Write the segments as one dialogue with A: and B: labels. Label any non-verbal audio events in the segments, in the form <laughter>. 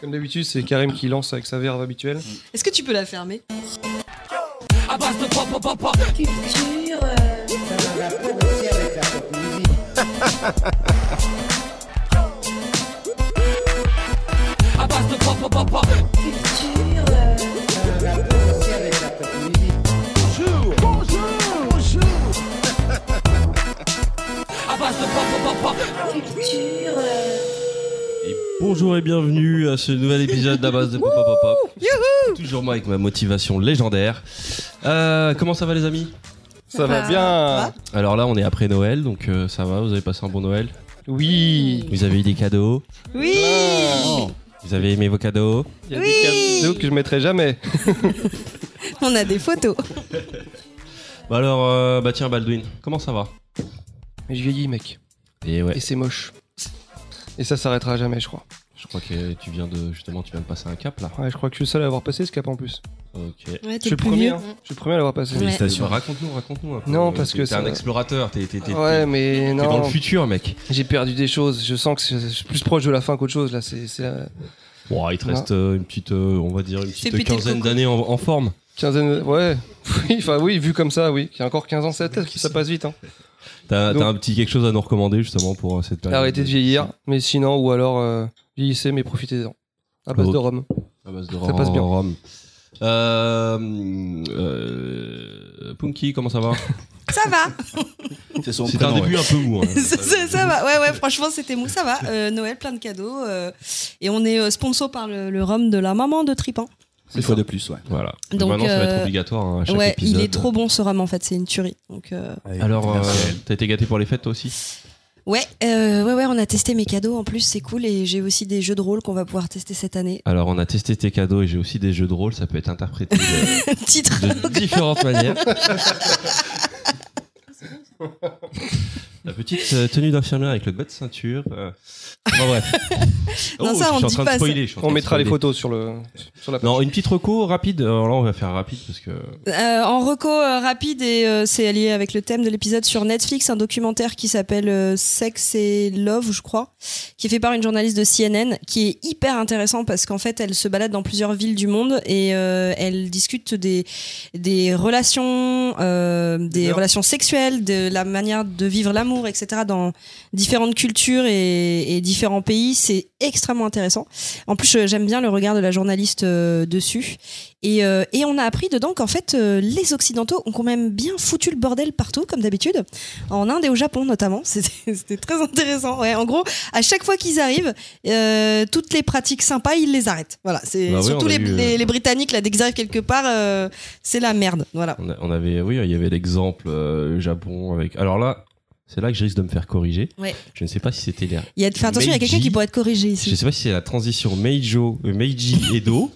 A: Comme d'habitude, c'est Karim qui lance avec sa verve habituelle.
B: Est-ce que tu peux la fermer
C: Et bonjour et bienvenue à ce nouvel épisode d'A base de Pop Pop Pop. Toujours moi avec ma motivation légendaire. Euh, comment ça va les amis
A: Ça va
B: Bah,
A: bien
C: Alors là on est après Noël donc euh, ça va, vous avez passé un bon Noël.
A: Oui Oh.
C: Vous avez eu des cadeaux,
B: Oui
C: vous avez aimé vos cadeaux.
A: Il y a
B: Oui.
A: des cadeaux que je mettrai jamais.
B: On a des photos.
C: <laughs>
B: <laughs>
C: Bah alors euh, bah tiens Baldwin, comment ça va
A: Mais je vieillis, mec.
C: Et ouais,
A: Et c'est moche. Et ça s'arrêtera jamais, je crois.
C: je crois que tu viens de justement tu viens de passer un cap là.
A: Ouais, je crois que je suis le seul à avoir passé ce cap en plus.
C: Ok.
B: Ouais, t'es
A: Je suis le
B: plus
A: premier,
B: vieux.
A: hein. Je suis le premier à l'avoir passé.
B: Ouais.
C: Félicitations. Raconte-nous, raconte-nous. un peu.
A: Non, parce
D: euh,
C: T'es-
A: que
C: t'es
A: ça-
C: un explorateur, t'es t'es- t'es-
A: Ouais, mais
C: t'es dans
A: non,
C: le futur mec.
A: j'ai perdu des choses. Je sens que c'est- je suis plus proche de la fin qu'autre chose. Là, c'est c'est la
C: Bon, il te
A: Non.
C: reste euh, une petite, euh, on va dire une
B: Fais
C: petite
B: péter le
C: quinzaine
B: coco.
C: d'années en, en forme.
A: quinzaine. de- Ouais, <laughs> oui, enfin oui, vu comme ça, oui. Il y a encore 15 ans, c'est la tête, ça passe vite. Hein.
C: T'as
A: Donc-
C: t'as un petit quelque chose à nous recommander justement pour euh, cette période.
A: Arrêtez de vieillir, mais sinon, ou alors euh, vieillissez, mais profitez-en. À base
C: Ok.
A: de rhum.
C: À base de
A: Ça passe bien.
C: rhum. Euh, euh, Punky, comment ça va
B: <laughs> Ça va
E: C'est son
C: C'est un
E: prénom,
C: début
E: ouais.
C: un
B: <laughs>
C: peu mou. hein.
B: ça, ça- ça va. Ouais, ouais, franchement, c'était mou. Ça va. Euh, Noël, plein de cadeaux. euh, et on est euh, sponsor par le, le rhum de la maman de Tripan.
E: Une fois de plus, ouais.
C: Voilà.
B: Donc,
C: Ah bah Maintenant, ça va être
B: euh,
C: obligatoire hein, à chaque
B: Ouais,
C: épisode.
B: il est trop bon ce rhum en fait. C'est une tuerie. Donc, euh,
C: Alors, euh,
E: Merci.
C: t'as été gâté pour les fêtes toi aussi
B: ouais, euh, ouais, ouais, on a testé mes cadeaux en plus. C'est cool. Et j'ai aussi des jeux de rôle qu'on va pouvoir tester cette année.
C: Alors, on a testé tes cadeaux et j'ai aussi des jeux de rôle. Ça peut
B: <laughs>
C: être interprété euh, de,
B: Titre. <laughs>
C: de différentes manières. La petite euh, tenue d'infirmière avec le bas de ceinture. euh, Enfin bref.
B: <laughs>
C: Oh,
B: Non, ça,
C: je
B: on
C: suis en
B: dit
C: train de
B: pas ça.
C: spoiler, je suis en train
A: On
C: de
A: mettra les
C: spoiler.
A: photos sur le sur la page.
C: Non, une petite reco rapide. Alors là, on va faire rapide parce que.
B: Euh, en reco euh, rapide et euh, c'est lié avec le thème de l'épisode sur Netflix, un documentaire qui s'appelle euh, Sex et Love, je crois, qui est fait par une journaliste de CNN, qui est hyper intéressant parce qu'en fait elle se balade dans plusieurs villes du monde et euh, elle discute des des relations, euh, des
A: mœurs.
B: relations sexuelles, de la manière de vivre l'amour, etc. Dans différentes cultures et, et différents pays, c'est extrêmement intéressant. En plus, euh, j'aime bien le regard de la journaliste euh, dessus. Et, euh, et on a appris dedans qu'en fait, euh, les Occidentaux ont quand même bien foutu le bordel partout, comme d'habitude, en Inde et au Japon notamment. <laughs> C'était c'était très intéressant. Ouais, en gros, à chaque fois qu'ils arrivent, euh, toutes les pratiques sympas, ils les arrêtent. Voilà, c'est
C: Bah oui,
B: surtout
C: on a
B: les,
C: eu, euh,
B: les- les Britanniques là, dès qu'ils arrivent quelque part, euh, c'est la merde. Voilà.
C: On, a- on avait, oui, il y avait l'exemple euh, Japon avec. Alors là, c'est là que je risque de me faire corriger.
B: Ouais.
C: Je ne sais pas si c'était l'air.
B: Il y a de faire attention, il y a
C: Meiji.
B: quelqu'un qui pourrait être corrigé
C: Je ne
B: ici.
C: sais pas si c'est la transition Meijo, euh, Meiji
B: <laughs>
C: Edo,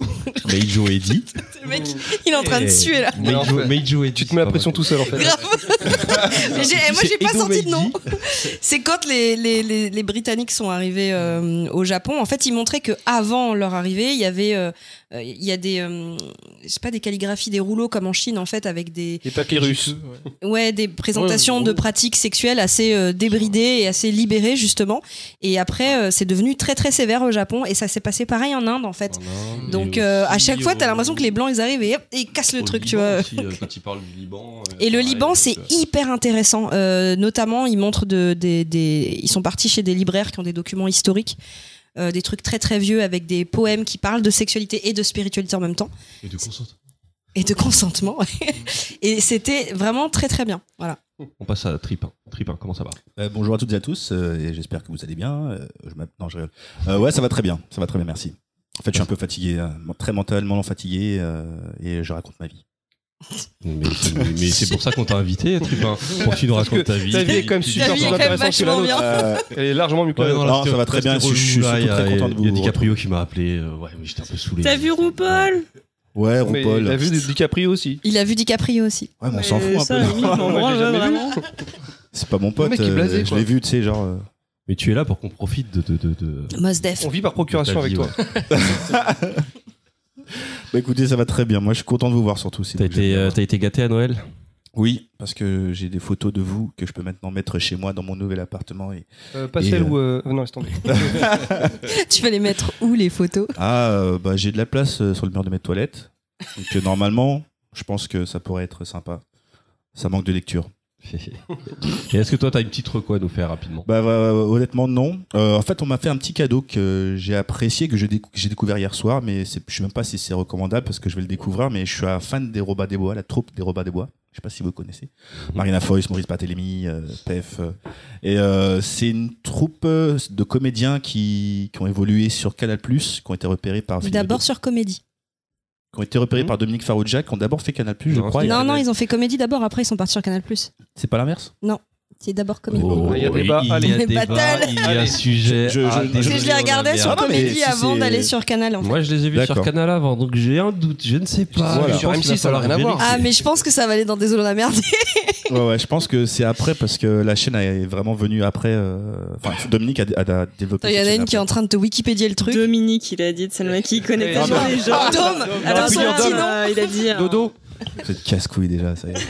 C: Meijo Edi.
B: Le mec, il est en train de
C: Et-
B: suer là.
A: Mais en
C: Meijo,
A: fait,
C: Meijo Edi.
A: Tu te mets la
C: c'est
A: pression
C: pas
A: tout seul en fait.
B: Grave. <laughs> Mais j'ai- eh, moi,
C: C'est
B: j'ai pas
C: Edo
B: sorti de nom.
C: Meiji.
B: <laughs> C'est quand les, les, les, les Britanniques sont arrivés euh, au Japon. En fait, ils montraient que avant leur arrivée, il y avait, euh, euh, il y a des, euh, je sais pas, des calligraphies, des rouleaux comme en Chine en fait, avec des,
A: Les <laughs> papyrus.
B: ouais, des présentations
A: Ouais,
B: de
A: ouais.
B: pratiques sexuelles assez euh, débridées et assez libérées justement. Et après, euh, c'est devenu très très sévère au Japon et ça s'est passé pareil en Inde en fait.
C: mal. Et
B: Donc euh, à
C: aussi
B: chaque fois,
C: au-
B: t'as l'impression que les blancs ils arrivent et hop, et ils cassent le
C: au
B: truc, tu
C: Liban
B: vois.
C: aussi, euh, quand ils parlent du Liban. euh,
B: Et le
C: pareil,
B: Liban,
C: donc,
B: c'est
C: euh,
B: hyper intéressant. Euh, notamment, ils montrent de, des, des- ils sont partis chez des libraires qui ont des documents historiques, euh, des trucs très très vieux avec des poèmes qui parlent de sexualité et de spiritualité en même temps
C: Et de consentement.
B: et de consentement. <laughs> et c'était vraiment très très bien. Voilà.
C: <laughs> On passe à Tripin. Tripin, comment ça va
E: Euh, bonjour à toutes et à tous, euh, et j'espère que vous allez bien. Euh, je m'appelle- non, je rigole. Euh, ouais, ça va très bien, ça va très bien, merci. En fait, je suis un peu fatigué, euh, très mentalement fatigué, euh, et je raconte ma vie.
C: Mais, mais- mais c'est pour ça qu'on t'a <laughs> invité, Tripin,
B: <laughs>
C: pour que tu nous
A: Parce que
C: racontes ta vie.
A: ta vie est quand même
C: Tu-
A: super
B: La vie est
A: plus
B: quand même
A: intéressante que la
B: vachement
A: nôtre.
B: bien.
E: Euh,
A: Elle est largement mieux que
C: Ouais,
A: la nôtre.
C: là,
E: Non,
C: c'était-
E: ça va très
C: là,
E: bien,
C: c'était
E: je suis- je suis
C: relou,
E: surtout
C: là,
E: très
C: il y a-
E: content de vous
C: Il y a
E: retrouver.
C: DiCaprio qui m'a appelé. euh, ouais, mais j'étais un peu saoulé.
F: T'as vu RuPaul
E: ouais,
A: Mais
E: RuPaul.
A: T'as vu des DiCaprio aussi.
B: Il a vu DiCaprio aussi.
E: Ouais, mais on s'en fout un
F: ça,
E: peu.
F: à la limite, on
A: Moi,
F: branle,
A: j'ai jamais vu.
F: vraiment.
E: C'est pas mon
A: Le
E: pote,
A: mec est blasé,
E: euh, je
A: quoi.
E: l'ai vu, tu sais, genre. euh,
C: Mais tu es là pour qu'on profite de. de, de, de-
B: Mos Def.
A: On vit par procuration
C: de ta
A: avec
C: vie,
A: toi.
C: ouais.
A: <laughs>
E: Bah écoutez, ça va très bien, moi je suis content de vous voir surtout. si
C: T'as été, euh, t'as été gâté à Noël
E: Oui, parce que j'ai des photos de vous que je peux maintenant mettre chez moi dans mon nouvel appartement. Et...
A: Euh, pas
E: Et,
A: celle
E: euh,
A: où. euh, Non, laisse tomber.
B: <laughs> tu vas les mettre où les photos
E: Ah, euh, bah, j'ai de la place euh, sur le mur de mes toilettes. Donc euh, normalement, je pense que ça pourrait être sympa. Ça manque de
C: <laughs>
E: lecture.
C: Et est-ce que toi, t'as une petite reco à nous faire rapidement
E: Bah, bah, honnêtement non. Euh, en fait, on m'a fait un petit cadeau que j'ai apprécié, que je décou- que j'ai découvert hier soir, mais c'est- je sais même pas si c'est recommandable parce que je vais le découvrir. Mais je suis un fan des Robas des Bois, la troupe des Robas des Bois. Je sais pas si vous connaissez.
C: Mhm.
E: Marina Foïs, Maurice Barthélémy, euh, Pef. euh. et euh, c'est une troupe euh, de comédiens qui, qui ont évolué sur Canal+, qui ont été repérés par Philippe
B: D'abord
E: Dedo-
B: sur comédie.
E: qui ont été repérés
C: Mhm.
E: par Dominique Faroudjak, qui ont d'abord fait Canal+, je
C: Non,
E: crois. et
B: non,
E: Canal-
B: non, ils ont fait comédie d'abord, après ils sont partis sur Canal.
E: C'est pas l'inverse
B: C'est d'abord comédie.
E: Oh.
A: Il y a débat, allez.
C: il y a
B: Mais
C: débat,
B: battle.
C: il y a
A: Allez.
C: sujet.
E: Je- je-
C: à
E: Ah, je-
C: débat.
B: Parce que je les regardais sur
E: Ah non, mais
B: comédie
E: si
B: avant
E: c'est-
B: d'aller sur Canal en fait.
C: Moi, je les ai vus sur
E: D'accord.
C: Canal avant, donc j'ai un doute, je ne sais pas.
E: Voilà.
C: Je
A: Sur
C: pense
A: M6,
C: qu'il va
A: ça n'a rien à
C: falloir
A: voir.
C: vérifier.
B: Ah, mais je pense que ça va aller dans des zones à
A: <laughs>
B: merde.
E: ouais, ouais, je pense que c'est après parce que la chaîne est vraiment venue après. euh, Enfin, Dominique a, a- a développé.
B: Il y en
E: cette
B: a
E: chaîne
B: une qui est en train de te Wikipédier le truc.
F: Dominique, il a dit, c'est le mec qui connaît
A: Ah
F: pas
A: bah.
F: les gens.
B: Dôme
F: Alors,
A: pu
F: son
A: dire
F: petit
A: Dôme.
F: nom, il a dit. un-
A: Dodo
E: Vous êtes casse-couille déjà, ça y est.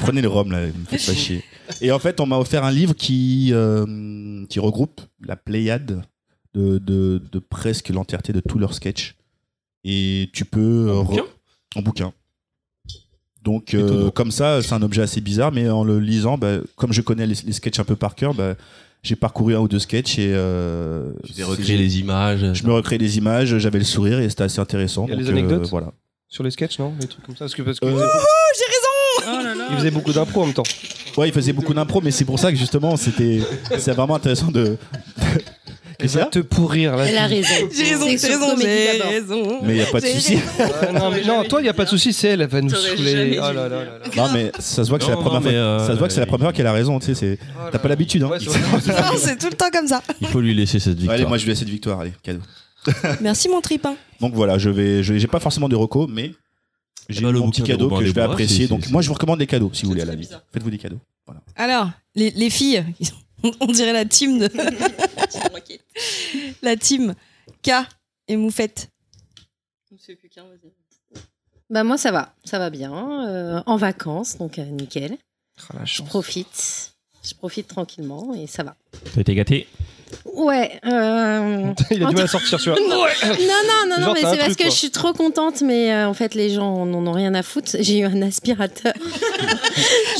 E: Prenez le rhum, là, vous me faites pas chier. Et en fait, on m'a offert un livre qui, euh, qui regroupe la pléiade de, de, de presque l'entièreté de tous leurs sketchs. Et tu peux. euh, re- En
C: bouquin
E: bouquin. Donc, euh, comme ça, c'est un objet assez bizarre, mais en le lisant, bah, comme je connais les, les sketchs un peu par cœur, bah, j'ai parcouru un ou deux sketchs et. euh,
C: Tu vais recréer les images.
E: Je me recréais les images, j'avais le sourire et c'était assez intéressant.
A: Il y a
E: donc,
A: les anecdotes
E: euh, Voilà.
A: Sur les sketchs, non Des trucs comme ça. Parce que, parce que
E: Euh,
A: il faisait beaucoup d'impro en même temps.
E: Ouais, il faisait beaucoup d'impro, mais c'est pour ça que justement, c'était, c'est vraiment intéressant de.
A: Il
E: Qu'est-ce qu'il y
A: va
E: a
A: te pourrir là.
G: Elle a raison.
B: J'ai raison, j'ai
G: C'est
H: Oh,
G: sur
B: raison,
G: comédie
B: j'ai
G: d'abord.
B: raison.
E: Mais il y a pas de
B: J'ai-
E: souci.
A: Ah, non, mais <laughs> non, toi, il n'y a pas de souci, c'est elle, elle va nous
F: T'aurais
A: saouler.
F: jamais
A: Oh
F: dû
A: là
F: le
A: là
F: dire.
A: là là.
E: Non, mais ça se voit que c'est la
C: Non,
E: première
C: non, mais,
E: fois.
C: euh,
E: Ça se voit que c'est la première fois qu'elle a raison. Tu sais, c'est. T'as pas l'habitude, hein
A: Ouais, c'est vrai.
B: Non, c'est tout le temps comme ça.
C: Il faut lui laisser cette victoire.
E: Allez, moi je lui laisse cette victoire. Allez, cadeau. <laughs>
B: Merci mon hein. tripin.
E: Donc voilà, je vais, je- j'ai pas forcément de recos, mais
C: Eh
E: j'ai
C: ben,
E: mon
C: le
E: petit
C: bouquin de
E: cadeau
C: Robin
E: que je vais
C: des Bois, c'est-
E: apprécier.
C: c'est-
E: Donc moi, je vous recommande des cadeaux si vous voulez à la
F: très
E: limite.
F: bizarre.
E: Faites-vous des cadeaux. Voilà.
B: Alors, les, les filles, <laughs> on dirait la team de <laughs> la team K et Moufette.
G: Bah moi ça va, ça va bien. euh, en vacances, donc euh, nickel.
A: Ah, la
G: Je
A: chance.
G: profite. Je profite tranquillement et ça va.
C: T'as été gâté
G: Ouais. euh,
A: <laughs> Il a du mal à sortir
G: <laughs>
A: sur.
G: Non, non,
A: <laughs>
G: non,
A: Genre,
G: non, mais
A: t'as un
G: c'est parce
A: truc,
G: que
A: quoi.
G: je suis trop contente, mais euh, en fait, les gens n'en ont rien à foutre. J'ai eu un
B: <laughs>
G: aspirateur.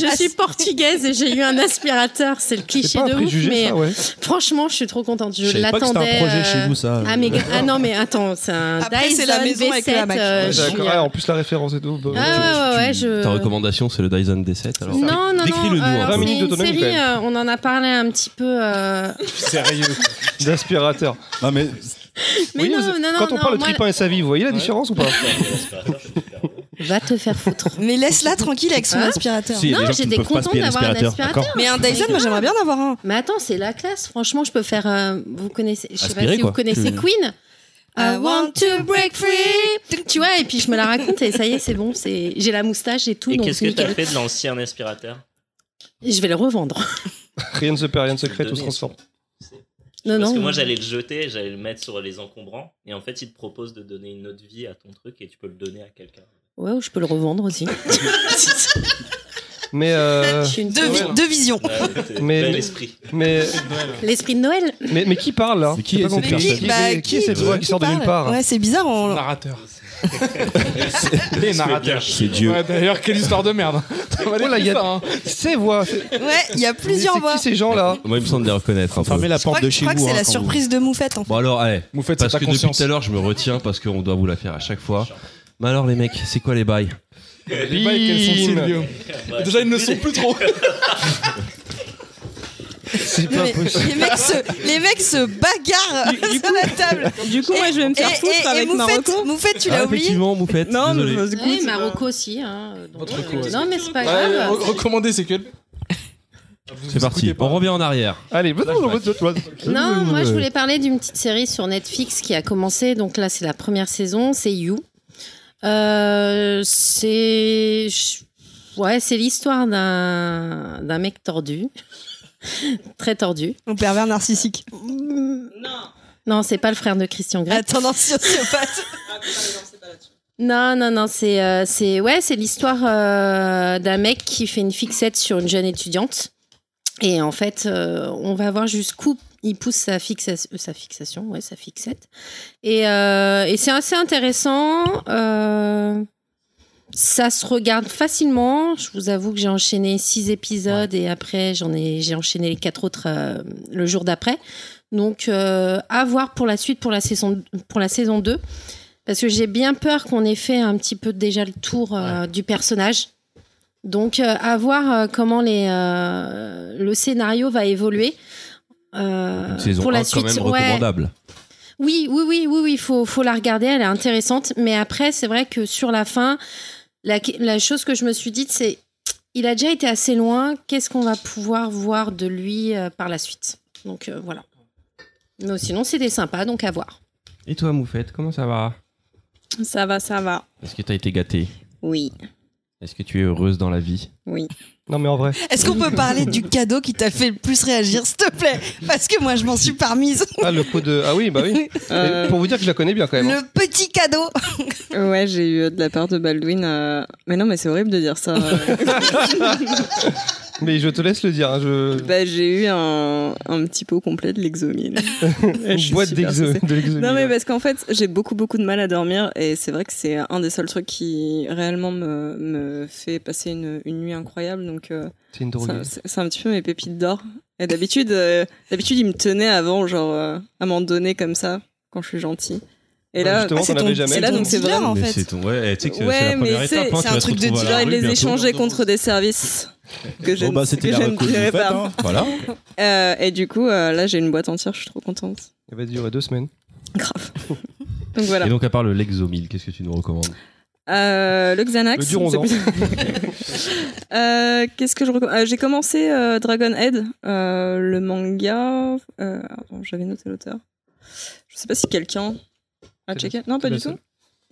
G: je suis portugaise et j'ai eu un aspirateur. C'est le
A: C'est
G: cliché
A: pas un
G: de ouf,
A: préjugé,
G: mais
A: ça, ouais.
G: franchement, je suis trop contente. Je,
E: savais pas que
G: l'attendais.
E: c'était un projet
G: euh,
E: chez vous, ça.
G: Ah, mais, ah non, mais attends, c'est un
B: Après,
G: Dyson
B: c'est la maison
G: V7.
B: avec la Mac.
G: euh,
A: Ouais,
G: je suis-
A: d'accord. Ah, en plus, la référence et tout. bah,
G: Ah,
A: ouais.
G: ouais, ouais, ouais,
C: Tu-
G: je-
C: Ta recommandation, c'est le Dyson D7. alors.
G: Non, non, non.
C: Décris-le nous.
G: alors,
C: un peu.
A: 20
G: c'est
A: minutes
G: une
A: d'autonomie,
G: série,
A: quand même.
G: euh, on en a parlé un petit peu. euh,
A: Sérieux. D'aspirateur.
E: Non mais
G: Mais
A: Oui,
G: non,
A: vous-
G: non, non.
A: Quand on
G: non,
A: parle de
G: moi,
A: tripin et sa vie, vous voyez la différence ou pas
G: Va te faire foutre.
B: Mais laisse-la tranquille avec son
G: Hein
B: aspirateur.
E: si, il y a
G: Non,
E: des gens qui ne
G: j'étais
E: peuvent pas se
G: contente
E: payer
G: d'avoir un
E: l'aspirateur.
G: aspirateur.
E: D'accord.
B: Mais un Dyson, moi j'aimerais bien en avoir un.
G: Mais attends, c'est la classe. Franchement, je peux faire. euh, vous connaissez. Je sais pas
E: Aspirer,
G: si
E: quoi.
G: vous connaissez
E: Tu-
G: Queen.
B: I want
G: to break free. Tu vois, et puis je me la raconte et ça y est, c'est bon. C'est j'ai la moustache et tout.
I: Et
G: donc
I: qu'est-ce que t'as
G: nickel.
I: fait de l'ancien aspirateur
G: Je vais le revendre.
A: Rien ne se perd, rien ne se crée, tout se transforme.
G: Non,
I: Parce
G: non.
I: que moi j'allais le jeter, j'allais le mettre sur les encombrants, et en fait il te propose de donner une autre vie à ton truc et tu peux le donner à quelqu'un.
G: Ouais, ou je peux le revendre
E: <laughs>
G: aussi. <laughs>
A: Mais, euh,
G: Je suis une
B: Deux,
G: pauvre.
B: vi- deux visions.
I: Ouais, c'est
A: Mais-
I: bel
A: mais-
I: esprit.
A: mais,
G: L'esprit de Noël.
A: mais, mais qui parle là
E: Mais qui
A: J'ai pas
E: est cette
A: compris.
E: personne
A: Qui- mais qui est cette voix qui sort de nulle
B: parle
A: part
B: Ouais, c'est bizarre. on-
D: Narrateur.
I: Les
D: narrateurs.
E: c'est Dieu.
D: Ouais, D'ailleurs, quelle histoire de merde.
A: Oh là, il y a- Ces voix c'est-
B: Ouais, il y a plusieurs
A: C'est
B: voix.
A: qui ces gens là
C: Moi, il me semble de les reconnaître un peu.
E: Fermez la
B: euh, Je crois,
E: porte de
B: que- je
E: chez vous.
B: crois que
E: hein,
B: c'est la
E: quand vous-
B: surprise de Moufette en fait.
C: Bon, alors, allez.
D: Vous faites
C: Parce
D: ta
C: que depuis
D: conscience.
C: tout à l'heure, je me retiens parce qu'on doit vous la faire à chaque fois. Mais alors, les mecs, c'est quoi les bails
D: Les bails qu'elles sont,
A: Bim.
D: Sylvio. Déjà, ils ne le sont plus
A: <laughs>
D: trop.
A: C'est pas
B: Mais-
A: possible.
B: les, mecs se, les mecs se bagarrent <laughs> sur la table.
F: Du coup, moi, je vais me faire
B: Et-
F: foutre
B: et- et
F: avec
B: Moufette,
F: Marocco.
G: Eh,
B: Moufette, tu
C: Ah,
B: l'as oublié
C: Effectivement, Moufette.
F: Non, mais
C: désolé.
F: du coup,
G: Ouais,
F: c'est pas-
G: Marocco aussi. Hein. Donc,
D: Votre
G: euh,
D: cause.
G: non, mais c'est pas
D: Ouais,
G: grave.
D: re- Recommandé, c'est que.
C: C'est parti. On revient en arrière.
A: Allez,
G: Non, moi je voulais parler d'une petite série sur Netflix qui a commencé. Donc là, c'est la première saison, c'est You. Euh, c'est je- ouais, c'est l'histoire d'un d'un mec tordu, <laughs> très tordu.
B: Mon pervers narcissique.
G: Non, non, c'est pas le frère de Christian Grey.
B: La tendance sociopathe.
G: Non, non, non, c'est euh, c'est- ouais, c'est l'histoire euh, d'un mec qui fait une fixette sur une jeune étudiante. Et en fait, euh, on va voir jusqu'où il pousse sa, fixa- euh, sa fixation, ouais, sa fixette. Et, euh, et c'est assez intéressant. euh, ça se regarde facilement. Je vous avoue que j'ai enchaîné six épisodes et après, j'en ai, j'ai enchaîné les quatre autres euh, le jour d'après. Donc, euh, à voir pour la suite, pour la saison, pour la saison 2. Parce que j'ai bien peur qu'on ait fait un petit peu déjà le tour euh, du personnage. Donc, euh, à voir euh, comment les, euh, le scénario va évoluer. euh,
C: Une saison
G: pour la
C: 1
G: suite,
C: quand même
G: Ouais.
C: recommandable.
G: Oui, oui, oui, oui, oui, il faut, faut la regarder, elle est intéressante. Mais après, c'est vrai que sur la fin, la, la chose que je me suis dite, c'est il a déjà été assez loin, qu'est-ce qu'on va pouvoir voir de lui euh, par la suite Donc euh, voilà. Mais sinon, c'était sympa, donc à voir.
C: Et toi, Moufette, comment ça va
H: Ça va, ça va.
C: Est-ce que t'as été gâtée
H: Oui,
C: Est-ce que tu es heureuse dans la vie
H: oui.
A: Non, mais en vrai.
B: Est-ce qu'on peut parler du cadeau qui t'a fait le plus réagir, s'il te plaît Parce que moi, je m'en suis parmise.
A: Ah, le coup de. Ah oui, bah oui. Mais
H: Euh,
A: Pour vous dire que je la connais bien quand même. hein.
B: <laughs> Le petit cadeau.
H: ouais, j'ai eu euh, de la part de Baldwin. euh, Mais non, mais c'est horrible de
B: <laughs>
H: dire ça. euh.
A: Mais je te laisse le dire. hein, je...
H: bah, j'ai eu un, un petit pot complet de l'exomine.
B: <laughs>
H: Ouais, je suis
A: boîte
H: super
A: d'exo-
H: stressée.
A: de l'exomie,
H: Non mais
A: ouais.
H: parce qu'en fait j'ai beaucoup beaucoup de mal à dormir et c'est vrai que c'est un des seuls trucs qui réellement me, me fait passer une, une nuit incroyable donc euh,
A: C'est une
H: ça-
A: drogue.
H: c'est c'est un petit peu mes pépites d'or et d'habitude euh, d'habitude il me tenait avant genre euh, à m'en donner comme ça quand je suis gentille et
A: Bah,
H: là
A: justement, t'en avais jamais.
H: c'est là,
B: ton
H: donc c'est
B: dealer,
H: vraiment-
B: en
J: Mais
B: fait.
J: c'est ton. Ouais, tu sais que c'est
H: Ouais,
J: c'est la première
H: mais c'est-
J: étape. hein,
B: c'est
J: tu
B: un
J: vas te
B: truc de
J: retrouver à la
H: genre, il
J: rue
H: les
J: bientôt.
H: échangeait contre des
A: <laughs>
H: services que je
E: Bon,
H: ne-
E: bah, c'était
H: que
E: la
H: je ne
E: reco que vous
H: dirai
E: faites,
H: pas.
E: hein. Voilà.
H: Euh, et du coup euh, là j'ai une boîte entière je suis trop contente
A: Elle va durer deux semaines.
H: grave donc voilà
C: Et donc, à part le Lexomil, qu'est-ce que tu nous recommandes
H: Euh, le Xanax.
A: Le Durondan.
H: c'est plus- <laughs> Euh, Qu'est-ce que je recommande Euh, J'ai commencé euh, Dragon Head, euh, le manga. euh, attends, J'avais noté l'auteur. Je sais pas si quelqu'un a
A: C'est
H: checké. Ah, Non, pas
A: c'est
H: du
A: la
H: tout.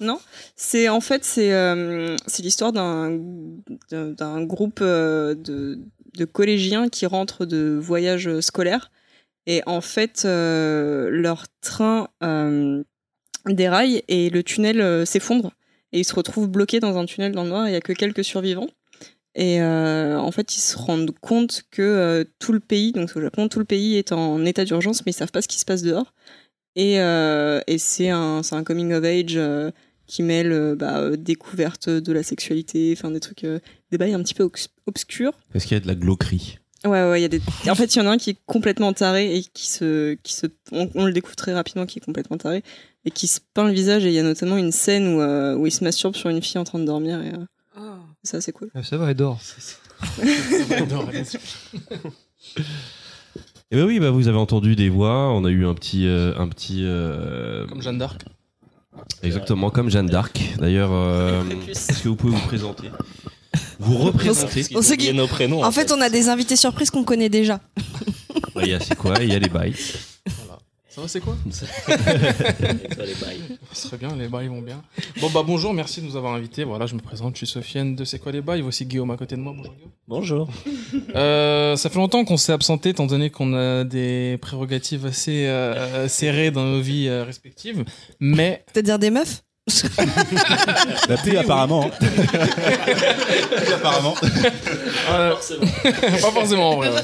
H: Non, c'est en fait c'est euh, c'est l'histoire d'un d'un- d'un groupe euh, de de collégiens qui rentrent de voyages scolaires et en fait euh, leur train euh, déraille et le tunnel euh, s'effondre et ils se retrouvent bloqués dans un tunnel dans le noir. Il y a que quelques survivants. Et euh, en fait, ils se rendent compte que euh, tout le pays, donc au Japon, tout le pays est en état d'urgence, mais ils savent pas ce qui se passe dehors. Et, euh, et c'est un, c'est un coming of age euh, qui mêle euh, bah, euh, découverte de la sexualité, enfin des trucs, euh, des bails un petit peu obs- obscurs.
C: Est-ce qu'il y a de la glauquerie
H: Ouais, ouais, il y a des. En fait, il y en a un qui est complètement taré et qui se, qui se, on, on le découvre très rapidement qui est complètement taré et qui se peint le visage. Et il y a notamment une scène où, euh, où il se masturbe sur une fille en train de dormir. Et, euh, Ça, c'est cool.
A: Ah, Ça va, elle dort.
H: <laughs>
C: Eh ben oui, bah vous avez entendu des voix. On a eu un petit, euh, un petit, euh,
D: Comme Jeanne d'Arc.
C: exactement comme Jeanne d'Arc. D'ailleurs,
B: <laughs>
C: euh, est-ce que vous pouvez vous présenter Vous représenter
B: Pour ceux qui-
I: nos prénoms.
B: En fait, on a des invités surprises qu'on connaît déjà.
C: Ouais, Il y a c'est quoi Il y a les bails.
D: Ça va, c'est quoi
I: Et toi, les bails.
D: Ça serait bien, les bails vont bien. Bon, bah bonjour, merci de nous avoir invités. Voilà, je me présente, je suis Sofiane de C'est quoi les bails Voici Guillaume à côté de moi. Bonjour Guillaume.
I: Bonjour.
D: Euh, ça fait longtemps qu'on s'est absenté, étant donné qu'on a des prérogatives assez euh, serrées dans nos vies euh, respectives. Mais
B: C'est-à-dire des meufs
E: La
D: <laughs>
E: pluie, apparemment. hein. <laughs> La pluie, apparemment.
D: Euh,
I: Forcément.
D: <laughs> pas forcément en vrai. ouais.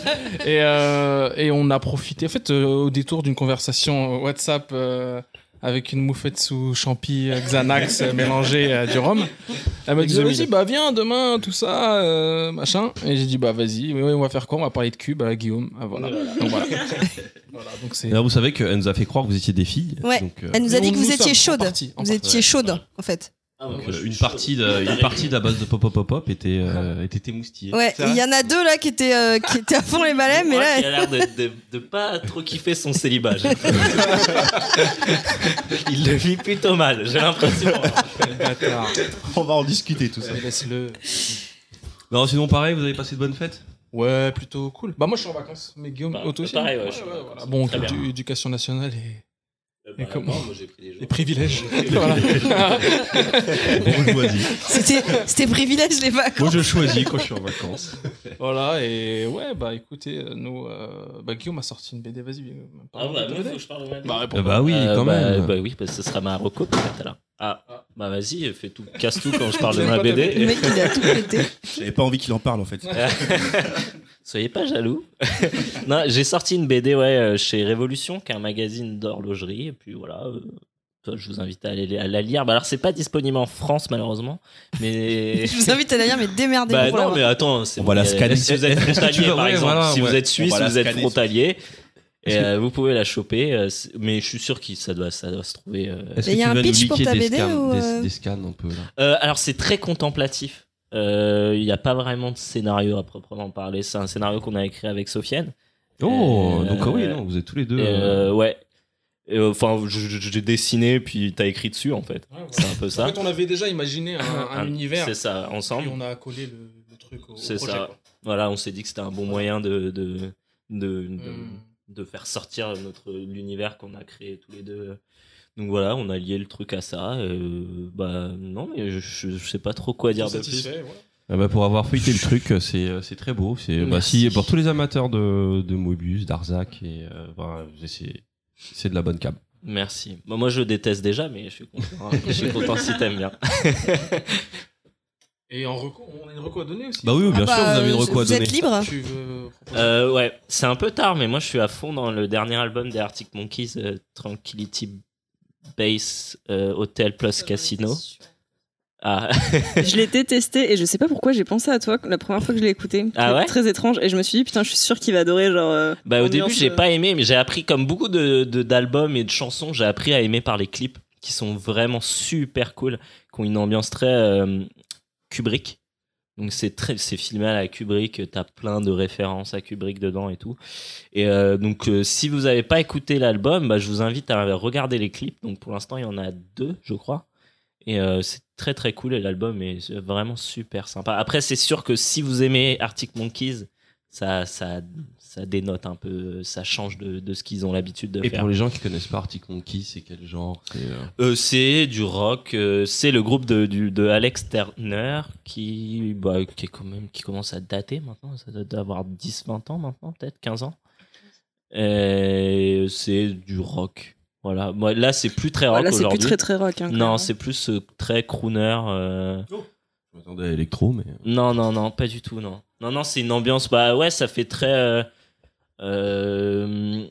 A: <laughs>
D: Et, euh, et on a profité, en fait, euh, au détour d'une conversation WhatsApp euh, avec une moufette sous champi, euh, Xanax euh, mélangé à du rhum. Elle m'a dit
A: Exomile.
D: vas-y, bah viens demain, tout ça, euh, machin. Et j'ai dit bah vas-y, oui, oui, on va faire quoi On va parler de cube à Guillaume. Ah, voilà.
I: Voilà.
D: Donc voilà. Voilà, donc c'est.
C: Alors vous savez qu'elle nous a fait croire que vous étiez des filles.
B: Ouais.
C: Donc, euh,
B: Elle nous a
D: Mais
B: dit
D: on-
B: que vous
D: nous
B: étiez
D: sommes en
B: chaude.
D: partie, en
B: Vous
D: partie,
B: étiez
I: ouais.
B: chaude, en fait.
I: Ah,
C: donc,
I: ouais,
C: euh,
I: moi, je
C: une
I: suis
C: partie,
I: chaud.
C: de, une partie de la base de pop pop pop pop était, euh, était
D: <laughs>
C: émoustillée.
B: Ouais,
C: C'est
B: il
C: vrai
B: y en a deux là qui étaient, euh, qui étaient à fond les balais, mais
I: Moi
B: là.
I: qui a l'air de, de, de pas trop kiffer son célibat. j'ai l'impression. Il le vit plutôt mal, j'ai l'impression.
D: Bâtard.
E: On va en discuter tout ça.
D: Mais Laisse-le.
C: Non, sinon pareil, vous avez passé de bonnes fêtes.
D: Ouais, plutôt cool. Bah moi je suis en vacances, mais Guillaume,
I: Bah,
D: auto aussi.
I: pareil, ouais, je suis en vacances.
D: voilà. Bon,
I: Très bien.
D: édu- éducation nationale et
I: Et
D: comment
I: Moi, j'ai pris des jours. <laughs>
D: les privilèges.
I: Voilà.
D: voilà. <laughs>
C: Bon, je choisis.
B: C'était c'était privilège les vacances.
C: Moi, je choisis quand je suis en vacances.
D: Voilà, et ouais, bah écoutez, euh, nous. euh, bah Guillaume a sorti une BD, vas-y. euh, parle
I: Ah bah,
D: de
I: moi,
D: BD.
I: faut que je parle de ma vie.
D: Bah,
C: bah oui,
I: Euh,
C: quand
I: bah,
C: même.
I: Bah oui, parce que ce sera ma reco peut-être alors. Ah, Bah <laughs> vas-y, fais tout, casse tout quand je parle de
D: J'aime
I: ma
D: pas ta
I: BD.
B: Le mec, il a tout pété.
E: J'avais pas envie qu'il en parle en fait.
I: <laughs> Soyez pas jaloux. <laughs> non, j'ai sorti une BD ouais, euh, chez Révolution, qui est un magazine d'horlogerie. Et puis voilà, euh, ça, je vous invite à, aller, à la lire. Bah, alors, c'est pas disponible en France, malheureusement.
B: <laughs>
I: Mais.
B: Je
I: <laughs>
B: vous invite à la lire, mais démerdez-vous
I: bah
B: pour
I: non,
B: l'avoir.
I: mais attends, c'est
E: On va la
I: euh,
E: scanner.
I: Si vous êtes
E: Est-ce que <laughs>
I: frontalier,
E: tu
C: vas-
I: par
C: ouais,
I: exemple,
C: voilà,
I: si
C: ouais.
I: vous êtes suisse,
E: On va la
I: vous êtes
E: scanner.
I: frontalier. Et euh, vous pouvez la choper, euh, c'est- mais je suis sûr que ça doit, ça doit se trouver. euh.
C: Est-ce
B: Mais
C: que
B: y a
C: tu
B: un
C: vas nous
B: pitch pour
C: liker
B: ta
C: des
B: BD
C: scans-
B: ou,
C: des-
B: euh,
C: des scans un peu là
I: Euh, alors c'est très contemplatif. Euh, Il n'y a pas vraiment de scénario à proprement parler. C'est un scénario qu'on a écrit avec Sofiane.
C: Oh,
I: Euh,
C: donc ah oui, non, vous êtes tous les deux. euh,
I: Euh, ouais. Et, euh, Enfin, je- je- j'ai dessiné puis t'as écrit dessus en fait. C'est un peu
D: En
I: ça.
D: fait, on avait déjà imaginé un, un univers.
I: C'est ça,
D: Et
I: ensemble.
D: on a collé le, le truc au, au
I: C'est
D: projet.
I: ça.
D: quoi.
I: Voilà, on s'est dit que c'était un bon moyen de de de, de,
D: Hmm.
I: de faire sortir notre l'univers qu'on a créé tous les deux. Donc voilà, on a lié le truc à ça. Euh, bah non, mais je, je sais pas trop quoi dire de plus.
D: Satisfait, voilà.
C: Ah bah, pour avoir feuilleté le truc, euh, c'est euh, c'est très beau. C'est bah,
I: Merci.
C: si pour tous les amateurs de, de Mobius, d'Arzac et euh, bah, c'est c'est de la bonne cam.
I: Merci. Bah, moi, je déteste déjà, mais je suis
D: <laughs>
I: content. je suis content si t'aimes bien.
D: Et en reco, on a une reco à donner aussi.
C: <laughs> Bah oui, oui, bien
B: Ah bah,
C: sûr, vous avez une
B: euh,
C: reco à
B: Vous
C: donner.
B: êtes libre
D: Tu veux proposer
I: Euh, ouais, c'est un peu tard, mais moi, je suis à fond dans le dernier album des Arctic Monkeys, euh, Tranquility Base euh, Hotel plus Casino. Ah, <laughs>
F: Je l'ai détesté et je sais pas pourquoi j'ai pensé à toi la première fois que je l'ai écouté.
I: Ah
F: C'est
I: ouais
F: très étrange et je me suis dit putain je suis sûr qu'il va adorer genre. euh,
I: bah, au
F: ambiance,
I: début, j'ai
F: euh,
I: pas aimé, mais j'ai appris, comme beaucoup de de- d'albums et de chansons, j'ai appris à aimer par les clips qui sont vraiment super cool, qui ont une ambiance très euh, Kubrick. Donc c'est très, c'est filmé à la Kubrick, t'as plein de références à Kubrick dedans et tout. Et euh, donc euh, si vous n'avez pas écouté l'album, bah, je vous invite à regarder les clips. Donc pour l'instant il y en a deux, je crois. Et euh, c'est très très cool et l'album est vraiment super sympa. Après c'est sûr que si vous aimez Arctic Monkeys, ça ça ça dénote un peu, ça change de, de ce qu'ils ont l'habitude de
C: Et
I: faire.
C: pour les gens qui connaissent pas Arctic Monkey, c'est quel genre C'est, euh,
I: Euh, c'est du rock. euh, c'est le groupe de, du- de Alex Turner qui, bah, qui, est quand même, qui commence à dater maintenant. Ça doit avoir 10-20 ans maintenant, peut-être 15 ans. Et c'est du rock. Voilà. Moi, là, c'est plus très rock
F: Là c'est plus
I: aujourd'hui.
F: très très rock. hein,
I: non,
F: clairement.
I: c'est plus euh, très crooner. euh,
C: Oh, Je m'attendais à Electro, mais. euh,
I: non, non, non, pas du tout, non. Non, non, c'est une ambiance. Bah ouais, ça fait très. euh, euh,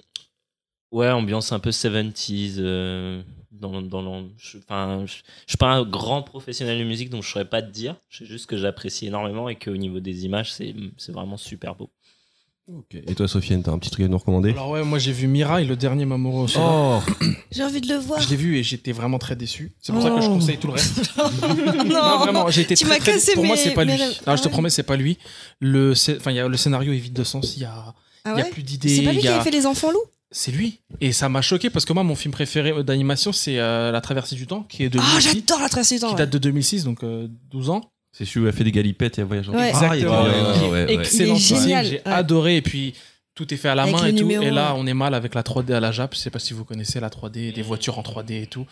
I: ouais, ambiance un peu 70s. euh, dans, dans, l'am- je, enfin, je, je suis pas un grand professionnel de musique, donc je saurais pas te dire. Je sais juste que j'apprécie énormément et qu'au niveau des images, c'est, c'est vraiment super beau.
C: Ok. Et toi, Sofiane, t'as un petit truc à nous recommander
D: Alors ouais, moi j'ai vu Mirai, le dernier Mamoru Hosoda.
C: Oh
B: J'ai envie de le voir.
D: Je l'ai vu et j'étais vraiment très déçu. C'est pour ça que je
B: Oh.
D: conseille tout le
B: <laughs>
D: reste.
B: non,
D: Non, vraiment, j'ai été
B: Tu
D: très,
B: m'as
D: très-
B: cassé
D: Pour moi,
B: mes-
D: c'est pas
B: mes
D: lui.
B: rêves.
D: Non,
B: Ah
D: je te
B: ouais.
D: promets, c'est pas lui. Le, scé- enfin, il y a- le scénario est vide de sens. Il y a,
B: Ah
D: il y a
B: ouais
D: plus d'idées.
B: C'est pas lui
D: il y
B: qui
D: a-
B: avait fait les enfants loups
D: C'est lui. Et ça m'a choqué parce que moi, mon film préféré d'animation, c'est euh, La Traversée du temps, qui est de
B: Ah,
D: Lucy,
B: j'adore la trace du temps.
D: qui
B: ouais.
D: date de 2006, donc euh, 12 ans.
C: C'est celui où elle fait des galipettes et elle voyage en
B: Ouais.
C: Ah, il y a-
D: Exactement.
C: ouais, ouais, ouais, ouais.
D: Excellent.
B: Il est
D: film.
B: génial,
D: J'ai
B: ouais.
D: adoré. Et puis. Tout est fait à la
B: Avec
D: main
B: les
D: et tout.
B: numéros,
D: et là,
B: ouais.
D: on est mal avec la 3D à la Jap. Je sais pas si vous connaissez la 3D,
B: Mm.
D: des voitures en 3D et tout.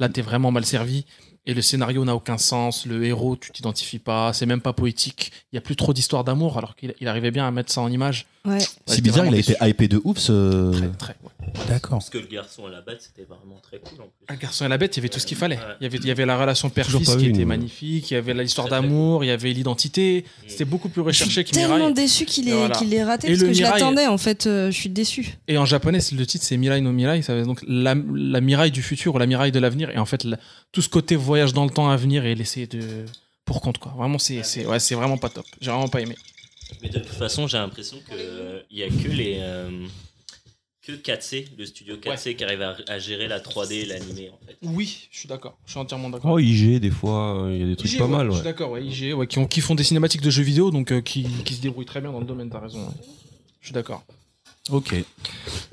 D: Là, t'es vraiment mal servi. Et le scénario n'a aucun sens. Le héros, tu t'identifies pas. C'est même pas poétique. Il y a plus trop d'histoire d'amour alors qu'il il arrivait bien à mettre ça en image.
B: Ouais.
D: Ouais,
E: C'est bizarre, il a
D: j'étais
E: été hypé de ouf ce.
D: Très, très, ouais.
E: D'accord.
I: Parce que le garçon à la bête, c'était vraiment très cool en plus.
D: Un garçon et la bête, il y avait tout ce qu'il fallait.
I: Ouais.
D: Il y avait, il y avait la relation
C: Toujours
D: père-fils
C: pas
D: qui
C: vu,
D: était
C: nous.
D: magnifique, il y avait la- l'histoire
I: Tout à fait.
D: d'amour, il y avait l'identité. C'était beaucoup plus
B: Je
D: recherché
B: suis
D: que Mirai.
B: tellement déçu qu'il ait,
D: Voilà.
B: qu'il ait raté
D: Et
B: parce
D: le
B: que je
D: Mirai-
B: l'attendais en fait. euh, je suis déçu.
D: Et en japonais, c'est- le titre c'est Mirai no Mirai, ça veut dire donc la, la Mirai du futur ou la Mirai de l'avenir. Et en fait, la- tout ce côté voyage dans le temps à venir et laisser de pour compte quoi. Vraiment, c'est c'est- ouais, c'est vraiment pas top. J'ai vraiment pas aimé.
I: Mais de toute façon, j'ai l'impression qu'il n'y a que les. euh, que 4C, le studio 4C qui arrive à, à gérer la 3D et l'animé en fait.
D: Oui, je suis d'accord. Je suis entièrement d'accord.
C: Oh, IG, des fois, euh, il y a des trucs
D: IG,
C: pas
D: ouais,
C: mal,
D: Je
C: ouais.
D: suis d'accord, ouais, IG, ouais, qui, ont- qui font des cinématiques de jeux vidéo, donc euh, qui, qui se débrouillent très bien dans le domaine, t'as raison. ouais. Je suis d'accord.
E: Ok.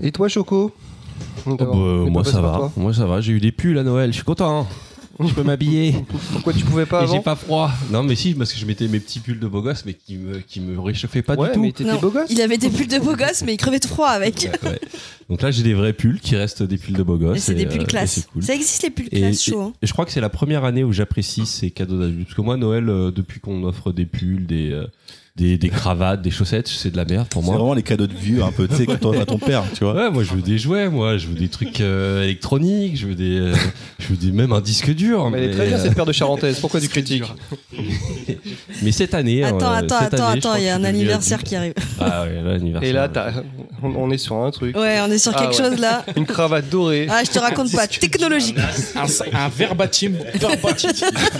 A: Et toi, Choco
C: Oh, bah, moi, ça va. Moi, ça va. J'ai eu des pulls à Noël. Je suis content. hein. Je peux m'habiller.
A: Pourquoi tu pouvais pas
C: Et j'ai
A: avant
C: pas froid. Non, mais si, parce que je mettais mes petits pulls de beau gosse, mais qui me, qui me réchauffaient pas
A: Ouais,
C: du tout.
A: mais t'étais
B: Non.
A: beau gosse.
B: Il avait des pulls de beau gosse, mais il crevait de froid avec.
C: Ouais, ouais. Donc là, j'ai des vrais pulls qui restent des pulls de beau
B: Et
C: gosse.
B: c'est des
C: euh,
B: pulls
C: et
B: classe.
C: c'est cool.
B: Ça existe les pulls
C: Et-
B: classe chaud. hein.
C: Et je crois que c'est la première année où j'apprécie ces cadeaux d'adulte. Parce que moi, Noël, euh, depuis qu'on offre des pulls, des, euh, des, des cravates, des chaussettes, c'est de la merde pour
E: C'est
C: moi.
E: vraiment les cadeaux de vieux, un peu, tu sais, quand t'en as ton <laughs> père, tu vois.
C: Ouais, moi je veux des jouets, moi je veux des trucs euh, électroniques, je veux des, euh, je veux des même un disque dur. hein, euh,
A: Mais elle est très bien cette paire de charentaises. Pourquoi du critique
C: mais cette
B: <laughs>
C: année,
B: Attends,
C: euh,
B: attends,
C: cette
B: attends,
C: année, je
B: attends, il
C: crois
B: y
C: que
B: a un
C: je suis devenu
B: anniversaire
C: adulte.
B: qui arrive.
C: Ah ouais, l'anniversaire.
A: Et là, t'as- on, on est sur un truc.
B: Ouais, on est sur
A: Ah
B: quelque
A: ouais.
B: chose là.
A: Une cravate dorée,
B: Ah, je te
D: <laughs>
B: raconte pas, technologique.
D: Un, un verbatim. verbatim.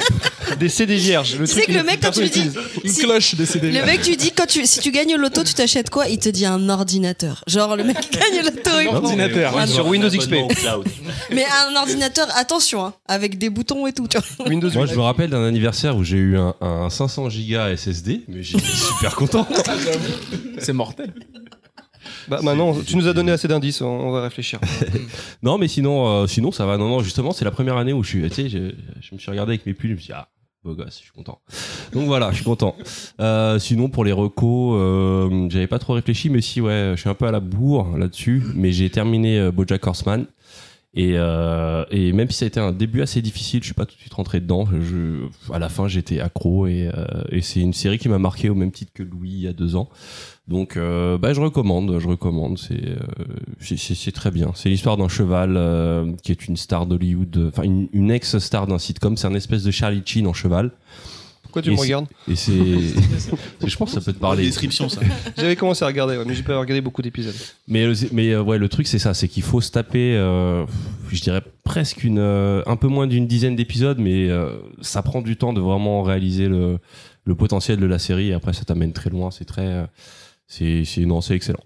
D: <laughs>
A: des CD vierges. Le
B: Tu
A: truc,
B: sais que le
A: il-
B: mec, quand tu lui dis.
D: Une
B: si-
D: cloche de CD.
B: Le mec, tu dis, quand tu, si tu gagnes au loto, tu t'achètes quoi Il te dit un ordinateur. Genre, le mec <laughs> gagne au loto, il
D: Un
B: prend.
D: ordinateur.
A: Ouais, sur Windows XP.
I: Abonnement au
B: <laughs>
I: cloud.
B: Mais un ordinateur, attention, hein, avec des boutons et tout. Tu vois.
A: Windows
C: Moi, je me rappelle d'un anniversaire où j'ai eu un, un 500 Go SSD, mais
A: <laughs>
C: j'étais super content.
D: C'est mortel.
A: Bah maintenant, tu nous as donné assez d'indices, on, on va réfléchir.
C: <laughs> Non, mais sinon, euh, sinon ça va. Non, non, justement, c'est la première année où je suis. Tu sais, je, je me suis regardé avec mes pulls, je me suis dit, ah, beau gosse, je suis content. Donc voilà, je suis content. Euh, sinon, pour les recos, euh, j'avais pas trop réfléchi, mais si, ouais, je suis un peu à la bourre là-dessus. Mais j'ai terminé euh, Bojack Horseman. Et, euh, et même si ça a été un début assez difficile, je suis pas tout de suite rentré dedans. Je, à la fin, j'étais accro et, euh, et c'est une série qui m'a marqué au même titre que Louis il y a deux ans. Donc, euh, bah, je recommande, je recommande. C'est euh, c'est- c'est c'est très bien. C'est l'histoire d'un cheval euh, qui est une star d'Hollywood, euh, enfin une, une ex-star d'un sitcom. C'est un espèce de Charlie Sheen en cheval.
A: Pourquoi tu
C: Et
A: me
C: c'est-
A: regardes
C: Et c'est, <laughs> je pense que ça peut te parler.
E: Description, ça.
A: <laughs> J'avais commencé à regarder, ouais, mais j'ai pas regardé beaucoup d'épisodes.
C: Mais, euh, c'est- mais euh, ouais, le truc c'est ça, c'est qu'il faut se taper, euh, je dirais presque une, euh, un peu moins d'une dizaine d'épisodes, mais euh, ça prend du temps de vraiment réaliser le, le potentiel de la série. Et après, ça t'amène très loin. C'est très, euh, c'est, c'est non, c'est excellent.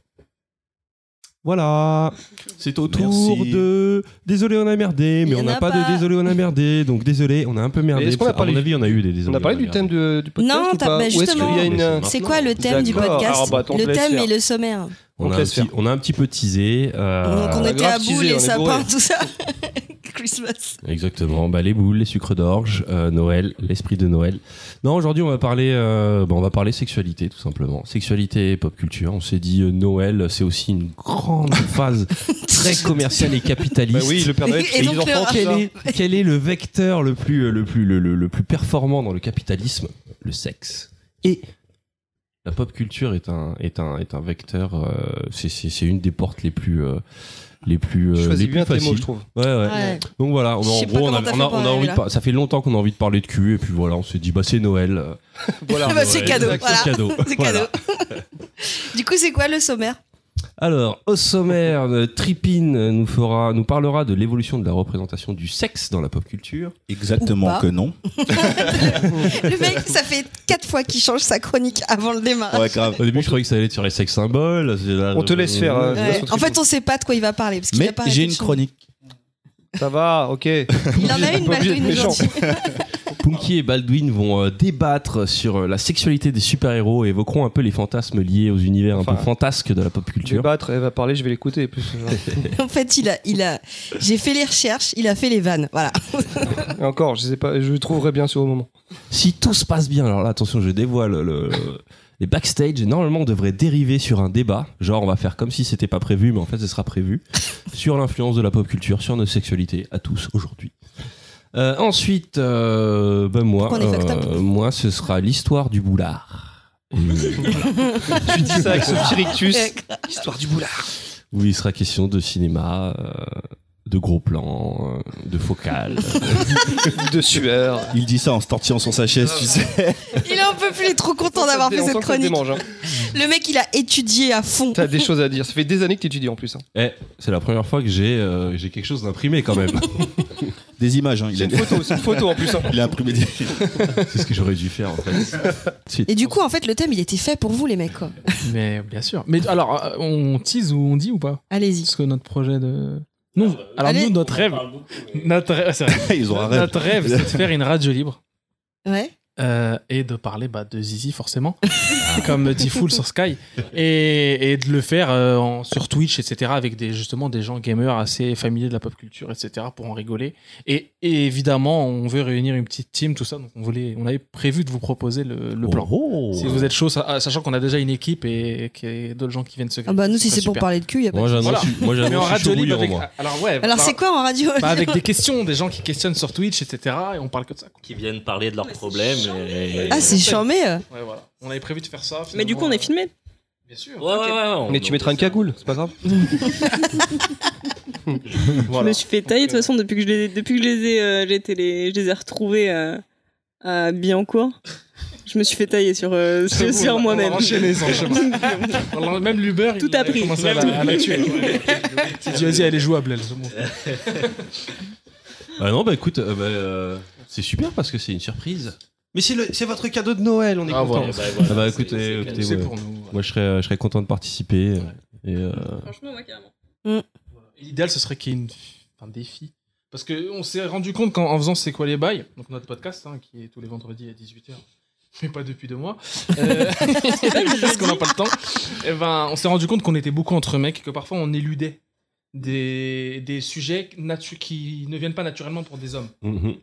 C: Voilà, c'est au tour
E: Merci.
C: de. Désolé, on a merdé, mais
B: Il y
C: on
B: en
C: n'a
B: a
C: pas,
B: pas.
C: de désolé, on a merdé. Donc désolé, on a un peu merdé.
A: Mais est-ce qu'on a
C: À
A: parlé
C: mon
A: du-
C: avis, on a eu des désolé.
A: On a parlé
C: on a
A: du
C: merdé.
A: thème de- du podcast
B: Non,
A: ou
B: t'as-
A: pas
B: bah,
A: Ou est-ce qu'il
B: justement.
A: y a une-
C: Mais
B: C'est quoi le thème du
A: D'accord.
B: podcast
A: Alors, bah, attends, on te
B: Le
A: laisse
B: thème
A: faire.
B: et le sommaire.
C: on,
A: On
C: a un
A: laisse
C: petit,
A: faire.
C: on a un petit peu teasé. euh,
B: Donc, on était
A: grave
B: à bout,
A: teasé, on
B: les
A: est
B: sapins,
A: bourré.
B: tout ça. <laughs> Christmas.
C: Exactement, bah, les boules, les sucres d'orge, euh, Noël, l'esprit de Noël. Non, aujourd'hui on va parler, euh, bah, on va parler sexualité tout simplement, sexualité et pop culture. On s'est dit euh, Noël, c'est aussi une
A: <laughs>
C: grande phase très commerciale et capitaliste.
A: Bah oui, le Père Noël,
B: Et
A: c'est les
B: donc, le-
A: enfants.
C: quel,
A: ça.
C: est, quel est le vecteur le plus, euh, le plus, le, le- le plus performant dans le capitalisme Le sexe et la pop culture est un, est un, est un vecteur. euh, c'est- c'est c'est une des portes les plus, euh, les plus, euh,
A: Tu
C: les
A: choisis
C: plus
A: bien tes mots,
C: faciles.
A: je trouve.
C: Ouais, ouais.
B: Ouais.
C: Donc voilà, on
B: Je
C: a, en
B: sais pas
C: gros, on a,
B: comment t'as
C: on a-
B: fait pour
C: on a envie
B: arriver
C: de
B: là.
C: par- ça fait longtemps qu'on a envie de parler de cul, et puis voilà, on s'est dit, bah
B: <laughs>
C: c'est Noël. euh,
A: Voilà.
B: Bah, c'est
C: Noël.
B: cadeau.
C: C'est
B: Voilà.
C: cadeau.
B: <laughs> C'est
C: Voilà.
B: cadeau. Du coup, c'est quoi le sommaire
C: Alors, au sommaire, euh, Tripine euh, nous, fera, nous parlera de l'évolution de la représentation du sexe dans la pop culture.
B: Ou
E: Exactement
B: pas.
E: que non.
B: <laughs> Le mec, ça fait quatre fois qu'il change sa chronique avant le démarrage.
E: Ouais, grave.
C: Au début, je croyais que ça allait être sur les sexes symboles. c'est là- euh,
A: On te laisse faire, hein.
B: Ouais.
A: Ouais.
B: En fait, on sait pas de quoi il va parler. Parce qu'il a
E: Mais
B: pas arrêté
E: j'ai une
B: de changer.
E: chronique.
A: Ça va,
C: <laughs>
A: ok.
B: Il en a une,
A: Pas obligé
B: Baldwin,
A: d'être méchant.
B: aujourd'hui.
C: Punky et Baldwin vont euh, débattre sur euh, la sexualité des super-héros et évoqueront un peu les fantasmes liés aux univers un
A: Enfin,
C: peu fantasques de la pop
A: Je vais
C: culture.
A: battre, elle va parler, je vais l'écouter. plus.
B: <laughs> En fait, il a, il a, j'ai fait les recherches, il a fait les vannes. Voilà.
A: Et encore, je sais pas, je le trouverai bien sûr au moment.
C: Si tout se passe bien, alors là, attention, je dévoile le- les backstage. Normalement, on devrait dériver sur un débat. Genre, on va faire comme si c'était pas prévu, mais en fait, ce
A: <laughs>
C: sera prévu. sur l'influence de la pop culture, sur nos sexualités, à tous aujourd'hui. Euh, ensuite, euh, ben moi,
B: Pourquoi on est fucked up
C: euh, moi, ce sera l'histoire du boulard. <laughs>
A: tu dis ça avec ce
B: <laughs>
A: petit rictus.
B: Ouais.
A: Histoire du boulard.
C: Où il sera question de cinéma, euh, de gros plans, euh, de focales.
A: <laughs> De sueur.
E: Il dit ça en se tortillant sur sa
C: Ah.
E: chaise, tu sais.
B: <laughs> Il en peut plus, il est trop content d'avoir
A: Ça,
B: fait
A: on sent
B: cette
A: que ça te
B: chronique.
A: démange, hein.
B: Le mec, il a étudié à fond.
A: T'as des choses à dire. Ça fait des années que t'étudies en plus. hein.
C: Eh, c'est la première fois que j'ai euh, j'ai quelque chose d'imprimé quand même.
E: <laughs> Des images, hein. Il
A: C'est
E: a,
A: une photo, c'est une photo en plus. hein.
E: <laughs> il a imprimé des.
C: <laughs> c'est ce que j'aurais dû faire en fait.
B: <laughs>
E: <laughs>
B: Et du coup, en fait, le thème, il était fait pour vous, les mecs. quoi.
D: <laughs> Mais bien sûr. Mais alors, euh, on tease ou on dit ou pas
B: Allez-y.
D: Parce que notre projet de. Nous, alors
B: Allez.
D: nous, notre rêve, notre rêve, c'est vrai.
E: <laughs> Ils ont un rêve.
D: notre rêve, c'est de faire une radio libre
B: Ouais.
D: euh, et de parler bah, de Zizi forcément, <laughs> comme dit Full sur Sky, et, et de le faire euh, en- sur Twitch, etc. Avec des justement des gens gamers assez familiers de la pop culture, etc. Pour en rigoler. Et, et évidemment, on veut réunir une petite team, tout ça. Donc on voulait, on avait prévu de vous proposer le, le plan.
C: Oh.
D: Si vous êtes chaud, sa- ah, sachant qu'on a déjà une équipe et qu'il y a d'autres gens qui viennent se.
B: Ah bah, nous, si
D: serait
B: c'est pour
D: super.
B: parler de cul, il a pas
C: Moi
B: de-
C: j'annonce,
D: Voilà.
C: moi
D: Mais en
C: j'annonce, je suis
D: radio
C: chaud
D: libre
C: bouillant,
D: avec.
C: moi.
D: Alors ouais.
B: Alors,
D: bah-
B: c'est quoi en radio
D: bah, avec des questions, des gens qui questionnent sur Twitch, etc. Et on parle que de ça. quoi.
I: Qui viennent parler de leurs problèmes. j'ai-
B: Ah, c'est charmé. euh.
D: Ouais, voilà. On avait prévu de faire ça.
F: Mais du coup, on est filmé.
D: Bien sûr.
I: Ouais, ouais, ouais,
D: <laughs>
I: ouais, on-
A: Oh, Mais tu mettras une cagoule, c'est pas <laughs> grave.
F: Je
D: Voilà.
F: me suis fait tailler de toute façon depuis que je les ai, depuis que je les ai, euh, j'ai été les, je les ai retrouvés euh, à Billancourt. Je me suis fait tailler sur, euh, sur-
D: C'est bon,
F: sur
D: on va-
F: moi-même.
D: On va
F: <laughs>
D: enchaîner sans chemin.
B: <laughs>
D: Voilà, Même l'Uber,
F: Tout
D: il
F: a
D: a
F: pris.
D: commencé à la, à la tuer. Il dit, Vas-y, elle est jouable, elle. c'est bon.
C: <laughs> Bah non, bah écoute, euh, bah, euh, c'est super parce que c'est une surprise. Mais c'est, le- c'est votre cadeau de Noël, on est
D: Ah, voilà.
C: content.
I: Bah, voilà,
C: Ah bah,
I: c'est-
C: écoutez,
I: c'est
C: écoutez,
I: clair.
D: C'est
C: ouais.
D: pour nous.
C: Moi, je serais, euh, je serais content de participer. euh, Et, euh,
F: Franchement, moi, carrément.
D: L'idéal, ce serait qu'il y ait une... enfin, des filles. Parce qu'on s'est rendu compte qu'en en faisant C'est quoi les bails, donc notre podcast, hein, qui est tous les vendredis à 18h, mais pas depuis deux mois, euh, parce qu'on n'a pas le temps, eh ben, on s'est rendu compte qu'on était beaucoup entre mecs et que parfois on éludait des, des sujets natu- qui ne viennent pas naturellement pour des hommes.
C: mhm.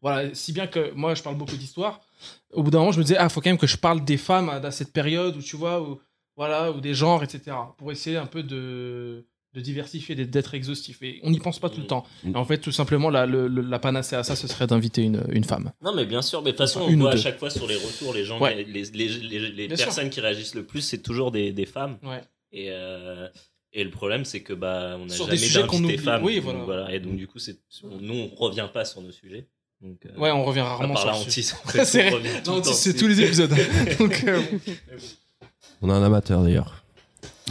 D: Voilà, si bien que moi je parle beaucoup d'histoire, au bout d'un moment je me disais, ah, faut quand même que je parle des femmes à, à cette période où tu vois, où, voilà, ou des genres, etc. Pour essayer un peu de, de diversifier, d'être- d'être exhaustif. Et on n'y pense pas tout le temps.
C: Mm.
D: Et en fait, tout simplement, la, le- le- la panacée à ça, ce serait d'inviter une, une femme.
I: Non, mais bien sûr, mais de toute façon, on
D: Une ou
I: voit à
D: deux.
I: chaque fois sur les retours, les gens,
D: Ouais.
I: les, les- les- les
D: Bien sûr.
I: personnes qui réagissent le plus, c'est toujours des, des femmes.
D: Ouais.
I: Et, euh, et le problème, c'est que bah, on n'a
D: Sur
I: jamais
D: des sujets qu'on
I: d'invité
D: oublie.
I: femmes.
D: Oui,
I: Donc,
D: voilà.
I: Et donc, du coup, c'est, nous, on revient pas sur nos sujets. Donc, euh,
D: Ouais, on revient
I: à
D: rarement
I: part
D: sur
I: la
D: le sujet.
I: hantise, en
D: <laughs>
I: fait,
D: C'est
I: on
D: vrai.
I: revient tout
D: Non,
I: le temps
D: C'est
I: dessus.
D: tous les épisodes.
I: <laughs>
D: Donc, euh, bon.
C: On a un amateur d'ailleurs.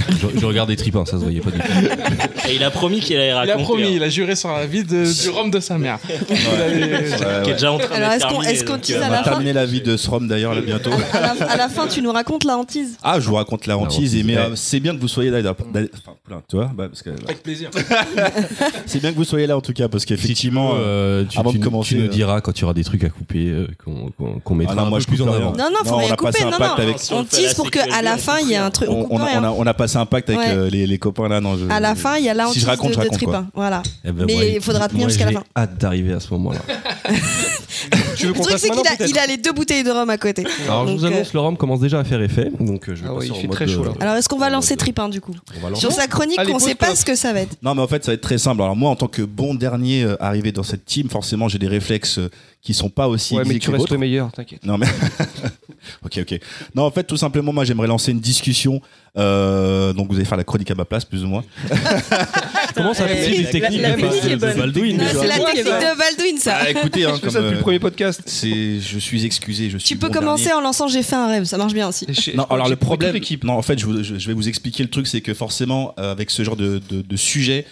C: je, je regarde des tripins, ça se voyait pas du tout.
I: Et il a promis qu'il allait raconter.
D: il a promis,
I: hein,
D: il a juré sur la vie de- du rhum de
I: <laughs>
D: sa mère.
E: Ouais,
I: qui est
E: ouais.
I: déjà en train
B: Alors,
I: de
B: est-ce qu'on-
I: terminer,
B: est-ce qu'on
I: donc,
B: tease à
I: euh,
E: On
B: la
E: va
I: voilà.
B: fin
E: terminer la vie de Srom d'ailleurs là bientôt.
B: À la, à la fin, tu nous racontes la hantise.
E: Ah, je vous raconte la hantise, et mais
C: Ouais.
E: euh, c'est bien que vous soyez là. d'ailleurs, d'ailleurs, Enfin, plein, tu vois, bah, parce que
D: Avec plaisir.
E: c'est bien que vous soyez là en tout cas, Ah, parce qu'effectivement, euh,
C: Euh, tu,
E: avant
C: tu
E: de
C: nous-
E: commencer,
C: tu nous
E: euh,
C: diras quand il y aura des trucs à couper euh, qu'on, qu'on, qu'on mettra
E: Ah non,
C: un
E: moi,
C: peu
E: je
C: plus
E: coupe
C: en
E: rien.
C: avant.
B: Non, non, faut
E: Non, on
B: rien
E: a
B: couper.
E: passé un
B: Non,
E: pacte
B: non.
E: avec-
I: Si on
B: On
I: le fait
B: tease
I: la
B: pour qu'à la
I: sécurité,
B: fin, il y ait
I: on
B: un
I: coupe
B: truc.
E: on,
B: On
E: on
B: coupe
E: a, on,
B: rien.
E: a, on a passé un pacte avec
B: Ouais.
E: euh, les, les copains là. Non, je,
B: À la fin, il y a la
E: Si
B: hantise
E: je raconte,
B: de,
E: je
B: de
E: raconte,
B: Tripin. Voilà.
C: Eh ben,
B: Mais
C: moi,
B: il faudra
C: j'ai-
B: tenir
C: moi,
B: jusqu'à la
C: j'ai
B: fin.
C: hâte d'arriver à ce moment-là.
A: Tu veux
B: Le
A: qu'on
B: truc,
A: fasse
B: c'est
A: maintenant
B: qu'il a,
A: peut-être
B: il a les deux bouteilles de rhum à côté.
C: <laughs> Alors je
B: Donc, euh,
C: vous annonce, le rhum commence déjà à faire effet, donc euh, je vais
A: Ah ouais,
C: passer
A: il
C: en
A: fait
C: mode,
A: très chaud,
C: euh,
A: là.
B: Alors, est-ce qu'on va
C: en
B: lancer
C: mode,
B: Tripin du coup
C: on va lancer.
B: Sur sa chronique,
A: Allez,
B: on sait pas
A: pose-toi.
B: ce que ça va être.
E: Non, mais en fait, ça va être très simple. Alors, moi, en tant que bon dernier euh, arrivé dans cette team, forcément, j'ai des réflexes euh, qui sont pas aussi
A: Ouais, mais
E: aiguisés
A: tu
E: que les
A: restes
E: vôtres.
A: le meilleur, t'inquiète.
E: Non, mais. <laughs> ok, ok. Non, en fait, tout simplement, moi, j'aimerais lancer une discussion. euh, donc, vous allez faire la chronique à ma place, plus ou moins.
C: Comment ça
B: Eh,
C: s'appelle
F: la-
C: les techniques
F: la- la
C: de-
F: musique est
C: de
F: bonne.
C: Baldwin
B: Non,
E: mais
B: C'est
E: je
B: la
F: vois.
B: technique de Baldwin, ça.
E: Ah, écoutez, hein,
A: Je fais
E: comme,
A: ça depuis
E: euh,
A: le premier podcast.
E: c'est, je suis excusé, je suis
B: Tu peux
E: bon
B: commencer
E: dernier.
B: en lançant J'ai fait un rêve, ça marche bien aussi.
E: Non, alors le problème,
A: L'équipe.
E: non, en fait, je, vous- je- je vais vous expliquer le truc, c'est que forcément, euh, avec ce genre de, de- de sujet,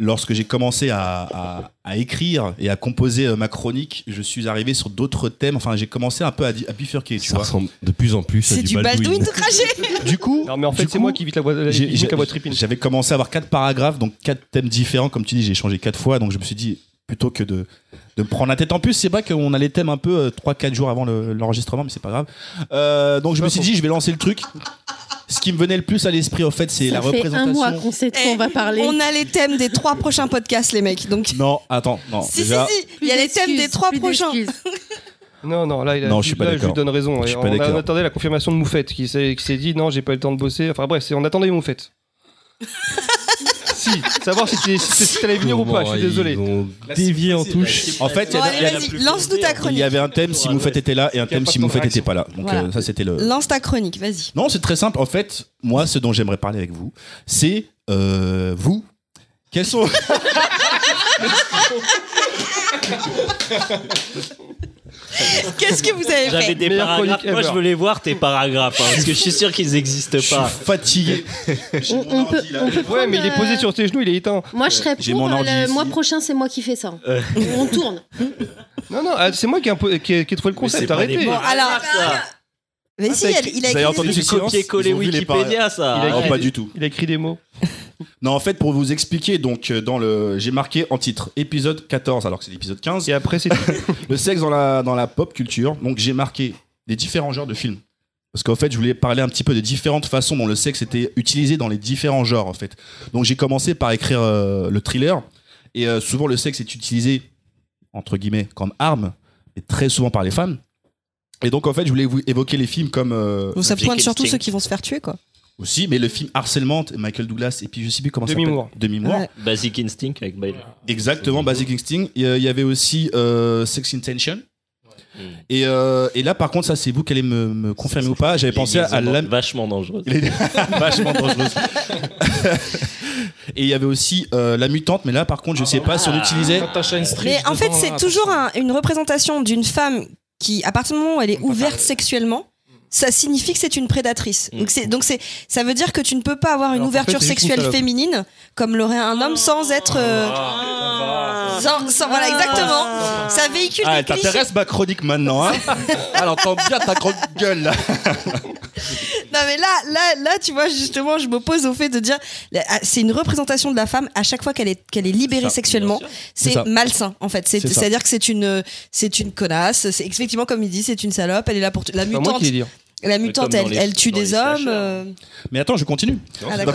E: lorsque j'ai commencé à, à- à écrire et à composer euh, ma chronique, je suis arrivé sur d'autres thèmes. Enfin, j'ai commencé un peu à, di- à bifurquer, tu
C: Ça
E: vois.
C: ressemble de plus en plus à
B: C'est du Baldwin tout craché.
E: Du coup,
A: Non, mais en
E: du
A: fait, c'est
E: coup,
A: moi qui évite la voix
E: j'ai-
A: évite la voix de
E: j'ai-
A: Tripin.
E: J'avais commencé à avoir quatre paragraphes, donc quatre thèmes différents. Comme tu dis, j'ai changé quatre fois, donc je me suis dit plutôt que de, de me prendre la tête. En plus, c'est vrai qu'on a les thèmes un peu 3-4 jours avant le- l'enregistrement, mais c'est pas grave. Euh, donc je me suis dit, je vais lancer le truc. Ce qui me venait le plus à l'esprit, en fait, c'est la
G: Ça fait un
E: représentation.
G: mois qu'on sait de quoi on va parler.
B: Eh, On a les thèmes des trois prochains podcasts, les mecs. Donc, <laughs>
E: Non, attends, non.
B: si, si,
G: Ah.
E: déjà,
B: si, il y a les thèmes des trois prochains.
A: Non, non, là, il a-
E: Non, je suis pas
A: là, je
E: d'accord.
A: lui donne raison.
E: Je suis
A: Et
E: pas
A: on
E: d'accord.
A: attendait la confirmation de Moufette qui s'est qui s'est dit non, j'ai pas eu le temps de bosser. Enfin bref, c'est- on attendait Moufette. si, savoir si tu si, si t'allais venir ou pas, je suis désolé.
C: Dévié en touche.
E: en fait, il y
B: Bon,
E: a-
B: allez,
E: il y, a-
B: vas-y, lance-nous ta
E: il y
B: chronique.
E: avait un thème si Moufette était là
D: Il
E: et un
D: y a
E: thème
D: pas
E: si
D: de temps de
E: Moufette était
D: réaction.
E: pas là. Donc
B: Voilà.
E: euh, ça, c'était le.
B: Lance ta chronique,
E: <laughs>
B: vas-y.
E: Non, c'est très simple. En fait, moi, ce dont j'aimerais parler avec vous, c'est euh, vous. Quels sont. <laughs>
B: Qu'est-ce que vous avez
I: J'avais
B: fait
I: des
A: Meilleure chronique
I: paragraphes. Moi,
A: ever.
I: je veux les voir, tes paragraphes. hein, parce que je suis sûr qu'ils n'existent
E: Je suis
I: pas.
A: <laughs>
E: fatigué.
G: On, on peut, on peut
A: Ouais, mais il est
G: prendre,
A: posé
G: euh,
A: sur tes genoux, il est éteint.
G: Moi, je serais
E: Euh, J'ai
G: pour. euh,
E: mon ordi
G: Le
E: ici.
G: mois prochain, c'est moi qui fais ça.
I: Euh.
E: <laughs>
G: On tourne.
A: Non, non, ah, c'est moi qui ai, un peu- qui ai- qui ai trouvé le
I: c'est
A: concept,
I: pas
A: arrêtez.
I: des
B: Bon,
A: Il
B: alors,
I: ça.
B: mais
E: Ah,
B: si,
E: t'as
B: elle-
E: écrit-
B: il a
E: vous avez
B: écrit
E: entendu
B: des-
E: ce silence
I: Copier-coller
E: Ils ont vu les paroles.
I: Wikipédia, ça.
A: Il a
B: Ah,
E: Non,
I: Arrête.
A: écrit-
E: Ah, pas du tout.
A: a écrit des mots.
E: <laughs> Non, en fait, pour vous expliquer, donc, euh, dans le, j'ai marqué en titre épisode 14, alors que c'est l'épisode 15,
A: Et après, c'est
E: <laughs> le sexe dans la, dans la pop culture. Donc, j'ai marqué les différents genres de films. Parce qu'en fait, je voulais parler un petit peu des différentes façons dont le sexe était utilisé dans les différents genres, en fait. Donc, j'ai commencé par écrire euh, le thriller. Et euh, souvent, le sexe est utilisé, entre guillemets, comme arme, et très souvent par les femmes. Et donc, en fait, je voulais vous évoquer les films comme. euh,
B: Donc ça
I: Vic
B: pointe surtout
I: Instinct.
B: ceux qui vont se faire tuer, quoi.
E: aussi, mais le film Harcèlement, Michael Douglas, et puis je sais plus comment ça
A: Demi
E: s'appelle.
A: Moore.
E: Demi-Moore.
B: Ouais.
I: Basic Instinct avec Bailey.
E: Exactement, Basic Instinct. Il y a- il y avait aussi euh, Sex Intention. Et, euh, et là, par contre, ça, c'est vous qui allez me, me confirmer ou pas. J'avais pensé à la
I: Vachement dangereuse.
E: Il est <laughs> vachement dangereuse. Et il y avait aussi euh, la mutante, mais là, par contre, je sais pas si
I: Ah.
E: on utilisait.
D: Quand t'as une strip
B: Mais en fait,
D: dedans,
A: hein,
B: c'est
D: là,
B: toujours un- une représentation d'une femme qui, à partir du moment où elle est ouverte sexuellement, ça signifie que c'est une prédatrice.
I: Mm.
B: Donc c'est donc c'est ça veut dire que tu ne peux pas avoir une
A: Alors qu'en
B: ouverture
A: fait, c'est juste une
B: sexuelle
A: salope. Ah,
B: féminine comme l'aurait un homme sans être euh, sans, sans- voilà exactement. Ça véhicule
E: Ah,
B: des clichés.
E: t'intéresse ma chronique maintenant, hein
B: <laughs>
E: Elle entend bien ta grande gueule, là.
B: Non mais là là là tu vois justement je m'oppose au fait de dire là, ah, c'est une représentation de la femme à chaque fois qu'elle est qu'elle est libérée sexuellement.
E: C'est
B: c'est
E: ça.
B: malsain en fait. C'est-
E: C'est ça.
B: C'est-à-dire que c'est une, c'est une connasse. C'est effectivement comme il dit, c'est une salope. Elle est là pour t- la
A: Pas moi
B: mutante.
A: qui l'ai dit.
B: La mutante,
I: Mais comme
B: elle,
I: dans les-
B: elle tue
I: dans les
B: des hommes.
I: slashers.
B: euh,
E: Mais attends, je continue.
B: Ah, d'accord.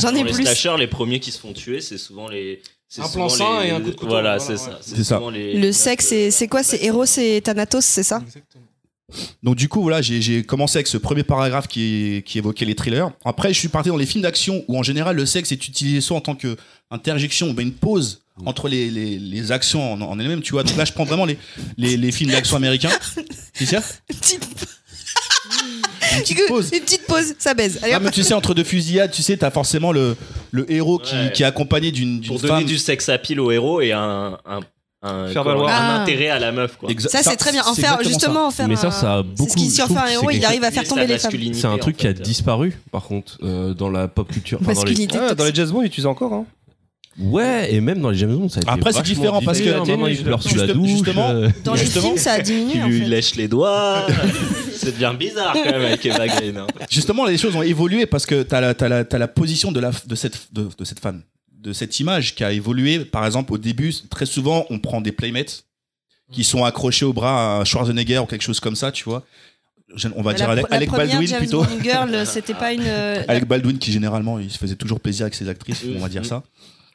B: J'en ai
I: Dans les
B: plus.
I: slashers, les premiers qui se font tuer, c'est souvent les. c'est
D: Un
I: souvent
D: plan sang
I: les-
D: et un coup de couteau,
I: Voilà,
D: voilà,
I: c'est
D: ouais.
I: ça.
E: C'est ça.
I: souvent les-
B: Le sexe, c'est c'est quoi C'est Eros et Thanatos, c'est ça
D: Exactement.
E: Donc du coup, voilà, j'ai- j'ai commencé avec ce premier paragraphe qui, qui évoquait les thrillers. Après, je suis parti dans les films d'action où en général le sexe est utilisé soit en tant que interjection ou bien une pause
I: Mmh.
E: entre les, les, les actions en, en elles-mêmes, tu vois. Donc là, je prends vraiment les, les, les films
I: <laughs>
E: d'action américains. C'est ça
B: Une petite, <laughs>
E: Une petite pause.
B: Une petite pause, ça baise. Allez,
E: Ah,
B: hop.
E: mais tu sais, entre deux fusillades, tu sais, t'as forcément le, le héros qui,
I: Ouais.
E: qui est accompagné d'une d'une
I: Pour donner
E: femme.
I: du sexe à pile au héros et un. un, un-
A: Faire
I: comment-
A: valoir.
I: un
B: Ah.
I: intérêt à la meuf, quoi.
E: Exa-
B: ça, c'est très bien. En
E: c'est
B: faire,
E: exactement ça.
B: justement, en faire
C: Mais ça,
B: un-
C: ça a
B: C'est ce
C: beaucoup-
B: qui
C: je
B: surfer
C: trouve
B: un
C: que c'est
B: héros, il
C: quelque
B: arrive à faire
I: Sa
B: tomber les femmes.
I: masculinité,
C: C'est un truc
I: en
C: qui a
I: fait.
C: disparu, par contre, euh, dans la pop culture. Enfin, dans les-
B: Masculinité.
A: Ah, dans les
B: toxique.
A: jazz Bond, ils utilisent encore. Hein.
C: Ouais, et même dans les James Bond, ça a été
E: Après, c'est
C: vachement
E: différent parce
A: que-
C: différent. Maintenant, ils pleurent sous la
E: Juste-
C: douche.
E: justement,
C: euh,
B: Dans les
E: Justement.
B: films, ça a
I: Qui
B: diminué. en
I: lui
B: fait.
I: lèche les
B: <laughs>
I: doigts. <laughs> c'est bien bizarre, quand même, avec Eva Green. hein.
E: Justement, les choses ont évolué parce que t'as la, t'as la, t'as la position de, la, de, cette, de, de cette femme, de cette image qui a évolué. Par exemple, au début, très souvent, on prend des playmates
A: Mm.
E: qui sont accrochés au bras à Schwarzenegger ou quelque chose comme ça, tu vois. Je- On va
B: La
E: dire
B: pr-
E: Alec,
B: la
E: Alec
B: première
E: Baldwin
B: James
E: plutôt.
B: Bond Girl, c'était pas une. euh,
E: <laughs> Alec Baldwin qui généralement il se faisait toujours plaisir avec ses actrices,
I: Mhm.
E: on va dire ça.
A: Mm.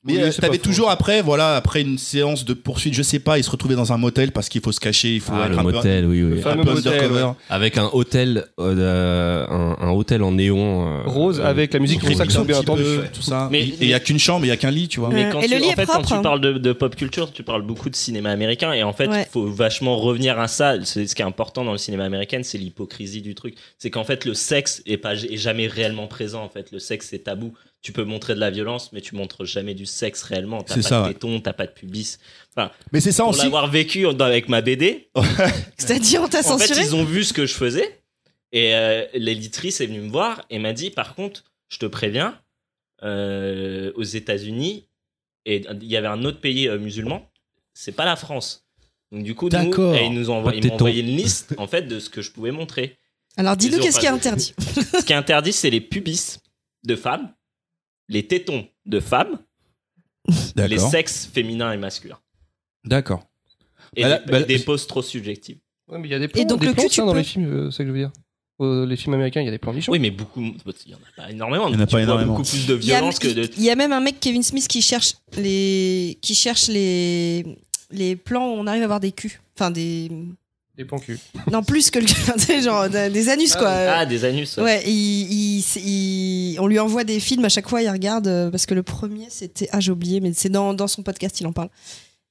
A: Oui,
E: Mais euh,
A: c'est
E: t'avais
A: pas faux.
E: toujours après, voilà, après une séance de poursuite, je sais pas, il se retrouvait dans un motel parce qu'il faut se cacher, il faut
C: Ah,
E: être
C: le
E: un peu-
C: motel, oui, oui.
E: un peu,
A: fameux motel,
E: undercover.
A: ouais.
C: Avec un hôtel, euh, un, un hôtel en néon. euh,
A: Rose
C: euh,
A: avec la musique
E: Remix
A: Saxo,
E: un
A: bien
E: petit
A: entendu.
E: peu, tout ça.
I: Mais-
E: et il y a qu'une chambre, il y a qu'un lit, tu vois.
B: Ouais.
I: Mais quand
B: Euh, Et
I: tu,
B: le lit
I: en
B: est
I: fait, quand
B: propre. hein.
I: tu parles de, de pop culture, tu parles beaucoup de cinéma américain. Et en fait, il
B: Ouais.
I: faut vachement revenir à ça. C'est ce qui est important dans le cinéma américain, c'est l'hypocrisie du truc. C'est qu'en fait, le sexe est, pas, est jamais réellement présent. En fait, le sexe, c'est tabou. Tu peux montrer de la violence, mais tu montres jamais du sexe réellement. T'as
E: C'est
I: pas
E: ça,
I: de
E: ouais.
I: téton, t'as pas de pubis.
E: Mais c'est ça
I: Pour
E: aussi.
I: l'avoir vécu en- dans- avec ma
E: <laughs>
I: BD,
B: C'est-à-dire, on t'a
I: en fait,
B: censuré
I: ils ont vu ce que je faisais. Et euh, l'éditrice est venue me voir et m'a dit par contre, je te préviens, euh, aux États-Unis, et il y avait un autre pays euh, musulman, c'est pas la France. Donc, du coup, nous-
E: D'accord.
I: et ils nous ont envoyé, ils
C: Pas de
I: m'ont
C: téton.
I: envoyé une liste en fait de ce que je pouvais montrer.
B: Alors, dis-nous
I: Ils ont
B: qu'est-ce
I: pas
B: qui est
I: de-
B: interdit.
I: Ce qui est interdit, c'est les pubis de femmes, les tétons de femmes, les
E: D'accord.
I: sexes féminins et masculins.
E: D'accord.
I: Et
E: Bah là-
I: des,
E: bah là-
I: des poses trop subjectives.
A: Ouais, mais il y a des plans,
B: Et donc
A: des
B: le
A: plans,
B: cul, tu
A: ça, dans
B: peux-
A: les films, euh, c'est ça que je veux dire. Euh, les films américains, il y a des plans nichons.
I: Oui, mais beaucoup, bah, il y en a pas énormément.
E: Il y en
I: Tu
E: a pas
I: vois
E: énormément.
I: beaucoup plus de
B: Il y, a,
I: violence que de.
B: il y a même un mec, Kevin Smith, qui cherche les, qui cherche les, les plans où on arrive à avoir des culs. Enfin, des.
A: Des plans cul.
B: Non, plus que le cul. <laughs> tu sais, genre des des anus, quoi.
I: Ah, des anus.
B: Ouais, il- il- c'est- il- on lui envoie des films à chaque fois, il regarde, euh, parce que le premier, c'était. Ah, j'ai oublié, mais c'est dans, dans son podcast, il en parle.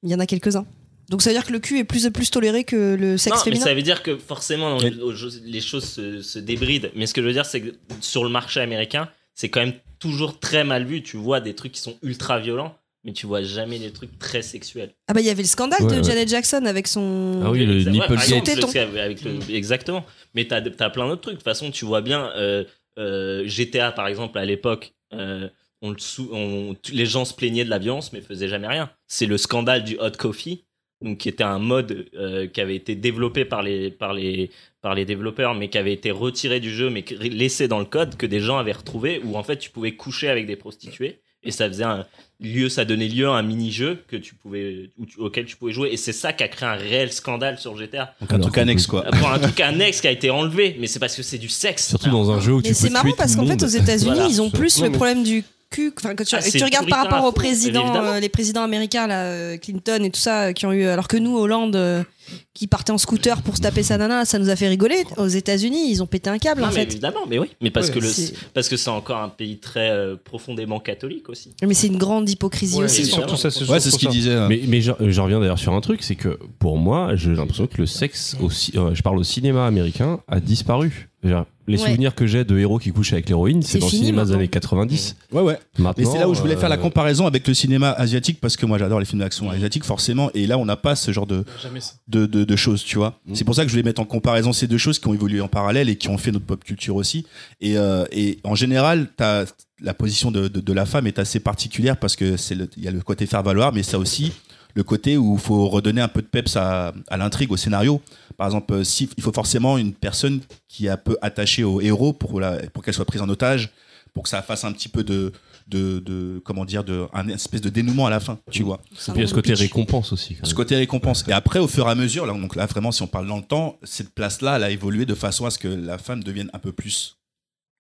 B: Il y en a quelques-uns. Donc ça veut dire que le cul est plus, plus toléré que le sexe
I: non,
B: féminin.
I: mais ça veut dire que forcément, dans
E: Mais-
I: le- aux choses- les choses se, se débrident. Mais ce que je veux dire, c'est que sur le marché américain, c'est quand même toujours très mal vu. Tu vois des trucs qui sont ultra violents, mais tu vois jamais des trucs très sexuels.
B: Ah, bah, il y avait le scandale
C: Ouais,
B: de
C: ouais.
B: Janet Jackson avec son.
C: Ah oui, le
I: C'est vrai, par
C: nipplegate.
I: exemple,
B: Téton.
I: le- c'est avec le- Exactement. Mais t'as as plein d'autres trucs. De toute façon, tu vois bien euh, euh, GTA, par exemple, à l'époque. euh, on le sou- on- t- les gens se plaignaient de la violence mais faisaient jamais rien. C'est le scandale du hot coffee, donc qui était un mode euh, qui avait été développé par les, par, les, par les développeurs, mais qui avait été retiré du jeu, mais qui- laissé dans le code que des gens avaient retrouvé, où en fait tu pouvais coucher avec des prostituées et ça faisait un lieu, ça donnait lieu à un mini-jeu que tu pouvais, où tu- auquel tu pouvais jouer. Et c'est ça qui a créé un réel scandale sur GTA
E: Donc un truc annexe, quoi.
I: pour Ah, un truc annexe qui a été enlevé, mais c'est parce que c'est du sexe.
C: Surtout dans un jeu où
B: Mais
C: tu peux
B: c'est marrant
C: tuer
B: parce
C: tout
B: qu'en
C: le
B: fait, aux
C: monde.
B: États-Unis,
I: Voilà.
B: ils ont plus
A: Non,
B: le
A: mais-
B: problème du cul. Enfin, quand tu,
I: Ah, c'est
B: tu regardes par
I: puritain
B: rapport
I: à
B: aux
I: fond,
B: présidents,
I: évidemment.
B: euh, les présidents américains, là, euh, Clinton et tout ça, euh, qui ont eu. Alors que nous, Hollande, euh, qui partait en scooter pour se taper sa nana, ça nous a fait rigoler. Aux États-Unis, ils ont pété un câble,
I: Non,
B: en
I: mais
B: fait.
I: évidemment, mais oui. Mais parce
A: Ouais,
I: que
B: c'est-
I: le, parce que c'est encore un pays très euh, profondément catholique aussi.
B: Mais c'est une grande hypocrisie
A: Ouais,
B: aussi.
A: c'est surtout ça,
E: Ouais,
A: surtout
E: c'est ce qu'il
A: ça.
E: disait. hein.
C: Mais, mais je- j'en reviens d'ailleurs sur un truc, c'est que pour moi, j'ai l'impression que le sexe, au ci- euh, je parle au cinéma américain, a disparu. Genre, Les
B: Ouais.
C: souvenirs que j'ai de héros qui couchent avec l'héroïne, c'est
B: C'est
C: dans le
B: fini
C: cinéma des
B: maintenant.
C: années 90.
E: Ouais, ouais. Mais
C: Maintenant,
E: c'est là où je voulais faire la
C: euh,
E: comparaison avec le cinéma asiatique parce que moi j'adore les films d'action asiatiques forcément et là on n'a pas ce genre de,
D: Jamais ça.
E: de, de- de choses, tu vois.
C: Mm.
E: C'est pour ça que je voulais mettre en comparaison ces deux choses qui ont évolué en parallèle et qui ont fait notre pop culture aussi. Et, euh, et en général, t'as- la position de, de- de la femme est assez particulière parce que c'est le- il y a le côté faire valoir, mais ça aussi le côté où il faut redonner un peu de peps à, à l'intrigue, au scénario. Par exemple, euh, si, il faut forcément une personne qui est un peu attachée au héros pour, la- pour qu'elle soit prise en otage, pour que ça fasse un petit peu de, de, de- comment dire, de, un espèce de dénouement à la fin, tu vois.
C: Puis il y a ce côté récompense aussi. quand
E: Ce
C: même.
E: côté récompense. Et après, au fur et à mesure, là, donc là, vraiment, si on parle dans le temps, cette place-là, elle a évolué de façon à ce que la femme devienne un peu plus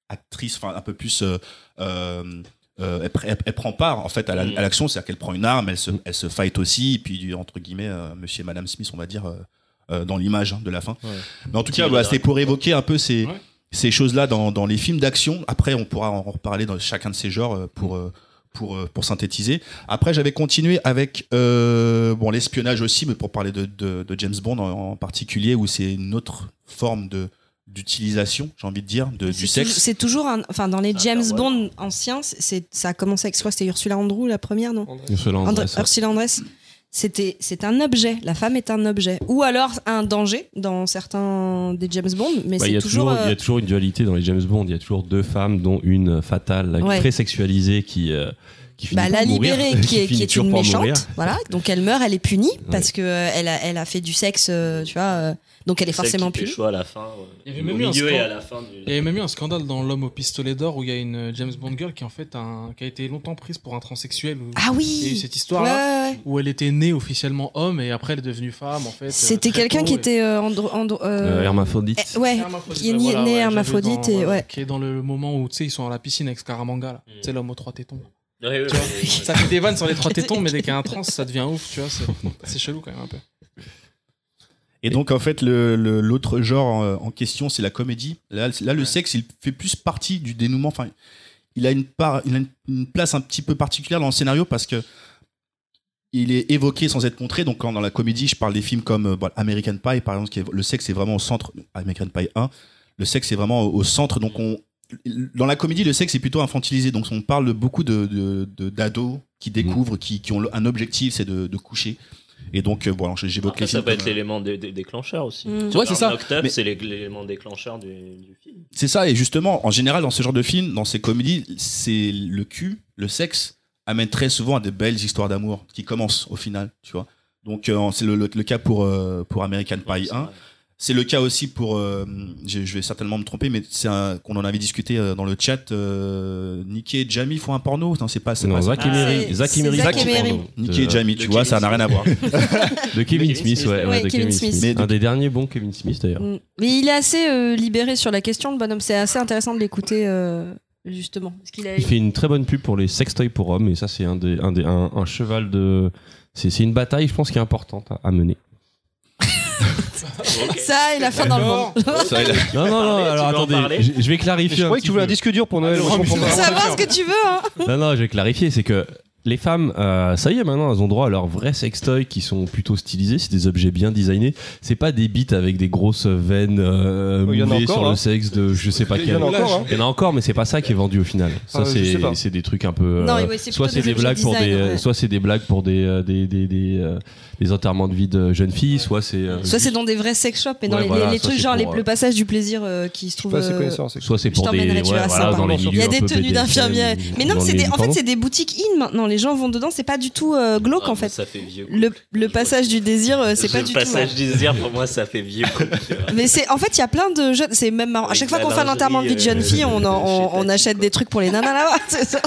E: actrice, enfin, un peu plus. euh, euh, euh, elle, pr- elle- elle prend part, en fait, à la-
I: Mm.
E: à l'action, c'est-à-dire qu'elle prend une arme, elle se, elle se fight aussi, et puis, entre guillemets, euh, monsieur et madame Smith, on va dire, euh, euh, dans l'image hein, de la fin.
A: Ouais.
E: Mais en tout
I: Qui
E: cas, voilà,
I: voudra-
E: c'était pour évoquer un peu ces.
D: Ouais.
E: Ces choses-là dans, dans les films d'action. Après, on pourra en reparler dans chacun de ces genres euh, pour, euh, pour, euh, pour synthétiser. Après, j'avais continué avec euh, bon, l'espionnage aussi, mais pour parler de, de- de James Bond en, en particulier, où c'est une autre forme de d'utilisation, j'ai envie de dire, de,
B: C'est
E: du
B: tou-
E: sexe.
B: C'est toujours un. Enfin, dans les
I: Ah,
B: James
I: bah voilà.
B: Bond anciens, c'est- c'est ça a commencé avec. Je crois que c'était Ursula Andrew la première, non
C: Ursula Andress,
B: André-
C: ouais.
B: Ursula Andress. C'était, c'est un objet. La femme est un objet. Ou alors un danger dans certains des James Bond, mais
C: Bah, Il y,
B: c'est
C: a
B: toujours.
C: toujours- il y
B: euh,
C: a toujours une dualité dans les James Bond. Il y a toujours deux femmes, dont une euh, fatale, là,
B: Ouais.
C: très sexualisée, qui, euh, qui finit
B: bah,
C: par
B: la
C: mourir,
B: libérée
C: <laughs>
B: qui est, qui
C: finit
B: est
C: toujours
B: une
C: par
B: méchante,
C: mourir.
B: voilà. Donc elle meurt, elle est punie parce que euh, elle a, elle a fait du sexe, euh, tu vois. euh, donc elle est
I: Celle
B: forcément
I: qui
B: punie.
I: pécho à la fin. euh,
D: Il y avait
I: au
D: même eu un
I: milieu et
D: score.
I: à la fin du.
D: Il y avait même eu un scandale dans L'homme au pistolet d'or où il y a une euh, James Bond girl qui en fait un, qui a été longtemps prise pour un transsexuel. Ou...
B: Ah
D: Il y a eu
B: oui.
D: cette histoire là
B: Ouais, ouais, ouais.
D: où elle était née officiellement homme et après elle est devenue femme en fait. euh,
B: C'était quelqu'un qui était euh, andro- andro- euh,
C: Euh, hermaphrodite.
B: eh, ouais, qui est
D: bah,
B: ni- né hermaphrodite et ouais.
D: Qui est dans le moment où tu sais ils sont à la piscine avec Scaramanga là. C'est l'homme aux trois tétons.
I: Mm. Ouais, ouais, ouais,
D: Tu vois,
I: ouais.
D: ça fait des vannes sur les trois tétons mais dès qu'il y a un trans ça devient ouf tu vois.
I: <laughs>
D: c'est- C'est chelou quand même un peu.
E: Et donc, en fait, le- le- l'autre genre en, en question, c'est la comédie. Là, là, le
D: Ouais.
E: sexe, il fait plus partie du dénouement. Enfin, il a une part, il a une, une place un petit peu particulière dans le scénario parce que il est évoqué sans être montré. Donc, quand dans la comédie, je parle des films comme euh, bon, American Pie, par exemple, qui est- le sexe est vraiment au centre. American Pie 1, le sexe est vraiment au, au centre. Donc, on dans la comédie, le sexe est plutôt infantilisé. Donc, on parle beaucoup de de- de- d'ados qui découvrent, qui, qui ont le- un objectif, c'est de, de coucher. Et donc, euh, bon, alors, j'évoque
I: Après,
E: les
I: ça
E: films
I: peut
E: comme, euh,
I: être l'élément dé- dé- déclencheur aussi.
B: Mm.
I: Tu
E: Ouais, c'est
I: regardes
E: ça.
I: Knocked Up,
E: Mais-
I: c'est l'é- l'élément déclencheur du, du film.
E: C'est ça, et justement, en général, dans ce genre de film, dans ces comédies, c'est le cul, le sexe, amène très souvent à des belles histoires d'amour qui commencent au final, tu vois. Donc, euh, c'est le, le- le cas pour, euh, pour American
I: Ouais,
E: Pie
I: c'est
E: 1.
I: vrai.
E: C'est le cas aussi pour, euh, je, je vais certainement me tromper, mais c'est un- qu'on en avait discuté euh, dans le chat. euh, Nicky et Jamie font un porno Non, c'est pas, c'est
C: Non,
E: pas ça.
C: Zach
I: Ah,
C: Emery.
B: c'est-
C: Zach
B: c'est
C: Emery.
B: Zach
C: pardon.
B: Emery.
E: Nicky et
C: De-
E: Jamie,
I: de
E: tu vois,
I: Kevin
E: ça n'a rien à voir.
C: <laughs> De Kevin
I: Kevin
C: Smith,
I: Smith,
C: ouais,
B: ouais,
C: ouais, de Kevin Smith.
E: Mais de-
C: Un des derniers bons Kevin Smith d'ailleurs.
B: Mm. Mais il est assez euh, libéré sur la question, le bonhomme. C'est assez intéressant de l'écouter, euh, justement. Parce qu'il a...
C: <laughs> Il fait une très bonne pub pour les sextoys pour hommes et ça c'est un des un des un, un cheval de c'est c'est une bataille je pense qui est importante à, à mener.
I: Ok.
B: Ça et la fin dans le monde.
C: Non non non
I: parler, tu
C: alors
I: veux en
C: attendez
I: parler
C: je, je vais clarifier.
A: Mais Je
C: un
A: croyais que
C: petit
A: tu voulais un
C: peu.
A: disque dur pour Noël.
D: Ah,
A: moi, je
D: non,
A: comprends
D: mais
A: pas.
B: Faut savoir ce que tu veux, hein.
C: Non non je vais clarifier c'est que les femmes euh, ça y est maintenant elles ont droit à leurs vrais sextoys qui sont plutôt stylisés c'est des objets bien designés c'est pas des bites avec des grosses veines euh,
A: Oui, il y en a
C: moulées
A: encore,
C: sur
A: hein.
C: le sexe de je sais pas
A: Il y
C: quel.
A: en a encore, hein.
C: Il y en a encore, mais c'est pas ça qui est vendu au final. Ça,
A: Ah, je sais
C: c'est
A: pas.
C: c'est des trucs un peu. euh,
B: Non, ouais, c'est
C: soit
B: plutôt
C: c'est
B: des
C: des blagues pour des, euh,
B: design, ouais.
C: soit c'est des blagues pour des euh, des des des, euh, des enterrements de vie de jeunes filles, soit c'est. euh,
B: Soit c'est dans des vrais sex shops, mais dans
C: Ouais,
B: les,
C: voilà,
B: les
C: soit
B: trucs
C: c'est
B: genre les-
C: pour, euh,
B: le passage du plaisir euh, qui se
A: Je suis
B: trouve.
A: pas assez
B: euh,
A: connaisseur. c'est-
C: soit c'est
B: Je
C: pour des
B: t'emmènerai,
C: ouais,
B: tu verras ça,
C: voilà, dans les
B: pardon.
C: milieux
B: Il y a
C: un
B: des
C: peu
B: tenues
C: BDSM,
B: d'infirmières. Mais non,
C: dans
B: c'est
C: les-
B: des, en
C: pardon
B: fait c'est des boutiques in maintenant quand les gens vont dedans, c'est pas du tout euh, glauque
I: Ah,
B: en
I: mais
B: fait.
I: Ça fait vieux.
B: Le,
I: couple.
B: le
I: Je-
B: passage du désir, euh, c'est
I: je-
B: pas du
I: Le
B: tout.
I: passage désir, pour moi, ça fait
E: <laughs>
I: vieux. couple, tu vois.
B: Mais c'est en fait il y a plein de jeunes, c'est même marrant. À
I: Avec
B: chaque fois
I: la
B: qu'on fait un
I: lingerie,
B: enterrement de vie de jeune
I: euh,
B: fille, on, en-
I: <laughs> chez
B: on, on
I: Tati,
B: achète
I: quoi.
B: des trucs pour les nanas là-bas. <laughs> c'est ça.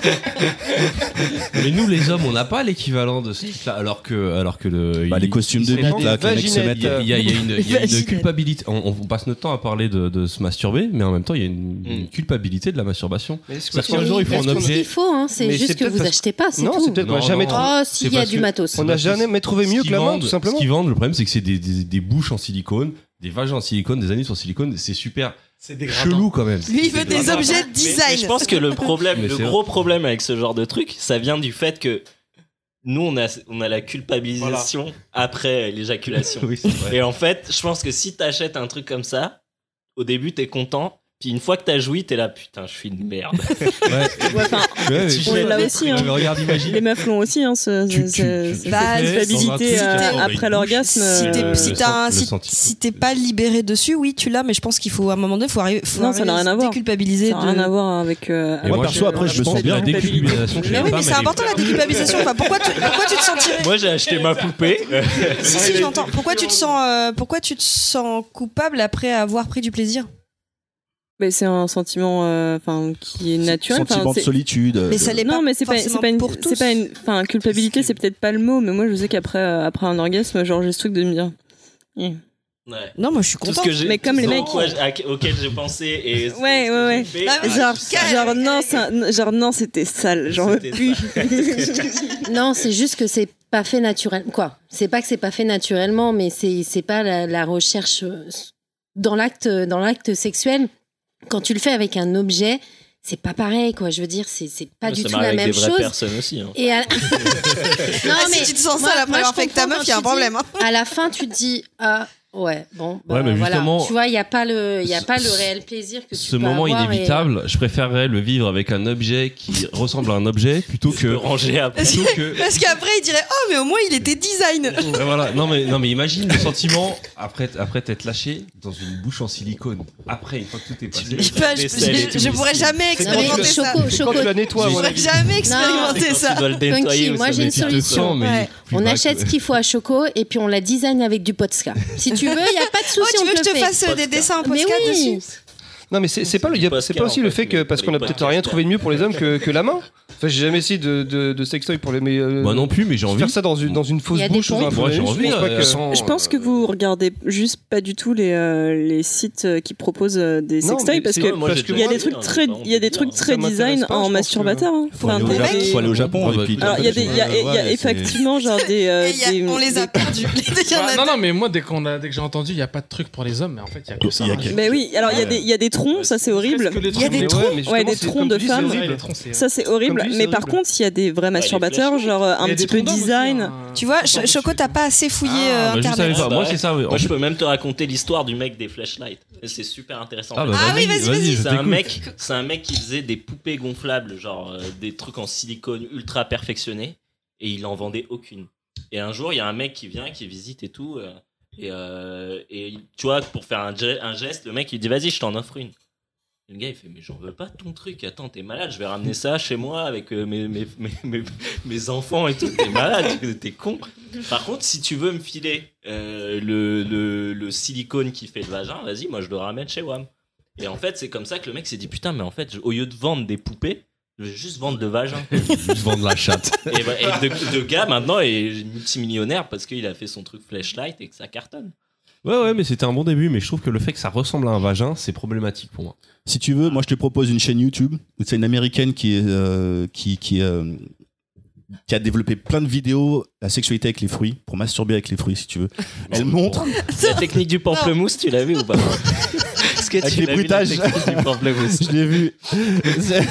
C: Mais nous, les hommes, on n'a pas l'équivalent de ce truc-là, alors que, alors que le.
E: Bah,
C: il-
E: les costumes de
A: Il s'est
E: bite là que les mecs se
A: vaginette.
E: mettent.
C: Il y a, il y a- il y a une, il y a une
B: Vaginette.
C: culpabilité. On, on passe notre temps à parler de, de se masturber, mais en même temps, il y a une, une
I: Mm.
C: culpabilité de la masturbation.
A: Mais est-ce que-
C: Parce qu'un jour, il faut
A: est-ce
C: un
A: qu'on-
G: Ce qu'il
C: objet.
G: faut, hein, c'est
A: Mais c'est
G: juste que
A: peut-être
G: vous
A: parce-
G: achetez pas, c'est
A: Non, c'est
G: tout.
A: peut-être qu'on n'a
C: Non,
A: jamais
C: non.
A: trouvé.
G: Oh, s'il
C: C'est
G: y a
C: parce
G: du
C: que-
G: matos.
A: On n'a
C: parce que
A: jamais trouvé
C: Ce
A: mieux que
C: qu'ils
A: la main,
C: vendent-
A: tout
C: Ce
A: simplement.
C: qu'ils vendent, le problème, c'est que c'est des, des- des bouches en silicone, des vagins en silicone, des anus en silicone. C'est super
D: C'est dégradant.
C: chelou quand même.
B: Lui il veut des objets de
I: Mais- mais
B: design.
I: je pense que le problème,
C: Mais
I: le
C: c'est
I: gros problème avec ce genre de truc, ça vient du fait que nous, on a, on a la culpabilisation après l'éjaculation.
C: <laughs> Oui, c'est vrai.
I: Et en fait, je pense que si t'achètes un truc comme ça, au début, t'es content. Puis une fois que t'as joui, t'es là, putain, je suis une merde. <laughs>
C: Ouais.
F: Ouais, enfin,
C: Ouais, mais-
F: on l'a aussi. hein.
C: Ouais, mais regarde, imagine.
F: Les meufs l'ont aussi, hein, ce, ce-
C: Tu- tu-
F: ce-
C: tu-
F: cette
B: Bah,
F: culpabilité
B: si
F: euh,
B: t'es-
F: après l'orgasme.
B: si
F: euh,
B: t'es si
C: le
B: t'as un-
C: sent- le
B: si-
C: sentiment.
B: si t'es pas libéré dessus, oui, tu l'as, mais je pense qu'il faut à un moment donné, faut arriver, faut
F: Non, ça n'a
B: arriver à
F: rien à
B: se
F: voir.
B: déculpabiliser.
F: ça n'a
B: de-
F: rien à voir avec. euh,
C: Et
F: avec,
E: moi,
F: euh,
E: perso, après, je me
C: pense
E: sens
C: que
E: bien.
C: La déculpabilisation chez
B: Mais
C: les
B: oui, mais
C: femmes,
B: c'est
C: elle est-
B: important la déculpabilisation.
C: <laughs>
B: Enfin, pourquoi tu, pourquoi tu te
F: <laughs>
B: sentirais
I: Moi, j'ai acheté <laughs> ma poupée.
B: Si si, j'entends. Pourquoi tu te sens, euh, pourquoi tu te sens coupable après avoir pris du plaisir
F: mais c'est un sentiment euh, enfin, qui est naturel. enfin,
E: Sentiment de
F: c'est-
E: solitude.
B: Mais
E: euh,
B: ça l'est
F: Non,
B: pas
F: mais c'est pas,
B: forcément
F: c'est pas une,
B: pour tous.
F: c'est pas une, enfin, culpabilité, c'est peut-être pas le mot, mais moi je sais qu'après, euh, après un orgasme, genre j'ai ce truc de me dire. Hum.
I: Ouais.
B: Non, moi je suis
I: Tout ce
B: contente.
I: que j'ai-
F: mais comme
I: tout
F: les
I: ce
F: mecs.
I: auquel- à- auquel j'ai pensé et ce
F: Ouais,
I: que
F: ouais,
I: j'ai
F: ouais.
I: fait,
H: Bah,
B: Ah,
I: ah,
F: Genre,
I: tout ça, <laughs>
F: genre non, ça- genre non, c'était sale, j'en veux
I: c'était
F: plus. <laughs>
I: ça.
G: Non, c'est juste que c'est pas fait naturellement. Quoi C'est pas que c'est pas fait naturellement, mais c'est c'est pas la, la recherche euh, dans l'acte dans l'acte sexuel. Quand tu le fais avec un objet, c'est pas pareil, quoi. Je veux dire, c'est c'est pas
I: Ça
G: du tout
I: m'arrive
G: la
I: avec
G: même
I: des vraies
G: chose. Euh,
I: personnes aussi. hein.
B: <laughs>
G: Et à- non,
B: Ah,
G: mais
B: si tu te sens
G: moi-
B: sale
G: moi,
B: après
G: je
B: avoir fait avec ta
G: comprends
B: meuf,
G: quand
B: il y a un
G: tu dis-
B: problème. hein.
G: à la fin, tu te dis ah ouais bon bah,
C: Ouais, mais
G: voilà.
C: justement,
G: Tu vois, il y a pas le il y a
C: ce-
G: pas le
C: ce-
G: réel plaisir que tu
C: ce
G: peux
C: moment
G: avoir et-
B: euh,
C: inévitable, je préférerais le vivre avec un objet qui ressemble à un objet plutôt
I: Je peux
C: que
I: ranger après.
C: plutôt Bah, que
B: Parce qu'après, il dirait Oh, mais au moins il était design.
C: Ouais, voilà. Non mais non mais imagine le sentiment après après t'être lâché dans une bouche en silicone. Après une fois que tout
B: <laughs>
C: est passé.
B: Je, peux- je- je- je pourrais jamais
A: C'est
G: Non, mais
B: expérimenter ça.
G: Choco,
A: C'est quand tu
G: Choco,
A: la nettoies, à
B: Je
A: mon
B: pourrais
A: avis.
B: jamais
I: C'est
B: expérimenter
I: quand
B: ça.
I: tu dois le nettoyer
G: Funky,
I: ou
G: moi,
I: ça
G: j'ai
I: met
G: une
I: tout le
G: solution.
I: temps.
C: mais
B: Ouais.
C: plus
G: On
C: bas
G: achète ce
C: que-
G: qu'il faut à Choco et puis on la design avec du potska. Si tu veux, il n'y a pas de souci,
B: Oh, tu
G: on
B: veux
G: te
B: que je
G: le
B: te
G: fait.
B: fasse des dessins en
G: Mais
B: postcard
G: oui,
B: dessus
A: Non, mais c'est c'est pas, le- y a- c'est pas aussi le fait que, parce qu'on a peut-être rien trouvé de mieux pour les hommes que, que la main. Enfin, j'ai jamais essayé de, de, de sextoy pour les. Mais, euh,
C: Moi non plus mais j'ai envie.
A: Faire ça dans une, dans une fausse
G: Il y a des
A: bouche ou dans un
G: pompes.
A: faux
C: Moi, j'ai
A: anus,
C: envie,
A: je pense pas
C: euh,
A: que-
C: sans-
F: Je pense que vous regardez juste pas du tout les, euh, les sites euh, qui proposent euh, des
A: Non,
F: sextoys
A: mais
F: parce
A: c'est-
F: que
A: moi, j'ai
F: il y a
A: déjà
F: des
A: vu,
F: trucs très il y a des trucs
A: Ça
F: très
A: m'intéresse
F: design
A: pas, je
F: en
A: pense que-
F: masturbataire. hein.
E: Faut aller au
F: Enfin,
E: Japon,
F: des-
E: faut aller au Japon. et puis-
F: Alors il y a des il y a, il y a
E: Ouais, c'est-
F: effectivement genre des, euh,
B: Et il y a-
F: des-
B: On les a perdus. <laughs> Il y en
D: Bah,
B: a-
D: non, non, mais moi, dès, qu'on a, dès que j'ai entendu, il n'y a pas de truc pour les hommes, mais en fait, il y a que ça.
E: Il y a
D: hein.
E: que-
F: Mais oui, alors il y a des il y a des troncs, ça c'est horrible.
D: Presque des
B: Il y a
D: trucs,
B: des
D: mais
B: trous.
A: Ouais, mais
F: Ouais, des
A: justement, c'est-
F: troncs
A: comme
F: de
A: tu dis, c'est
F: femmes.
D: ouais,
A: horrible.
D: les troncs, c'est-
F: Ça c'est horrible,
A: Comme tu dis,
F: mais
A: c'est
F: par
A: horrible.
F: contre, il y a des vrais masturbateurs,
I: flashs,
F: genre euh, un
D: Il y a
F: petit
D: des
F: peu
D: troncs d'hommes aussi,
F: <laughs> design.
D: hein.
B: Tu vois, Ch- Choco, t'as pas assez fouillé
C: Ah,
B: euh,
C: bah, je savais
B: Internet.
C: pas. Moi c'est ça. ouais. En
I: Moi, je
C: fait-
I: peux même te raconter l'histoire du mec des flashlights. C'est super intéressant.
C: bah,
B: Ah oui, vas-y, vas-y.
C: je
I: C'est un
C: t'écoute.
I: mec, c'est un mec qui faisait des poupées gonflables, genre euh, des trucs en silicone ultra perfectionnés, et il en vendait aucune. Et un jour, il y a un mec qui vient, qui visite et tout, euh, et, euh, et il- tu vois, pour faire un, ge- un geste, le mec il dit vas-y, je t'en offre une. Et Le gars il fait mais j'en veux pas ton truc, attends t'es malade, je vais ramener ça chez moi avec euh, mes, mes, mes, mes, mes enfants et tout, t'es malade, t'es con. Par contre si tu veux me filer euh, le, le, le silicone qui fait le vagin, vas-y moi je le ramène chez WAM. Et en fait, c'est comme ça que le mec s'est dit putain, mais en fait, je- au lieu de vendre des poupées, je vais juste vendre le vagin.
C: Juste vendre la chatte.
I: et bah, et de, de gars maintenant est multimillionnaire parce qu'il a fait son truc flashlight et que ça cartonne.
C: Ouais ouais mais c'était un bon début mais je trouve que le fait que ça ressemble à un vagin c'est problématique pour moi.
E: Si tu veux, moi je te propose une chaîne YouTube où c'est une américaine qui est, euh, qui qui, euh, qui a développé plein de vidéos la sexualité avec les fruits pour masturber avec les fruits si tu
I: <laughs>
E: veux. Elle montre
I: La technique du pamplemousse, tu l'as vu ou pas Est-ce que
E: Avec
I: tu
E: les
I: l'as vu, la
E: bruitages.
I: technique du pamplemousse
E: Je l'ai vu. <laughs> C'est-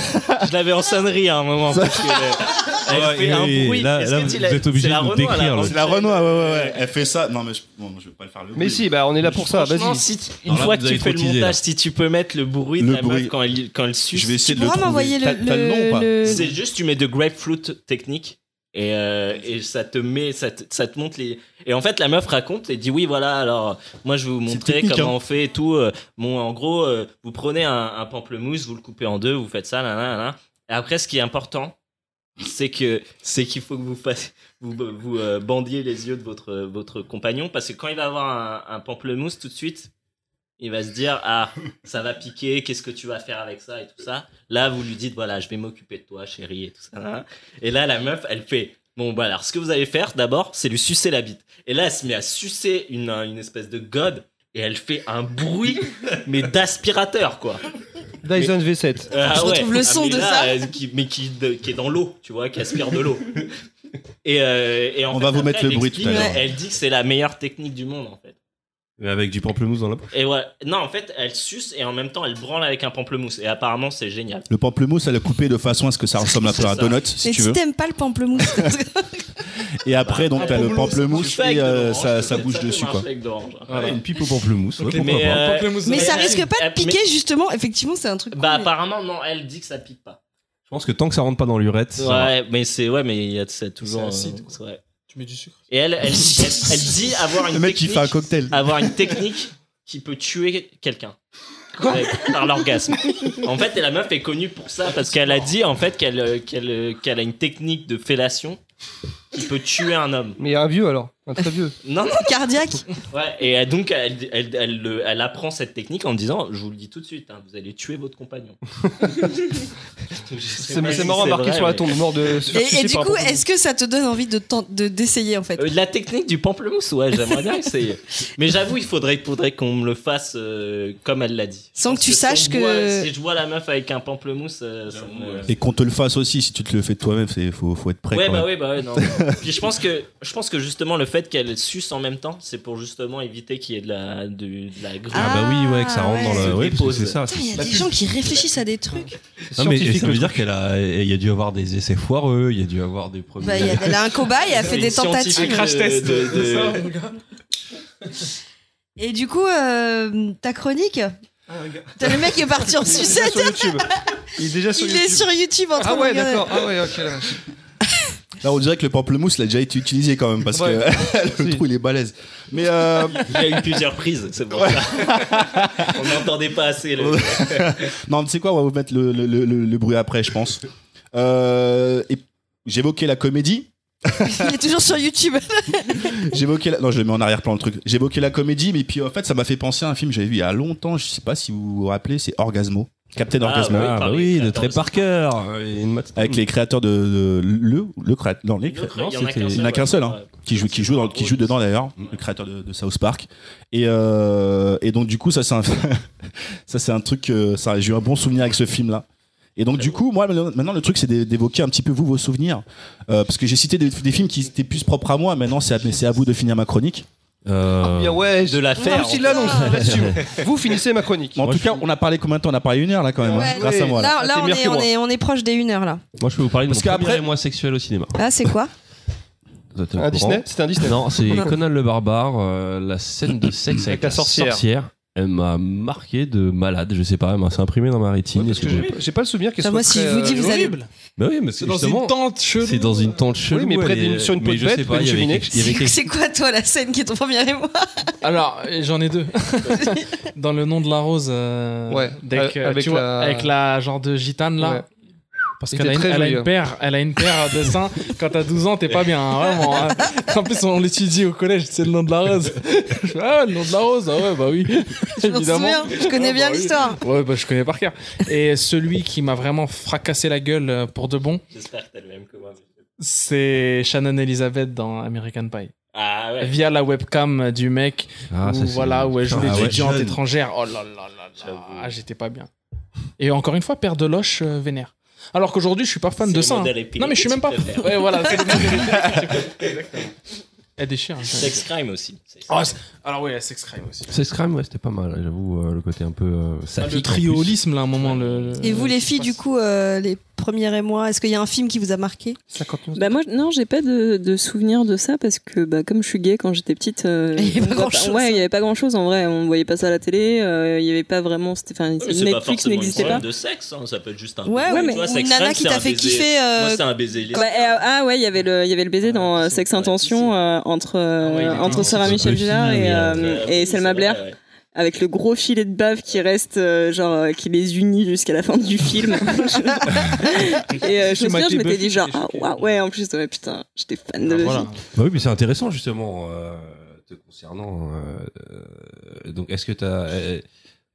I: Je l'avais en sonnerie hein, à un moment. parce que, euh, elle
C: Ouais,
I: fait
C: et-
I: un
C: et
I: bruit.
C: là-
I: Est-ce
C: là,
I: que tu
C: vous
I: l'as-
C: êtes obligé
I: c'est la
C: de nous
I: Renault, elle a
C: décrire, là.
I: lancé-
E: C'est la Renoir, ouais, ouais, ouais. Elle fait ça. Non, mais je, bon, je vais pas le faire. Le
A: Mais
E: bruit.
A: si, bah on est là pour ça,
I: Franchement,
A: vas-y.
I: si tu-
C: Non,
I: une
C: là,
I: fois
C: vous
I: que tu
C: avez
I: fais le
C: trop teasé, là.
I: montage, si tu peux mettre le bruit de
E: Le
I: la meuf
E: bruit.
I: quand elle, quand elle suce,
E: Je vais essayer
B: Tu
E: de le
B: pourras
E: trouver.
B: m'envoyer le.
E: T'as- t'as le nom ou pas
B: le-
I: C'est juste tu mets de grapefruit technique et, euh, et ça te met ça te, ça te montre les et en fait la meuf raconte et dit oui voilà alors moi je vais vous montrer
E: technique, hein.
I: comment on fait et tout euh, bon en gros euh, vous prenez un, un pamplemousse vous le coupez en deux vous faites ça là là là et après ce qui est important c'est que c'est qu'il faut que vous fassiez- vous, vous euh, bandiez les yeux de votre votre compagnon parce que quand il va avoir un, un pamplemousse tout de suite il va se dire ah ça va piquer qu'est-ce que tu vas faire avec ça et tout ça là vous lui dites voilà je vais m'occuper de toi chérie et tout ça hein. et là la meuf elle fait bon bah alors ce que vous allez faire d'abord c'est lui sucer la bite et là elle se met à sucer une une espèce de god et elle fait un bruit
B: <laughs>
I: mais d'aspirateur quoi
A: Dyson V7.
I: ah
B: Je retrouve le son
I: mais
B: de
I: là,
B: ça.
I: euh, qui, mais qui, de- qui est dans l'eau, tu vois, qui aspire de l'eau. Et, euh, et en
E: On
I: fait,
E: va vous
I: après,
E: mettre le
I: elle
E: bruit tout à
I: explique-
E: l'heure.
I: Elle dit que c'est la meilleure technique du monde, en fait.
C: Mais avec du pamplemousse dans la poche.
I: Et ouais, non, en fait, elle suce et en même temps, elle branle avec un pamplemousse. Et apparemment, c'est génial.
E: Le pamplemousse, elle a coupé de façon à ce que ça ressemble un peu à un
I: C'est ça.
E: donut, si
B: Mais
E: tu
B: si
E: veux.
B: t'aimes pas le pamplemousse,
E: Et après, donc, t'as le
I: Tu
E: pamplemousse
I: fais avec
E: et
I: de
E: euh,
I: l'orange,
E: ça,
I: peut-être,
E: ça bouge
I: peut
E: dessus,
I: marcher
E: quoi.
I: avec d'orange.
D: Voilà.
C: Ah, Une pipe au pamplemousse, ouais, pourquoi
I: Mais,
C: pas.
I: euh,
B: mais ça
I: Mais-
B: risque pas
I: Eh, mais-
B: de piquer justement. Effectivement, c'est un truc.
I: Bah,
B: cool.
I: apparemment, non, elle dit que ça pique pas.
C: Je pense que tant que ça rentre pas dans l'urette, ça va.
I: Ouais, mais c'est ouais, mais il y a c'est toujours.
D: C'est
I: euh,
D: acide, quoi.
I: c'est vrai.
D: Tu mets du sucre.
I: Et elle, elle, elle, elle dit avoir une
E: Le mec, il
I: technique.
E: fait un cocktail.
I: avoir une technique qui peut tuer quelqu'un. Ouais, par l'orgasme. En fait, et la meuf est connue pour ça parce qu'elle a dit en fait qu'elle euh, qu'elle euh, qu'elle a une technique de fellation qui peut tuer un homme.
A: Mais un vieux alors, un très vieux.
I: <laughs> Non, non.
B: Cardiaque.
I: Ouais, et elle- donc elle, elle, elle, le- elle apprend cette technique en disant je vous le dis tout de suite, hein, vous allez tuer votre
A: <laughs>
I: compagnon.
A: C'est c'est marrant à marquer sur la tombe, mort de. se faire
B: Et, et
A: sucer
B: du
A: par un
B: coup,
A: pamplemousse.
B: est-ce que ça te donne envie de tent- de- d'essayer en fait
I: Euh, La technique du pamplemousse, ouais, j'aimerais bien essayer. Mais j'avoue, il faudrait, faudrait qu'on me le fasse euh, comme elle l'a dit.
B: Sans
I: Parce
B: que tu
I: si
B: saches
I: on voit-
B: que-
I: si je vois la meuf avec un pamplemousse, euh, ça me-
E: Et qu'on te le fasse aussi, si tu te le fais toi-même, c'est faut, faut être prêt.
I: Ouais,
E: quand
I: bah
E: même.
I: oui, bah
C: <laughs>
I: ouais, non. Puis je pense que, je pense que justement le fait qu'elle suce en même temps, c'est pour justement éviter qu'il y ait de la, de, de la grue.
C: Ah bah oui, ouais, que ça rentre dans
B: Ah,
I: ouais.
C: la. Oui, parce que
I: Dépose.
C: c'est ça.
B: Putain, il y a
I: La
B: des
I: pub. <laughs>
B: gens qui réfléchissent à des trucs.
A: C'est
C: Non, mais et
A: scientifique
C: ça veut
A: le
C: dire qu'elle a, il y a dû avoir des essais foireux, il y a dû avoir des premiers.
B: Bah, il y a- elle a un cobaye, elle a fait
I: Une
B: des
I: scientifique.
B: tentatives.
I: Crash test.
D: De,
I: de-
D: ça, mon gars.
B: Et du coup, euh, ta chronique T'as le mec qui est parti en
A: Ah, Il est déjà
B: sucette.
A: sur YouTube. Il est déjà sur
B: Il
A: YouTube.
B: est sur YouTube en train
A: Ah ouais,
B: de regarder.
A: d'accord. Ah ouais, ok. là.
E: Là, on dirait que le pamplemousse l'a déjà été utilisé quand même, parce
A: Ouais.
E: que <laughs> le
A: Si.
E: trou, il est balèze. Mais euh,
I: <laughs> Il y a eu plusieurs prises, c'est pour ça. On n'entendait pas assez. le-
E: non, tu sais quoi, on va vous mettre le, le- le- le- le bruit après, je pense. Euh, et J'évoquais la comédie.
B: Il est toujours sur YouTube.
E: J'évoquais la... Non, je le mets en arrière-plan le truc. J'évoquais la comédie, mais puis en fait, ça m'a fait penser à un film que j'avais vu il y a longtemps, je sais pas si vous vous rappelez, c'est Orgasmo. Captain
I: Ah,
E: Orgasmo.
I: ouais.
C: Ah bah oui, de Trey Parker. et une mat-
E: Avec les créateurs de. de- le. Le créateur. Non, les
I: Il y en a
E: créateurs.
I: qu'un
C: Non,
I: seul,
C: c'était-
I: ouais.
E: Il n'y en a qu'un seul, hein,
I: Ouais.
E: qui joue, qui joue, dans- qui joue dedans d'ailleurs, le créateur de, de South Park. Et, euh, et donc du coup, ça c'est un, <laughs> ça c'est un truc, euh, ça j'ai eu un bon souvenir avec ce film-là. Et donc du coup, moi maintenant le truc c'est d'é- d'évoquer un petit peu vous vos souvenirs, Euh, parce que j'ai cité des, des films qui étaient plus propres à moi. Maintenant c'est à, mais c'est à vous de finir ma chronique.
C: Euh,
A: Ah, Bien ouais, je-
I: De la faire.
A: Même s'il l'annonce
C: <laughs>
A: là-dessus. Vous finissez ma chronique.
E: Mais en
C: Moi,
E: tout
C: je
E: cas, on a parlé combien de temps On a parlé une heure là quand même, hein,
B: Ouais.
E: grâce à moi. là.
B: Là, là,
A: Ah, t'es
B: on,
A: meilleur
B: est,
A: que
B: on,
A: moi.
B: est, on est proche des une heure là.
C: moi, je peux vous parler de
E: Parce
C: mon
E: qu'après-
C: premier émoi sexuel au cinéma.
B: Ah, c'est quoi
C: Vous êtes au
A: Un
C: courant
A: Disney C'était un Disney
C: Non,
A: <laughs>
C: c'est Conan le Barbare, euh, la scène de sexe
A: Avec
C: avec,
A: la sorcière.
C: Elle m'a marqué de malade, je sais pas, elle m'a s'est imprimée dans ma rétine.
A: Parce que
C: Est-ce que
A: j'ai- J'ai pas le souvenir qu'elle
B: Enfin, moi,
A: soit
B: si
A: très,
B: je vous dis,
A: euh,
B: vous allez-
D: Horrible.
C: j'ai- Bah oui, mais c'est
D: C'est dans une
C: justement-
D: tente chelou.
C: C'est dans une tente chelou.
A: Oui, mais près
C: elle
A: d'une-
C: est-
A: sur une peau
C: mais
A: de
C: je
A: bête,
C: sais
A: près
C: pas, il y
A: d'une
C: avait
A: cheminée.
C: quelque- il y avait
B: <laughs>
C: quelque-
B: C'est quoi toi la scène qui est ton premier émoi
D: Alors, et j'en ai deux. <laughs> Dans le nom de la rose. euh,
A: Ouais,
D: Dès que,
A: euh, avec
D: tu vois,
A: la-
D: avec la genre de gitane là.
A: Ouais.
D: Parce
A: Il
D: qu'elle a, une,
A: était très
D: elle a une
A: joyeux.
D: paire, elle a une paire de seins. Quand t'as 12 ans, t'es pas bien, hein, vraiment. hein. En plus, on l'étudie au collège, c'est le nom de la rose. <laughs> Je fais, ah, le nom de la rose, ah ouais, bah oui.
B: Je m'en souviens, je connais
D: Ah,
B: bien
D: bah oui.
B: l'histoire.
D: Ouais, bah je connais par cœur. Et celui qui m'a vraiment fracassé la gueule euh, pour de bon,
I: <laughs> J'espère que t'as le même que moi.
D: c'est Shannon Elizabeth dans American Pie.
I: Ah ouais.
D: Via la webcam du mec,
C: Ah,
D: où,
C: ça, c'est-
D: voilà, où elle joue
E: Putain, ah ouais,
D: l'étudiante
E: jeune.
D: étrangère. Oh là là là là,
I: J'avoue.
D: ah, j'étais pas bien. Et encore une fois, paire de loches euh, vénère. Alors qu'aujourd'hui, je suis pas fan
I: C'est
D: de
I: le
D: ça. hein.
I: modèle épilé
D: Non, mais je suis même pas.
I: que tu préfères.
D: Ouais, voilà. c'est le modèle
I: <laughs>
D: épilé que tu préfères. Exactement. Elle déchire. hein.
I: Sex crime aussi. C'est-
D: Oh, c'est- Alors, ouais, la sex crime aussi.
C: C'est Scram, ouais, c'était pas mal, j'avoue, euh, le côté un peu. Euh,
D: Ah,
C: saphique,
D: le
C: en plus.
D: triolisme, là, à un moment. Le,
B: Et vous
D: le-
B: les filles, du coup, euh, les premiers émois, est-ce qu'il y a un film qui vous a marqué
A: 51.
F: Bah moi non, j'ai pas de, de souvenir de ça parce que bah comme je suis gay quand j'étais petite, euh,
B: Il y avait
F: on voit
B: pas grand-chose.
F: ouais, il y avait pas grand chose en vrai, on voyait pas ça à la télé, euh, il y avait pas vraiment, c'était- enfin
I: Ouais, mais Euh, C'est pas
F: Netflix
I: forcément une
F: n'existait
I: scène
F: pas.
I: de sexe, hein, ça peut être juste un.
B: Ouais, ouais,
F: mais
B: mais
I: Tu vois,
B: ou
I: sex
B: une nana
I: crime,
B: qui
I: c'est
B: t'a
I: un
B: fait
I: baiser.
B: kiffer. euh,
I: Moi, c'est un baiser
F: Ouais,
I: lesbien.
F: et, euh, ah ouais, il y avait le, il y avait le baiser dans euh, Sex Intention euh, entre euh,
I: Ah ouais, il était
F: entre
I: dans
F: Sarah
C: Sex
F: Michelle
C: Intention,
F: Gellar et,
C: oui,
F: euh,
I: Euh,
F: et Selma
I: oui, c'est vrai,
F: Blair.
I: ouais.
H: avec le gros filet de bave qui reste, euh, genre, euh, qui les unit jusqu'à la fin du
I: <laughs>
F: euh,
H: film. et euh, je
D: J'ai
H: me souviens,
D: maté
H: je m'étais
D: Buffy,
H: dit, genre,
D: j'étais
H: ah
D: choqué.
H: waouh, ouais, en plus, ouais, putain, j'étais fan de
D: Ah,
H: Buffy.
D: voilà.
C: Bah oui, mais c'est intéressant justement euh, te concernant. euh, euh, donc est-ce que t'as euh,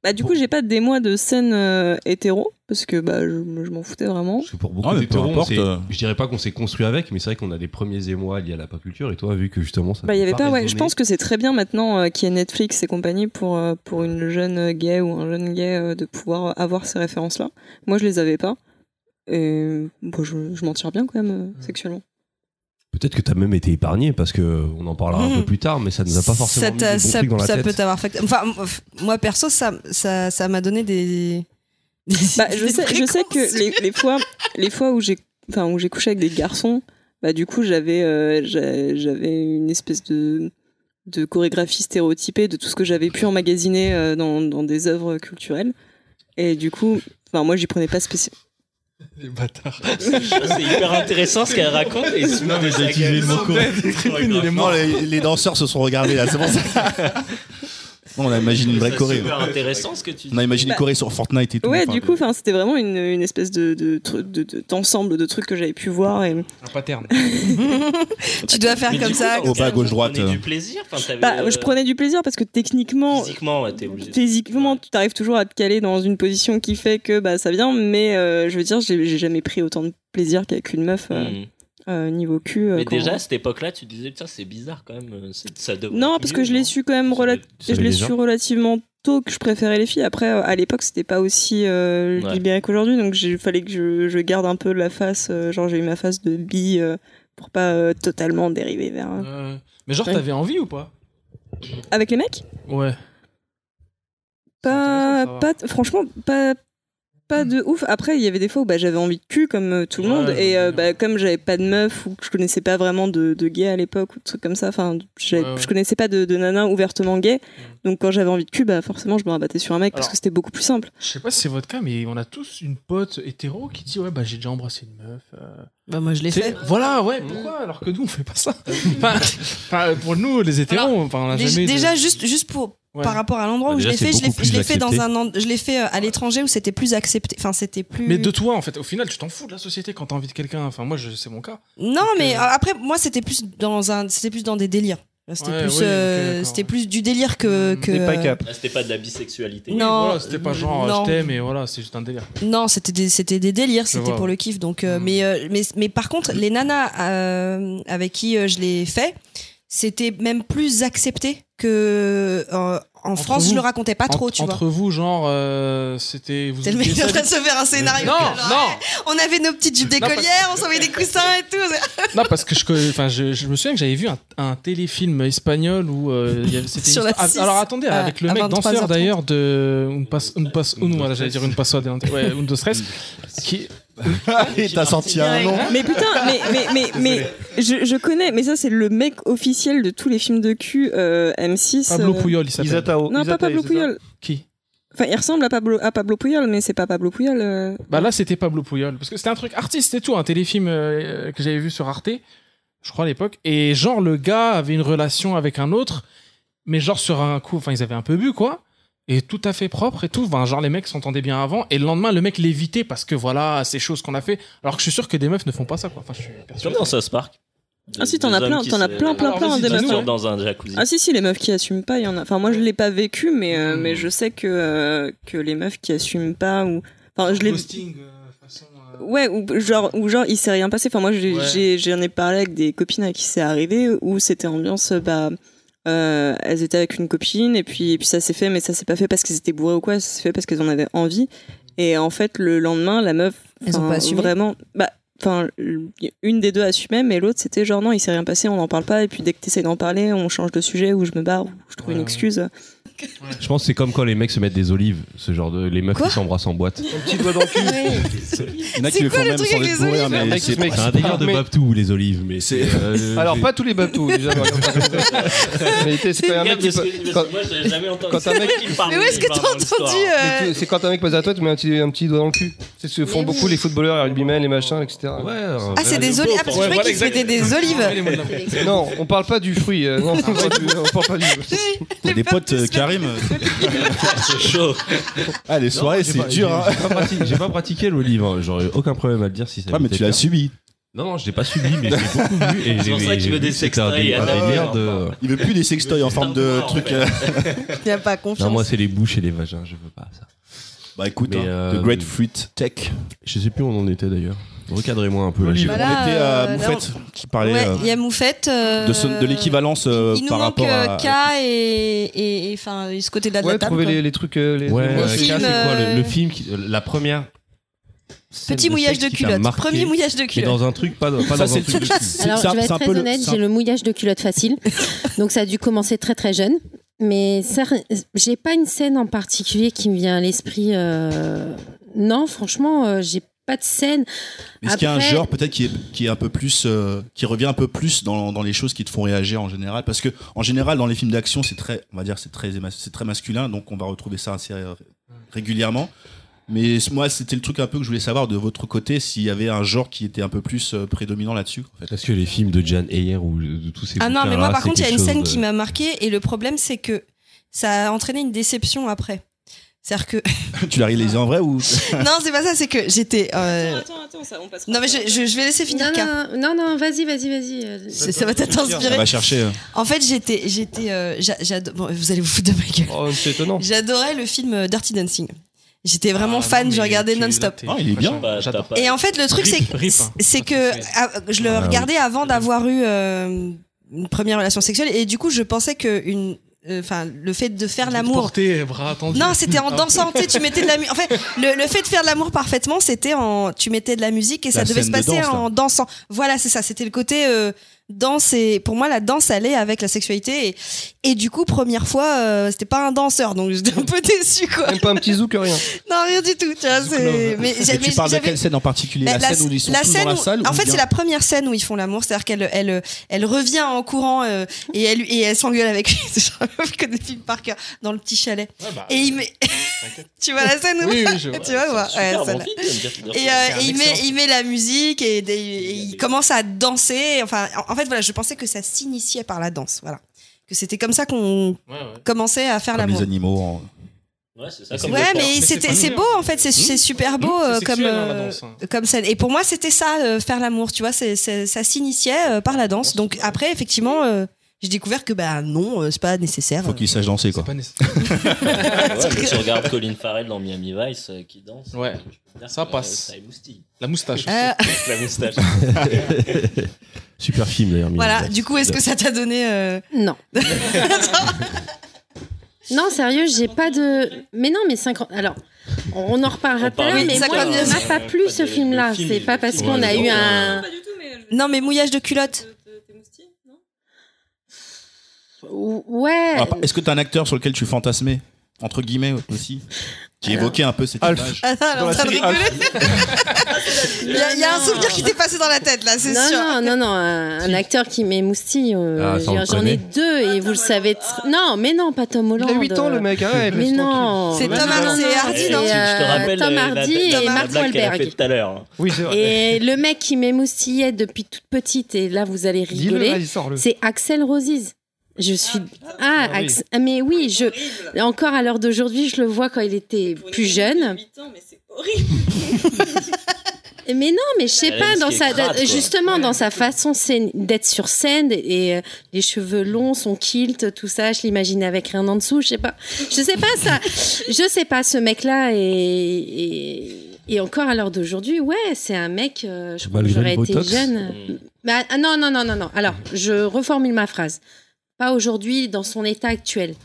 H: Bah, du coup, j'ai pas des mois de scènes euh, hétéro, parce que bah, je, je m'en foutais vraiment.
C: parce que pour beaucoup
E: Ah, mais
C: d'hétéros,
E: peu
C: on
E: importe,
C: s'est-
E: euh.
C: je dirais pas qu'on s'est construit avec, mais c'est vrai qu'on a des premiers émois liés à la pop culture. Et toi, vu que justement, ça
H: Bah, il y
C: t'est
H: avait pas, ouais.
C: raisonné-
H: Je pense que c'est très bien maintenant euh, qu'il y ait Netflix et compagnie pour, euh, pour une jeune euh, gay ou un jeune gay euh, de pouvoir avoir ces références-là. Moi, je les avais pas. Et bon, je, je m'en tire bien quand même,
C: Mm.
H: euh, sexuellement.
C: Peut-être que t'as même été épargné parce que on en parlera un
B: Mhm.
C: peu plus tard, mais ça nous a pas forcément
B: Ça
C: mis
B: t'a-
C: des bons
B: ça-
C: trucs dans la
B: ça
C: tête.
B: peut t'avoir fait. Enfin, moi perso, ça, ça, ça m'a donné des. des- <laughs>
H: Bah, je,
B: des
H: sais, je sais que
B: préconçus.
H: les, les fois, les fois où j'ai enfin, où j'ai couché avec des garçons, bah, du coup, j'avais euh, j'a- j'avais une espèce de, de chorégraphie stéréotypée de tout ce que j'avais pu emmagasiner euh, dans, dans des œuvres culturelles. Et du coup, enfin, moi, j'y prenais pas spécialement.
D: Les bâtards.
I: C'est hyper intéressant ce qu'elle raconte. Et se
E: Non, mais j'ai
I: sa
E: utilisé
I: gueule.
E: le mot
D: il est
E: Non,
D: mort.
E: les, les danseurs se sont regardés là, c'est pour ça. Non, on a imaginé une vraie
I: C'est
E: Corée.
I: super intéressant ce que tu dis.
E: On a imaginé
H: Bah.
E: Corée sur Fortnite et tout.
H: Ouais,
E: enfin,
H: du coup, enfin, c'était vraiment une, une espèce de de tru- de- de- d'ensemble de, trucs que j'avais pu voir. Et...
D: Un pattern.
H: <laughs>
B: Tu dois faire
I: Ah. Mais
B: comme
I: du coup,
B: ça.
I: dans
E: Au
I: ce
E: bas,
I: cas,
E: gauche,
I: vous prenez
E: droite. euh.
I: du plaisir. Enfin, t'avais,
H: Bah,
I: euh,
H: je prenais du plaisir parce que techniquement,
I: Physiquement, ouais, t'es obligé.
H: physiquement,
I: Ouais.
H: tu arrives toujours à te caler dans une position qui fait que bah ça vient. Mais euh, je veux dire, j'ai j'ai jamais pris autant de plaisir qu'avec une meuf euh,
I: Mm.
H: euh, niveau cul. euh,
I: Mais
H: quand-
I: déjà, à cette époque-là, tu te disais, putain, c'est bizarre quand même. euh, c'est- Ça devrait
H: non,
I: être
H: parce
I: mieux,
H: que je l'ai
I: non
H: su quand même
I: Ça devait-
H: relativement.
C: Ça
H: Je
C: avait
H: l'ai
C: déjà-
H: su relativement tôt que je préférais les filles. Après, euh, à l'époque, c'était pas aussi euh,
I: Ouais.
H: libéré qu'aujourd'hui, donc il fallait que je, je garde un peu la face. euh, genre, j'ai eu ma face de bi euh, pour pas euh, totalement dériver vers.
D: Euh, mais genre,
H: Ouais.
D: t'avais envie ou pas
H: Avec les mecs
D: Ouais.
H: pas,
D: intéressant de
H: pas franchement pas pas de ouf après il y avait des fois où bah, j'avais envie de cul comme euh, tout le
D: Ouais,
H: monde
D: ouais,
H: et euh,
D: ouais.
H: bah, comme j'avais pas de meuf ou que je connaissais pas vraiment de, de gay à l'époque ou de trucs comme ça enfin j'avais-
D: Ouais, ouais.
H: je connaissais pas de, de nana ouvertement gay donc quand j'avais envie de cul bah forcément je me rabattais sur un mec parce
D: Alors.
H: que c'était beaucoup plus simple
D: Je sais pas si c'est votre cas, mais on a tous une pote hétéro qui dit Ouais, bah j'ai déjà embrassé une meuf. euh.
B: Bah, moi, je l'ai
D: Tu sais,
B: fait.
D: Voilà, ouais, pourquoi Alors que nous, on fait pas ça. enfin, enfin, pour nous, les hétéros,
B: Alors,
D: enfin, on a
B: Déjà,
D: jamais. de-
B: déjà, juste, juste pour,
D: Ouais.
B: par rapport à l'endroit
C: Bah,
B: où je
C: déjà,
B: l'ai
C: c'est
B: fait, je l'ai
C: beaucoup
B: je l'ai
C: plus
B: fait dans
C: accepté.
B: un, en- je l'ai fait euh, à l'étranger où c'était plus accepté. Enfin, c'était plus.
D: Mais de toi, en fait, au final, tu t'en fous de la société quand t'as envie de quelqu'un. Enfin, moi, je- c'est mon cas.
B: Non, mais
D: euh,
B: euh, après, moi, c'était plus dans un, c'était plus dans des délires. Là, C'était
D: Ouais,
B: plus,
D: oui,
B: euh,
D: ok, d'accord,
B: c'était
D: ouais.
B: plus du délire que.
D: Mm,
B: que
A: Des
B: euh,
A: pack
I: Ah, C'était pas de la bisexualité.
B: Non.
D: Voilà, c'était pas genre euh,
B: non.
D: je t'aime, mais voilà, c'est juste un délire.
B: Non, c'était des, c'était des délires, c'était
D: vois.
B: pour le kiff. Donc, euh,
D: Mm.
B: mais, euh, mais, mais par contre, les nanas euh, avec qui euh, je l'ai fait, c'était même plus accepté que euh, en
D: Entre
B: France.
D: vous.
B: Je le racontais pas trop,
D: Entre-
B: tu vois.
D: Entre vous, genre, euh, c'était. Vous
B: C'est le mec qui est en train de se faire un scénario.
D: Non,
B: Genre,
D: non
B: On avait nos petites jupes
D: Non, parce-
B: d'écolière, on s'en met des coussins et tout.
D: Non, parce que je, co- enfin, je, je me souviens que j'avais vu un, un téléfilm espagnol où euh, il y avait- c'était.
B: Sur la
D: une- Ah,
B: six,
D: alors attendez,
B: à-
D: avec le
B: à
D: mec
B: 23h30.
D: danseur d'ailleurs de Un Pas Un Pas Un,
C: dos
D: voilà, j'allais
C: Tres.
D: dire Un Paso Adelante, ouais, Un Dos Tres,
E: <laughs>
D: qui.
E: Et t'as Mm. sorti un nom.
H: mais putain mais mais
D: <laughs>
H: mais, mais je, je connais mais ça c'est le mec officiel de tous les films de cul euh, M6
D: Pablo
H: euh,
D: Puyol, il s'appelle.
A: Isatao.
H: non pas
A: Isatao,
H: Pablo
A: c'est ça
H: Puyol
D: Qui
H: enfin il ressemble à Pablo à Pablo Puyol mais c'est pas Pablo Puyol euh.
D: Bah là, c'était Pablo Puyol, parce que c'était un truc artiste et tout, un téléfilm euh, que j'avais vu sur Arte, je crois à l'époque, et genre le gars avait une relation avec un autre, mais genre sur un coup, enfin ils avaient un peu bu quoi. Et tout à fait propre et tout. Enfin, genre, les mecs s'entendaient bien avant. Et le lendemain, le mec l'évitait parce que voilà, ces choses qu'on a fait. Alors que je suis sûr que des meufs ne font pas ça, quoi. Enfin, je suis persuadé.
I: Comme dans South Park. De-
H: Ah si, t'en
I: des
H: as plein,
I: hommes qui
H: t'en as
I: se-
H: plein, plein,
D: Alors, plein, vas-y, des meufs, dis-nous, ouais.
I: dans un jacuzzi.
H: Ah si si les meufs qui assument pas, il y en a. Enfin moi je l'ai pas vécu mais euh, mais je sais que euh, que les meufs qui assument pas ou enfin je l'ai Ouais, ou genre, ou genre, il s'est rien passé. Enfin, moi, j'ai-
D: Ouais.
H: j'ai- j'en ai parlé avec des copines à qui c'est arrivé, où c'était ambiance, bah, euh, elles étaient avec une copine, et puis, et puis ça s'est fait, mais ça s'est pas fait parce qu'elles étaient bourrées ou quoi, ça s'est fait parce qu'elles en avaient envie. Et en fait, le lendemain, la meuf.
B: Elles ont
H: enfin,
B: pas assumé
H: Vraiment, bah, enfin, une des deux assumait, mais l'autre, c'était genre, non, il s'est rien passé, on n'en parle pas, et puis dès que t'essayes d'en parler, on change de sujet, ou je me barre, ou je trouve
D: Ouais,
H: une
D: ouais.
H: excuse.
C: Je pense que c'est comme quand les mecs se mettent des olives, ce genre de les meufs
B: Quoi
C: qui s'embrassent en boîte.
A: Un petit doigt dans le cul.
E: Il y en a
B: C'est
E: qui le
B: quoi
E: font
B: le
E: même
B: truc
E: sans
B: avec
E: être
B: les
E: bourrés,
B: olives
E: mais
A: Mec,
E: c'est
A: ce mec-
C: C'est un délire de
A: Mais-
C: Babtou les olives, mais c'est. euh,
A: Alors,
C: j'ai-
A: pas tous les babtous, déjà. mais regarde, <laughs> Mais t'es- c'est quand même un mec
I: Regarde,
A: qui
I: parce
A: peut-
I: que-
A: quand-
I: parce que Moi, j'ai jamais entendu.
A: quand un
I: C'est
A: mec-
I: toi qui me parles,
B: Mais où est-ce que
I: je parle
B: t'as
I: dans l'histoire.
B: entendu euh,
A: Mais tout- C'est quand un mec passe à toi, tu mets un petit, un petit doigt dans le cul. C'est ce que font
K: Mais
A: beaucoup
K: oui.
A: les footballeurs, les rugbymen, les machins, etc.
C: Ouais, un
B: Ah, c'est
C: verre de-
B: des olives. Ah, parce que je
D: Ouais,
B: croyais
D: voilà,
B: qu'ils mettaient des
D: les
B: olives.
D: mots de la-
A: Non, on parle pas du fruit. euh, non, on parle pas du- on parle pas du.
B: Ah, Les
E: Des
B: femmes
A: <laughs>
E: potes
B: qui se
E: euh,
B: mettent-
E: Karim,
I: C'est chaud.
E: Ah, les soirées,
C: J'ai
E: c'est
C: pas-
E: dur.
C: j'ai-
E: hein.
C: J'ai pas, pratiqué- j'ai pas pratiqué l'olive, hein. j'aurais aucun problème à le dire si ça
E: Ah, mais
C: m'était
E: tu l'as
C: clair.
E: subi.
C: Non, non, je l'ai pas subi, mais j'ai beaucoup vu. et
I: C'est pour
C: j'ai-
I: ça que tu
C: j'ai
I: veux
C: vu
I: des
C: que c'était un
I: sextoys
C: dé-
I: à
C: un
E: la
C: délire
I: maison,
C: de-
E: Il veut plus des sextoys en forme de
I: Putain,
E: trucs.
I: ouais.
E: euh, <laughs>
B: Il n'y a pas
C: Non,
B: confiance.
C: moi, c'est les bouches et les vagins, je veux pas ça.
E: Bah écoute,
C: Mais,
E: hein,
C: euh,
E: The Great Fruit Tech.
C: Je sais plus où on en était d'ailleurs. Recadrez-moi un peu. là,
E: Olive,
C: j'ai-
E: on
B: Voilà,
E: était à
B: euh, là,
E: Moufette qui
B: Ouais,
E: parlait
B: il
E: euh,
B: y a Moufette. euh,
E: de, son- de l'équivalence euh,
B: Il nous
E: par
B: manque
E: rapport à.
B: euh, K et, et, et, enfin, et ce côté-là de
A: Ouais,
B: la table.
A: trouver
B: quoi.
A: les, les trucs. euh, les-
C: Ouais,
A: les-
B: Le
C: euh,
B: film,
C: K, c'est quoi le,
B: euh,
C: le film qui- euh, La première. scène
B: Petit
C: de
B: mouillage de
C: sexe qui t'a
B: culotte.
C: marqué,
B: Premier mouillage de
C: Mais
B: culotte.
C: dans un truc, pas, dans- pas
E: Ça,
C: dans
E: c'est
C: un
E: le
C: truc. de
E: truc-
C: cul.
E: c'est-
G: Alors,
E: c'est un-
G: je vais
E: c'est
G: être
E: un
G: très
E: peu le-
G: honnête,
E: c'est un-
G: j'ai le mouillage de culotte facile. Donc, ça a dû commencer très très jeune. Mais ça- j'ai pas une scène en particulier qui me vient à l'esprit. euh, Non, franchement, euh, j'ai pas de scène.
E: Est-ce qu'il y a un
G: Après-
E: genre peut-être qui est, qui est un peu plus, euh, qui revient un peu plus dans, dans les choses qui te font réagir en général Parce que en général, dans les films d'action, c'est très, on va dire, c'est très, éma- c'est très masculin, donc on va retrouver ça assez euh, régulièrement. Mais c- moi, c'était le truc un peu que je voulais savoir de votre côté, s'il y avait un genre qui était un peu plus euh, prédominant là-dessus. en fait.
C: Parce que les films de Jan Ayer ou de tous ces
B: Ah non, mais
C: bouquins-là,
B: moi par
C: c'est
B: contre, il y a une
C: quelque
B: scène
C: chose euh,
B: qui
E: euh.
C: de-
B: m'a marqué et le problème c'est que ça a entraîné une déception après. C'est-à-dire
E: <laughs>
B: que
E: tu l'as réalisé en vrai ou
B: <laughs> non, c'est pas ça, c'est que j'étais. euh,
F: Attends, attends, ça, on passe.
B: Non mais je, je- je vais laisser finir
G: Non,
B: K.
G: non, non, non, vas-y, vas-y, vas-y. euh,
B: C'est- Ça va peut-être
E: On
B: t'inspirer.
E: va chercher. euh.
B: En fait, j'étais, j'étais, euh, j'a- j'ado- bon, vous allez vous foutre de ma gueule.
A: <laughs> Oh, c'est étonnant.
B: J'adorais le film euh, Dirty Dancing. J'étais vraiment
D: Ah,
B: fan,
D: non,
B: je
D: mais
B: regardais
D: tu- là,
B: non-stop.
D: t'es-
E: Ah, il est bien.
I: Bah, t'as
D: J'adore.
I: pas-
B: Et en fait, le truc,
D: Rip,
B: c'est que,
D: rip, hein.
B: c'est que ah, je le
C: Ah,
B: regardais avant d'avoir eu euh, une première relation sexuelle et du coup, je pensais que une, euh, enfin, le fait de faire l'amour
D: Porté, bras tendus.
B: Non, c'était
E: Ah,
B: en dansant. tu sais, tu
E: <laughs>
B: mettais de la musique. En fait, le, le fait de faire de l'amour parfaitement, c'était en. Tu mettais de la musique et ça
E: La
B: devait se
E: scène de
B: passer
E: danse, là.
B: en dansant. Voilà, c'est ça. C'était le côté euh, danse. Et pour moi, la danse allait avec la sexualité. Et, et du coup, première fois, euh, c'était pas un danseur. Donc <laughs> j'étais un peu déçue, quoi.
A: Même pas un petit zouk, rien.
B: Non, rien du tout. Tu vois, c'est. Mais
E: Et
B: j'ai-
E: tu
B: mais
E: parles de
B: j'avais-
E: quelle scène en particulier
B: bah,
E: La, scène où ils sont
B: la
E: tous dans
B: scène
E: la
B: où-
E: salle
B: En
E: ou
B: fait,
E: bien-
B: c'est la première scène où ils font l'amour, c'est-à-dire qu'elle elle, elle revient en courant euh, et elle et elle s'engueule avec lui. <laughs> C'est genre que des films par cœur dans le petit chalet.
D: Ouais, bah,
B: Et il met...
D: t'inquiète.
B: <laughs> tu vois la scène où
D: Oui, oui, je vois.
B: tu vas voir.
I: C'est un
B: Ouais,
I: super bon
B: celle-là.
I: film, Dirty Dancing.
B: Et, euh,
D: C'est un
B: et il, met,
D: excellent.
B: il met la musique et, des- et
I: Il y a
B: il
I: des-
B: commence à danser. Enfin, en, en fait, voilà, je pensais que ça s'initiait par la danse. Voilà. Que c'était comme ça qu'on
D: Ouais, ouais.
B: commençait à faire
E: Comme
B: l'amour.
E: les animaux. en-
I: Ouais, c'est hein. ça. Hmm comme
D: Ouais,
B: Ouais,
I: le
B: mais
D: Mais c'est
B: c'était
D: pas
B: c'est
D: nous.
B: beau en fait, c'est
I: Mmh.
B: c'est super beau
D: C'est
B: euh,
D: sexuel,
B: comme
D: hein, la
B: euh, <laughs>
D: danse, hein.
B: comme scène. Et pour moi, c'était ça euh, faire l'amour, tu vois, c'est c'est- ça s'initiait euh, par la danse. Donc après, effectivement, euh, j'ai découvert que bah non, euh, c'est pas nécessaire.
G: <laughs>
E: Faut qu'ils sachent danser quoi.
D: C'est pas nécessaire.
I: porte. Ouais, mais tu regardes Colin Farrell dans Miami Vice euh, qui danse.
D: Ouais.
I: Je peux te dire
D: Ça
I: que,
D: passe.
I: euh, Ça émoustille.
D: La moustache.
B: Euh,
I: Avec <laughs> la moustache.
C: <laughs> Super film d'ailleurs.
B: voilà.
C: Milan.
B: Du coup, est-ce que ça t'a donné euh, <laughs>
G: Non. non, sérieux, j'ai pas de. Mais non, mais 50. Alors, on on en reparlera
I: On
G: tout à l'heure,
I: parle-
G: mais
B: oui,
G: moi, il ne m'a
B: 50.
G: pas plu ce
I: Le
G: film-là.
I: film,
G: C'est
I: il-
G: pas parce
I: ouais,
G: qu'on a
I: il est
G: eu
I: bon,
G: un.
F: Pas du tout, mais. je-
B: Non, mais mouillage de culotte.
F: Te- te- T'es moustille, non
G: Ouais.
B: <laughs>
E: Ah, Est-ce que t'as un acteur sur lequel tu fantasmais entre guillemets aussi qui
B: Euh,
G: Alors.
E: évoquait un peu cette
A: Alf.
E: image
B: Ah, elle est en
A: la
B: train de
A: série
B: rigoler. Il y a, il y a un
G: Non,
B: souvenir
G: non.
B: qui t'est passé dans la tête là, c'est
G: Non,
B: sûr.
G: non, non, non, un, un acteur qui m'émoustille. euh,
C: Ah, ça, on
G: j'en-
C: le
G: J'en
C: connaît.
G: ai deux et vous le savez. tr- Non, mais non, pas Tom Holland.
A: Il a 8 ans, le mec, arrête.
G: Mais
A: laisse
G: non.
B: C'est
G: Mais
B: Tom
G: non,
B: Hardy,
G: non,
B: c'est
G: non,
B: Hardy,
G: c'est,
B: non
I: Et, euh,
G: euh,
I: Je te rappelle
G: Tom
I: euh,
G: Hardy
I: la, la-
G: et
I: la
G: Mark
I: blague qu'elle a
G: Wahlberg.
I: fait tout à l'heure. hein.
A: Oui, c'est vrai.
G: Et le mec qui m'émoustillait depuis toute petite, et là vous allez
A: Dis-le,
G: rigoler,
A: vas-y, sors-le.
G: c'est Axel Roses. Je suis. Ah,
A: Ah oui.
G: Ax- ah, mais oui, je.
F: Horrible.
G: Encore à l'heure d'aujourd'hui, je le vois quand il était
F: Pour une
G: plus
F: fille
G: jeune.
F: de 8 ans, mais c'est horrible.
G: Mais non, mais je sais
I: La
G: pas,
I: liste
G: dans
I: qui est
G: sa,
I: crade, quoi.
G: justement, dans sa façon scène- d'être sur scène, et euh, les cheveux longs, son kilt, tout ça, je l'imagine avec rien en dessous, je sais pas. Je sais pas ça. Je sais pas, ce mec-là, est- est. Et encore à l'heure d'aujourd'hui, ouais, c'est un mec, euh, je crois que
C: Malgré le
G: j'aurais été
C: botox.
G: jeune.
I: Mm.
G: Bah, ah, non, non, non, non, non. Alors,
I: Mhm.
G: je reformule ma phrase. Pas aujourd'hui, dans son état actuel.
I: Mhm.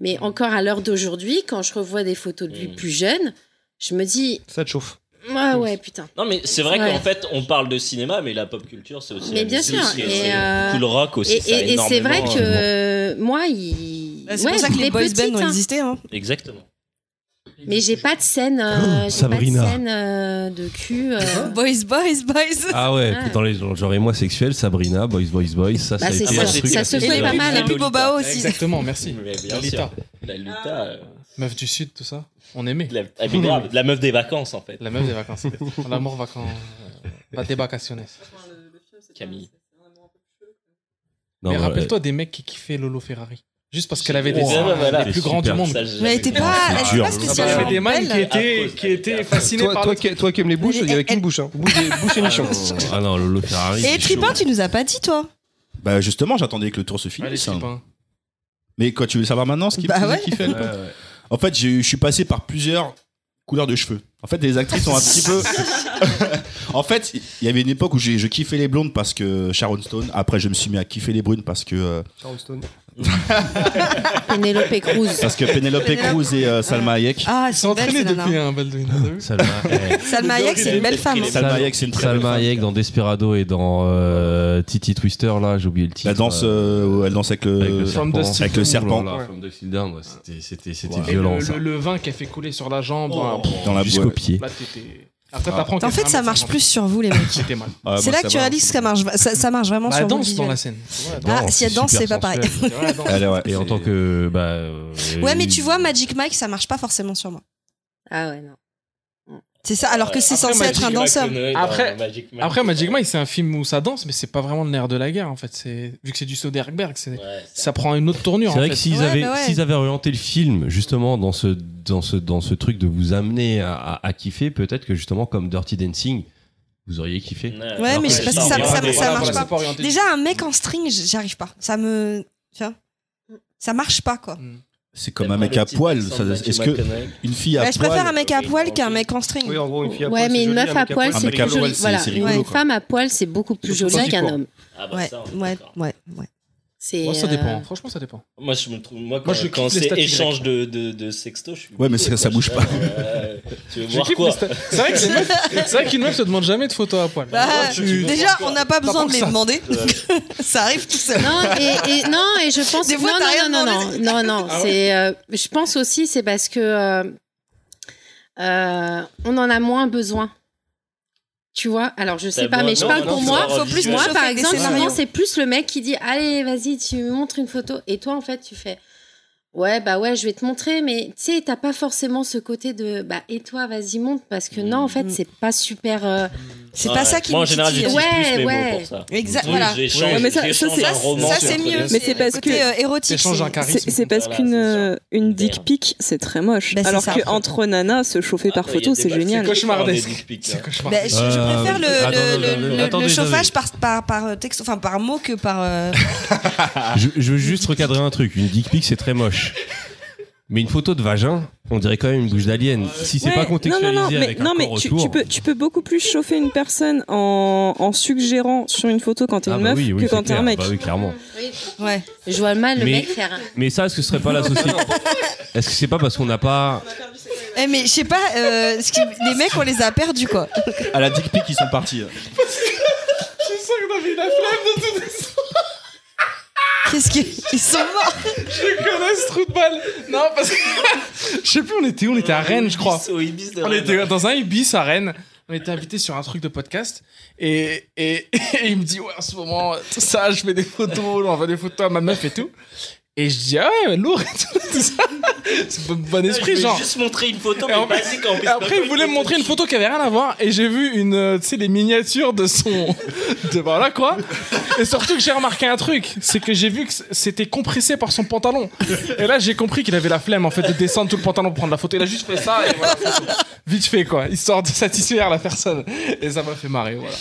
G: Mais encore à l'heure d'aujourd'hui, quand je revois des photos de lui
I: Mm.
G: plus jeune, je me dis,
A: Ça te chauffe.
G: ah ouais, putain.
I: Non, mais c'est vrai
G: Ouais.
I: qu'en fait, on parle de cinéma, mais la pop culture, c'est aussi.
G: Mais
I: la
G: bien
I: musique,
G: sûr,
I: c'est-
G: et,
I: c'est
G: euh,
I: Tout le rock aussi.
G: Et,
I: ça a
G: et- et c'est vrai
I: énormément,
G: que
I: euh,
G: euh, moi, il.
B: Bah, C'est
G: ouais,
B: pour ça que
G: je l'ai
B: les boys
G: petite,
B: bands ont
G: hein.
B: existé. Hein.
I: Exactement.
G: Mais j'ai pas de scène, euh, j'ai pas de
C: Sabrina.
G: scène euh, de cul. euh.
B: <laughs> Boys, boys, boys.
C: Ah ouais,
G: Ouais.
C: dans les genres et moi sexuels, Sabrina, Boys, Boys, Boys, ça,
G: Bah,
C: ça a
G: c'est
C: été
G: ça,
C: un
G: c'est-
C: truc.
G: ça se
I: assez
G: fait
I: énorme.
G: pas mal, hein.
I: Lolita.
B: Plus Boba aussi.
D: Exactement, merci.
I: Mais bien
D: Lolita,
I: sûr. La Lolita, euh,
D: meuf du sud, tout ça. On aimait.
I: la, ah, mais grave, la meuf des vacances, en fait.
D: La meuf des
I: <laughs>
D: vacances. Ah, L'amour vacances. Pas des vacaciones.
F: Enfin, le- le film, c'est pas-
I: Camille.
F: c'est- c'est vraiment un peu plus chelou.
C: Non,
D: mais
C: voilà.
D: rappelle-toi des mecs qui kiffaient Lolo Ferrari. Juste parce qu'elle avait des
I: Oh,
D: seins
I: voilà.
D: les plus grands du
C: super.
D: monde.
I: Ça, j'ai
B: Mais elle
I: jamais
B: était
I: compris.
B: pas, elle était
E: dur.
B: pas
D: Ah bah, elle
B: spécialement
D: avait des mannes qui
B: belle.
D: étaient, qui étaient fascinées
A: Toi,
D: par
A: toi,
D: le
A: qui, toi qui aimes les bouches, il n'y avait
B: euh, Elle-
A: qu'une
B: elle-
A: bouche. Hein. Bouche et, bouche et nichon.
C: Ah non, Lolo Ferrari.
B: Euh, Et
C: c'est chaud.
B: Tripin, tu nous as pas dit, toi
E: Bah justement, j'attendais que le tour se
D: Ah, les
E: finisse. hein.
D: types, hein.
E: Mais quoi, tu veux savoir maintenant ce qui
B: Bah
E: ce
B: ouais.
E: qui fait
C: Ouais, ouais.
E: En fait, j'ai eu- je suis passé par plusieurs couleurs de cheveux. En fait, les actrices ont un
G: <laughs>
E: petit peu. en fait, il y avait une époque où j'ai- je kiffais les blondes parce que Sharon Stone. Après, je me suis mis à kiffer les brunes parce que euh,
G: Penelope Cruz.
E: parce que Penelope Cruz et euh, Salma Hayek.
B: Ah,
D: Ils
B: c'est
D: sont
B: belle,
D: entraînés
B: cette
D: depuis,
B: nana.
D: hein, Baldwin. t'as vu
C: Salma, eh.
B: Salma Hayek, c'est une belle femme. hein.
E: Salma Hayek, c'est une très belle
C: Salma
E: femme.
C: Hayek dans Desperado et dans euh, Titi Twister, là, j'ai oublié le titre.
E: La danse, euh, où elle danse avec le.
C: avec le
D: From
C: serpent.
D: Dust
E: Avec le serpent.
C: Oh là là, From Dust Till Dawn, ouais, c'était- C'était c'était
E: Ouais.
D: Et
C: violent,
D: le,
C: ça.
D: le- le vin qui a fait couler sur la jambe. hein,
E: Dans la
C: Jusqu'au
E: boîte.
C: pied.
D: là, t'étais- Après, t'apprends
B: En
D: qu'elle
B: fait,
D: fait
B: ça
D: 1m50.
B: marche plus sur vous, les mecs.
D: C'était mal.
E: Ah,
B: c'est là
E: moi,
C: bah,
E: ça
B: que tu
E: va.
B: réalises que ça marche, ça, ça marche vraiment
D: Bah,
B: sur
D: elle
B: vous,
D: danse dans
B: visuellement.
D: la scène. Ouais,
B: Ah,
C: Non,
B: si elle
C: c'est
B: danse,
C: super
B: c'est pas pareil.
C: sensuel.
B: <laughs>
D: c'est vrai, elle danse.
E: Elle, ouais,
C: Et en
E: c'est-
C: tant que. Bah, euh,
B: Ouais, mais tu vois, Magic Mike, ça marche pas forcément sur moi.
G: Ah ouais, non.
B: C'est ça, alors que c'est
I: Après,
B: censé
I: Magic
B: être un
I: Mike
B: danseur.
I: Conway dans
D: Après-
I: Magic Mike.
D: Après, Magic Mike, c'est un film où ça danse, mais c'est pas vraiment le nerf de la guerre, en fait. C'est- Vu que c'est du Soderbergh, c'est-
I: Ouais,
D: ça prend une autre tournure,
C: C'est
D: en
C: vrai
D: fait.
C: que s'ils
B: Ouais,
C: avaient,
B: bah ouais.
C: s'ils avaient orienté le film justement dans ce, dans ce, dans ce truc de vous amener à, à- à kiffer, peut-être que justement comme Dirty Dancing, vous auriez kiffé.
B: Ouais,
I: Alors
B: mais
I: que
B: je sais pas
I: ça,
B: si
I: on
B: ça-
I: verra
B: ça-
I: des-
B: ça marche
D: voilà,
B: pas.
D: c'est orienté.
B: Déjà, un mec en string, j- j'y arrive pas. Ça me. Tu vois Ça marche pas, quoi.
E: C'est comme un mec à poil. ça- Est-ce que une fille à
B: Ouais,
E: poil.
B: je préfère un mec à poil qu'un mec en
A: Oui,
B: string.
A: en gros, une fille à poil.
G: Ouais, Ah, mais
A: c'est
G: une
A: joli,
G: meuf à poil,
E: un
G: c'est
E: mec à
G: plus
E: poil,
G: joli.
E: c'est-
G: Voilà,
E: c'est rigolo,
G: une
E: quoi.
G: femme à poil, c'est beaucoup plus
A: Surtout quand
G: joli
A: il
G: qu'un
A: court.
G: homme.
I: Ah bah
B: Ouais,
I: ça, on est
B: ouais,
I: d'accord.
B: ouais, ouais.
G: C'est.
D: Moi, ça
G: euh,
D: dépend. Franchement, ça dépend.
I: Moi, je me trouve, moi, quand,
D: Moi, je kiffe
I: quand
D: les
I: c'est
D: statues
I: échange de, de, de sexto, je suis.
E: Ouais, mais
I: obligé,
E: ça- ça
I: quoi.
E: bouge
I: Je
E: pas.
I: suis là,
E: <laughs>
I: euh, tu veux
D: Je
I: voir
D: kiffe
I: quoi
D: les sta- C'est vrai que
I: <laughs>
D: les meufs- c'est vrai qu'une meuf se demande jamais de photos à poil.
B: Bah,
I: tu- tu-
B: déjà, on n'a pas besoin de
D: pour
B: les
D: ça.
B: demander.
I: <laughs>
B: ça arrive tout seul.
G: Non et, et- non et je pense
B: Des fois,
G: non,
B: t'as rien
G: non non non
B: demandé.
G: non non
D: Ah ouais.
G: c'est euh, je pense aussi c'est parce que euh, euh, on en a moins besoin tu vois alors je sais
I: T'as
G: pas mais je
I: moins-
G: parle
I: non,
G: pour
I: non,
G: moi
I: faut
B: plus
I: visuel.
B: de
G: moi
B: chauffer
G: par
B: avec des
G: exemple souvent
B: scénarios.
G: c'est plus le mec qui dit allez vas-y tu me montres une photo et toi en fait tu fais ouais bah ouais je vais te montrer mais tu sais t'as pas forcément ce côté de bah et toi vas-y monte parce que non en fait
B: Mm.
G: c'est pas super euh,
B: C'est
I: Ouais.
B: pas ça qui
I: Moi, en
B: me
I: général,
B: titille.
I: j'utilise
G: Ouais,
I: plus mes
G: ouais.
I: mots pour ça.
B: Exact,
I: Oui,
B: voilà.
I: j'échange-
F: Ouais, mais ça- ça,
I: j'échange
F: c'est-
I: un
B: Ça,
I: roman
B: ça,
I: sur
B: c'est
I: les
B: mieux.
I: deux.
F: Mais c'est
B: le
F: parce
B: côté,
F: que-
B: euh, érotique.
D: T'échanges
B: c'est-
D: un charisme.
F: C'est c'est parce
I: Voilà,
F: qu'une
I: c'est ça.
F: euh, une
I: D'ailleurs.
F: dick pic, c'est très moche.
B: Bah, c'est
F: Alors
B: ça.
F: que entre nanas, se chauffer par
I: Après, Ah, il y a
F: photo,
I: des
F: c'est
I: bacs-
F: génial.
I: c'est
D: Cauchemardesque.
I: des dick pics,
D: C'est
I: hein.
D: cauchemardesque.
B: Bah, je, je
C: Euh,
B: préfère le, le-
C: attendez,
B: le- le- le
C: attendez, attendez.
B: chauffage par, par, par euh, texte, enfin par mot que par. euh,
C: Je, je veux juste recadrer un truc. Une dick pic, c'est très moche. Mais une photo de vagin, on dirait quand même une bouche d'alien. Si c'est
F: Ouais,
C: pas contextualisé
F: non, non, non, mais,
C: avec
F: non,
C: un
F: mais
C: corps
F: tu,
C: autour,
F: tu peux, tu peux beaucoup plus chauffer une personne en, en suggérant sur une photo quand t'es
C: Ah
F: une
C: bah
F: meuf
C: oui, oui,
F: que quand
C: c'est
F: t'es un
C: clair.
F: mec.
C: Bah oui, clairement.
G: oui.
B: Ouais.
G: je vois mal le
C: Mais-
G: mec faire un-
C: Mais ça, est-ce que ce serait pas la société Est-ce que c'est pas parce qu'on n'a pas
B: <laughs> Eh, mais je sais pas, euh, ce qui- les mecs on les a perdus quoi.
E: À la dick pic, ils sont partis. hein.
B: Qu'est-ce qu'ils ils sont morts.
D: Je connais ce trou de balle. Non, parce que. <laughs> Je sais plus, on était où On était à Rennes, je crois.
I: Au Ibis de
D: On
I: Rennes.
D: était dans un Ibis à Rennes. On était invité sur un truc de podcast. Et, et, <laughs> et il me dit, ouais, en ce moment, tout ça, je fais des photos, on envoie des photos à ma meuf et tout. Et je dis, ah ouais, lourd et tout, tout ça. <laughs> C'est bon, bon
I: Ah, Je
D: esprit,
I: voulais
D: genre.
I: juste montrer une photo,
D: Et en
I: mais
D: fait-
I: vas-y, quand on
D: Et après, il voulait me montrer une photo qui avait rien à voir, et j'ai vu une, euh, tu sais, les miniatures de son, <laughs> de voilà quoi. Et surtout que j'ai remarqué un truc, c'est que j'ai vu que c- c'était compressé par son pantalon. Et là, j'ai compris qu'il avait la flemme en fait de descendre tout le pantalon pour prendre la photo. Il a juste fait ça, et voilà, photo. vite fait quoi, histoire de satisfaire la personne. Et ça m'a fait marrer, voilà.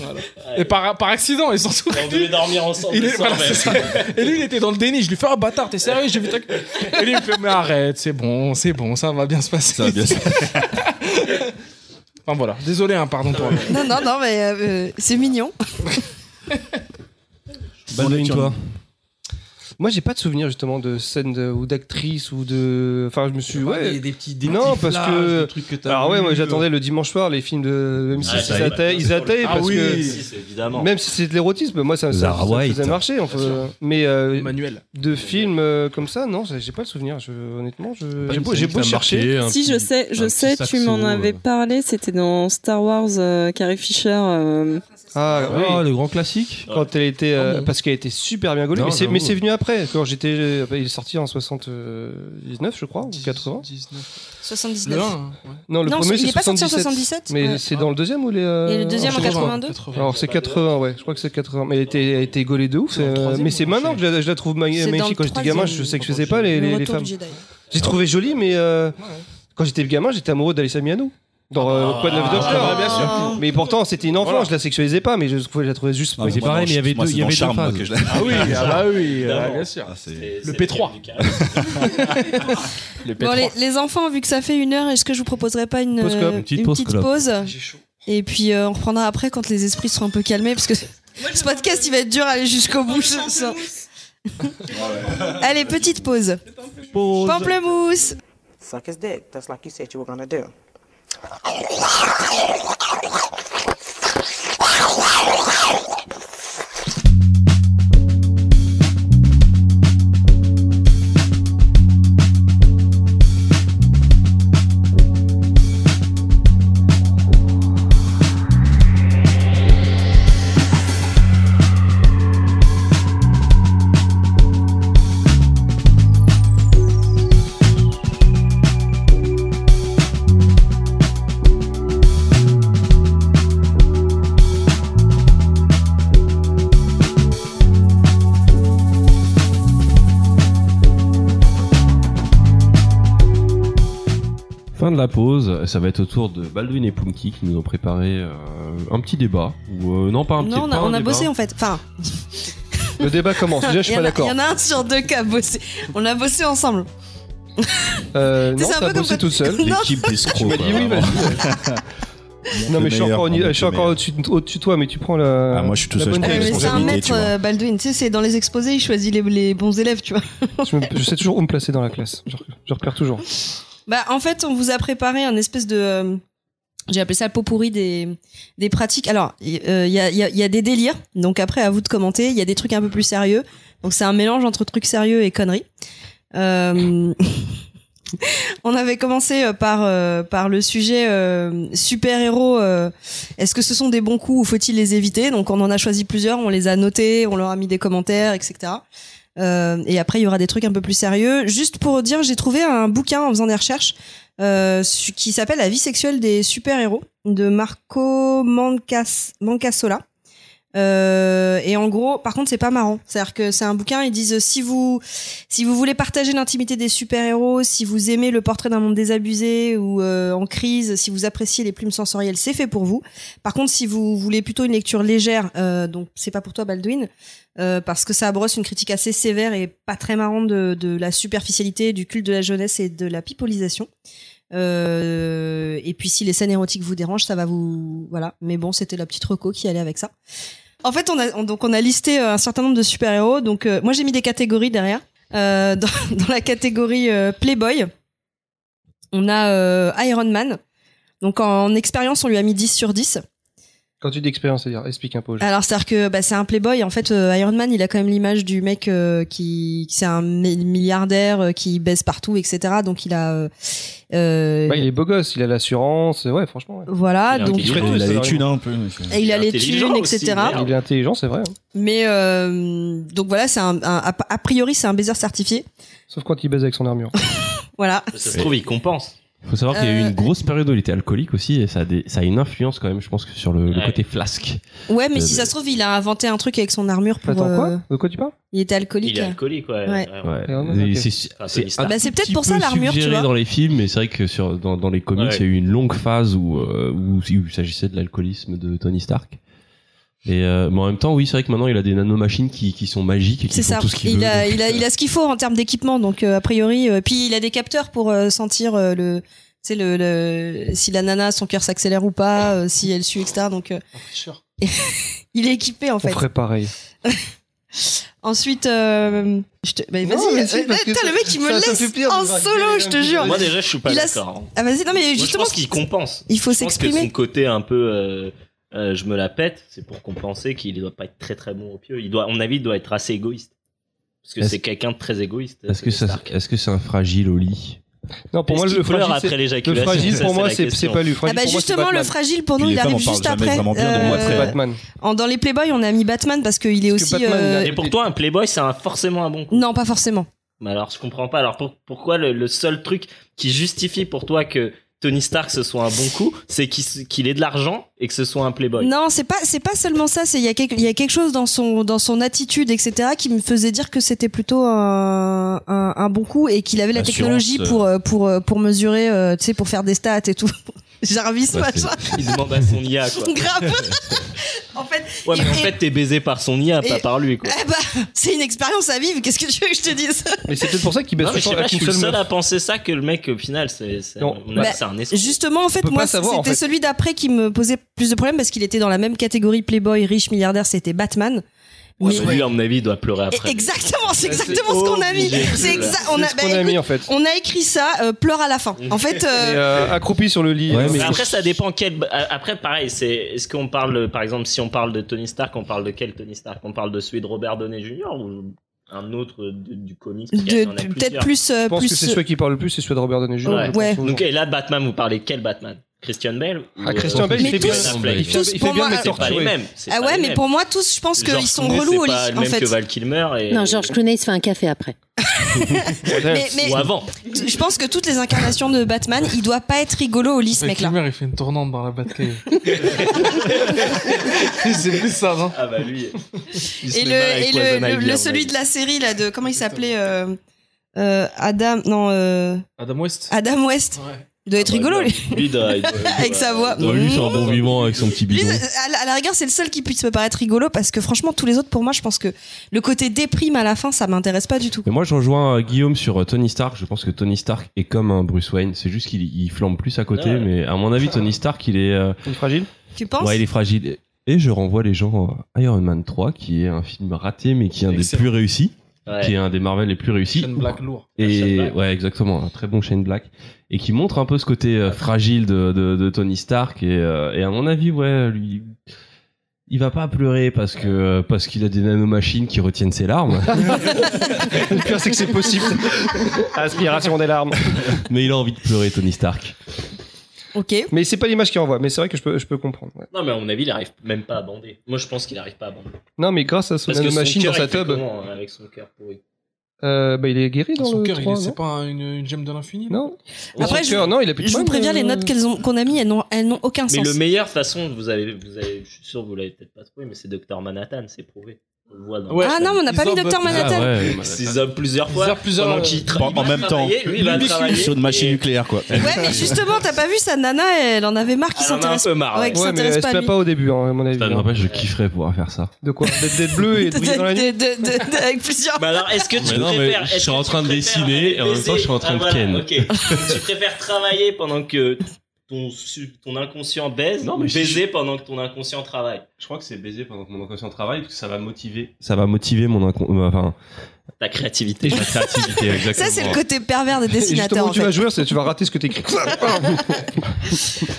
D: Voilà. Et par, par accident, et surtout.
I: On devait dormir ensemble.
D: Il
I: le
D: est-
I: soir,
D: voilà,
I: mais-
D: c'est ça. Et lui, il était dans le déni. Je lui fais Ah, bâtard, t'es sérieux J'ai vu ta. Et lui, il me fait Mais arrête, c'est bon, c'est bon, ça va bien se passer.
E: Ça va bien.
D: Enfin voilà, désolé, hein, pardon pour.
B: Non, non, non, mais euh, euh, c'est mignon.
C: Baldwin, toi
A: Moi, j'ai pas de souvenir justement de scène de- ou d'actrice ou de. Enfin, je me suis. Ouais.
C: des petits,
A: des Non, petits parce flashs, que- euh. des Alors, ouais, moi j'attendais le dimanche soir les films de M6.
I: Ah, ça y
A: ils
I: est,
A: attaient, ils attaient
I: Ah
A: parce
I: oui,
A: que.
I: si, c'est évidemment.
A: Même si c'est de l'érotisme, moi ça, ça,
C: Zara
A: ça
C: White.
A: faisait marcher. Enfin, mais euh,
D: Manuel.
A: de films euh, comme ça, non, ça, j'ai pas le souvenir. je- honnêtement, je- j'ai beau, j'ai beau chercher.
F: Si je sais, je sais, tu m'en
C: euh.
F: avais parlé. C'était dans Star Wars, euh, Carrie Fisher. euh,
A: Ah, oui.
C: le grand classique
A: Quand elle était, euh,
D: Ah bon
F: Ah,
A: parce qu'elle était super bien gaulée.
C: Non,
A: mais c'est,
C: j'avoue.
A: mais c'est venu après, quand j'étais. euh, Il est sorti en 79, je crois, ou 80.
D: 19.
B: 79.
D: Le 1, ouais.
A: Non, le
B: non,
A: premier,
B: il
A: c'est
B: est pas sorti en
A: 77.
B: 77
A: Mais
B: Ouais.
A: c'est dans le deuxième ou les. euh,
B: Et le deuxième en
A: je crois-
B: 82
A: Alors c'est 80, ouais, je crois que c'est 80. Mais elle était, elle était gaulée de ouf.
D: C'est dans le
A: euh,
D: troisième,
A: mais c'est
D: moi,
A: maintenant
D: je
A: que je la, je la trouve mag-
B: C'est dans
A: magnifique.
B: le
A: Quand j'étais gamin, je
B: troisième.
A: sais que je faisais pas les, les-
B: le
A: les
B: retour
A: femmes.
B: du Jedi.
A: J'ai trouvé jolie, mais euh, quand j'étais gamin, j'étais amoureux d'Alissa Miano. Dans euh, Quoi de neuf Docteur
B: bah, bien sûr.
A: Mais pourtant, c'était une enfant,
D: Voilà.
A: je la sexualisais pas, mais je trouvais, je la trouvais juste.
E: Ah,
C: c'est
E: moi, non,
C: pareil, mais il y avait
E: moi,
C: deux-
E: c'est
C: il y
E: mon
C: avait deux
E: charme, moi,
C: phases.
E: que je-
D: Ah oui, ah bah
C: <laughs>
D: oui, euh,
I: Évidemment.
D: bien sûr.
E: Ah, c'est-
D: Le P3. Le
B: Bon,
D: P3.
B: les, les enfants, vu que ça fait une heure, est-ce que je vous proposerais pas une,
C: Pause club,
B: euh,
C: une petite
B: une
C: pause
B: petite
C: club.
B: pause
D: J'ai chaud.
B: Et puis euh, on reprendra après quand les esprits seront un peu calmés, parce que <laughs> ce podcast, il va être dur à aller jusqu'au bout. je sens. Allez, petite pause. Pamplemousse
L: suck his dick, just like you said you were gonna do.
C: Fin de la pause, ça va être au tour de Baldwin et Plumki qui nous ont préparé euh, un petit débat. Ou, euh, non, pas un petit
B: Non, on a,
C: pas un
B: on a
C: débat.
B: bossé en fait. Enfin,
A: Le débat commence. Déjà,
B: <laughs>
A: je
B: il
A: suis
B: y, en
A: pas
B: a- il
A: d'accord.
B: y en a un sur deux qui a bossé. On a bossé ensemble.
A: Euh,
B: C'est
A: non,
B: un peu
A: t'as
B: comme
A: bossé
B: quand-
A: toute seule.
B: <laughs> Non.
E: L'équipe
A: Tu
E: d'escrocs.
A: m'as
E: quoi,
A: dit oui,
E: vraiment.
A: vas-y. Non, mais je suis encore, au
E: Monte
A: ni-
E: le
A: je suis encore
E: Ah, meilleur.
A: au-dessus de au-dessus de toi, mais tu prends la.
E: Ah, moi, je suis tout
A: la
E: seul,
A: bonne
E: je
B: Ah,
E: prends
A: tête.
B: mais c'est un
E: responsabilité,
B: maître,
E: tu vois.
B: euh, Baldwin. Tu sais, c'est dans les exposés, il choisit les, les bons élèves, tu vois.
A: je, me- je sais toujours où me placer dans la classe. Je, je repère toujours.
B: Bah, en fait, on vous a préparé un espèce de. euh, j'ai appelé ça le pot pourri des, des pratiques. Alors, il euh, il y, a, il y a- il y a des délires, donc après, à vous de commenter. Il y a des trucs un peu plus sérieux. Donc, c'est un mélange entre trucs sérieux et conneries. Euh, on avait commencé euh, par, euh, par le sujet euh, super-héros. euh, Est-ce que ce sont des bons coups ou faut-il les éviter Donc, on en a choisi plusieurs, on les a notés, on leur a mis des commentaires, etc. Euh, et après, il y aura des trucs un peu plus sérieux. Juste pour dire, j'ai trouvé un bouquin en faisant des recherches euh, su- qui s'appelle La vie sexuelle des super-héros de Marco Mancas Mancasola. Euh, et en gros, par contre, c'est pas marrant. C'est-à-dire que c'est un bouquin. Ils disent euh, si vous si vous voulez partager l'intimité des super-héros, si vous aimez le portrait d'un monde désabusé ou euh, en crise, si vous appréciez les plumes sensorielles, c'est fait pour vous. Par contre, si vous voulez plutôt une lecture légère, euh, donc c'est pas pour toi, Baldwin, euh, parce que ça brosse une critique assez sévère et pas très marrante de, de la superficialité, du culte de la jeunesse et de la pipolisation. Euh, et puis si les scènes érotiques vous dérangent, ça va vous voilà. Mais bon, c'était la petite reco qui allait avec ça. En fait, on a on- donc on a listé euh, un certain nombre de super héros. Donc euh, moi j'ai mis des catégories derrière. Euh, <laughs> dans, dans la catégorie euh, Playboy, on a euh, Iron Man. Donc en, expérience, on lui a mis 10 sur 10.
A: Quand tu dis expérience, c'est-à-dire, explique un peu. aux gens.
B: Alors, c'est-à-dire que bah, c'est un playboy. En fait, euh, Iron Man, il a quand même l'image du mec euh, qui, qui c'est un mi- milliardaire euh, qui baisse partout, etc. Donc, il a. euh, euh,
A: Bah, il est beau gosse, il a l'assurance, euh, ouais, franchement. ouais.
B: Voilà,
I: Il est
B: donc.
I: intelligent.
A: ferait
E: Il
A: tout,
E: a
A: ça,
E: les
A: vraiment.
E: thunes, hein, un peu. monsieur.
B: Et il a les
I: Intelligent
B: thunes,
I: aussi,
B: etc.
I: merde.
A: Il est intelligent, c'est vrai. hein.
B: Mais euh, donc voilà, c'est un, un- a a priori c'est un baiser certifié.
A: Sauf quand il baise avec
B: <laughs>
A: son armure.
B: Voilà.
I: Ça se trouve, il compense.
C: Faut savoir qu'il y a eu
B: Euh,
C: une grosse période où il était alcoolique aussi et ça a, des- ça a une influence quand même, je pense, que sur le, le
I: Ouais.
C: côté flasque.
B: Ouais, mais
C: Euh,
B: si ça se trouve, il a inventé un truc avec son armure pour.
A: Attends,
B: euh,
A: quoi De quoi tu parles
B: il était alcoolique.
I: Il est alcoolique, ouais.
B: Ouais.
C: Ouais.
A: Et on a-
C: Et
A: ok.
C: C'est
I: Ah,
C: c'est
I: Tony Stark.
B: Bah, c'est
C: un
B: peut-être
C: petit
B: pour ça
C: peu
B: l'armure, tu
C: suggéré
B: vois.
C: dans les films, mais c'est vrai que sur, dans, dans les comics,
I: Ouais.
C: il y a eu une longue phase où, euh, où il s'agissait de l'alcoolisme de Tony Stark. Et euh, mais en même temps, oui, c'est vrai que maintenant il a des nanomachines qui, qui sont magiques et qui
B: C'est
C: font
B: ça.
C: tout ce qu'il
B: Il
C: veut.
B: a,
C: donc,
B: il, a,
C: euh,
B: il a ce qu'il faut en termes d'équipement, donc euh, a priori. euh, puis il a des capteurs pour euh, sentir euh, le, tu sais, le, le- si la nana son cœur s'accélère ou pas, euh, si elle sue, etc. Donc
A: Oh,
B: euh,
D: Sûr.
B: <laughs> il est équipé en
A: On
B: fait.
A: ferait pareil.
B: Ensuite, euh, je te- bah, vas-y.
A: Non, mais si,
B: euh,
A: parce que
B: putain,
A: ça-
B: le mec il me
A: ça- ça
B: laisse
A: fait pire de
B: en
A: draguer
B: solo,
A: les
B: je te
A: mecs.
B: jure.
I: Moi, déjà, je suis pas
B: Il a-
I: d'accord. hein.
B: Ah vas-y, non mais
I: Moi, je
B: justement,
I: pense qu'il compense.
B: il faut
I: Je pense que son
B: s'exprimer.
I: côté un peu euh, euh, je me la pète, c'est pour compenser qu'il doit pas être très très bon au pieu. Il doit, à mon avis, il doit être assez égoïste. Parce que
C: Est-ce-
I: c'est quelqu'un de très égoïste.
C: Est-ce que
I: Tony
C: ça,
I: Stark.
C: est-ce que c'est un fragile au lit
A: Non, pour moi,
I: Est-ce
A: le
I: qu'il pleure
A: fragile,
I: après
A: c'est-
I: l'éjaculation
A: le fragile,
I: Ça,
A: pour
I: c'est
A: moi,
I: la
A: c'est c'est
I: question.
A: pas lui. Le
B: Ah
A: fragile,
B: bah
A: pour moi, c'est
B: justement, le
A: Batman.
B: fragile pour nous,
E: Puis
B: il
E: les
B: arrive
E: femmes en
B: juste
E: parlent jamais
B: après.
E: vraiment bien, donc moi,
A: C'est
E: Euh,
A: Batman.
B: en- dans les Playboy, on a mis Batman parce qu'il est
A: Parce
B: aussi.
A: que Batman,
B: euh,
A: il
I: Et pour toi, un Playboy, c'est un- forcément un bon coup.
B: Non, pas forcément.
I: Mais alors, je comprends pas. Alors, pour- pourquoi le, le seul truc qui justifie pour toi que Tony Stark ce soit un bon coup, c'est qu'il s- qu'il ait de l'argent et que ce soit un Playboy
B: Non, c'est pas c'est pas seulement ça. C'est il y a quelque il y a quelque chose dans son dans son attitude etc qui me faisait dire que c'était plutôt un, un un bon coup et qu'il avait la
C: L'assurance,
B: technologie pour euh, pour euh, pour mesurer euh, tu sais pour faire des stats et tout. <laughs> Jarvis
A: Bah,
C: Ouais, c'est-
B: machin.
I: Il demande à son IA,
B: <laughs>
I: quoi.
B: Grave. en fait,
I: Ouais, mais en
B: Et-
I: fait, t'es baisé par son IA, pas
B: et-
I: par lui, quoi.
B: <laughs> eh bah, c'est une expérience à vivre. Qu'est-ce que tu veux que je te dise
A: Mais c'est peut-être pour ça qu'il baisse
I: Non, mais je
A: tout
I: sais
A: le temps
I: pas, je suis
A: avec une
I: le
A: seule
I: seul
A: meuf.
I: à penser ça que le mec, au final, c'est c'est-
A: Non,
I: on a-
B: bah,
I: c'est un escroc.
B: Justement, en fait,
A: peut pas
B: moi,
A: savoir, en
B: c'était
A: fait.
B: celui d'après qui me posait plus de problèmes parce qu'il était dans la même catégorie Playboy, riche, milliardaire, c'était Batman.
I: Ouais,
B: Mais-
I: mais lui, à mon avis, il doit pleurer
B: Et-
I: après.
B: Exactement, c'est
I: Ouais, c'est
B: exactement ce qu'on a mis.
I: obligé.
B: C'est exact. On
A: C'est
B: a,
A: ce
B: bah,
A: qu'on a
B: écoute,
A: mis en fait.
B: on a écrit ça, euh, pleure à la fin. En fait,
A: <laughs>
B: euh,
A: Et, euh, accroupi sur le lit.
C: Ouais,
A: euh,
C: mais-
I: Après, ça dépend quel. Après, pareil, c'est. Est-ce qu'on parle, par exemple, si on parle de Tony Stark, on parle de quel Tony Stark On parle de celui de Robert Downey Jr. ou un autre du, du comics parce qu'il y
B: de-
I: en a
B: peut-être
I: plusieurs.
B: plus, euh,
A: Je pense
B: plus. euh,
A: que c'est celui qui parle le plus, c'est celui de Robert Downey Jr.
I: Ouais.
A: je pense,
B: Ouais.
A: souvent.
I: Donc, et là, Batman, vous parlez de quel Batman Christian Bale ou,
A: Ah, Christian
I: euh,
A: Bale,
B: Mais
A: il fait bien,
I: tous-
A: il fait-
I: tous
A: il
B: pour
A: fait
B: moi,
A: bien de
B: euh,
A: les
I: C'est pas les
A: torturer.
I: mêmes. c'est
B: ah
I: pas
B: ouais,
I: les
B: mais
I: mêmes.
B: pour moi tous, je pense
I: George
B: qu'ils sont
I: Clooney,
B: relous au
I: c'est
B: lit,
I: pas le
B: en
I: même
B: fait.
I: que Val Kilmer et
G: Non,
I: <laughs>
G: George Clooney, il se fait un café après.
B: Mais, mais
I: ou avant.
B: je pense que toutes les incarnations de Batman, il doit pas être rigolo au lit, ce
D: Avec
B: mec-là.
D: Kilmer, il fait une tournante dans la Batcave. <laughs> c'est plus ça, non
I: Ah bah lui. il se
B: et
I: met
B: le,
I: mal avec
B: et le- le-
I: Poison Ivy,
B: le
I: à mon
B: celui
I: avis.
B: de la série là de comment il s'appelait euh, euh, Adam non euh,
D: Adam West
B: Adam West
D: Ouais.
B: il doit être
I: Ah bah,
B: rigolo
I: lui,
B: lui.
I: lui, il doit- il doit- il doit-
B: <laughs> Avec sa voix.
C: Ouais, lui, c'est un bon vivant avec son petit
B: Lui,
C: bidon.
B: à la- à la rigueur, c'est le seul qui puisse me paraître rigolo parce que franchement, tous les autres, pour moi, je pense que le côté déprime à la fin, ça m'intéresse pas du tout.
C: Mais moi, je rejoins euh, Guillaume sur euh, Tony Stark. Je pense que Tony Stark est comme un Bruce Wayne. C'est juste qu'il il flambe plus à côté.
I: Ouais.
C: Mais à mon avis, Tony Stark, il est, euh,
A: Il est fragile.
B: Tu penses
C: ouais, il est fragile. Et je renvoie les gens à Iron Man 3, qui est un film raté, mais qui est un des
D: Excellent.
C: plus réussis,
I: Ouais.
C: qui est un des Marvel les plus réussis.
D: Shane Black lourd.
I: Shane
C: Et
I: Black.
C: ouais, exactement, un très bon Shane Black et qui montre un peu ce côté euh, fragile de, de, de Tony Stark et, euh, et à mon avis, ouais, lui, il va pas pleurer parce que euh, parce qu'il a des nanomachines qui retiennent ses larmes,
A: Le pire, c'est que c'est possible. <laughs> Aspiration des larmes.
C: mais il a envie de pleurer Tony Stark.
B: <laughs> Ok.
A: Mais c'est pas l'image qu'il envoie, mais c'est vrai que je peux, je peux comprendre. ouais.
I: Non, mais à mon avis, il arrive même pas à bander. Moi, je pense qu'il arrive pas à bander.
A: Non, mais grâce à son
I: Parce que son
A: nanomachine
I: cœur,
A: dans sa
I: il fait
A: tub,
I: comment, euh, Avec son cœur pourri.
A: euh, bah, il est guéri dans
D: Son
A: le
D: cœur, il
A: 3,
D: est-
A: non
D: c'est pas un- une, une gemme de l'infini là
A: Non.
B: Après, je-
A: Son cœur, non, il a plus de
B: Je vous
A: problème,
B: préviens, les
A: euh.
B: notes qu'elles ont, qu'on a mis, elles n'ont, elles n'ont aucun
I: Mais
B: sens.
I: le meilleur, de toute façon, vous avez, vous avez, je suis sûr, que vous l'avez peut-être pas trouvé, mais c'est Dr Manhattan, c'est prouvé. On le voit dans
D: Ouais.
B: Ah non, mais on n'a pas mis
D: Ils ont-
B: Docteur Manhattan.
C: Ah ouais,
I: Ils ont plusieurs
D: Ils
I: fois.
D: ont plusieurs-
I: pendant qu'il tra-
E: En-
I: il va
E: en même temps.
I: travailler, Lui, il va travailler.
E: Sur une
B: <laughs>
E: machine
I: et-
E: nucléaire, quoi.
B: Ouais, mais
I: <laughs>
B: justement, t'as pas vu sa nana, elle en avait marre qu'il
I: Elle en a un
B: s'intéresse.
I: peu marre.
B: Ouais,
I: ouais.
B: qui
A: Ouais, mais
B: s'intéresse
A: elle se
B: pas à
A: plaint
B: lui.
A: pas au début, hein, à mon avis.
C: Putain,
A: hein.
C: n'empêche, je kifferais pouvoir faire ça.
A: De quoi D'être d'être bleu
I: <laughs>
A: et de briller dans la nuit
B: De- de- de- de- avec plusieurs.
I: Mais Bah alors, est-ce que tu
C: Mais non, mais
I: préfères.
C: je
I: est-ce
C: suis
I: que
C: en
I: tu
C: train de
I: préfères
C: dessiner
I: aller
C: et en même temps, je suis en train de
I: baiser
C: ken.
I: Ah, voilà, ok. tu préfères travailler pendant que ton, su- ton inconscient baise
C: Non,
I: ou
C: mais je-
I: baiser pendant que ton inconscient travaille
C: Je crois que c'est baiser pendant que mon inconscient travaille parce que ça va motiver. Ça va motiver mon inconscient, enfin
I: Ta créativité.
C: ma créativité exactement.
B: Ça, c'est le côté pervers des
A: Et justement,
B: dessinateurs.
A: où
B: en
A: tu
B: fait.
A: vas jouer, c'est tu vas rater ce que t'écris.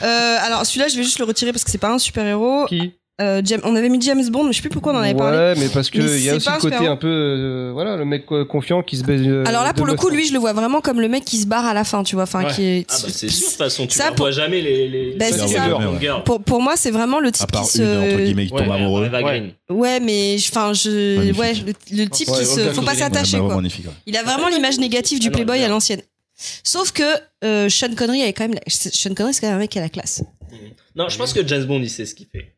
B: Euh, alors, celui-là, je vais juste le retirer parce que c'est pas un super-héros.
A: Qui
B: Euh, Jam- on avait mis James Bond, mais je sais plus pourquoi on en avait
A: <laughs> ouais,
B: parlé.
A: mais parce que
B: Mais
A: il y a
B: c'est
A: aussi
B: pas
A: le côté
B: inspirant.
A: un peu, euh, voilà, le mec euh, confiant qui se baise. euh,
B: Alors là,
A: de
B: pour le
A: meuf,
B: coup,
A: hein.
B: lui, je le vois vraiment comme le mec qui se barre à la fin, tu vois. Enfin,
D: Ouais.
B: qui est.
I: Ah bah c'est sûr, de toute façon, tu
B: Ça,
I: ne vois jamais les. les
B: Bah,
I: les-
B: c'est
I: les
B: ça.
I: girls,
E: Ouais,
I: les
E: ouais.
I: girls.
B: Pour, pour moi, c'est vraiment le
E: À
B: type
E: part
B: qui se.
E: une, entre guillemets, qui
D: Ouais,
E: tombe
D: ouais,
E: amoureux.
I: Eva
D: Ouais.
I: Green.
B: Ouais, mais je- enfin, je.
E: Magnifique.
B: Ouais, le, le type
D: Ouais,
B: qui se.
D: Olga
B: Faut pas
D: Kurylenko.
B: s'attacher,
E: Ouais,
B: quoi.
E: Magnifique. ouais.
B: Il a vraiment l'image négative
I: Ah
B: du
I: non,
B: Playboy
I: il est
B: à
I: bien.
B: l'ancienne. Sauf que euh, Sean Connery est quand même. la- Sean Connery, c'est quand même un mec qui a la classe.
I: Non, je pense que James Bond, il sait ce qu'il fait.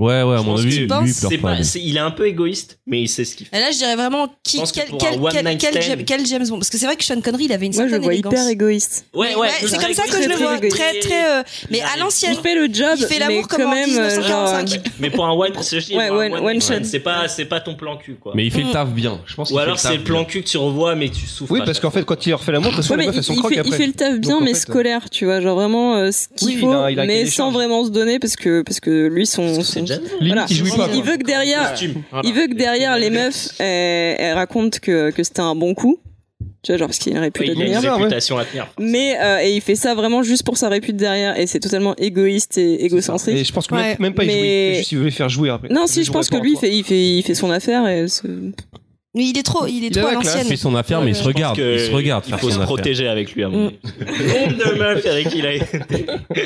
C: Ouais, ouais, à
I: Je
C: mon
I: pense
C: avis,
I: que-
C: lui, il
B: penses-
C: pleure
I: C'est
C: pas.
I: pas, c'est- il est un peu égoïste, mais il sait ce qu'il fait.
B: Et là, je dirais vraiment qui,
I: Je pense que
B: quel,
I: pour
B: quel,
I: un one
B: quel,
I: night
B: quel,
I: stand-
B: Jam- quel James Bond. Parce que c'est vrai que Sean Connery, il avait une
F: Moi, je
B: certaine
F: le vois
B: élégance.
F: hyper égoïste.
I: Ouais,
B: Ouais,
I: ouais,
B: c'est comme ça que je le
F: très
B: vois.
F: égoïste.
B: Très, très. euh, mais à
I: Il
B: l'ancienne.
I: fait
F: Il fait le job,
B: Il fait l'amour
F: mais
B: comme
F: quand
B: en
F: même, euh, genre,
B: 1945.
I: Mais pour un one, c'est
F: Ouais,
I: pour un
F: one- one shot.
I: c'est pas, c'est pas ton plan cul, quoi.
C: Mais il fait
B: Mm.
C: le taf bien. Je pense. qu'il
I: Ou
C: fait
I: alors
C: taf
I: c'est le plan cul que tu revois, mais que tu souffres.
A: Oui,
I: à
A: parce
I: chaque
A: qu'en fait,
I: fois.
A: quand il refait l'amour, de toute façon,
F: Ouais, mais
A: les meufs,
F: il,
A: elles sont
F: il
A: croques
F: fait, il
A: après.
F: fait le taf bien,
A: en
F: mais
A: fait, euh,
F: scolaire, tu vois, genre vraiment euh, ce
A: Oui,
F: qu'il
A: il
F: faut,
A: a- il a
F: mais
A: des
F: sans
A: charges.
F: vraiment se donner parce que parce que lui
I: Parce
F: son,
I: que c'est
F: son-
I: James Bond.
A: Limite,
F: Voilà.
A: il jouit pas.
F: il
A: quoi.
F: veut que derrière,
I: Costume.
D: Voilà.
F: il veut que derrière les meufs elles, elles racontent que, que c'était un bon coup, tu vois, genre parce qu'il aurait pu
I: Ouais,
F: le
I: il a une
F: devenir.
A: ouais.
I: réputation à tenir.
F: Mais euh, et il fait ça vraiment juste pour sa répute derrière et c'est totalement égoïste et
A: Et
F: égocentrique.
A: je pense que
B: Ouais,
A: même, même pas il
F: mais-
A: jouit. Juste, il veut les faire jouer hein. après.
F: Non,
A: Il
F: si je
A: jouerait
F: pense que
A: pas,
F: lui il
A: toi.
F: fait il fait il fait son affaire et c'est-
B: Mais il est trop, il est
A: Il
B: trop
A: a
B: à
A: la classe,
C: Il
B: l'ancienne.
C: fait son affaire,
B: Ouais,
C: mais il
B: ouais.
C: se regarde.
I: Je pense
C: Il se regarde.
I: Il
C: faire
I: faut se
C: son affaire.
I: protéger avec lui, à mon avis. Nombre de meufs avec qui il a été.
F: euh,